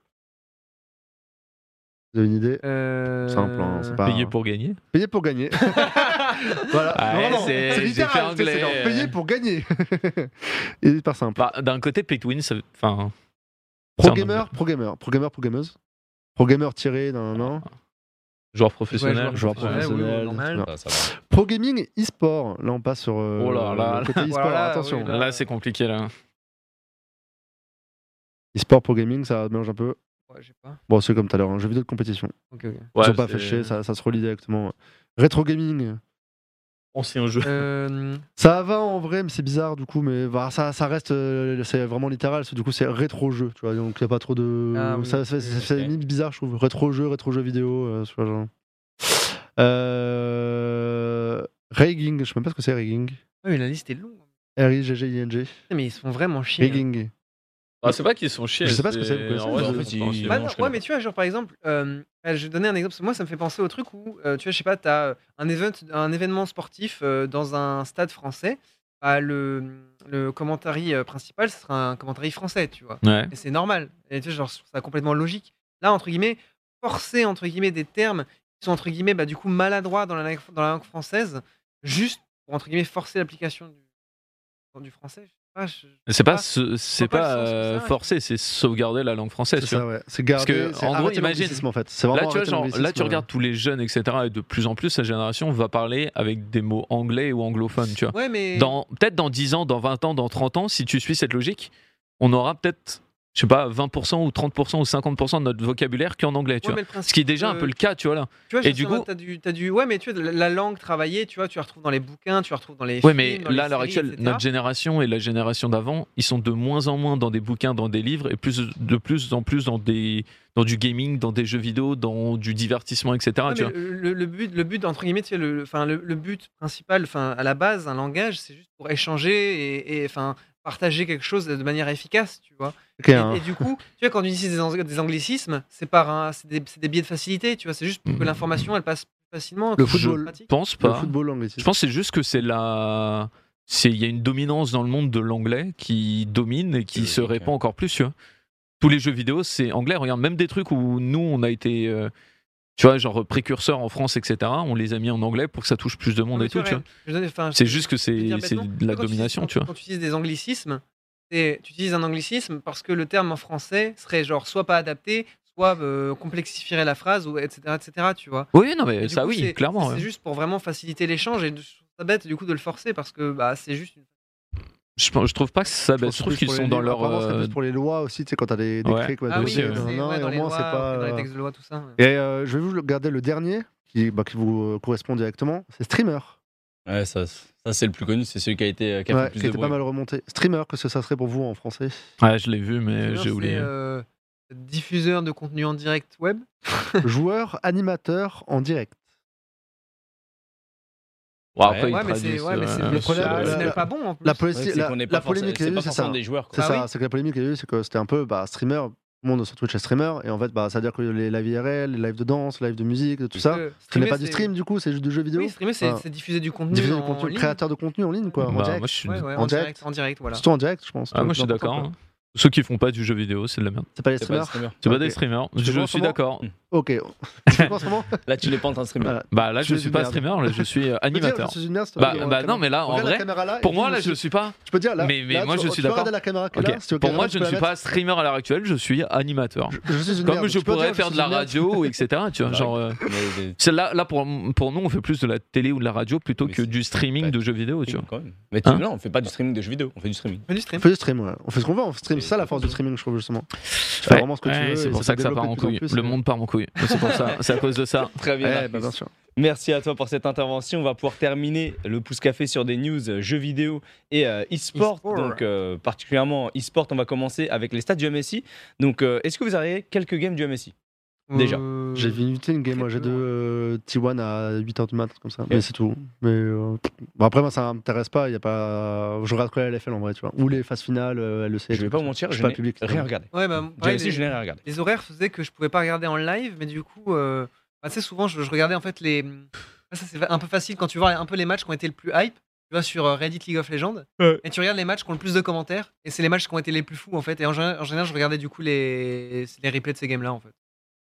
Vous avez une idée
Euh...
Simple, hein, c'est pas.
Payer pour gagner.
Payer pour gagner. voilà.
Ah ouais,
Vraiment,
c'est-
c'est
j'ai fait
littéral. tu sais,
anglais. euh.
C'est genre payer pour gagner. Et hyper simple.
Bah, D'un côté, pay to win, ça. Enfin.
Pro
c'est un
gamer, pro gamer, pro gamer, pro gameuse. Pro gamer tiré d'un an.
Joueur
Ouais,
professionnel.
joueur
Joueur
professionnel,
professionnel.
oui, oui, normal.
non.
Ça, ça va.
Pro gaming, e-sport. Là, on passe sur euh,
Oh là là
le côté e-sport.
Voilà,
attention.
oui,
Là, c'est compliqué, là.
E-sport, pro gaming, ça mélange un peu.
Ouais, je sais pas.
Bon, c'est comme tout à l'heure, un jeu vidéo de compétition.
Ok, ok.
Ils
Ouais,
sont pas
c'est-
fait chier, ça, ça se relie directement. Rétro gaming.
Ancien jeu.
Euh,
Ça va en vrai, mais c'est bizarre du coup. Mais bah, ça, ça reste, euh, c'est vraiment littéral. c'est- Du coup, c'est rétro jeu, tu vois. Donc, il n'y a pas trop de.
Ah oui,
ça, ça-
oui,
ça- c'est
ok.
limite bizarre, je trouve. Rétro jeu, rétro jeu vidéo, euh, tu vois, genre. Euh... Rigging, je sais même pas ce que c'est rigging.
Ouais, mais la liste est longue.
R-I-G-G-I-N-G.
Putain, Mais ils se font vraiment chier. hein.
Rigging.
Ah, c'est pas qu'ils sont chiés.
Je sais pas ce que c'est, vous connaissez
en vrai,
Bah, en
fait,
c'est
ils-
compréhensible.
Bah,
Bah
non,
non,
je connais
ouais, mais tu vois, genre par exemple, euh, euh, je vais donner un exemple. parce que Moi, ça me fait penser au truc où, euh, tu vois, je sais pas, tu as un, event, un événement sportif euh, dans un stade français. bah, le, le commentary euh, principal, ce sera un commentary français, tu vois.
Ouais.
Et c'est normal. Et tu vois, genre, je trouve ça complètement logique. Là, entre guillemets, forcer, entre guillemets, des termes qui sont, entre guillemets, bah, du coup, maladroits dans la, langue- dans la langue française, juste pour, entre guillemets, forcer l'application du, du français. Je sais pas, je-
C'est pas,
Ah,
ce- c'est
vois pas
pas
le sens,
euh,
c'est ça.
forcé, c'est sauvegarder la langue française.
C'est
tu vois.
ça, ouais. C'est garder.
que,
c'est
en gros,
arrêter
imagine-
l'anglicisme, en fait. C'est vraiment
Là, tu vois,
arrêter
genre, là, tu
l'anglicisme,
regardes tous les jeunes, etc. Et de plus en plus, sa génération va parler avec des mots anglais ou anglophones, tu vois.
Ouais, mais.
Dans- Peut-être dans 10 ans, dans 20 ans, dans 30 ans, si tu suis cette logique, on aura peut-être, je sais pas, 20% ou 30% ou 50% de notre vocabulaire qui est en anglais, tu
Ouais, mais
vois.
le principe,
Ce qui est déjà un
euh,
peu le cas, tu vois, là.
Tu vois,
Et
je
du
sais pas,
coup-
t'as du, t'as du, ouais, mais tu vois, la, la langue travaillée, tu vois, tu la retrouves dans les bouquins, tu la retrouves dans les.
Ouais,
films,
mais
dans les
là, à l'heure
séries,
actuelle,
etc.
notre génération et la génération d'avant, ils sont de moins en moins dans des bouquins, dans des livres, et plus, de plus en plus dans, des, dans du gaming, dans des jeux vidéo, dans du divertissement, etc.
Ouais,
tu vois.
mais le, le- le but, le but entre guillemets, tu sais, le, le- enfin, le, le but principal, enfin, à la base, un langage, c'est juste pour échanger et, et, enfin, partager quelque chose de manière efficace, tu vois.
Ok,
Et,
hein.
et du coup, tu vois, quand on utilise des, ang- des anglicismes, c'est par un, c'est des, c'est des biais de facilité, tu vois. C'est juste pour que
Mm.
l'information, elle passe plus facilement.
Le
que ce soit
football.
Je
pratique.
pense
Le
pas.
football,
Je
l'anglicisme.
pense que c'est juste que c'est la. c'est- Il y a une dominance dans le monde de l'anglais qui domine et qui
Oui,
se
ok.
répand encore plus. Tu vois. Tous les jeux vidéo, c'est anglais. Regarde, même des trucs où nous, on a été, euh, tu vois, genre précurseurs en France, etc. On les a mis en anglais pour que ça touche plus de
Non,
monde
mais
et
tu
tout.
vois,
tu vois.
je donne- enfin, je-
C'est juste que
je vais
c'est
dire
c'est
bêtement,
de la
quand tu utilises-
domination,
quand-
tu vois.
Quand tu utilises des anglicismes, c'est- tu utilises un anglicisme parce que le terme en français serait genre soit pas adapté, soit euh, complexifierait la phrase, ou etc., etc., tu vois.
Oui, non, mais
Et du
ça,
coup,
oui,
c'est-
clairement. hein.
C'est
ouais.
juste pour vraiment faciliter l'échange et de- je trouve ça bête du coup de le forcer parce que bah, c'est juste une...
Je, pense- je trouve pas que ça. baisse. je trouve
plus
qu'ils
pour
sont
les
dans
livres.
leur.
Apparemment, c'est
euh,
plus pour les lois aussi, tu sais, quand t'as des
Ouais.
décrets, quoi.
Ah
de-
oui,
de-
euh,
de-
ouais,
et
dans
au
les
moins,
lois,
c'est pas.
dans les
euh,
textes de loi, tout ça. ouais.
Et euh, je vais vous garder le dernier qui, bah, qui vous euh, correspond directement, c'est streamer.
Ouais, ça, ça, c'est le plus connu, c'est celui qui a été qui a fait
Ouais,
le plus
qui
de
était pas
bruit.
mal remonté. Streamer, que ce ça serait pour vous en français
Ouais, je l'ai vu, mais
Streamer,
j'ai oublié.
c'est, euh, diffuseur de contenu en direct web.
Joueur, animateur en direct.
Bon, après,
Ouais,
ils
Ouais, mais c'est
traduisent,
ouais, mais c'est-
euh,
le problème,
euh,
la-
c'est
la-
même pas bon en plus.
La, polé-
Ouais, c'est
la-
qu'on est
la
pas
polémique
forcément-
qu'il y a
c'est
eu,
pas
c'est ça.
forcément des joueurs. quoi.
C'est
Ah
ça,
oui
c'est que la polémique qu'il y a eu, c'est que c'était un peu bah, streamer. Tout le monde sur Twitch est streamer, et en fait, bah, ça veut dire que les lives IRL, les lives de danse, live de musique, de tout ça.
Euh,
Ce n'est
streamer,
pas du
c'est-
stream, du coup, c'est juste du jeu vidéo.
Oui, streamer, c'est
Enfin,
c'est diffuser du contenu.
diffuser du
en
contenu,
ligne.
créateur de contenu en ligne, quoi. en
bah,
direct.
moi, je suis
Ouais, ouais,
en
en
direct.
direct, en direct, voilà.
Surtout en direct, je pense.
Ah, moi, je suis
N'importe
d'accord.
quoi.
hein. Ceux qui font pas du jeu vidéo, c'est de la merde.
C'est pas les
C'est pas
streamers
des streamers.
C'est pas
Ok.
des streamers.
te
Je
vois en ce
suis
moment
d'accord.
Mm.
Ok. Tu fais quoi en ce moment
Là, tu l'es pas en train de streamer.
Voilà.
Bah là,
Tu
je
es
suis
une
pas
merde.
streamer, là, je suis euh,
Tu peux dire,
animateur.
je suis une merde, c'est toi
Bah,
qui vois la
bah non,
caméra.
mais là, en
Regarde la
vrai,
caméra là, et
pour
puis
moi,
nous,
là,
tu-
je suis pas.
Je peux dire là.
Mais- mais
là,
moi,
tu-
je
tu
suis
peux
d'accord.
regarder la caméra que
Ok.
là, si tu veux
Pour
la
moi,
caméra,
je
tu
ne suis
peux la
pas streamer à l'heure actuelle, je suis animateur.
mettre. Je, je suis une
Comme
merde.
je
Tu peux
pourrais
dire,
faire de
suis
la
une merde.
radio, etc. Tu vois,
Ouais.
genre. euh,
Mais, mais-
celle là, là pour, pour nous, on fait plus de la télé ou de la radio plutôt
Mais
que
c'est-
du streaming
ouais.
de jeux vidéo, tu vois.
quand même. Mais tu-
Hein
non, on fait pas du streaming de jeux vidéo, on fait du streaming.
Fais du
On
stream.
fait du stream, ouais. on fait ce qu'on veut, on stream. C'est ça la force du streaming, je trouve, justement. Tu fais
Ouais.
vraiment ce que tu
Ouais,
veux.
C'est
et
pour ça que
s'est
ça part en
développé de
couille.
plus euh, en
Le
plus.
monde part en couille. C'est pour ça. C'est à cause de ça.
Très bien.
Ouais, bah,
Marcus.
bien sûr.
Merci à toi pour cette intervention. On va pouvoir terminer le pouce café sur des news euh, jeux vidéo et euh, e-sport.
E-sport.
donc euh, particulièrement e-sport, on va commencer avec les stats du MSI. Donc euh, est-ce que vous avez quelques games du MSI Déjà.
Euh,
J'ai vinité une game, moi j'ai
Très
deux
peu,
euh, T1 à 8h du mat, comme ça. Mais c'est tout. Mais euh, bon, après, moi ça m'intéresse pas. Il y a pas. Je regarde quoi la LFL en vrai, tu vois. Ou les phases finales, euh, LEC.
Je vais pas vous mentir,
Je suis
je
pas
n'ai
public, c'est
rien
vrai.
regardé.
Ouais, bah,
Du
pareil,
MSI,
les-
je n'ai rien regardé.
les horaires faisaient que je pouvais pas regarder en live, mais du coup, euh, bah, tu sais, souvent je, je regardais en fait les. Ah, Ça, c'est fa- un peu facile quand tu vois un peu les matchs qui ont été le plus hype. Tu vas sur euh, Reddit League of Legends
Ouais.
et tu regardes les matchs qui ont le plus de commentaires et c'est les matchs qui ont été les plus fous en fait. Et en, gé- en général, je regardais du coup les, les replays de ces games là en fait.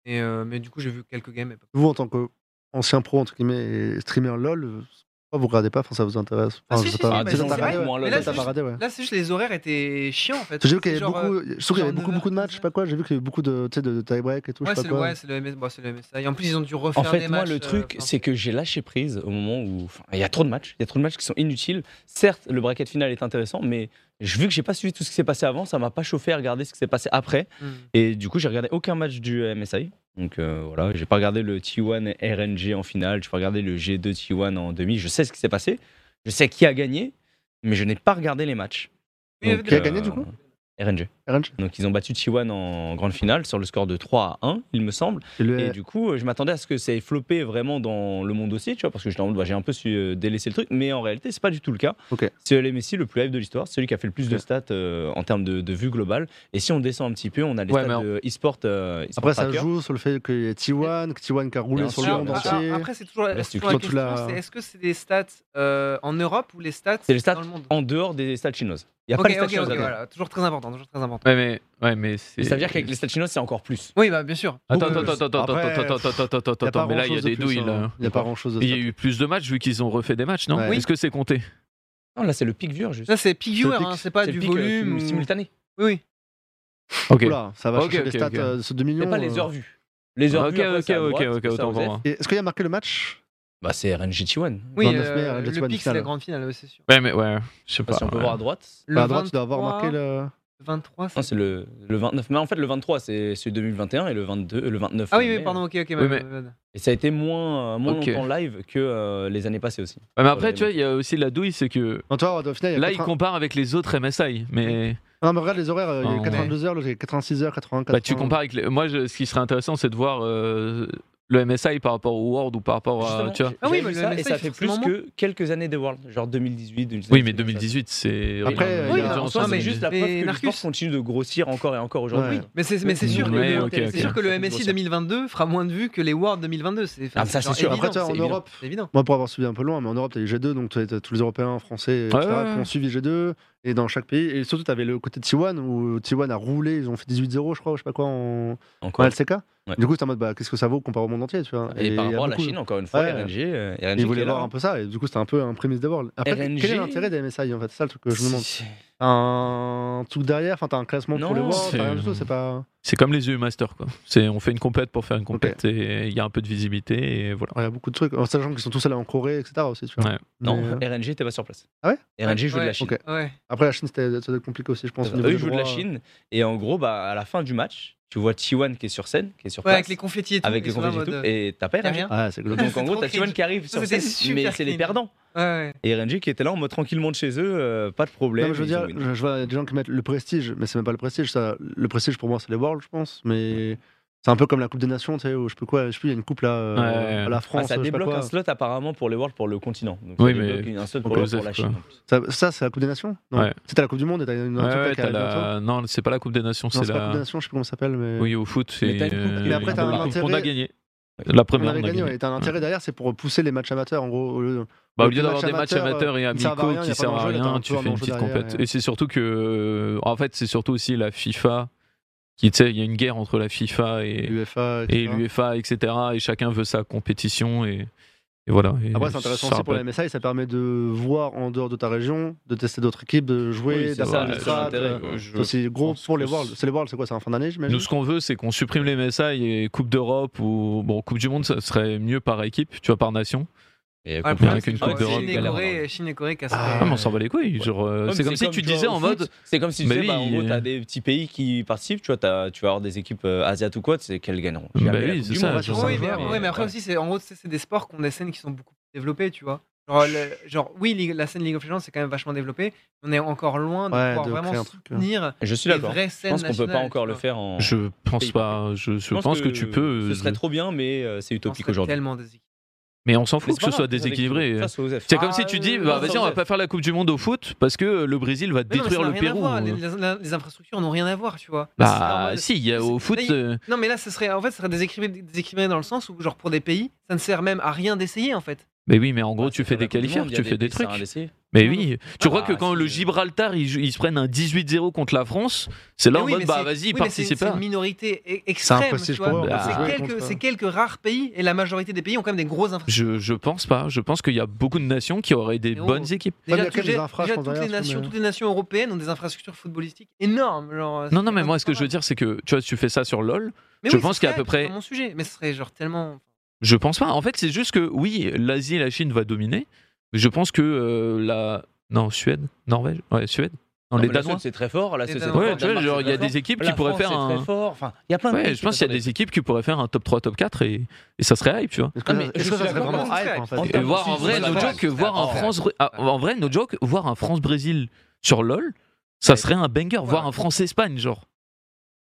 Et, euh, mais du coup, j'ai vu quelques games. Et pas-
Vous, en tant qu'ancien pro, entre guillemets, et streamer LOL, euh, pourquoi vous regardez pas Enfin, ça vous intéresse.
Ah,
Enfin,
si,
je sais
si,
pas.
bah,
si,
Peut-être
si,
t'as
c'est
regardé,
vrai,
ouais.
moi, LOL,
Peut-être
c'est
t'as
juste-
regardé, ouais.
Là, c'est juste les horaires étaient chiants en fait.
J'ai vu qu'il y
C'est
avait
genre,
beaucoup,
euh,
je trouve qu'il
genre
y avait beaucoup,
9,
beaucoup de matchs, je sais pas quoi. J'ai vu qu'il y avait beaucoup de, tu sais, de tie-break et tout.
euh, Ouais,
je
c'est
sais
le,
pas quoi.
ouais, c'est le, MS bon, c'est le MSI. Et en plus, ils ont dû refaire
En fait,
des
moi,
matchs,
le
euh,
truc,
enfin,
c'est que j'ai lâché prise au moment où enfin, il y a trop de matchs. Il y a trop de matchs qui sont inutiles. Certes, le bracket final est intéressant, mais je- vu que j'ai pas suivi tout ce qui s'est passé avant, ça m'a pas chauffé à regarder ce qui s'est passé après.
hmm.
Et du coup, j'ai regardé aucun match du MSI. Donc euh, voilà, j'ai pas regardé le T1 et RNG en finale, j'ai pas regardé le G2 T1 en demi. Je sais ce qui s'est passé, je sais qui a gagné, mais je n'ai pas regardé les matchs.
Oui, il y avait
Donc, euh,
Qui a gagné, du coup
RNG.
RNG.
Donc ils ont battu T1 en grande finale sur le score de 3 à 1, il me semble.
Et le-
Et du coup, euh, je m'attendais à ce que ça ait floppé vraiment dans le monde aussi, tu vois, parce que j'étais en mode, bah, j'ai un peu su euh, délaisser le truc, mais en réalité, c'est pas du tout le cas.
Ok.
C'est le Messi le plus live de l'histoire, celui qui a fait le plus de
Ok.
stats euh, en termes de, de vue globale. Et si on descend un petit peu, on a les
Ouais, mais
stats
en-
de e-sport. euh, e-sport
Après, ça
tracker.
joue sur le fait qu'il y a T1, que T1 qui a roulé
Bien
sur le
sûr,
monde
bien
Alors,
sûr.
entier.
Après, c'est toujours, la-
Là,
c'est
c'est
toujours la
quand tu l'as-
question, c'est est-ce que c'est des stats euh, en Europe ou les stats
C'est les stats
dans le monde
En dehors des stats chinoises. Il n'y a
Ok,
pas les stats
ok,
chinoises.
ok,
à
voilà, toujours très important, toujours très important.
Ouais, mais. Ouais, mais c'est.
Mais ça veut dire qu'avec les stats chinoises, c'est encore plus.
Oui, bah bien sûr.
Attends,
Beaucoup plus.
attends, attends, attends,
Après,
attends, attends, attends, attends,
Y a pas
attends, mais là, il y a
grand-chose de
des
plus,
douilles.
hein.
là.
Il n'y a pas grand chose.
Il y a eu plus de matchs vu qu'ils ont refait des matchs, non
Ouais.
Est-ce que c'est compté
Non, là, c'est le peak viewer, juste.
Ça c'est peak viewer,
pic,
hein, c'est pas
C'est
du
le peak, euh,
volume.
sim-
ou-
simultané.
Oui, oui.
Ok.
Oula, ça va
Ok,
chercher
ok,
les stats
ok.
euh, sur 2 millions.
C'est pas les
euh.
heures vues. Les heures
Ok,
vues. après,
ok,
c'est à
ok,
droite,
ok,
c'est à
autant pour
OZF.
moi.
Et Est-ce qu'il y a marqué le match
Bah, c'est RNGT1.
Oui,
29 mai,
euh,
la Jet
le
One
pic c'est
finale.
la grande finale, ouais, c'est sûr.
Ouais, mais ouais, je sais
Je sais pas
pas.
si on peut
ouais.
voir à droite.
Le
Bah, À droite, tu dois avoir
23,
marqué le.
23, c'est-
Non, Ah, c'est le, le 29. Mais en fait, le 23, c'est celui 2021 et le 22, le 29.
Ah oui,
mai,
oui, pardon, ok, ok.
Oui,
ma-
mais-
ma- ma-
Et ça a été moins, euh, moins
Ok.
longtemps live que euh, les années passées aussi.
Ouais, mais après,
Ouais,
tu vois, il y a aussi la douille, c'est que
Non, tu vois, au final, il y a
là, ils
80
comparent avec les autres MSI. Mais
Non, mais regarde les horaires, euh, il y
Oh.
a 82 heures, l'autre, il y a 86 heures, 84.
bah, tu compares avec les. Moi, je- ce qui serait intéressant, c'est de voir euh, le MSI par rapport au World ou par rapport à.
Justement,
Tu vois
j'ai-
Ah oui,
j'ai
mais
vu
le
ça,
MSI,
et ça
il
fait
faut que ce
plus
moment-
que quelques années des World, genre 2018, 2019.
Oui, mais
2018.
2018, c'est.
Après, euh, Oui,
énorme.
Oui, mais
mais
en
en
soi,
soi,
c'est juste la
mais
preuve que
Narcus-
l'e-sport continue de grossir encore et encore aujourd'hui.
Ouais.
Mais c'est mais c'est
Ouais,
sûr que
ouais,
le-
ok,
c'est
ok.
sûr que le
Grossière.
MSI 2022 fera moins de vues que les Worlds 2022. C'est
Ah, ça, c'est
genre
sûr.
évident,
Après, tu vois, en
évident.
Europe,
c'est évident.
moi, pour avoir suivi un peu loin, mais en Europe, t'as les G2, donc t'as t'as tous les Européens, Français, etc.,
Ouais, ouais,
qui
ouais.
ont suivi G2, et dans chaque pays. Et surtout, t'avais le côté de T1, où T1 a roulé, ils ont fait 18-0, je crois, ou je sais pas quoi, en, en
Encore.
LCK.
Ouais.
Du coup, c'est en mode, bah, qu'est-ce que ça vaut comparé au monde entier, tu vois.
Et, par
il y a
rapport à la
beaucoup-
Chine, encore une fois,
Ouais.
RNG, euh, RNG.
Ils voulaient voir un peu ça, et du coup, c'était un peu un prémisse des Worlds. Après,
RNG?
quel est l'intérêt des MSI, en fait C'est ça le truc que je me demande.
C'est-
Un truc derrière, enfin, t'as un classement
Non,
pour les Worlds,
c'est-
t'as rien du tout, c'est pas.
C'est comme les EU Master, quoi. C'est, on fait une compète pour faire une compète et il y a un peu de visibilité et voilà.
Ouais, Il y a beaucoup de trucs, en sachant qu'ils sont tous allés en Corée, etc. aussi, tu vois.
Ouais.
Non,
Mais, euh,
RNG était pas sur place.
Ah ouais
RNG joue de la
Ouais.
Chine.
Ok.
Ouais.
Après, la Chine, c'était ça doit être compliqué aussi, je pense. au niveau
Euh, Eux,
des
ils jouent de la
droits.
Chine. Et en gros, bah, à la fin du match, tu vois T1 qui est sur scène, qui est sur
Ouais,
place,
avec les confettis et tout.
avec
ils
les
sont là en
confettis et tout,
mode, euh,
et t'as pas
t'as
RNG.
rien
Ah, c'est glauque.
Donc en
C'est
gros,
trop
t'as T1
cringe.
qui arrive
Ça,
sur
c'était
scène, mais
super
c'est les
cringe.
perdants.
Ouais, ouais.
Et RNG qui était là en mode tranquillement de chez eux, euh, pas de problème.
Non, mais je veux
ils ont
dire,
win.
je, je vois des gens qui mettent le prestige, mais c'est même pas le prestige. Ça. Le prestige pour moi, c'est les Worlds, je pense. Mais c'est un peu comme la Coupe des Nations, tu sais, où je peux quoi, je sais plus, il y a une coupe là, euh,
Ouais.
à la
Ah,
France.
ça
je sais pas
débloque
quoi.
un slot apparemment pour les Worlds pour le continent. Donc,
Oui,
ça
mais
débloque un slot
pour
pour, le-
Joseph,
pour la Chine.
quoi.
en plus.
Ça, ça, c'est la Coupe des Nations Non.
Ouais.
C'était la Coupe du Monde et t'as une, un
Ouais,
truc là
ouais,
qui
t'as
arrive
la-
bientôt. Non,
Non, c'est pas la Coupe des Nations,
c'est pas
c'est
la Coupe des
la.
Nations, je sais plus comment ça s'appelle, mais.
Oui, au foot.
Mais t'as
c'est,
une coupe-
euh,
Mais après, t'as
la
un
coupe qu'on
intérêt-
a gagnée. La
On
première,
avait
on a
gagné,
gagné.
ouais, et t'as un intérêt derrière, c'est pour pousser les matchs amateurs en gros. Au lieu...
Bah, au
Donc,
lieu
les
d'avoir
matchs
des matchs
amateurs,
amateurs et
qui servent à
amicaux
rien, y a
qui
pas
servent à
d'enjeu, là, t'as
rien,
un
tu
peu un
fais une
enjeu
petite
derrière,
compète.
ouais.
Et c'est surtout que. euh, En fait, c'est surtout aussi la FIFA qui, tu sais, il y a une guerre entre la FIFA et,
l'UFA.
et
etc.
l'UEFA, etc. Et chacun veut sa compétition et, et voilà. Et
Après, c'est intéressant
ça
aussi pour
rappelle-
la MSI, ça permet de voir en dehors de ta région, de tester d'autres équipes, de jouer,
Oui, c'est
d'apprendre
ça,
les
c'est
stats,
l'intérêt,
euh,
quoi.
Je
C'est aussi gros
pense
pour les
que
Worlds.
c'est-
C'est les Worlds, c'est quoi C'est en fin d'année, j'imagine
Nous, ce qu'on veut, c'est qu'on supprime les MSI et Coupe d'Europe ou bon, Coupe du Monde, ça serait mieux par équipe, tu vois, par nation.
Et
Ouais, le
Combien
problème,
comprendre
avec
c'est
une
que
Coupe
Chine
d'Europe,
et
galère,
Ah, Corée-
hein
Chine et Corée cassent
Ah,
Ah,
les-
mais on s'en bat les couilles. genre, euh,
Ouais, mais
c'est comme si tu
tu vois,
disais
au
en
foot,
mode.
C'est comme si tu
Bah
disais,
oui,
bah, en gros,
euh,
t'as des petits pays qui participent, tu vois, t'as- tu vas avoir des équipes euh, asiatiques ou quoi, c'est quel gagnant
Bah
Jamais la
oui,
Coupe
c'est
du
ça,
Monde,
c'est
tu vois,
ça.
Oui,
c'est
mais,
vrai,
ouais, mais après
ouais.
aussi, c'est en gros, c'est c'est des sports qui ont des scènes qui sont beaucoup plus développées, tu vois. Genre, le- genre oui, League- la scène League of Legends, c'est quand même vachement développée. On est encore loin de
Ouais,
pouvoir
de créer
vraiment
un truc, hein.
soutenir
Je suis
les
d'accord.
vraies
Je
scènes
pense qu'on peut pas
nationales,
encore
tu
le
vois.
faire en.
Je pense
Pays
pas. Je, je pense, que, tu peux.
Ce
euh,
serait trop bien, mais euh, c'est
On
utopique
serait
aujourd'hui.
tellement déséquilibrés.
Mais on s'en
Mais
fout
c'est
que ce
pas
soit
grave, c'est
déséquilibré.
Ça, c'est aux F.
C'est comme
Ah,
si tu dis, bah,
non,
vas-y,
ça,
on va
c'est-
pas faire la Coupe du Monde au foot parce que le Brésil
Mais
va
non, mais ça
détruire
n'a
le
rien à
Pérou.
voir, Les, les- les infrastructures n'ont rien à voir, tu vois.
Bah,
C'est normal.
si, il y a au
c'est-
foot.
là, il-
euh,
Non, mais là, ce serait, en fait, ce serait déséquilibré, déséquilibré dans le sens où, genre, pour des pays, ça ne sert même à rien d'essayer, en fait.
Mais oui, mais en
bah,
gros,
Ah,
tu
c'est
fais
comme la
des
Coupe du
qualifiers,
Monde, il y a
tu fais des
dessins à
trucs.
laisser.
Mais
Non,
oui, tu
Ah,
Bah,
crois que quand
c'est-
le Gibraltar ils, ils se prennent un 18-0 contre la France, c'est là
Mais
en
oui,
mode
mais
bah
c'est-
vas-y,
oui, mais c'est-
participez.
C'est une minorité e- extrême, tu
prestige
vois.
pour eux,
on peut
C'est
jouer
quelques,
contre
c'est
eux.
quelques rares pays, et la majorité des pays ont quand même des grosses infrastructures.
Je, je pense pas. Je pense qu'il y a beaucoup de nations qui auraient des
Mais oh.
bonnes équipes.
Ouais, mais il y a
Déjà,
quand même
tu-
des infras,
déjà,
je pense,
toutes, les
derrière, parce
nations,
que-
toutes les nations européennes ont des infrastructures footballistiques énormes. Genre,
Non,
c'est
non, mais
quand
moi,
même
ce que je veux
pas
dire, c'est que tu vois, tu fais ça sur LoL.
mal. Mais
je
oui,
pense
ce
qu'il y a à
serait-
peu près-
c'est pas mon sujet, mais ce serait genre tellement.
Je pense pas. En fait, c'est juste que oui, l'Asie et la Chine va dominer. Mais je pense que euh, la non Suède, Norvège, ouais Suède, non,
Non, Ah,
les
mais la
Danois.
Suède, C'est très fort. La
Les
Suède, c'est
Danois.
très
Ouais,
fort,
tu vois,
Danemark,
genre il y a
c'est très
des équipes
fort.
qui
La
pourraient
France,
faire
c'est
un.
très hein, fort. Enfin, il y a plein de.
Ouais,
pays
je
qui
pense qu'il y a
sont
des équipes qui pourraient faire un top 3, top 4 et, et ça serait hype, tu vois.
Est-ce que,
Ah,
ça-
mais
est-ce
je
que
suis
ça serait
d'accord,
vraiment
mais
hype en
c'est
fait
Et
En
voir en
termes de
vrai,
suivi,
no
c'est
joke,
vrai.
voir en
Ah,
France, ah, en vrai, no joke, voir un France-Brésil sur LoL, ça serait un banger. Voir un France-Espagne, genre,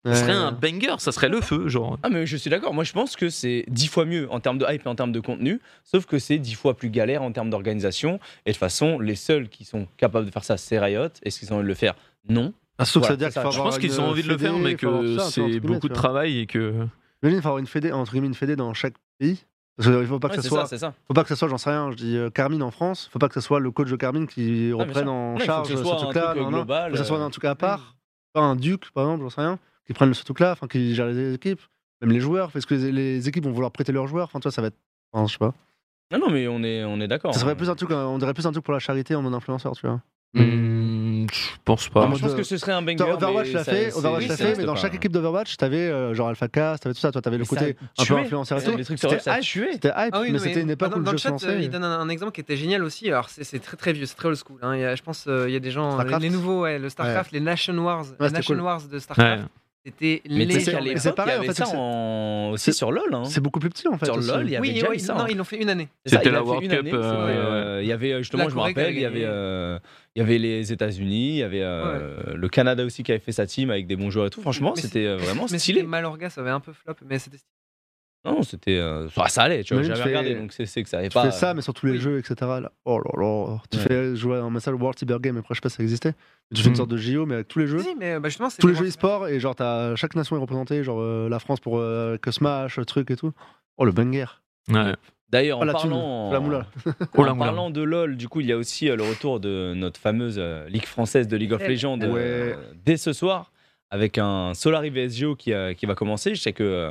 ça serait un banger, ça serait le feu, genre.
Ah mais je suis d'accord, moi je pense que c'est dix fois mieux en termes de hype et en termes de contenu, sauf que c'est dix fois plus galère en termes d'organisation, et de toute façon, les seuls qui sont capables de faire ça, c'est Riot, est-ce qu'ils ont envie de le faire Non.
Ah, sauf que ça veut dire
Voilà,
qu'il faut
c'est
Je
ça.
avoir
pense qu'ils
une
ont envie de le
fédé,
faire, mais
il faut avoir
que
ça, tu vois, entre
c'est
guillemets,
beaucoup de
tu vois.
travail et que.
Imagine, il faut avoir une fédé, entre guillemets, une fédé dans chaque pays. Parce qu'il faut pas que
Ouais,
ça
c'est
soit,
ça, c'est ça.
faut pas que ça soit, j'en sais rien, je dis euh, Carmine en France, faut pas que ça soit le coach de Carmine qui
bien
reprenne
sûr.
en
Ouais, il faut
charge
que ce
ce
soit un
truc-là,
truc, euh,
nan, nan.
global,
Faut que ça soit
euh,
un truc à part, pas un duc par exemple, j'en sais rien, qui prenne ce truc-là, enfin qui gère les équipes, même les joueurs, parce que les, les équipes vont vouloir prêter leurs joueurs, enfin toi ça va être, enfin, je sais pas.
Non, non, mais on est, on est d'accord.
Ça
hein.
serait plus un truc, euh, on dirait plus un truc pour la charité en mode influenceur, tu vois.
Hmm, je pense
Ah,
pas.
Moi,
moi,
je pense
je-
que ce serait un banger.
Putain, Overwatch
mais
l'a
ça-
fait,
c'est-
Overwatch
oui,
l'a
ça
fait,
reste
mais dans
pas
chaque
un-
équipe d'Overwatch, t'avais euh, genre Alpha Cast, t'avais tout ça, toi t'avais le
Mais ça
côté un peu
tuait.
influenceur et
C'est
tout.
des trucs sur
C'était
ça
hype,
tuait.
c'était hype,
Ah oui, non,
mais c'était une époque
dans,
où le
dans
jeu
le
se
chat, euh,
lançait.
il donne un, un exemple qui était génial aussi. Alors, c'est- c'est très très vieux, c'est très old school. hein. Il y a- je pense qu'il y a des gens, les,
Starcraft.
les nouveaux, ouais, le StarCraft, les Nation Wars, les
c'était
Nation
cool.
Wars de
Ouais.
StarCraft, c'était
Mais tu sais qu'à
légendaire.
les-
l'époque,
c'est pareil,
il y avait
en fait,
ça
c'est-
en- aussi
c'est-
sur LoL. hein.
C'est beaucoup plus petit en fait.
Sur
aussi.
LoL, il y avait
Oui,
déjà
oui,
eu ça.
non,
hein.
ils l'ont fait une année.
C'est ça,
C'était
il
la
a fait
World
une
Cup,
année, c'est vrai.
euh,
Euh, Il y avait euh, justement,
La
je me
Corée qui
rappelle,
avait
il y
gagné.
avait, euh, il y avait les États-Unis, il y avait euh, le Canada aussi qui avait fait sa team avec des bons joueurs et tout. Franchement,
Mais
c'était euh, vraiment
Mais
stylé.
c'était Malorga, ça avait un peu flop, mais c'était
Non, c'était, euh, ah, ça allait. Tu vois,
Imagine,
j'avais
tu fais-
regardé, donc c'est c'est que ça n'avait
Tu
pas. euh,
fais ça, mais sur tous les
oui.
jeux, etc. là. Oh là là. Tu
Ouais. Hmm.
fais jouer un message World Cyber Game, après je sais pas si ça existait. Mais tu fais
Mm.
une sorte de JO, mais avec tous les jeux.
Si, mais bah, justement, c'est
Tous les jeux e-sport, et genre, t'as, chaque nation est représentée, genre euh, la France pour euh, que Smash, euh, truc et tout. Oh le banger.
Ouais.
D'ailleurs,
Oh
en
la thune,
parlant,
la moula.
Oh là,
en
moula.
parlant de LoL, du coup, il y a aussi euh, le retour de notre fameuse euh, ligue française de League of
Ouais.
Legends euh, dès ce soir avec un Solari VSGO qui, euh, qui va commencer. Je sais que euh,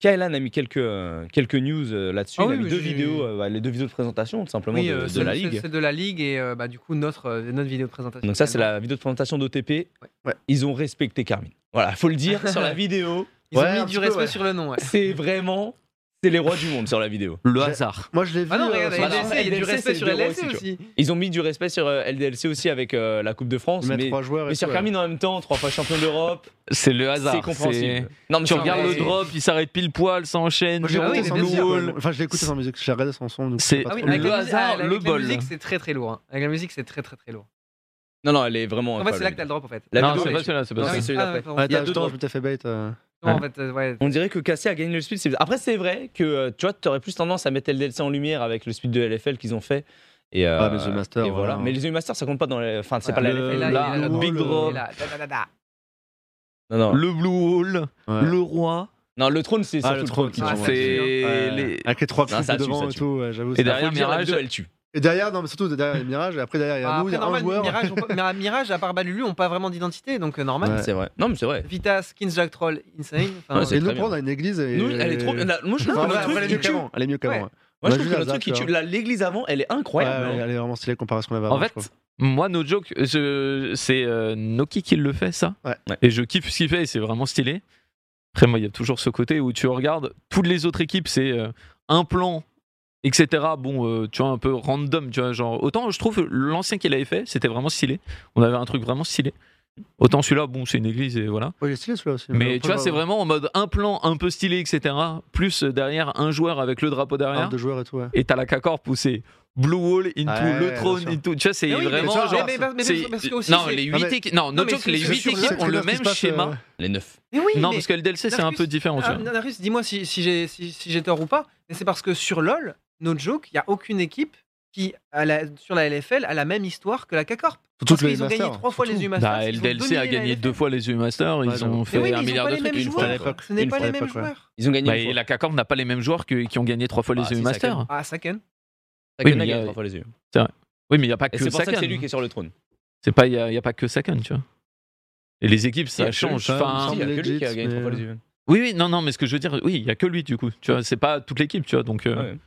Kaelan a mis quelques, euh, quelques news euh, là-dessus.
Ah
il
oui,
a mis
mais
deux
j'ai-
vidéos, euh, bah, les deux vidéos de présentation tout simplement
Oui,
de,
euh,
de
c'est-
la
c'est-
ligue.
C'est de la ligue et euh, bah, du coup, notre, euh, notre vidéo de présentation.
Donc ça, c'est
également.
la vidéo de présentation d'OTP.
Ouais.
Ils ont respecté Carmine. Voilà, faut le dire sur la vidéo.
Ils
Ouais,
ont
un
mis
petit
du
peu,
respect
ouais.
sur le nom. ouais.
C'est vraiment, c'est les rois du monde sur la vidéo.
Le
J'ai-
hasard.
Moi je l'ai vu.
Ah non,
euh,
regarde,
sur-
la LDC,
LDC, il y a du
LDC,
respect
c'est
sur
zéro
LDC
aussi,
aussi.
Ils ont mis du respect sur euh, LDLC aussi avec euh, la Coupe de France,
ils mettent
mais,
trois joueurs et
mais sur
tout, ouais.
Carmine en même temps, trois fois champion d'Europe,
C'est le hasard.
c'est compréhensible. Non, mais
Tu
c'est-
regardes
mais-
le drop, il s'arrête pile poil, ça enchaîne.
Moi, je l'ai
Ah oui,
écouté
mais
sans
bien
musique,
sûr.
quoi. Enfin, je l'ai écouté sans musique, j'ai regardé sans son. donc je
C'est-
sais pas
Ah oui,
trop.
avec
Le
la musique-
hasard,
avec
le
la
bol.
musique, c'est très très lourd. hein. Avec la musique, c'est très très très lourd.
non, non, elle est vraiment.
En fait, c'est là
incroyable.
que t'as le drop en fait.
La
non,
vidéo,
c'est
elle
pas
est-
celui-là, c'est
Non,
pas
c'est
celui-là.
celui-là après.
pardon.
Ouais,
Il y a
t'as-
deux
attends,
drops.
je m'étais fait bait. euh.
Ah,
Non, en fait, euh, ouais.
On dirait que Cassé a gagné le split. c'est- Après, c'est vrai que euh, tu vois, t'aurais plus tendance à mettre LDLC en lumière avec le split de LFL qu'ils ont fait. Et, euh,
bah,
Ah, mais The Master,
et voilà.
voilà.
Mais les EU Masters, ça compte pas dans les. Enfin, c'est
Ouais,
pas la
le-
LFL.
là,
la-
il est là,
Big
il est
Drop.
là, da, da, da, da.
Non, non.
Le Blue Hall,
Ouais.
le roi.
Non, le trône, c'est Ah,
Ah,
surtout
le
le trône
trône,
qui
Ah,
tue.
c'est-
c'est
Ouais.
les-
Avec les trois
Non,
coups
ça tue,
devant
ça
et
tue.
tout, ouais, j'avoue.
Et
c'est-
Derrière
derrière
Mirage,
Mirage,
elle tue.
Et derrière, non, mais surtout derrière, il y a Mirage, et après derrière, il y a
Bah,
nous, il y
après,
a un
normal,
joueur.
Mirage, ont pas- Mir- Mirage, à part Balulu, ont pas vraiment d'identité, donc euh, normal.
Ouais.
C'est vrai. Non, mais c'est vrai.
Vita, Skins, Jack Troll, Insane. enfin,
Ouais, c'est
Et
très
nous,
bien.
on a une église. Et...
Nous, elle est trop bien. La- Moi, je trouve
Enfin,
que le truc,
ouais, après, elle est
il
mieux
tue.
qu'avant. Elle est mieux qu'avant.
Ouais.
ouais.
Moi, je
On a
trouve
vu
que le
la
truc, il
Zap,
tue.
là.
La- L'église avant, elle est incroyable.
Ouais,
hein.
elle est vraiment stylée comparée à ce qu'on avait avant.
En
je crois.
fait, moi, no joke, je- c'est euh, Noki qui le fait, ça.
Ouais.
Ouais.
Et je kiffe ce qu'il fait et c'est vraiment stylé. Après, moi, il y a toujours ce côté où tu regardes toutes les autres équipes, c'est euh, un plan, etc. Bon, euh, tu vois, un peu random, tu vois. Genre, autant je trouve l'ancien qu'il avait fait, c'était vraiment stylé. On avait un truc vraiment stylé. Autant celui-là, bon, c'est une église et voilà.
Ouais, Oh, il est stylé celui-là aussi.
Mais tu
après, bah
vois, c'est vraiment en mode un plan un peu stylé, etc. Plus euh, derrière un joueur avec le drapeau derrière.
Un, deux joueurs et tout, ouais.
Et t'as la K-Corp où c'est Blue Wall into
Ouais,
le
bien
trône
sûr.
into. Tu vois, c'est
Mais oui, mais
vraiment.
tu vois,
genre,
genre,
mais- mais- mais-
c'est-
parce que aussi,
non,
c'est-
les
Ah,
8
mais-
équipes. Non,
Non,
no
mais
joke,
c'est-
les
c'est
8
sur le-
équipes ont le
Secret
même
Lab qui se passe,
schéma.
euh,
Les neuf.
Mais oui,
Non,
mais-
parce que le DLC, c'est un
Narcus-
peu différent. tu
Ah,
vois.
Narus, dis-moi si, si j'ai si, si j'ai tort ou pas, mais c'est parce que sur LoL, no joke, il n'y a aucune équipe qui, à la- sur la LFL, a la même histoire que la K-Corp.
Surtout
Parce
que les
qu'ils ont gagné
masters.
trois fois les
surtout.
U Masters.
Bah,
ils ont
LDLC
dominé
a
la
gagné
LFL.
deux fois les EU-Masters,
Ouais,
ils ont
donc-
Mais
fait
oui, mais
un
ils ont
milliard
pas
de
les
trucs
mêmes
une fois.
joueurs.
à l'époque.
Ce n'est
Une
pas
fois
à
les mêmes
l'époque, ouais.
joueurs.
Ils ont gagné.
Bah,
une
et
fois.
la K-Corp n'a pas les mêmes joueurs que- qui ont gagné trois fois les
Ah, si,
EU-Masters.
Ah, Saken.
Oui,
Saken
mais
a
il y a-
gagné trois fois les yeux.
Oui, mais il n'y a pas
Et
que
c'est pour ça que c'est lui
Sakan.
qui est sur le trône.
C'est pas, il n'y a, il y a pas que Sakan, tu vois. Et les équipes,
Il y
ça
a que
change.
lui,
Enfin,
si, il y a que lui qui a gagné trois fois les yeux.
oui, oui, non, non, mais ce que je veux dire, oui, il n'y a que lui, du coup. Tu vois, c'est pas toute l'équipe, tu vois. Donc, euh,
Ouais.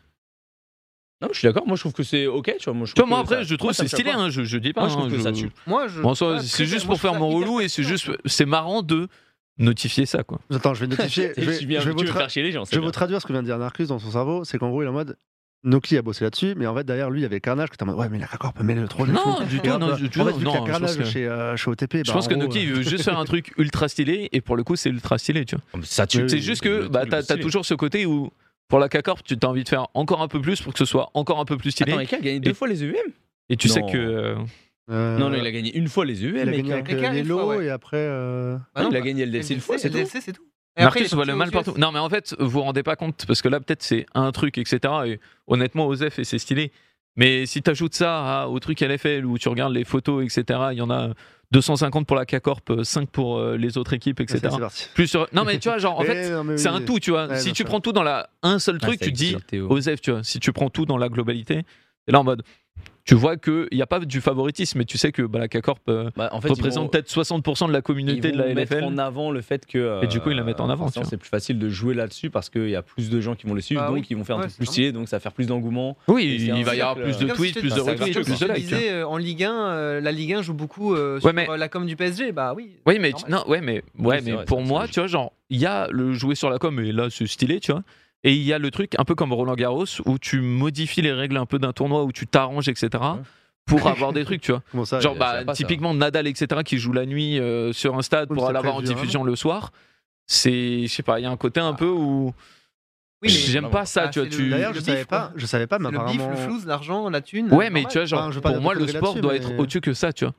Non, je suis d'accord. Moi, je trouve que c'est ok. Tu vois, moi, je
Tu vois,
trouve
moi
que
après,
ça-
je
moi,
trouve
ça
c'est
me choque
stylé,
pas.
hein, je, je dis pas.
Moi, je trouve
hein,
que ça tue.
Moi, je.
Bon, en soi,
ah,
c'est
très-
juste
moi,
pour
je trouve
faire
ça
mon
hyper
relou et c'est juste,
pertinent.
c'est marrant de notifier ça, quoi.
Attends, je vais notifier. je vais,
Tu viens-
je vais vous
tu veux
tra-
faire chier les gens.
je vais vous traduire ce que vient de dire Narcus dans son cerveau. C'est qu'en gros, il est en mode. Noki a bossé là-dessus, mais en fait, derrière lui, il y avait Carnage. Que t'es en mode, ouais, mais la K-Corp mais le troll. et tout.
Non, du
Et
tout,
hop,
non, du tout,
en fait, vu
non,
qu'il y a
je pense
Carnage
que-
chez, euh, chez OTP.
Je
bah,
pense
en
que
gros,
Noki
euh,
veut juste faire un truc ultra stylé et pour le coup c'est ultra stylé tu vois.
Ça
Oui,
tue.
oui,
C'est juste que
le
bah,
truc,
t'as
le
t'as
stylé.
toujours ce côté où pour la K-Corp tu t'as envie de faire encore un peu plus pour que ce soit encore un peu plus stylé
Attends, Eka a gagné deux fois les EUM
et tu sais
non.
que euh,
euh,
Non, non, il a gagné une fois les EUM.
il a gagné
Eka.
avec
quelqu'un,
les
une fois,
lots
ouais.
et après. euh,
Bah non,
il a
bah,
gagné LDC une fois, c'est tout.
LDC, c'est tout. Et après, il est
Marcus voit
parti
le
aux
mal
US.
partout. Non mais en fait vous vous rendez pas compte parce que là peut-être c'est un truc etc et honnêtement Osef et c'est stylé mais si t'ajoutes ça à- au truc LFL où tu regardes les photos etc il y en a 250 pour la K-Corp 5 pour euh, les autres équipes
ça,
etc.
C'est parti.
Plus sur- Non mais tu vois genre en
Mais
fait
non, mais
c'est
oui.
un tout, tu vois.
Ouais,
si
bien
tu
sûr.
prends tout dans la, un seul truc,
Ah,
tu te dis,
ça existe, Théo.
Osef, tu vois, si tu prends tout dans la globalité, et là en mode, tu vois qu'il n'y a pas du favoritisme, mais tu sais que bah, la K-Corp euh,
Bah, en fait, ils
représente
vont-
peut-être 60% de la communauté
ils
de
vont
la
mettre
LFL.
en avant le fait que.
Et du coup, ils la mettent en
euh,
avant,
forcément,
tu vois.
C'est plus facile de jouer là-dessus parce qu'il y a plus de gens qui vont le suivre,
Bah
donc
oui.
ils vont faire un
Ouais,
truc
c'est
plus
normal.
stylé, donc ça va faire plus d'engouement.
Oui,
Et c'est
il
un
va y avoir
cercle,
plus de
euh, Comme si
tweets,
je te-
plus de
Bah, ça
retweets,
grave,
plus
comme
de
si
je te
likes. tu vois.
disais, euh, en Ligue 1, euh, la Ligue 1 joue beaucoup euh,
Ouais,
sur
mais-
euh, la com du PSG. Bah oui.
Oui, mais,
c'est normal.
non, ouais, mais, ouais,
c'est
mais
vrai,
pour
ça,
moi,
c'est
tu vois, genre, il y a le jouer sur la com, et là, c'est stylé, tu vois. Et il y a le truc un peu comme Roland Garros, où tu modifies les règles un peu d'un tournoi, où tu t'arranges, etc., pour avoir des trucs, tu vois.
Comment ça
Genre,
il y a-
bah,
ça passe,
typiquement Nadal, etc., qui joue la nuit euh, sur un stade
Oui,
pour
c'est hein.
aller avoir en
prévu
diffusion le soir. C'est, je sais pas, il y a un côté un peu où
Oui, mais-
j'aime pas ça,
Ah,
tu vois.
c'est
Tu...
le-
euh, D'ailleurs, je
bif,
savais
quoi.
pas, je savais pas, mais
C'est le bif,
apparemment.
le flouze, l'argent, la thune.
euh,
euh,
Ouais, mais
normal.
tu vois, genre,
Enfin, je veux pas
pour moi, le
conneries
sport
là-dessus,
doit
mais-
être au-dessus que ça, tu vois.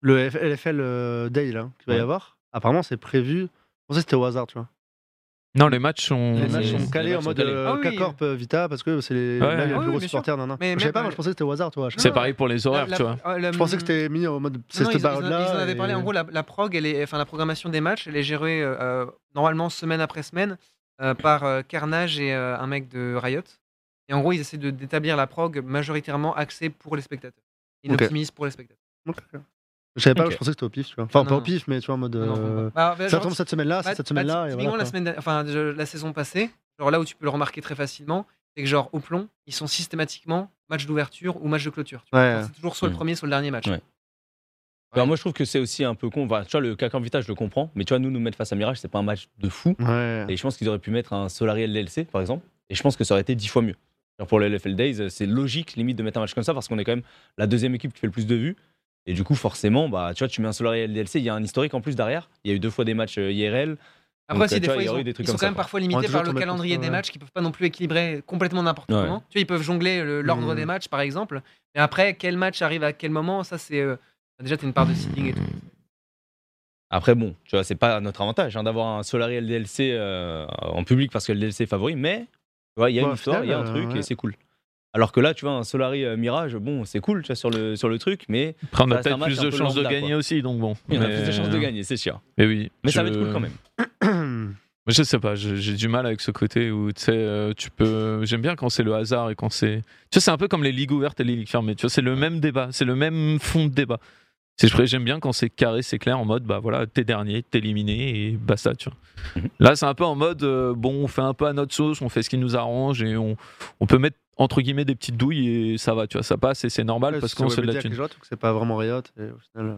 Le F- LFL euh, Day, là, qu'il va y
Ouais.
avoir, apparemment, c'est prévu. Je pensais que c'était au hasard, tu vois.
Non, les matchs sont.
Les
Mmh.
matchs
Les
sont calés
matchs
en
sont
mode
calés.
euh,
Ah oui.
K-Corp, euh, Vita, parce que c'est les
Ouais.
là, il y a
Ah oui,
le plus gros
bien sûr.
supporter. Nanana.
Mais
Je savais
même,
pas, moi
euh,
je pensais que c'était au hasard, toi. Je
C'est
savais
Non,
pas.
pareil pour les
La-
horaires,
la-
tu vois.
euh, la-
Je pensais que c'était mis en mode. C'est
Non,
cette
ils, en- ils en-
période-là.
ils en avaient parlé.
et-
En gros, la, la prog, elle est, enfin, la programmation des matchs, elle est gérée euh, euh, normalement semaine après semaine euh, par euh, Carnage et euh, un mec de Riot. Et en gros, ils essaient de- d'établir la prog majoritairement axée pour les spectateurs. Ils
Ok.
l'optimisent pour les spectateurs.
Ok. Je savais pas,
Ok.
je pensais que c'était au pif, tu vois. Enfin,
Non,
pas au
non.
pif, mais tu vois, en mode.
Non, non, faut
euh,
pas. Bah, bah,
Ça
genre,
tombe cette semaine-là,
bah,
Ah, c'est cette
bah,
semaine-là. et
typiquement,
voilà,
la,
quoi.
semaine, dernière- enfin, je- la saison passée, genre là où tu peux le remarquer très facilement, c'est que genre au plomb, ils sont systématiquement match d'ouverture ou match de clôture. tu vois.
Ouais.
Enfin, C'est toujours soit le
Mhm.
premier, soit le dernier match.
Ouais.
Ouais.
Bah, moi, je trouve que c'est aussi un peu con. Enfin, tu vois, le Kakan Vita, je le comprends, mais tu vois, nous, nous mettre face à Mirage, c'est pas un match de fou.
Ouais.
Et je pense qu'ils auraient pu mettre un Solari LLC, par exemple. Et je pense que ça aurait été dix fois mieux. Alors, pour le LFL Days, euh, c'est logique, limite, de mettre un match comme ça, parce qu'on est quand même la deuxième équipe qui fait le plus de vues. Et du coup, forcément, bah, tu vois, tu mets un Solari LLC, il y a un historique en plus derrière. Il y a eu deux fois des matchs euh, IRL.
Après,
Donc,
si
euh,
des
tu vois,
fois,
il y
ils,
aurait
ont-
eu des trucs
ils sont
comme
quand
ça,
même
quoi.
parfois
On va
limités
toujours
par le
tomber contre
calendrier
ça,
des
ouais.
matchs, qui peuvent pas non plus équilibrer complètement n'importe
Ouais.
comment. Tu vois, ils peuvent jongler le- l'ordre
Mm.
des matchs, par exemple. Mais après, quel match arrive à quel moment Ça, c'est. euh, Déjà, t'as une part de seeding et tout.
Après, bon, tu vois, c'est pas à notre avantage hein, d'avoir un Solari LDLC euh, en public parce que le LDLC est favori, mais tu vois, il y a
Ouais,
une
au
histoire,
final,
il y a un
euh,
truc
ouais.
et c'est cool. Alors que là, tu vois, un Solari euh, Mirage, bon, c'est cool, tu vois, sur le, sur le truc, mais euh,
Après, on a
Ça, Bah, c'est un
peut-être plus
match un
de
peu
chances de
lambda,
gagner
quoi.
aussi, donc bon.
il y en a
Mais-
plus de chances de gagner, c'est sûr.
Mais oui.
Mais ça va
je-
être cool quand même.
Moi, Je sais pas, je- j'ai du mal avec ce côté où tu sais, euh, tu peux. J'aime bien quand c'est le hasard et quand c'est. Tu vois, c'est un peu comme les ligues ouvertes et les ligues fermées. Tu vois, c'est le même débat, c'est le même fond de débat. C'est- je- J'aime bien quand c'est carré, c'est clair, en mode, bah voilà, t'es dernier, t'es éliminé et basta, tu vois.
Mhm.
Là, c'est un peu en mode, euh, bon, on fait un peu à notre sauce, on fait ce qui nous arrange et on, on peut mettre entre guillemets des petites douilles et ça va, tu vois, ça passe et c'est normal parce qu'on se de la thune.
Je que c'est pas vraiment Riot. Et au final, euh,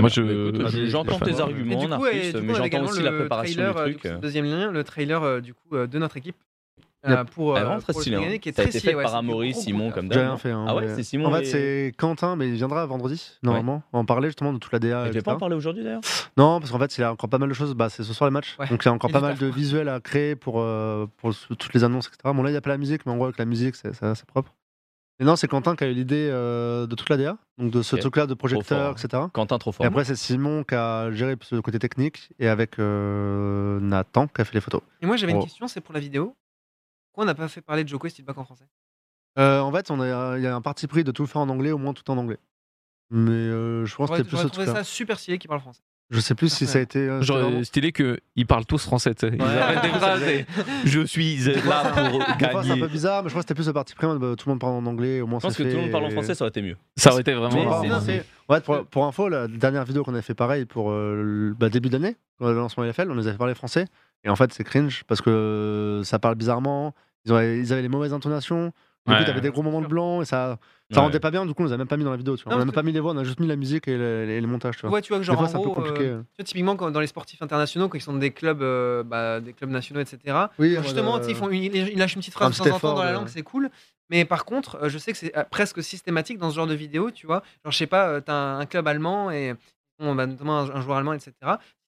Moi,
Bah, écoute,
je- Ah,
je- j'entends
je-
tes
ouais.
Mais
arguments,
du coup, et
Narcisse,
du coup,
mais
on a
j'entends
également
aussi la
le
préparation
trailer, euh,
du
du coup, c'est le
truc.
deuxième lien, le trailer euh, du coup euh, de notre équipe
Yep.
euh, pour,
Ah,
euh,
vraiment très
pour le
stylé,
Sénégalais,
hein.
qui est
Ça a
très
été
stylé,
fait
ouais,
par
c'est du
Amaury,
gros coup
Simon,
de
comme
j'ai
d'hab.
rien fait. hein,
Ah ouais,
mais-
c'est Simon.
En fait,
et-
c'est Quentin, mais il viendra vendredi, normalement. On parlait justement de toute la DA.
Mais tu veux
etc.
pas en parler aujourd'hui d'ailleurs
Non, parce qu'en fait, il y a encore pas mal de choses. Bah, c'est ce soir les matchs.
Ouais.
Donc, il y a encore
Et
pas
du
mal de visuels à créer pour, euh, pour ce- toutes les annonces, etc. Bon, là, il n'y a pas la musique, mais en gros, avec la musique, c'est c'est assez propre. Mais non, c'est Quentin qui a eu l'idée euh, de toute la DA, donc de ce
Ok.
truc-là de
Trop
projecteur,
fort,
etc.
Quentin, trop
Et
fort.
après, c'est Simon qui a géré ce côté technique et avec euh, Nathan qui a fait les photos.
Et moi j'avais
Oh.
une question, c'est pour la vidéo. Pourquoi on n'a pas fait parler de Joko et Steelback en français
Euh, en fait, on a- il y a un parti pris de tout le faire en anglais, au moins tout en anglais. Mais euh, je pense que
J'aurais
c'était plus ce
j'aurais trouvé
truc-là.
ça super stylé qu'il parle français.
Je sais plus si ça a été. euh, c'était vraiment-
Genre, stylé qu'ils parlent tous français, tu sais. Ils
Ouais.
arrêtent des phrases et je suis là pour
Des fois, c'est un peu
gagner.
bizarre, mais je crois que c'était plus le parti pris. en mode, bah, Tout le monde parle en anglais, au moins
Je pense que
c'est
tout le
fait
monde parle en
et-
français, ça aurait été mieux.
Ça aurait été
Tout le monde
vraiment.
Mais
parle en français. Ouais, pour, pour info, la dernière vidéo qu'on avait fait pareil pour euh, le bah, début d'année, quand on avait le lancement LFL, on les avait parlé français. Et en fait, c'est cringe parce que ça parle bizarrement. Ils, ont- ils avaient les mauvaises intonations. Du
Ouais.
coup, t'avais des gros moments de blanc et ça, ça
Ouais.
rendait pas bien. Du coup, on les a même pas mis dans la vidéo. Tu vois.
Non,
on a
parce
même pas mis les voix, on a juste mis la musique et le, et le montage. Tu vois.
Ouais, tu vois que genre
des fois,
en
c'est un peu
gros, euh,
compliqué.
tu vois, typiquement quand, dans les sportifs internationaux, quand ils sont des club, euh, bah, des clubs nationaux, etc.
Oui, euh,
Genre, justement, tu sais, ils, font une- ils lâchent une petite
un
phrase
petit
de temps en temps dans
effort,
la
euh.
langue, c'est cool. Mais par contre, euh, je sais que c'est euh, presque systématique dans ce genre de vidéo, tu vois. Genre, je sais pas, euh, t'as un, un club allemand et bon, bah, notamment un, un joueur allemand, etc.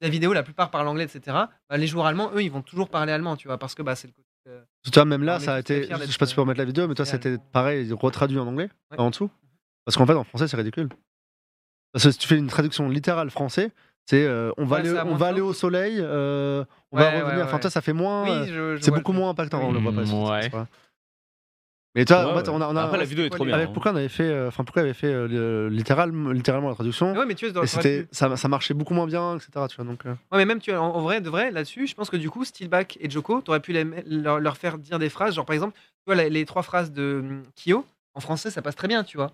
La vidéo, la plupart parlent anglais, etc. Bah, les joueurs allemands, eux, ils vont toujours parler allemand, tu vois, parce que bah, c'est le côté. euh,
Tu vois, même là,
On est
ça a
tous très
été.
fiers
Je sais
d'être, euh,
pas si tu peux remettre la vidéo, mais toi,
fiers
c'était
d'être-
pareil, retraduit en anglais,
Ouais.
en dessous. Parce qu'en fait, en français, c'est ridicule. Parce que si tu fais une traduction littérale français, c'est euh, on va,
Ouais,
aller,
ça a
on
moins
va
de
aller au soleil, euh, on
Ouais,
va
ouais,
revenir. Enfin,
ouais.
toi, ça fait moins. euh,
Oui, je- je
c'est
vois
beaucoup
le truc.
moins impactant,
Oui.
on le voit pas. c'est-
Ouais.
c'est pas- Mais toi, en
Mm, Ouais,
fait,
ouais.
on a. on a-
Après, la hein.
c'est
vidéo est
quoi
trop
les-
bien.
avec- pourquoi on avait fait. euh, Enfin, pourquoi on avait fait euh, le- littéral, littéralement la traduction
Mais Ouais, mais tu vois, dans-
Et
t'aurais
c'était,
pu-
ça, ça marchait beaucoup moins bien, etc. Tu vois, donc, euh,
Ouais, mais même tu vois, en, en vrai, de vrai, là-dessus, je pense que du coup, Steelback et Joko, t'aurais pu les- leur, leur faire dire des phrases, genre par exemple, tu vois, la- les, trois phrases de hum, Kyo, en français, ça passe très bien, tu vois.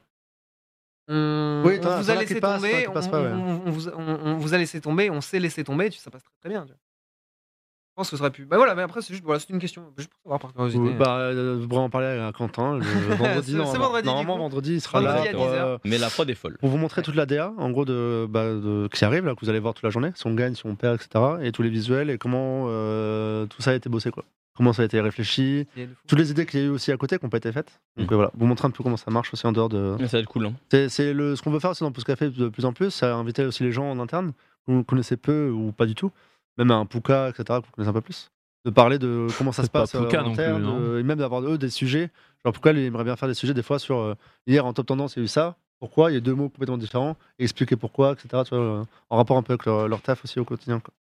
On,
Oui,
on
t'en as-
vous
t'en
a
as qui
laissé
passent, t'en as
tomber,
qui
on,
passent pas, ouais.
on- on vous, a- on- on vous a laissé tomber, on s'est laissé tomber, tu, ça passe très, très bien. tu vois. Je pense que ça aurait pu. Bah voilà, mais après, c'est juste, voilà, c'est une question, juste pour savoir par curiosité.
ouais,
hein.
bah, euh, on pourrait en parler à Quentin le vendredi.
C'est-
normalement.
c'est vendredi, du
Normalement,
coup.
vendredi, il sera
Vendredi
là.
à
pour,
10 heures.
euh,
Mais la prod est folle.
Pour vous montrer toute la DA, en gros, de, bah, de- qui arrive, là, que vous allez voir toute la journée, si on gagne, si on perd, etc. Et tous les visuels et comment euh, tout ça a été bossé, quoi. Comment ça a été réfléchi,
qui est euh, de fou.
toutes les idées qu'il y a eu aussi à côté qui n'ont pas été faites. Donc
Mhm.
euh, voilà, vous montrer un peu comment ça marche aussi en dehors de.
Mais ça va être cool. hein.
C'est, c'est le, ce qu'on veut faire aussi dans Pouce Café de plus en plus, c'est inviter aussi les gens en interne, que vous connaissez peu ou pas du tout, même un Pouka, etc., que vous connaissez un peu plus, de parler de comment ça se
C'est pas
passe euh,
Pouka
en
non plus,
interne,
non
euh, et même d'avoir eux des sujets. Genre pourquoi lui il aimerait bien faire des sujets des fois sur euh, hier en top tendance, il y a eu ça, pourquoi, il y a deux mots complètement différents, et expliquer pourquoi, etc., tu vois, euh, en rapport un peu avec leur, leur taf aussi au quotidien. quoi.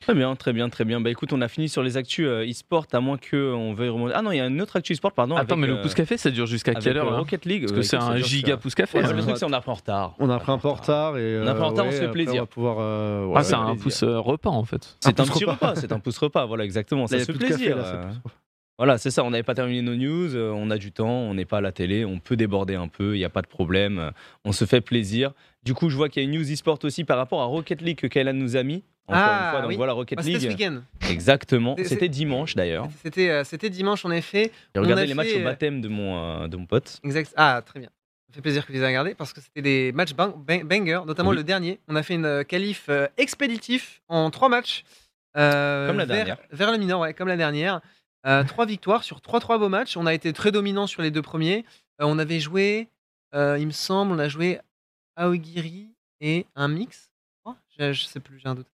Très bien, très bien, très bien. Bah écoute, on a fini sur les actus euh, e-sport, à moins que euh, on veuille remonter. Ah non, il y a une autre actu e-sport, pardon.
Attends,
avec,
mais le
euh,
pouce café, ça dure jusqu'à
avec,
quelle
euh,
heure là
Rocket League.
Parce
Ouais,
que c'est
écoute, ça
un
dure
giga pouce café.
jusqu'à- Ouais,
hein.
le truc, c'est on a pris en retard.
On a pris un peu en retard et euh,
On a pris en retard, on se fait
après,
plaisir.
va pouvoir, euh,
Ah,
ouais,
c'est
ouais,
un
plaisir.
pouce euh, repas en fait.
Ah, C'est un
pouce
petit
repas.
repas, c'est un pouce repas, voilà exactement,
Là, il
ça
y a
se
plus
fait
de café,
plaisir.
là, c'est
euh.
plus-
Voilà, c'est ça, on n'avait pas terminé nos news, euh, on a du temps, on n'est pas à la télé, on peut déborder un peu, il n'y a pas de problème, euh, on se fait plaisir. Du coup, je vois qu'il y a une news e-sport aussi par rapport à Rocket League que Kaylan nous a mis. Encore
Ah,
une fois, donc
oui.
voilà Rocket
Bah, C'était ce
League.
week-end.
Exactement,
C'est- c'est-
c'était dimanche d'ailleurs.
C'était euh, c'était dimanche, en effet.
J'ai
On
regardé
a
les matchs
fait,
au
euh,
baptême de mon, euh, de mon pote.
Exact. Ah, très bien. Ça fait plaisir que vous les ayez regardés parce que c'était des matchs bang- bang- bangers, notamment
Oui.
le dernier. On a fait une euh, qualif euh, expéditif en trois matchs. euh,
Comme la
vers-
dernière.
Vers le mineur, ouais, comme la dernière. Euh, trois victoires sur trois trois beaux matchs. On a été très dominant sur les deux premiers. Euh, on avait joué, euh, il me semble, on a joué Aogiri et un mix. je crois. Je, je sais plus, j'ai un doute.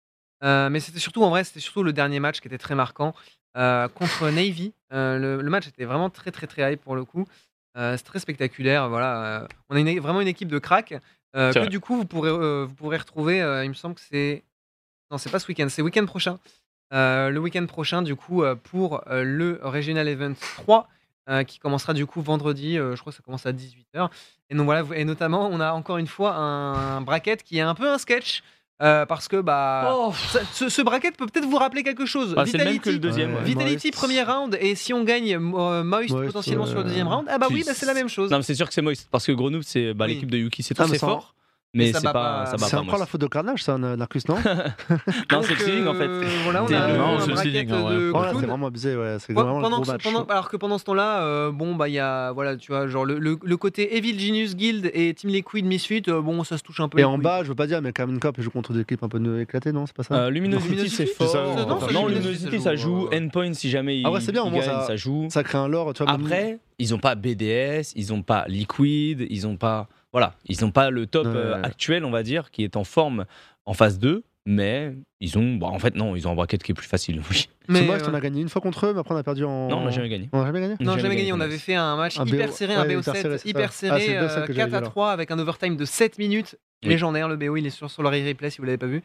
Euh, mais c'était surtout, en vrai, c'était surtout le dernier match qui était très marquant euh, contre Navy. Euh, le, le match était vraiment très, très, très high pour le coup. Euh, c'est très spectaculaire. Voilà. Euh, on a une- vraiment une équipe de crack euh,
C'est
que
vrai.
du coup, vous pourrez, euh, vous pourrez retrouver. euh, il me semble que c'est. Non, c'est pas ce week-end, c'est week-end prochain. Euh, le week-end prochain, du coup, euh, pour euh, le Regional Event 3, euh, qui commencera du coup vendredi, euh, je crois que ça commence à 18h. Et donc voilà, vous- et notamment, on a encore une fois un bracket qui est un peu un sketch. euh, parce que bah
Oh,
ça- ce, ce bracket peut peut-être vous rappeler quelque chose.
bah, c'est le même que le
Vitality,
deuxième.
Ouais.
ouais.
Vitality
Moist.
premier round et si on gagne euh, Moist
Moist,
potentiellement
ouais.
sur le deuxième round, ah bah
Tu
oui, bah, c'est la même chose.
Non, mais c'est sûr que c'est Moist, parce que Grenoble, c'est bah,
Oui.
l'équipe de Yuki, c'est
Ah,
tout,
mais
c'est
ça-
fort, mais
mais ça
c'est
bat
pas,
pas-
ça bat
C'est
bah, pas
encore la
Moist.
faute hein. de Carnage, ça, Narcus, non
Non,
Donc,
c'est le feeling en
euh,
fait.
Voilà, on
C'est
a
le-
un
non, c'est
le
bracket
feeling, en vrai.
de
Voilà,
clown.
c'est vraiment abusé, ouais. C'est
Ouais,
vraiment
pendant
le
que-
gros match.
pendant- alors que pendant ce temps-là, euh, bon bah il y a voilà tu vois genre le, le- le côté Evil Genius Guild et Team Liquid Misfit, euh, bon ça se touche un peu.
Et
les
en
couilles.
bas, je veux pas dire, mais Carmine Cop joue contre des équipes un peu de- éclatées, non C'est pas ça
Euh, Luminosity,
Luminosity,
c'est
c'est ça,
fort.
non,
Non,
ça joue,
Luminosity, ça joue. Endpoint, si jamais il
Ah ouais, c'est bien, au
il
moins,
gagne,
ça-
ça joue.
Ça crée un lore, tu vois. même-
Après, ils n'ont pas BDS, ils n'ont pas Liquid, ils n'ont pas. Voilà, ils n'ont pas le top
Ouais.
euh, actuel, on va dire, qui est en forme en phase 2, mais ils ont. bah, en fait, non, ils ont un bracket qui est plus facile. Oui.
Parce que
Mais,
Moist, on
ouais.
a gagné une fois contre eux, mais après on a perdu en.
euh, Non, on n'a jamais gagné.
On a jamais gagné
on a
non, jamais,
jamais gagné
gagné. On
contre
avait
Metz.
fait un match
Un
hyper
BO
serré,
ouais,
un
hyper
BO7
serré, c'est ça.
hyper
Ah, c'est
serré,
bien ça
euh,
que j'avais
4 à
vu, alors.
3 avec un overtime de 7 minutes.
Oui.
Légendaire le BO, il est sur, sur le replay si vous l'avez pas vu.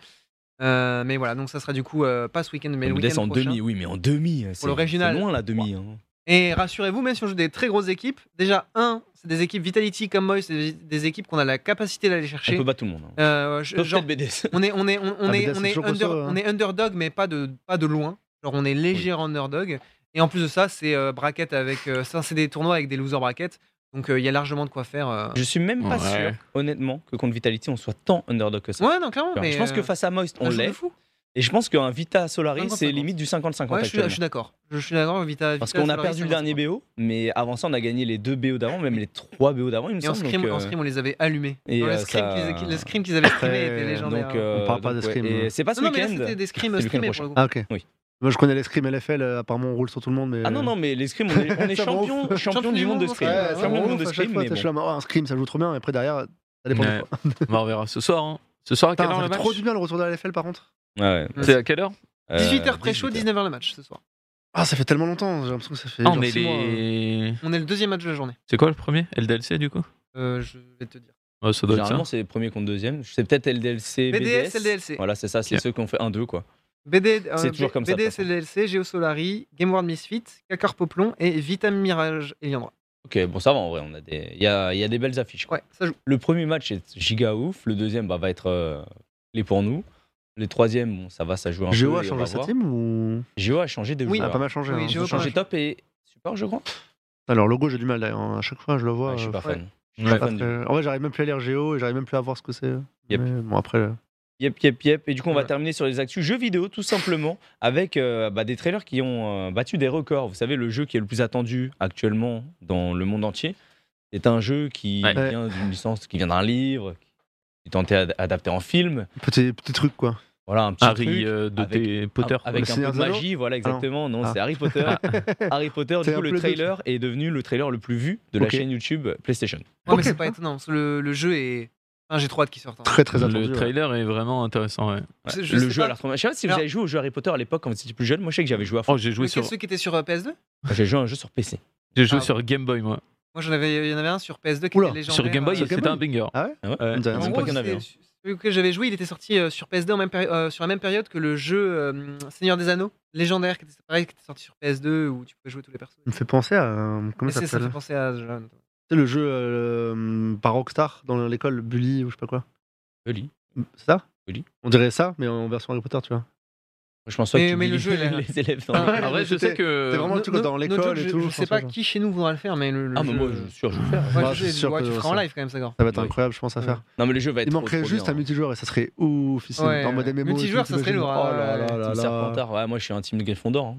Euh, mais voilà, donc ça sera du coup euh, pas ce week-end, mais le
on
week-end
en
prochain.
demi, oui, mais en demi. hein, c'est-
le régional.
C'est loin, la demi. hein.
Et rassurez-vous, même si on joue des très grosses équipes, déjà, un, c'est des équipes Vitality comme Moist, c'est des- des équipes qu'on a la capacité d'aller
On
chercher.
peut battre tout le monde. hein.
Euh, je-
Sauf
genre,
peut-être BDS.
on est, on est, on, on
Ah, mais
est,
là,
on
c'est
est,
toujours
under-
costaud, hein.
on est underdog, mais pas de, pas de loin. Genre, on est léger underdog. Et en plus de ça, c'est euh, bracket avec. euh, ça, c'est des tournois avec des loser brackets. Donc, euh, il y a largement de quoi faire. euh.
Je suis même pas
Ouais.
sûr, honnêtement, que contre Vitality, on soit tant underdog que ça.
Ouais, non, clairement. Mais,
je pense que
euh,
face à Moist,
un
on
jour de
l'est.
fou.
Et je pense qu'un Vita Solaris,
50-50.
c'est limite du 50-50
Ouais, je suis, je
actuellement.
suis d'accord. Je suis d'accord, Vita.
Parce
Vita
qu'on a
Solaris,
perdu le
50.
dernier BO, mais avant ça, on a gagné les deux BO d'avant, même les trois BO d'avant, il me
Et en
semble.
scrim,
donc, euh,
en scrim, on les avait allumés.
et,
Dans le,
euh,
scrim
ça-
qu'ils- le scrim qu'ils avaient streamé était
Après,
légendaire.
donc, euh,
On parle pas
donc,
de
ouais,
scrim,
et
hein.
c'est pas ce
non, non, mais là, c'était
week-end.
des scrims
C'est le week-end
streamés
prochain.
pour le coup.
Ah, ok.
Oui.
Moi je connais les scrims LFL, euh, apparemment on roule sur tout le monde, mais.
Ah non, non, mais les scrims, on est, on est
Ça m'en
champion,
fout.
champion du monde de scrim.
Ouais,
Ouais, ouais,
ça
champion du
me
monde
ouf,
de
à chaque
scrim,
fois,
mais
t'es
bon.
chez la main, oh, un scrim ça joue trop bien, et après derrière, ça dépend de
Ouais.
quoi.
Bah, on verra ce soir. hein. Ce soir, à quelle
Putain,
heure
ça
le
fait
match
trop du bien le retour de la LFL par contre.
Ouais, ouais.
C'est à quelle heure
Euh,
18h pré-show,
18.
19h le match ce soir.
Ah, ça fait tellement longtemps, j'ai l'impression que ça fait.
Non,
genre
mais
six mois, euh.
les.
On est le deuxième match de la journée.
C'est quoi le premier LDLC du coup
Euh, je vais te dire.
Ouais, Ça doit être ça.
Généralement, c'est premier contre deuxième. C'est peut-être LDLC,
BDS,
BDS.
LDLC.
Voilà, c'est ça, c'est
Ok.
ceux qui ont fait 1-2, quoi.
BD, euh,
C'est toujours comme ça, de
BD,
toute façon.
CDLC, Geo Solari, Game World Misfit, Kakar Poplon et Vitam Mirage Eliandra.
Ok, bon, ça va en vrai, on a des... il y a, il y a des belles affiches. quoi.
Ouais, ça joue.
Le premier match est giga ouf, le deuxième bah, va être euh, clé pour nous. Le troisième, bon, ça va, ça joue un
Géo
peu.
a
et on
changé
va
sa
voir.
team ou.
Géo a changé des
Oui.
Ah,
joueurs.
pas mal changé.
Oui,
hein.
Ils
Géo
ont
pas
changé
mal.
top et support, je crois.
Alors, logo, j'ai du mal d'ailleurs, hein. à chaque fois je le vois.
Ouais, je suis
euh,
pas
ouais.
fan. Je suis
Ouais.
pas fan
après,
du-
En vrai, j'arrive même plus à lire Géo et j'arrive même plus à voir ce que c'est.
Yep.
Mais bon, après. euh,
Yep, yep, yep. Et du coup, on
Voilà.
va terminer sur les actus jeux vidéo, tout simplement, avec euh, bah, des trailers qui ont euh, battu des records. Vous savez, le jeu qui est le plus attendu actuellement dans le monde entier, c'est un jeu qui
Ouais.
vient d'une licence, qui vient d'un livre, qui est tenté ad- adapté en film.
Petit, petit truc quoi.
Voilà, un petit truc.
Harry euh, de
avec-
tes Potter.
Avec
Le
un
Seigneur
peu de
des Anneaux
magie, voilà, exactement. Non,
Ah.
c'est Harry Potter. Harry Potter,
C'est
du
un
coup,
peu
le
les
trailer est devenu le trailer le plus vu de la
Ok.
chaîne YouTube PlayStation.
Non, mais
Ok.
c'est pas étonnant. parce que Le, le jeu est. Enfin, j'ai trop hâte qu'il sorte. hein.
Très très attendu.
Le
ouais.
trailer est vraiment intéressant. ouais.
Ouais.
Je- je
Le
sais
jeu à
pas.
la Je sais pas si vous
Alors-
avez joué au jeu Harry Potter à l'époque quand vous étiez plus jeune. Moi, je sais que j'avais joué à fond.
Oh, j'ai joué
Lequel,
sur
Ceux qui étaient sur euh, PS2
J'ai joué à un jeu sur PC.
j'ai joué
Ah.
sur Game Boy moi.
Moi, j'en avais, il y en avait un sur PS2 qui
Oula,
était légendaire.
Sur Game Boy,
euh,
Game
c'était
Boy
un banger.
Ah ouais
Ah ouais
Ouais.
Je
En
sais
en
pas
gros,
qu'il y en avait.
c'est-
hein.
celui que j'avais joué, il était sorti euh, sur PS2 en même péri- euh, sur la même période que le jeu euh, Seigneur des Anneaux légendaire qui était, pareil, qui était sorti sur PS2 où tu pouvais jouer tous les persos.
Ça me fait penser à. euh, Comment
Mais
ça
c'est- ça me
s'appelle
fait penser à ce jeu-là, notamment.
C'est le jeu euh, par Rockstar dans l'école, Bully ou je sais pas quoi.
Joli.
C'est ça
Bully.
On dirait ça, mais en version Harry Potter, tu vois.
Je pense pas que
Mais-
tu
mais le
lis
jeu, il a-
les élèves. dans
Ah,
le-
ouais,
En vrai, je sais
c'était-
que.
c'est vraiment le
No-
truc
no-
dans
no
l'école
joke,
et
je-
tout,
Je
je
sais
pense
pas
que-
qui chez nous voudra le faire, mais le. le
Ah, mais
jeu-
moi, je suis sûr, je vais le faire.
Ouais, je
Bah, je
sais,
suis sûr
ouais,
que
tu feras en
ça-
live quand même, ça gore.
Ça va être
Ouais.
incroyable, je pense, à
Ouais.
faire.
Non, mais le jeu va être.
Il manquerait
trop
juste
bien. hein.
un multijoueur et ça serait ouf ici.
Ouais,
en mode
ouais.
MMO. et tout,
Multijoueur, ça serait
j'imagine.
lourd,
Oh
hein,
là
ouais.
là là
Team
là.
Serpentard. Ouais, moi, je suis un team Gryffondor. hein.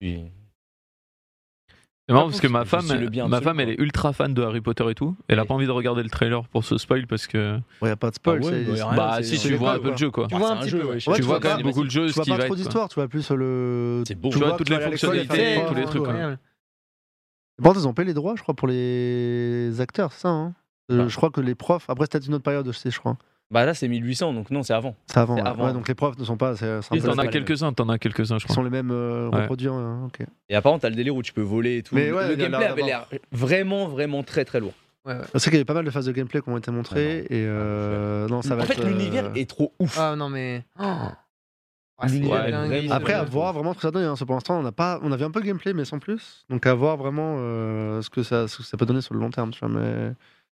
Puis- bah,
C'est marrant parce que ma
Je
femme,
suis le bien
ma
absolu,
femme, elle
quoi.
est ultra fan de Harry Potter et tout. Elle a
Ouais.
pas envie de regarder le trailer pour ce spoil parce que
Ouais, y a pas de spoil.
Ah ouais,
c'est-
bah, y a rien,
bah
c'est-
si
c'est
tu vois un
l'école,
peu le
quoi.
jeu quoi.
Tu vois
c'est
un petit
jeu,
peu, ouais.
ouais, je-
Ouais,
Tu
tu
vois
vois
quand
pas-
même beaucoup le jeu,
Tu
ce
vois
qui
pas
va.
trop
être, quoi.
d'histoire, tu vois plus euh, le.
C'est beau.
Tu
vois
vois
que
toutes
tu
les
vas à l'école et faire
fonctionnalités,
des
tous les
efforts,
trucs.
quoi.
ouais.
Incroyable.
Bon, ils ont payé les droits, je crois, pour les acteurs, c'est ça. hein Euh,
Ah.
Je crois que les profs. Après, c'était une autre période, je sais, je crois.
Bah là, c'est 1800, donc non, c'est avant.
C'est avant.
C'est
ouais.
avant.
Ouais, donc les profs ne sont pas. c'est- c'est un
Ils en
peu la
T'en
c'est
as
pas
même-
les
quelques-uns, t'en as quelques-uns,
Qui
je crois.
sont les mêmes euh,
Ouais.
reproduits. hein, ok.
Et apparemment, t'as le délire où tu peux voler et tout.
Mais
Le-
ouais,
le
il y a
gameplay
l'air
avait l'air
d'avoir-
vraiment, vraiment très, très lourd.
hein.
Je sais qu'il y avait pas mal de phases de gameplay qui ont été montrées.
Ah
Et euh, non, ça va
En fait,
être, euh,
l'univers est trop ouf.
Ah non, mais. Oh. Ouais, c'est
L'univers
est
dingue,
vraiment-
ce
Après,
jeu.
à
euh,
voir vraiment ce que ça donne. hein. Parce que Pour l'instant, on a pas, on a vu un peu le gameplay, mais sans plus. Donc, à voir vraiment euh, ce, que ça, ce que ça peut donner sur le long terme. Tu vois, mais...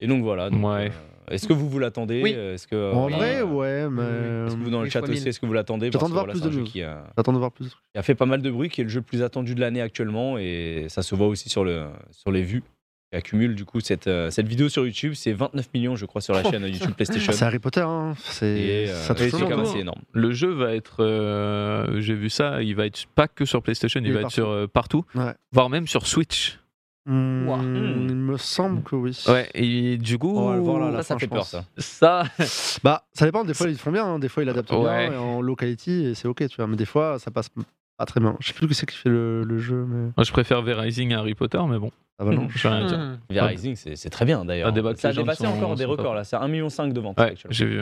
Et donc voilà. donc, euh,
Ouais.
Est-ce que vous vous l'attendez
Oui.
Est-ce que euh,
En
voilà,
vrai,
euh,
ouais, mais.
Est-ce que vous dans le
Oui,
chat
fois
aussi,
mille.
est-ce que vous l'attendez
J'attends
Parce
de
que
voir
voilà,
plus
c'est un
de
jeu
news.
qui euh, a,
J'attends de voir plus de trucs.
qui a fait pas mal de bruit, qui est le jeu le plus attendu de l'année actuellement, et ça se voit aussi sur, le, sur les vues. qui accumule du coup cette, euh, cette vidéo sur YouTube, c'est 29 millions je crois sur la
Oh,
chaîne YouTube PlayStation.
Ah, C'est Harry Potter, hein. C'est.
et euh,
Ça
c'est quand
touche tout
surtout
le
même
monde.
assez énorme.
Le jeu va être, euh, j'ai vu ça, il va être pas que sur PlayStation, il,
Il est
va être
partout.
sur euh, partout,
Ouais.
voire même sur Switch.
Hmm,
Ouah.
Il me semble que oui.
Ouais, et du coup,
Oh, On va le voir là, à la
Ça, ça
fin,
fait
je
peur
pense.
ça.
ça,
Bah, ça dépend. Des fois, ils le font bien. hein, Des fois, ils l'adaptent
Ouais.
bien et en low quality et c'est ok, tu vois. Mais des fois, ça passe pas très bien. Je sais plus qui c'est qui fait le, le jeu, mais.
moi, je prépréfère V-Rising à Harry Potter, mais bon,
Ah bah non.
je vais rien dire.
Hmm.
V Rising, c'est c'est très bien d'ailleurs.
Un débat que
Ça a
les gens
dépassé
sont-
encore des
sont pas-
records là, c'est 1,5 million de ventes
Ouais,
actuellement.
j'ai vu.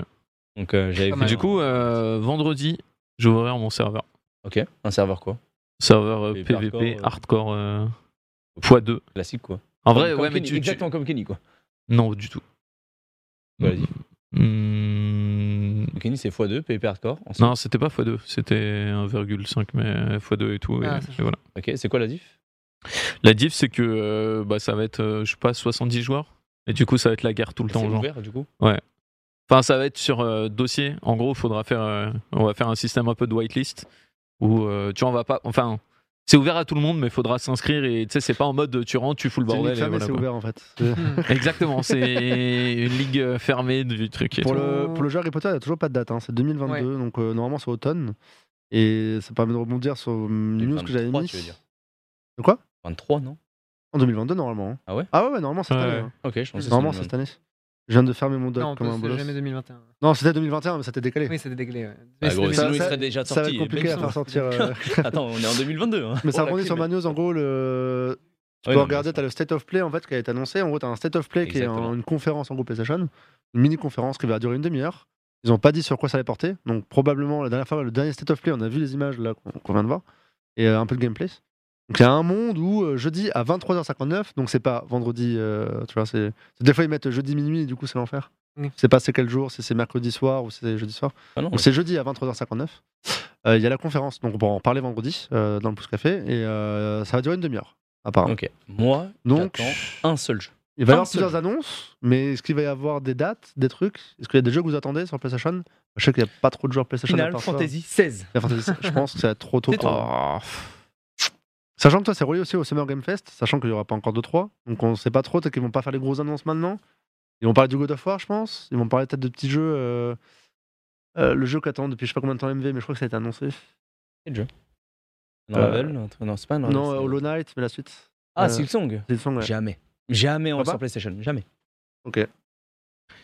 Donc euh, j'avais
Pas
fait
mal.
un-
Du coup, euh, vendredi, j'ouvrirai mon serveur.
Ok, un serveur quoi
Serveur euh,
PvP
PVP
hardcore, euh,
hardcore euh, x2.
Classique quoi.
En vrai,
Comme
ouais, mais
Kenny,
tu- tu,
Exactement comme Kenny quoi.
Non, du tout.
Vas-y.
Hmm,
Kenny c'est x2, PvP hardcore. ensemble.
Non, c'était pas x2, c'était 1,5 mais x2 et tout. et-
Ah,
et
ça change.
voilà.
Ok, c'est quoi la diff
La diff, c'est que euh, bah, ça va être, euh, je sais pas, 70 joueurs. Et du coup, ça va être la guerre tout le
C'est
temps. Genre.
ouvert du coup
Enfin, ça va être sur euh, dossier. En gros, faudra faire, euh, on va faire un système un peu de whitelist où euh, tu en vas pas. Enfin, c'est ouvert à tout le monde, mais faudra s'inscrire et tu sais, c'est pas en mode tu rentres, tu fous le
C'est une
bordel.
ligue
et
fermée,
voilà,
c'est
quoi.
ouvert en fait. C'est-
Hmm.
Exactement, c'est une ligue euh, fermée du truc. et
Pour
tout.
le, pour le jeu Harry Potter, il n'y a toujours pas de date. hein, C'est 2022, donc euh, normalement c'est automne. Et ça permet de rebondir sur hum, une news que j'avais
2023,
mis.
tu veux dire.
De quoi
23 non
En 2022, normalement. hein.
Ah ouais
Ah ouais, ouais, normalement cette
Ouais,
année.
ouais.
hein.
Ok, je pensais que
Normalement
c'était
cette année. Je viens de fermer mon doc
Non, on
comme
peut-
un
c'est
bolos.
jamais 2021.
Non, c'était 2021, mais ça t'est décalé.
Oui, c'était décalé.
Bah,
ouais. Mais
gros,
c'était
sinon,
ça-
il
ça-
serait déjà
ça va
sorti.
être
et
compliqué
même
à
si-
faire sortir. euh,
Attends, on est en 2022. hein.
Mais ça
Oh, la
rebondit sur
clim.
ma news. En gros, le... tu
Ouais,
peux
non,
regarder,
mais-
t'as le State of Play en fait qui a été annoncé. En gros, t'as un State of Play qui est
Exactement.
en- une conférence en gros PlayStation, une mini conférence qui va durer une demi-heure. Ils ont pas dit sur quoi ça allait porter, donc probablement la dernière fois, le dernier State of Play, on a vu les images là qu'on qu'on vient de voir et euh, un peu de gameplay. Donc il y a un monde où euh, jeudi à 23h59, donc c'est pas vendredi, euh, tu vois, c'est c'est- des fois ils mettent jeudi minuit et du coup c'est l'enfer.
Mm.
C'est pas c'est quel jour, si c'est mercredi soir ou si c'est jeudi soir.
Ah non,
Donc c'est jeudi à 23h59. Euh, Il y a la conférence, donc on pourra en parler vendredi euh, dans le Pouce Café, et euh, ça va durer une demi-heure, apparemment.
Ok, moi,
Donc,
j'attends un seul jeu.
il va y
un
avoir
seul.
plusieurs annonces, mais est-ce qu'il va y avoir des dates, des trucs Est-ce qu'il y a des jeux que vous attendez sur PlayStation Je sais qu'il n'y a pas trop de joueurs PlayStation. à
Final
part toi.
Fantasy 16.
Final Fantasy, je pense que ça va être trop tôt.
C'est
pour-
trop.
Oh, pff.
Sachant que toi, c'est relié aussi au Summer Game Fest, sachant qu'il n'y aura pas encore 2-3, donc on ne sait pas trop, peut-être qu'ils vont pas faire les grosses annonces maintenant. Ils vont parler du God of War, je pense. Ils vont parler peut-être de petits jeux. euh, euh, le jeu qu'attend depuis je sais pas combien de temps MV, mais je crois que ça a été annoncé.
Non,
Euh,
Marvel, non, non, c'est pas un
Non,
Marvel,
euh,
c'est-
Hollow Knight, mais la suite.
Ah,
euh,
Silksong
C'est le son, ouais.
Jamais. Jamais on
Ah bah
sur PlayStation, jamais.
Ok.
Ah,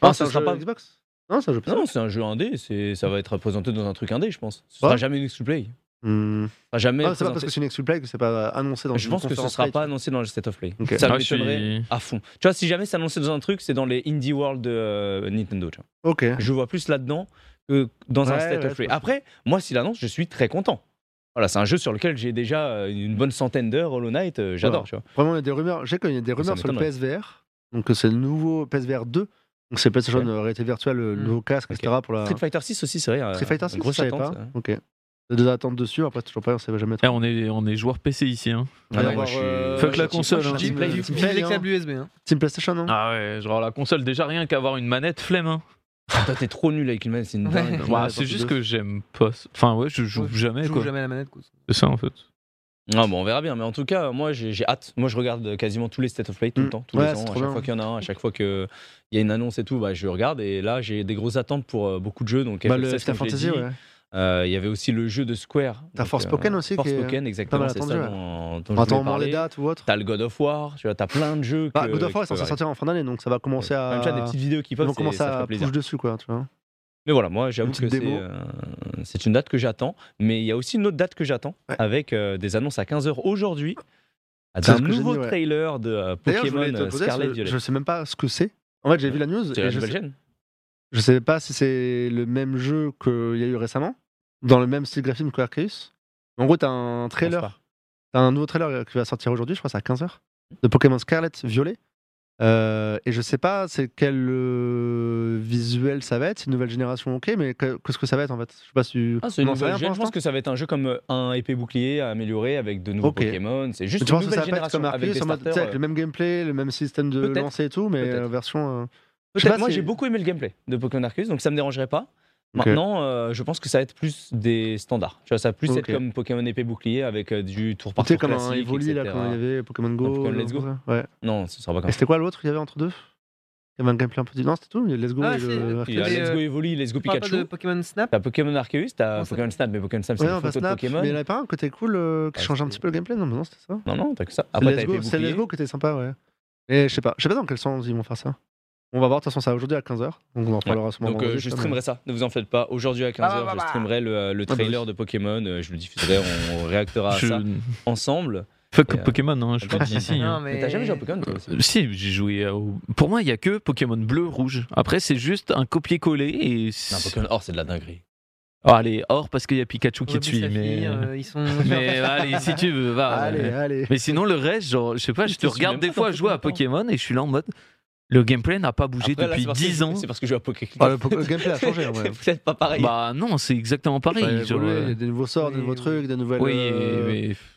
Ah,
ça
ça
sera
sera
pas-
pas Xbox Non, c'est un jeu PC.
Non, c'est un jeu indé, c'est- ça va être présenté dans un truc indé, je pense. Ce sera
Ouais.
jamais une X-Play. Ce
Hmm.
sera jamais
Ah, c'est pas parce
présenté-
que c'est une X-Play que c'est pas euh, annoncé dans
Je
une
pense que ce
conférence
sera
live.
pas annoncé dans le State of Play.
Ok.
Ça
Ah, je
m'étonnerait
suis-
à fond. Tu vois, si jamais c'est annoncé dans un truc, c'est dans les Indie World de euh, Nintendo. tu vois.
Ok.
Je vois plus là-dedans que dans un
Ouais,
State
ouais,
of Play.
c'est possible.
Après, moi, s'il annonce, je suis très content. Voilà, c'est un jeu sur lequel j'ai déjà euh, une bonne centaine d'heures, Hollow Knight, euh, j'adore, tu vois.
Vraiment, il y a des rumeurs. J'ai qu'il y a des rumeurs
ça
sur le
m'étonnerait.
PSVR. Donc, euh, c'est le nouveau PSVR 2. Donc, c'est PlayStation
Ok.
euh, réalité virtuelle, le
Hmm.
nouveau casque,
Ok.
etc. Pour la
Street Fighter 6 aussi, c'est vrai. euh,
Street Fighter 6, je
grosse
savais
attente.
pas.
euh.
Ok. Il y a Des attentes dessus. Après, c'est toujours pareil, on sait jamais
Eh,
trop.
on est, on est joueur PC ici. Hein.
Ah,
Il va
non,
y
moi,
avoir,
je suis-
euh,
Fuck la
moi, je suis-
console,
moi, je suis
hein.
Team Play.
Team
Vive
Play,
les
hein.
câbles USB. hein.
Team PlayStation, non
Ah ouais, genre la console, déjà rien qu'avoir une manette, flemme. Hein.
Toi, t'es trop nul avec une manette, c'est une
Ouais.
dingue.
Ouais,
Ouah,
la
Bah, c'est
partie
juste
deux.
que j'aime pas. ça. Enfin, ouais, je joue
Ouais,
jamais
Je joue
quoi.
jamais à la manette. quoi.
C'est ça en fait.
Non, bon, on verra bien. Mais en tout cas, moi, j'ai j'ai hâte. Moi, je regarde quasiment tous les State of Play tout le
Mm.
temps, tous
Ouais,
les
c'est
ans. À
trop
chaque
bien.
fois qu'il y en a un, à chaque fois qu'il y a une annonce et tout, bah, je regarde. Et là, j'ai des grosses attentes pour euh, beaucoup de jeux. Donc,
Bah,
FF16,
le
comme
Final
je l'ai
Fantasy,
dit.
ouais.
Euh, Il y avait aussi le jeu de Square.
T'as
Donc,
Forspoken aussi,
Forspoken,
qui est
exactement.
mal
C'est
attendu,
ça
ouais. Bah,
dont, dont
On
je
attend
voulais
au moins les
parler. euh,
dates ou autre.
T'as le God of War, tu vois, t'as plein de jeux.
Bah,
que-
God of War
qui
est censé
peuvent
sortir en fin d'année, donc ça va commencer
arriver. Comme
à.
ça, des petites vidéos qui
Ils
peuvent
vont commencer
ça fait
à
plaisir.
push dessus, quoi, tu vois.
Mais voilà, moi j'avoue que
petite
c'est
démo.
euh, c'est une date que j'attends, mais il y a aussi une autre date que j'attends,
Ouais.
avec euh, des annonces à 15h aujourd'hui,
C'est
d'un
ce que j'ai
nouveau
dit, ouais.
trailer de euh,
D'ailleurs, je
Pokémon
voulais te
euh,
poser,
Scarlet
parce que
Violet.
je sais même pas ce que c'est. En fait, j'ai vu la news
C'est la
et je
nouvelle
sais,
chaîne
je sais pas si c'est le même jeu qu'il y a eu récemment, dans le même style graphique que Arceus. En gros, t'as un
Je pense
trailer,
pas.
t'as un nouveau trailer qui va sortir aujourd'hui, je crois, que c'est à 15h, de Pokémon Scarlet Violet. Euh, et je sais pas c'est quel euh, visuel ça va être, c'est une nouvelle génération, ok, mais que- qu'est-ce que ça va être en fait Je sais pas si. tu-
Ah, c'est
on
une
en sait
nouvelle
rien
gen-
pour
Je pense
l'instant
que ça va être un jeu comme euh, un épée bouclier amélioré avec de nouveaux
Ok.
Pokémon. C'est
Mais
juste
tu
une
penses que
nouvelle
ça va pas être
génération
comme
avec
Arceus
des
en mode, tu sais,
starters.
avec le
euh,
même gameplay, le même système de
Peut-être.
lancer et tout, mais
Peut-être.
euh, version. euh, je sais
Peut-être,
pas
moi
si-
j'ai beaucoup aimé le gameplay de Pokémon Arceus, donc ça me dérangerait pas.
Ok.
Maintenant, euh, je pense que ça va être plus des standards. Tu vois, ça va plus
Ok.
être comme Pokémon épée bouclier avec euh, du tour par
Tu sais,
tour
comme un
classique,
Evoli, là,
etc..
quand il y avait Pokémon Go.
Pokémon
euh,
Let's Go.
Ouais.
Non, ce sera pas comme
Et
ça.
c'était quoi l'autre qu'il y avait entre deux Il y avait un gameplay un peu. Non, c'était tout. Il y a Let's Go
Ah,
et
si,
le.
Puis, euh,
Mais,
Let's
euh,
Go Evoli, Let's Go
Tu parles pas de
Pikachu.
Pokémon Snap
T'as Pokémon Arceus,
Non,
t'as
ça-
Pokémon Snap, mais Pokémon Snap c'est
Ouais,
une
non, pas
photo de
Snap. Mais il
Pokémon.
n'y en avait pas un côté cool euh, qui
Ah,
changeait un
c'était-
petit peu le gameplay Non, mais non, c'était ça.
Non, non, t'as que ça. Après, t'as
Let's
épée
Go, c'est
bouclier.
Let's Go qui était sympa, ouais. Et je sais pas. Je sais pas dans quel sens ils vont faire ça. On va voir, de toute façon, ça aujourd'hui à 15h. Donc on en reparlera à ce moment
Donc euh, je streamerai ça, ne vous en faites pas. Aujourd'hui à 15h,
bah,
je
bah.
streamerai le, euh, le
bah oui.
trailer de Pokémon, euh, je le diffuserai, on, on réactera à
Je-
ça ensemble.
Fuck
Et, euh,
Pokémon, hein, je
attends.
le dis ici. hein.
Non,
Mais t'as jamais joué à Pokémon toi aussi
Euh, Si, j'ai joué à- au- Pour moi, il n'y a que Pokémon bleu, rouge. Après, c'est juste un copier-coller et.
Non, Pokémon Or, c'est de la dinguerie.
Oh, allez, or, parce qu'il y a Pikachu qui
Ruby
te suit.
Sapphire,
Mais,
euh, ils sont.
mais allez, si tu veux, va.
Allez, allez.
Mais sinon, le reste, genre, je sais pas, je
Ils
te
se suivent
regarde
même
des
pas
fois
dans
jouer à
Pokémon.
Pokémon et je suis là en mode. Le gameplay n'a pas bougé
Après, là,
depuis
c'est parce que
10
je-
ans.
C'est parce que je joue à Pokémon.
Ah, le, po- le gameplay a changé, ouais.
C'est peut-être pas pareil.
Bah non, c'est exactement
Ça a
pareil. genre,
évolué, Il y
euh,
a des nouveaux sorts, des
Oui,
nouveaux
oui.
trucs, des nouvelles.
Oui,
euh,
mais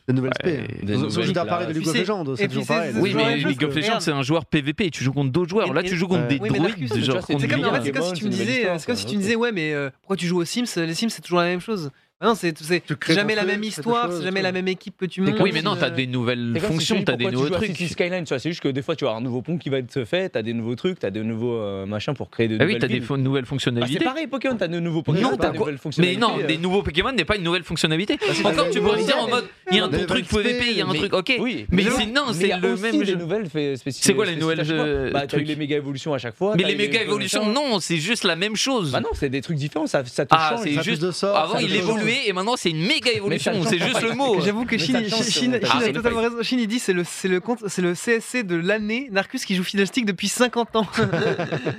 Des nouvelles
Ouais,
SP.
des
Sauf
nouvelles
que parler de
classes.
League of
Et puis
Legends,
c'est-
c'est toujours pareil.
c'est
Oui,
toujours la
mais
même chose
League
que-
of Legends,
Merde.
c'est un joueur PvP et tu joues contre d'autres joueurs.
Et-
Là, tu
et-
joues contre
Ouais.
des
Oui, mais Marcus,
droïdes,
tu
genre
vois, c'est
contre
C'est comme, en
Pokémon,
l'IA.
fait, c'est comme si
c'est
tu
une
me
nouvelle
disais,
histoire,
c'est comme si
quoi,
tu
ok.
me disais, ouais, mais euh, pourquoi tu joues aux Sims Les Sims, c'est toujours la même chose. Ah Non, c'est c'est
Tu crées
jamais
ton
la
truc,
même
tu fais tes
histoire,
choses
c'est
et
jamais
tout.
la même équipe que tu montes.
Oui, mais non,
euh,
t'as des nouvelles
C'est comme si je
fonctions,
te dis
t'as des
pourquoi tu
nouveaux
joues à City
trucs.
Skyline, tu vois, c'est juste que des fois tu vas avoir un nouveau pont qui va être fait, t'as des nouveaux trucs, t'as de nouveaux euh, machins pour créer de
Ah
nouvelles
oui, t'as des
villes.
fo- nouvelles
Bah,
fonctionnalités.
c'est pareil Pokémon, t'as de nouveaux Pokémon, t'as
Non,
de
t'as quoi-
nouvelles
mais
fonctionnalités.
non,
euh,
des nouveaux Pokémon n'est pas une nouvelle fonctionnalité.
c'est
Encore,
des
tu pourrais
nouvelles
dire en
idées.
mode, il y a un
Des
ton truc
nouvelles
PvP, il y a un
mais-
truc, ok.
Oui,
Mais
non,
sinon, c'est
il y a
le
aussi
même
des
jeu.
nouvelles fé- spécifiques.
C'est quoi les nouvelles,
spécifiques à chaque fois
euh,
Bah, t'as eu
trucs
les méga évolutions à chaque fois.
Mais
t'as
les
eu
méga évolutions, non, c'est juste la même chose.
Bah non, c'est des trucs différents, ça, ça te
Ah,
change.
c'est
Ça a plus
juste-
de sorts,
Avant,
ça a
il
plus de choses.
évoluait et maintenant, c'est une méga évolution.
change
C'est
pas.
juste le mot.
J'avoue que
Mais
Chine,
ça change,
Chine- Chine-
c'est-
Chine
Ah,
a
c'est
totalement raison. Chine, il dit c'est le, c'est le, compte- c'est le CSC de l'année Narcus qui joue Fiddlestick depuis 50 ans.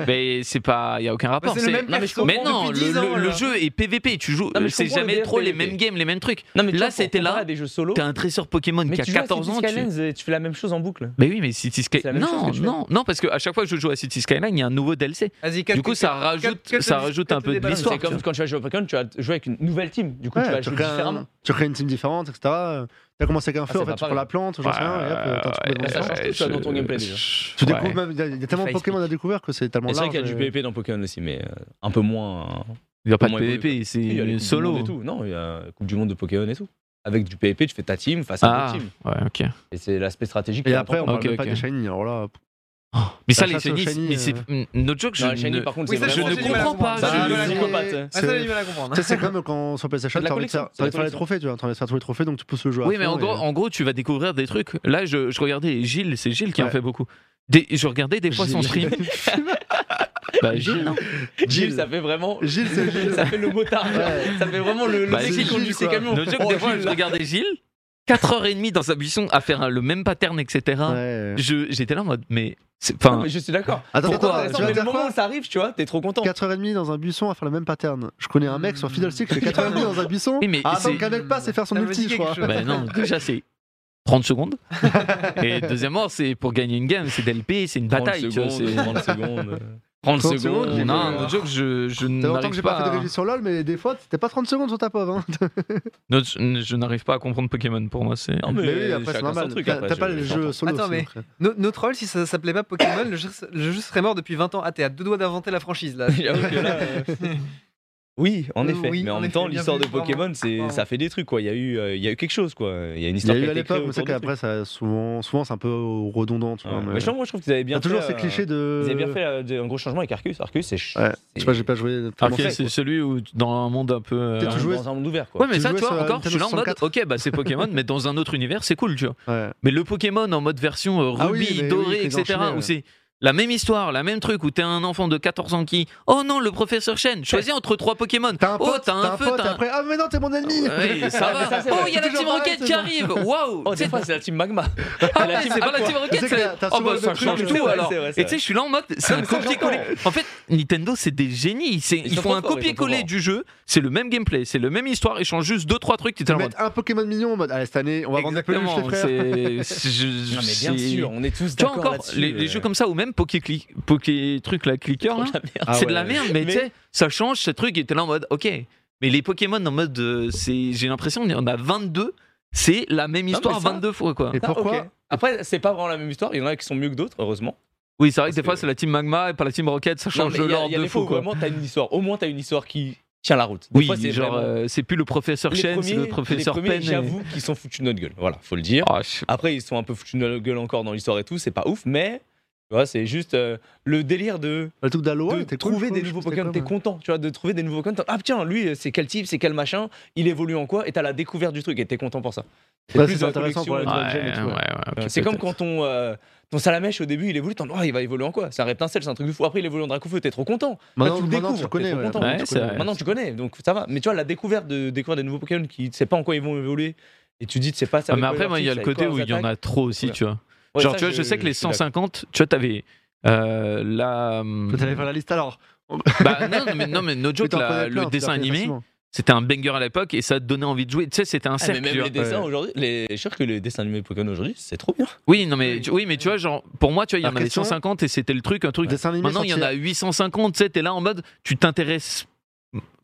Mais c'est pas, il y a aucun rapport.
Bah,
c'est le
c'est-
même
mais je
perso
Mais non,
depuis
le,
10 ans,
le- le
là.
jeu est PVP. Tu joues,
Non, mais je
c'est
comprends le
jamais
DRPVP.
trop les mêmes games, les mêmes trucs.
Non, mais tu
Là,
vois, pour
c'était là.
comparer à des jeux solo.
T'as un trésor Pokémon
Oh. Mais
qui a
tu joues à
14
City
ans. Tu...
Skylines et tu fais la même chose en boucle.
Mais oui, mais City
C'est la
Skyline.
même chose
Non,
que tu fais.
non, non, parce que à chaque fois que je joue à City Skyline, il y a un nouveau DLC.
Vas-y,
Du
calme-
coup, ça
calme-
rajoute,
calme-
ça
calme-
rajoute
calme-
un peu de
calme-
l'histoire.
C'est
tu vois.
comme quand tu vas jouer à Pokémon, tu vas jouer avec une nouvelle team. Du coup, tu vas
Ouais, tu,
jouer
crées un-
différemment.
tu crées une team différente, etc. T'as commencé avec un
Ah,
feu,
c'est
en
pas
fait, tu prends
pareil.
la plante, j'en sais rien, et hop, t'as un truc
ouais,
complètement
ça
différent.
change tout, ça, dans ton gameplay, déjà.
Tu
ouais.
découvres même, il y a- il y a tellement de
Il faut
Pokémon à découvrir que c'est tellement
Mais C'est vrai
large.
qu'il y a du
et-
PvP dans Pokémon aussi, mais euh, un peu moins. euh,
Il n'y a pas de
Comment évoluer,
PVP,
il y a les
c'est
Coupes du Monde
solo.
et tout. Non, il y a Coupe du Monde de Pokémon et tout. Avec du PvP, tu fais ta team face à
Ah,
ta team.
ouais, ok.
Et c'est l'aspect stratégique.
Et
qui est
après, on
important.
parle
Ok,
même pas
ok.
des Shiny, alors là.
Oh, Mais ça,
La
les
chasse aux
Shiny,
Shiny,
mais c'est notre joke. Je
euh. Non, la Shiny,
ne-
par contre,
Oui,
c'est
ça,
je
vraiment-
ne
j'ai du mal à
comprends pas.
comprendre.
Ça,
Ah,
c'est
voilà,
des
mais-
psychopathes.
Ah, ça, j'ai du mal à comprendre.
Tu sais, c'est comme quand sur
C'est
PlayStation,
de la
t'as envie de
collection, c'est de la
faire t'as envie de faire les
collection.
trophées, tu vois, t'as envie de faire tous les trophées, donc tu pousses le joueur. à
Oui, mais
fond
en
et- euh,
gros, en gros, tu vas découvrir des trucs. Là, je, je regardais Gilles, c'est Gilles qui en
Ouais.
fait beaucoup. Des- je regardais des fois son
Gilles.
stream. bah, Gilles, non
Gilles, ça fait vraiment.
Gilles, c'est Gilles.
Ça fait le motard.
Ouais.
Ça fait vraiment le, le
Bah,
mec
c'est
qui conduit
Gilles,
ses
quoi.
camions.
Notre joke,
Oh,
des fois,
Gilles,
je regardais Gilles, 4h30 dans sa buisson à faire hein, le même pattern, etc.
Ouais.
Je- J'étais là en mode, mais. c'est-
Non,
Enfin,
mais je suis d'accord.
Attends,
Pourquoi
attends,
Attends,
tu vas
mais le
dire
moment
quoi
où ça arrive, tu vois, t'es trop content.
4h30 dans un buisson à faire le même pattern. Je connais un mec sur Fiddlestick qui fait 4h30 dans un buisson.
Oui, mais
Ah,
c'est-
attends qu'un mec passe et faire son
Ça me
ulti,
dit
je crois.
quelque chose.
bah non, déjà, c'est 30 secondes. Et deuxièmement, c'est pour gagner une game, c'est DLP, c'est une
30
bataille. tu vois,
secondes,
c'est-
30 secondes. 30
secondes,
secondes.
j'ai
Non,
Non,
fait-
non,
notre joke, je, je
Ça fait longtemps que
n'arrive
j'ai pas,
pas,
fait de
à-
review sur LoL, mais des fois, c'était pas 30 secondes sur ta pauvre. hein.
Notre- je, je n'arrive pas à comprendre Pokémon pour moi. C'est
non, mais,
Mais oui,
chacun
après, c'est
son
normal.
truc,
T'as
après,
t'as
je-
pas les jeux
j'entends.
solo.
Attends,
aussi,
mais-
donc, euh,
No- Notre rôle, si ça s'appelait pas Pokémon, le jeu, le jeu serait mort depuis 20 ans. Ah, t'es à deux doigts d'inventer la franchise là.
J'avoue que là, euh, Oui, en
Euh,
effet.
oui,
mais en
en
même
effet,
temps,
bien
l'histoire
vu,
de Pokémon,
vraiment.
c'est
Vraiment.
ça fait des trucs quoi. Il y a eu, euh, il y a eu quelque chose quoi. Il y a une
Il y a
histoire. qui
eu
a
à
été
l'époque,
créée
mais c'est
autour du
qu'après, ça, souvent, souvent c'est un peu redondant. Tu
truc.
vois,
Ouais.
mais-
Mais je moi, je trouve qu'ils avaient bien.
T'as toujours
fait,
ces
euh,
clichés de.
Ils avaient bien fait euh, de- un gros changement avec Arcus. Arcus, c'est. ch-
Ouais.
c'est-
Je sais pas, j'ai pas joué. tellement
Arceus, c'est celui où dans un monde un peu. euh,
Peut-être
dans
tu jouais-
un monde ouvert quoi.
Ouais, mais
Tu
ça, tu
jouais
vois,
sur
encore, je suis là en mode,
Nintendo 64.
ok, bah c'est Pokémon, mais dans un autre univers, c'est cool, tu vois.
Ouais.
Mais le Pokémon en mode version euh,
Ah oui,
rubis,
mais oui,
doré,
qu'ils
etc.,
enchaînaient,
où
ouais.
c'est La même histoire, la même truc où t'es un enfant de 14 ans qui. Oh non, le professeur Chen, choisis entre trois Pokémon.
T'as un
oh,
pote,
t'as un feu,
pote,
t'as un.
après, ah mais non, t'es mon ennemi
Oui, ça
Mais
va.
ça, c'est
oh,
vrai.
il y a la
C'est
Team
toujours
Rocket
pareil,
qui
c'est
arrive. Waouh.
Oh,
Tu
des
sais,
fois, c'est la team magma.
Ah ouais,
team
c'est pas la
Aqua.
Team
Tu sais
Rocket,
que
c'est.
t'as- t'as
Oh
souvent
bah
le
ça
truc,
change
mais
tout
c'est vrai,
alors.
c'est vrai, c'est
Et tu sais, je suis là en mode, c'est
Non,
un
mais ça, j'entends.
copier-coller. En fait, Nintendo, c'est des génies. Ils,
Ils
ils
sont trop
font
forts, ils
un
sont trop
copier-coller
forts.
du jeu, c'est le même gameplay, c'est le même histoire, ils changent juste deux trois trucs, tu t'es
Ils
en mode.
mettent un Pokémon mignon en mode, allez, cette année, on va vendre des peluches, les
Exactement,
frères.
c'est. c'est- je-
Non, mais bien
c'est-
sûr, on est tous
Tu vois
d'accord
encore,
là-dessus.
les, les
euh,
jeux comme ça, ou même Poké-Click, Poké-Truc, la clicker,
trop
là,
de la merde.
Ah
c'est de la
ouais.
merde, mais,
Mais-
tu sais, ça change, ce truc, et t'es là en mode, ok. Mais les Pokémon, en mode, euh, c'est, j'ai l'impression qu'on en a 22, c'est la même
mais
histoire
ça-
22 fois, quoi.
Et
Ah,
pourquoi
ok. Après, c'est pas vraiment la même histoire. Il y en a qui sont mieux que d'autres, heureusement.
Oui, c'est vrai que des
Parce
fois,
que-
c'est la Team Magma et pas la Team Rocket,
Non,
ça change
mais
de
il y a-
l'ordre
il y a
de
des
fou,
fois où
quoi.
vraiment t'as une histoire. Au moins t'as une histoire qui tient la route. Des
Oui,
fois, c'est
genre,
vraiment-
euh, c'est plus le professeur
les
Chen, c'est le
premiers-
professeur
les
Penn.
premiers,
et-
J'avoue qu'ils sont foutus de notre gueule. Voilà, faut le dire.
Ah, je sais pas.
Après, ils sont un peu foutus de notre gueule encore dans l'histoire et tout. C'est pas ouf, mais tu vois, c'est juste euh, le délire de,
Le truc d'Aloha,
de
était cool,
trouver
je
des
trouve,
nouveaux
c'était
Pokémon.
cool,
T'es
ouais.
content, tu vois, de trouver des nouveaux Pokémon. Ah tiens, lui, c'est quel type, c'est quel machin, il évolue en quoi, et t'as la découverte du truc et t'es content pour ça.
Ouais,
plus
c'est
de la
intéressant pour la
collection,
nouvelle gen et
Ouais,
tout, ouais.
ouais, ouais,
Euh,
ok,
c'est comme
peut-être.
quand ton, euh, ton Salamèche au début il évolue, t'en oh, il va évoluer en quoi C'est un reptincelle, c'est un truc de fou. Après il évolue en Dracofeu, t'es trop content. Là,
Maintenant,
tu le
maintenant, tu
découvres,
le connais,
t'es trop
ouais.
content.
Ouais,
Tu
c'est
connais.
vrai.
Maintenant tu connais, donc ça va. Mais tu vois, la découverte de découvrir des nouveaux Pokémon qui tu sais pas en quoi ils vont évoluer et tu dis, tu sais pas ça.
Ah,
va
mais
évoluer
après, moi, il y
leur
a le
type, ça
côté
va
où
être
il y en
quoi,
a trop aussi,
Ouais.
tu vois.
leurs attaques.
Genre,
Ouais,
tu vois,
ça,
je sais que les
suis d'accord.
150, tu vois, t'avais euh, la. hum,
Peut-être aller faire la liste alors.
Bah, non, non, mais, non, mais no
Mais
joke,
t'en
la-
connais plein,
le
tu
dessin
l'as fait
animé,
facilement.
c'était un banger à l'époque et ça te donnait envie de jouer. Tu sais, c'était un
Ah, mais
cercle.
même
tu vois.
les dessins
Ouais.
aujourd'hui, les... je suis sûr que les dessins animés Pokémon aujourd'hui, c'est trop bien.
Oui, non, mais, tu- oui, mais tu vois, genre, pour moi, tu vois, il y en
Alors,
avait
question-
150 et c'était le truc, un truc.
Dessin animé.
Maintenant, il y en
sorti-
a 850, tu sais, t'es là en mode, tu t'intéresses.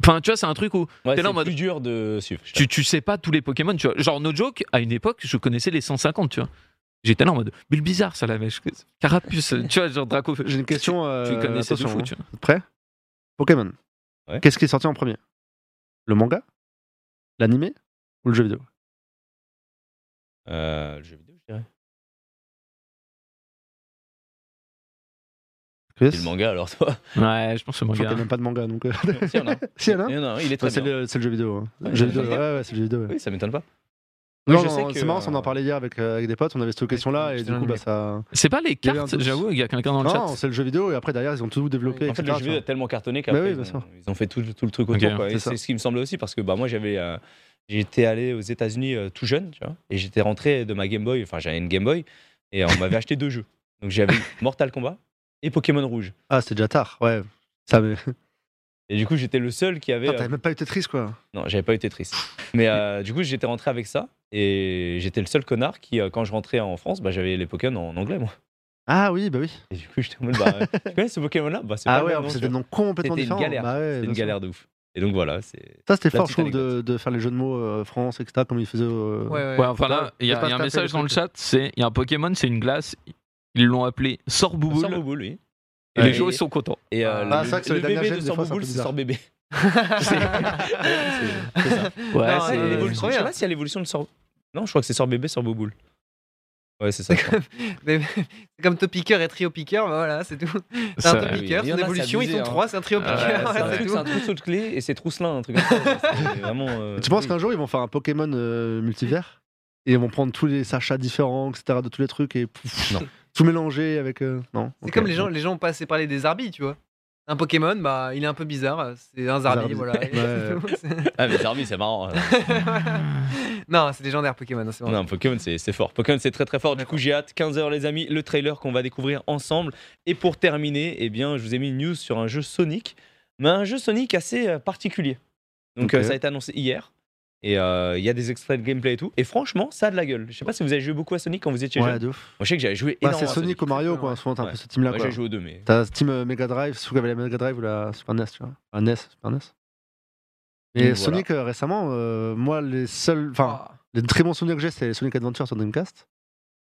Enfin, tu vois, c'est un truc où
Ouais,
T'es
c'est
là en
plus
mode-
dur de suivre. je
tu, tu sais pas tous les Pokémon, tu vois. Genre, no joke, à une époque, je connaissais les 150, tu vois. J'étais là en mode, bulle bizarre, ça la mèche. Carapuce, tu vois, genre Draco.
J'ai une question.
Tu
euh,
connaissais de
attention,
fou,
hein.
tu vois.
Prêt Pokémon.
Ouais.
Qu'est-ce qui est sorti en premier Le manga L'animé Ou le jeu vidéo
Euh, le jeu vidéo, je dirais.
Chris
C'est le manga alors toi
Ouais, je pense
Je
au
crois qu'il
manga.
n'y a même pas de manga donc. euh,
Si, il y en a un.
si, y'en a un
Il y en a un, il est très
Ouais, c'est
bien.
le, c'est le jeu vidéo. hein.
Ouais,
Le jeu
c'est
vidéo,
le
ouais, ouais, c'est le jeu vidéo. ouais.
Oui, ça m'étonne pas.
Non,
Oui, je sais
non,
que, Ah,
c'est marrant, on en
euh,
parlait hier avec, euh, avec des potes, on avait cette question-là
Ouais,
et
c'est
du coup,
un
bah,
mec.
ça.
C'est pas les
y avait un
cartes,
doute.
j'avoue, il y a quelqu'un dans le chat.
Non, c'est le jeu vidéo et après, derrière, ils ont tout développé.
Ouais,
En fait,
etc.,
le jeu vidéo a
tu
tellement cartonné
Bah
qu'après,
oui,
ils,
bien
ont-
sûr.
ils ont fait tout, tout le truc autour.
Ok,
quoi. Et
c'est ça.
c'est ce qui me semblait aussi parce que bah, moi, j'avais, euh, j'étais allé aux États-Unis euh, tout jeune, tu vois, et j'étais rentré de ma Game Boy. Enfin, j'avais une Game Boy et on m'avait acheté deux jeux. Donc j'avais Mortal Kombat et Pokémon Rouge.
vois. Ah, c'était déjà tard, ouais. Ça, mais...
Et du coup, j'étais le seul qui avait.
Putain,
euh,
T'avais même pas eu Tetris, quoi.
Non, j'avais pas eu Tetris. Mais euh, du coup, j'étais rentré avec ça et j'étais le seul connard qui, euh, quand je rentrais en France, bah, j'avais les Pokémon en anglais, moi.
Ah oui, bah oui.
Et du coup, j'étais en mode, bah, euh, tu connais ce Pokémon-là bah, c'est pas
Ah
le
ouais,
même
en
nom,
plus,
tu
c'était des
vois.
noms complètement
C'était une
différents.
galère.
Bah ouais,
C'était
bien
une
sûr.
galère de ouf. Et donc voilà, c'est.
Ça, c'était
La
fort, je
petite
trouve, de, de faire les jeux de mots euh, France, etc., comme ils faisaient. euh,
Ouais, ouais.
Ouais, enfin là, il y a,
C'est pas
il y a
taper
un
le
message dans le
truc.
chat, c'est il y a un Pokémon, c'est une glace, ils l'ont appelé Sorbouboule,
Sans boubou, lui.
et
Ouais.
les joueurs ils sont contents.
Et euh, le,
Ah, c'est vrai que sur
le
les dernières
bébé
gènes,
de
des fois, c'est un
Samboul,
peu
c'est
bizarre.
sans bébé.
Ouais,
Non,
c'est
c'est-
l'évolution.
trop
Je
bien.
sais pas s'il y a l'évolution de sort. Non, je crois que c'est sort bébé, sort bouboule. Ouais, c'est ça. je crois.
Mais- C'est comme Top Picker et Trio Picker, bah voilà, c'est tout. C'est un
Ça-
Top
oui,
Picker,
il y
c'est
en a,
une
c'est
évolution, ils
abusé,
sont
hein.
trois, c'est un Trio Picker,
Ah,
Ouais, c'est
ouais,
un
c'est
truc-
tout.
c'est un trousseau de clés et c'est Trousselin, un truc comme ça. C'est vraiment. euh,
Tu penses qu'un jour ils vont faire un Pokémon euh, multivers et ils vont prendre tous les sachets différents, etc., de tous les trucs et pouf,
Non.
tout mélanger avec. euh, Non.
C'est comme les gens, les gens ont pas assez parlé des Zarbi, tu vois. Un Pokémon, bah, il est un peu bizarre, c'est un Zarbi,
Zarbi.
voilà.
Ouais.
C'est tout.
Ah, mais Zarbi, c'est marrant.
non, c'est légendaire Pokémon, hein, c'est bon.
Non, Pokémon, c'est c'est fort. Pokémon, c'est très très fort. Du coup, j'ai hâte. 15h, les amis, le trailer qu'on va découvrir ensemble. Et pour terminer, eh bien, je vous ai mis une news sur un jeu Sonic, mais un jeu Sonic assez euh, particulier. Donc,
Ok.
euh, ça a été annoncé hier. Et euh, il y a des extraits de gameplay et tout. Et franchement, ça a de la gueule. Je sais pas si vous avez joué beaucoup à Sonic quand vous étiez
Ouais,
jeune.
de ouf.
Moi, je sais que j'avais joué
hein,
Bah,
énormément.
c'est
à
Sonic au Mario, quoi.
Ouais.
Souvent, t'as un
Ouais.
peu ce team-là,
Moi,
quoi.
j'ai joué aux deux, mais.
T'as Team euh, Mega Drive, surtout avait la Mega Drive ou la Super NES, tu vois. La NES, Super NES.
Donc,
Et
voilà.
Sonic, euh, récemment, euh, moi, les seuls. Enfin,
Ah.
les très bons souvenirs que j'ai, c'est les Sonic Adventure sur Dreamcast.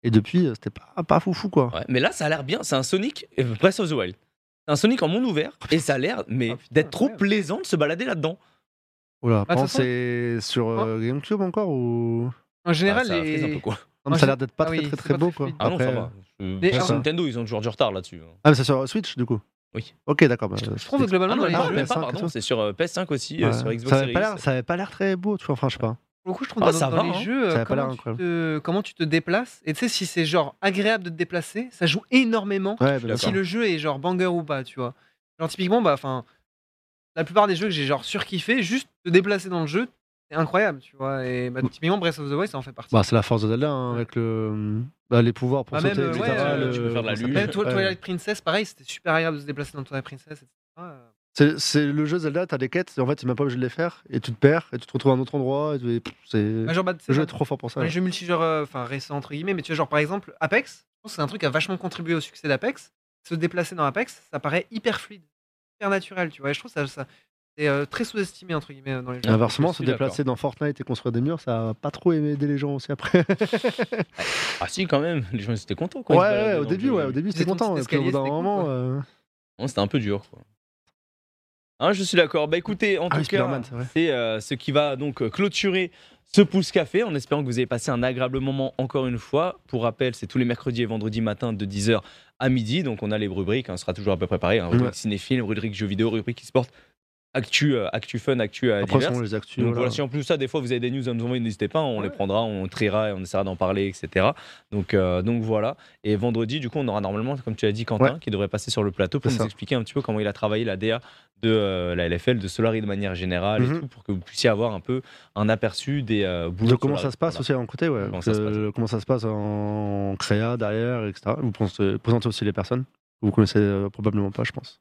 Et depuis, euh, c'était pas, pas foufou, quoi.
Ouais, mais là, ça a l'air bien. C'est un Sonic euh, Breath of the Wild. C'est un Sonic en monde ouvert. Et ça a l'air, mais
Ah, putain,
d'être trop
incroyable.
plaisant de se balader là-dedans.
Oula,
Bah,
Ah, de toute
pense c'est sur euh,
hein
GameCube encore ou.
En général,
Ah, ça frise un peu,
les...
quoi.
Non, mais
Ah,
ça a l'air d'être pas
ah
très,
oui,
très
c'est
très
pas
beau,
très
quoi.
fluide.
Ah non, ça
Après-
va. Euh,
Mais
parce que
en-
Nintendo, ils ont toujours du retard là-dessus. hein.
Ah, mais c'est sur Switch, du coup
Oui.
Ok, d'accord. bah,
je trouve que globalement,
Ah non,
dans les
mais
Ah,
non, même
PS5
pas,
et
pardon,
tout.
c'est sur euh, PS5 aussi, euh,
Ouais.
sur Xbox
ça avait
Series.
pas l'air- ça avait pas l'air très beau, tu vois, enfin je sais pas.
Pour le coup, je trouve
Ah,
dans,
ça
dans
va,
les
hein.
jeux,
Ça
euh,
a pas l'air
comment, tu
incroyable.
te, comment tu te déplaces. Et tu sais, si c'est genre agréable de te déplacer, ça joue énormément
Ouais, bah,
D'accord.
si le jeu est genre banger ou pas, tu vois. Genre, typiquement, bah, enfin, la plupart des jeux que j'ai genre surkiffé, juste te déplacer dans le jeu, c'est incroyable, tu vois. Et bah, typiquement, Breath of the Wild, ça en fait partie.
bah, c'est la force de Zelda hein, avec le, bah, les pouvoirs
Ah,
pour
Bah, même,
sauter,
euh,
etc.
ouais, euh,
le-
tu peux faire de la
comment ça
luge.
Même
s'appelle
Twi-
Ouais.
Twilight Princess, pareil, c'était super agréable de se déplacer dans Twilight Princess, etc. Euh,
C'est- C'est le jeu Zelda, t'as des quêtes, et en fait, t'es même pas obligé de les faire, et tu te perds, et tu te retrouves à un autre endroit, et tu- et pff, c'est.
bah,
Le
genre, bah, c'est
jeu
genre-
est trop fort pour ça.
Dans les jeux multijoueurs, euh, enfin récents entre guillemets, mais tu vois, genre par exemple, Apex, je pense que c'est un truc qui a vachement contribué au succès d'Apex. Se déplacer dans Apex, ça paraît hyper fluide, hyper naturel, tu vois. Et je trouve ça, ça c'est euh, très sous-estimé entre guillemets dans les jeux.
Inversement,
Je
se
suis
déplacer dans Fortnite et construire des murs, ça a pas trop aidé les gens aussi après.
Ah si, quand même, les gens étaient contents.
Ouais,
Quoi, ils se baladaient
euh,
ouais,
dans
au
le
début,
jeu.
ouais, au début,
C'était
c'était
ton
content.
petit
Et puis au bout
escalier, c'était
d'un
cool,
moment.
quoi.
euh,
Non, C'était un peu dur. Quoi. Hein, je suis d'accord. Bah écoutez, en
Ah oui,
tout cas,
Spider-Man, c'est vrai.
c'est euh, ce qui va donc euh, clôturer ce pouce café en espérant que vous avez passé un agréable moment encore une fois. Pour rappel, c'est tous les mercredis et vendredis matin de 10h à midi. Donc on a les rubriques, hein, on sera toujours à peu près pareil. hein, rubrique
Ouais.
cinéphile, rubrique jeux vidéo, rubrique e-sport, actu, euh, actu fun, actu euh,
Après,
diverses.
selon les actus.
Donc
voilà.
voilà, si en plus de ça, des fois vous avez des news à nous envoyer, n'hésitez pas, on les prendra, on triera et on essaiera d'en parler, etc. Donc, euh, donc voilà. Et vendredi, du coup, on aura normalement, comme tu l'as dit, Quentin, qui devrait passer sur le plateau pour
C'est
nous
ça.
expliquer un petit peu comment il a travaillé la DA de euh, la LFL, de Solari de manière générale et
Mhm.
tout, pour que vous puissiez avoir un peu un aperçu des euh, boulots.
De comment ça
Solary.
se passe
Voilà.
aussi à un côté, ouais.
Comment
Comment,
ça se passe.
comment ça se passe en créa, derrière, etc. Vous pensez- présentez aussi les personnes. Vous connaissez euh, probablement pas, je pense.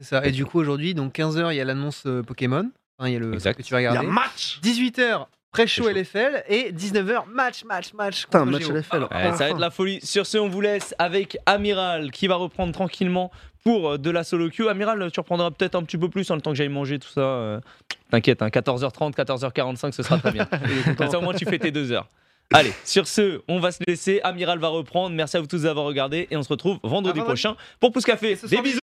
C'est ça. Et du coup aujourd'hui, donc 15h, il y a l'annonce euh, Pokémon. Enfin, il y a le
Exact.
que tu vas regarder.
match
18h, pré-show
Pré-show.
LFL et 19h, match, match, match.
Putain,
contre
match
Géo.
LFL.
Ouais, ça va être la folie. Sur ce, on vous laisse avec Amiral qui va reprendre tranquillement pour euh, de la solo queue. Amiral, tu reprendras peut-être un petit peu plus en le temps que j'aille manger tout ça. euh, T'inquiète, hein, 14h30, 14h45, ce sera très bien. Comme ça, au moins, tu fais tes deux heures. Allez, sur ce, on va se laisser. Amiral va reprendre. Merci à vous tous d'avoir regardé et on se retrouve vendredi
À vendredi.
prochain pour Pouce Café.
Et ce
Des
soir,
bisous.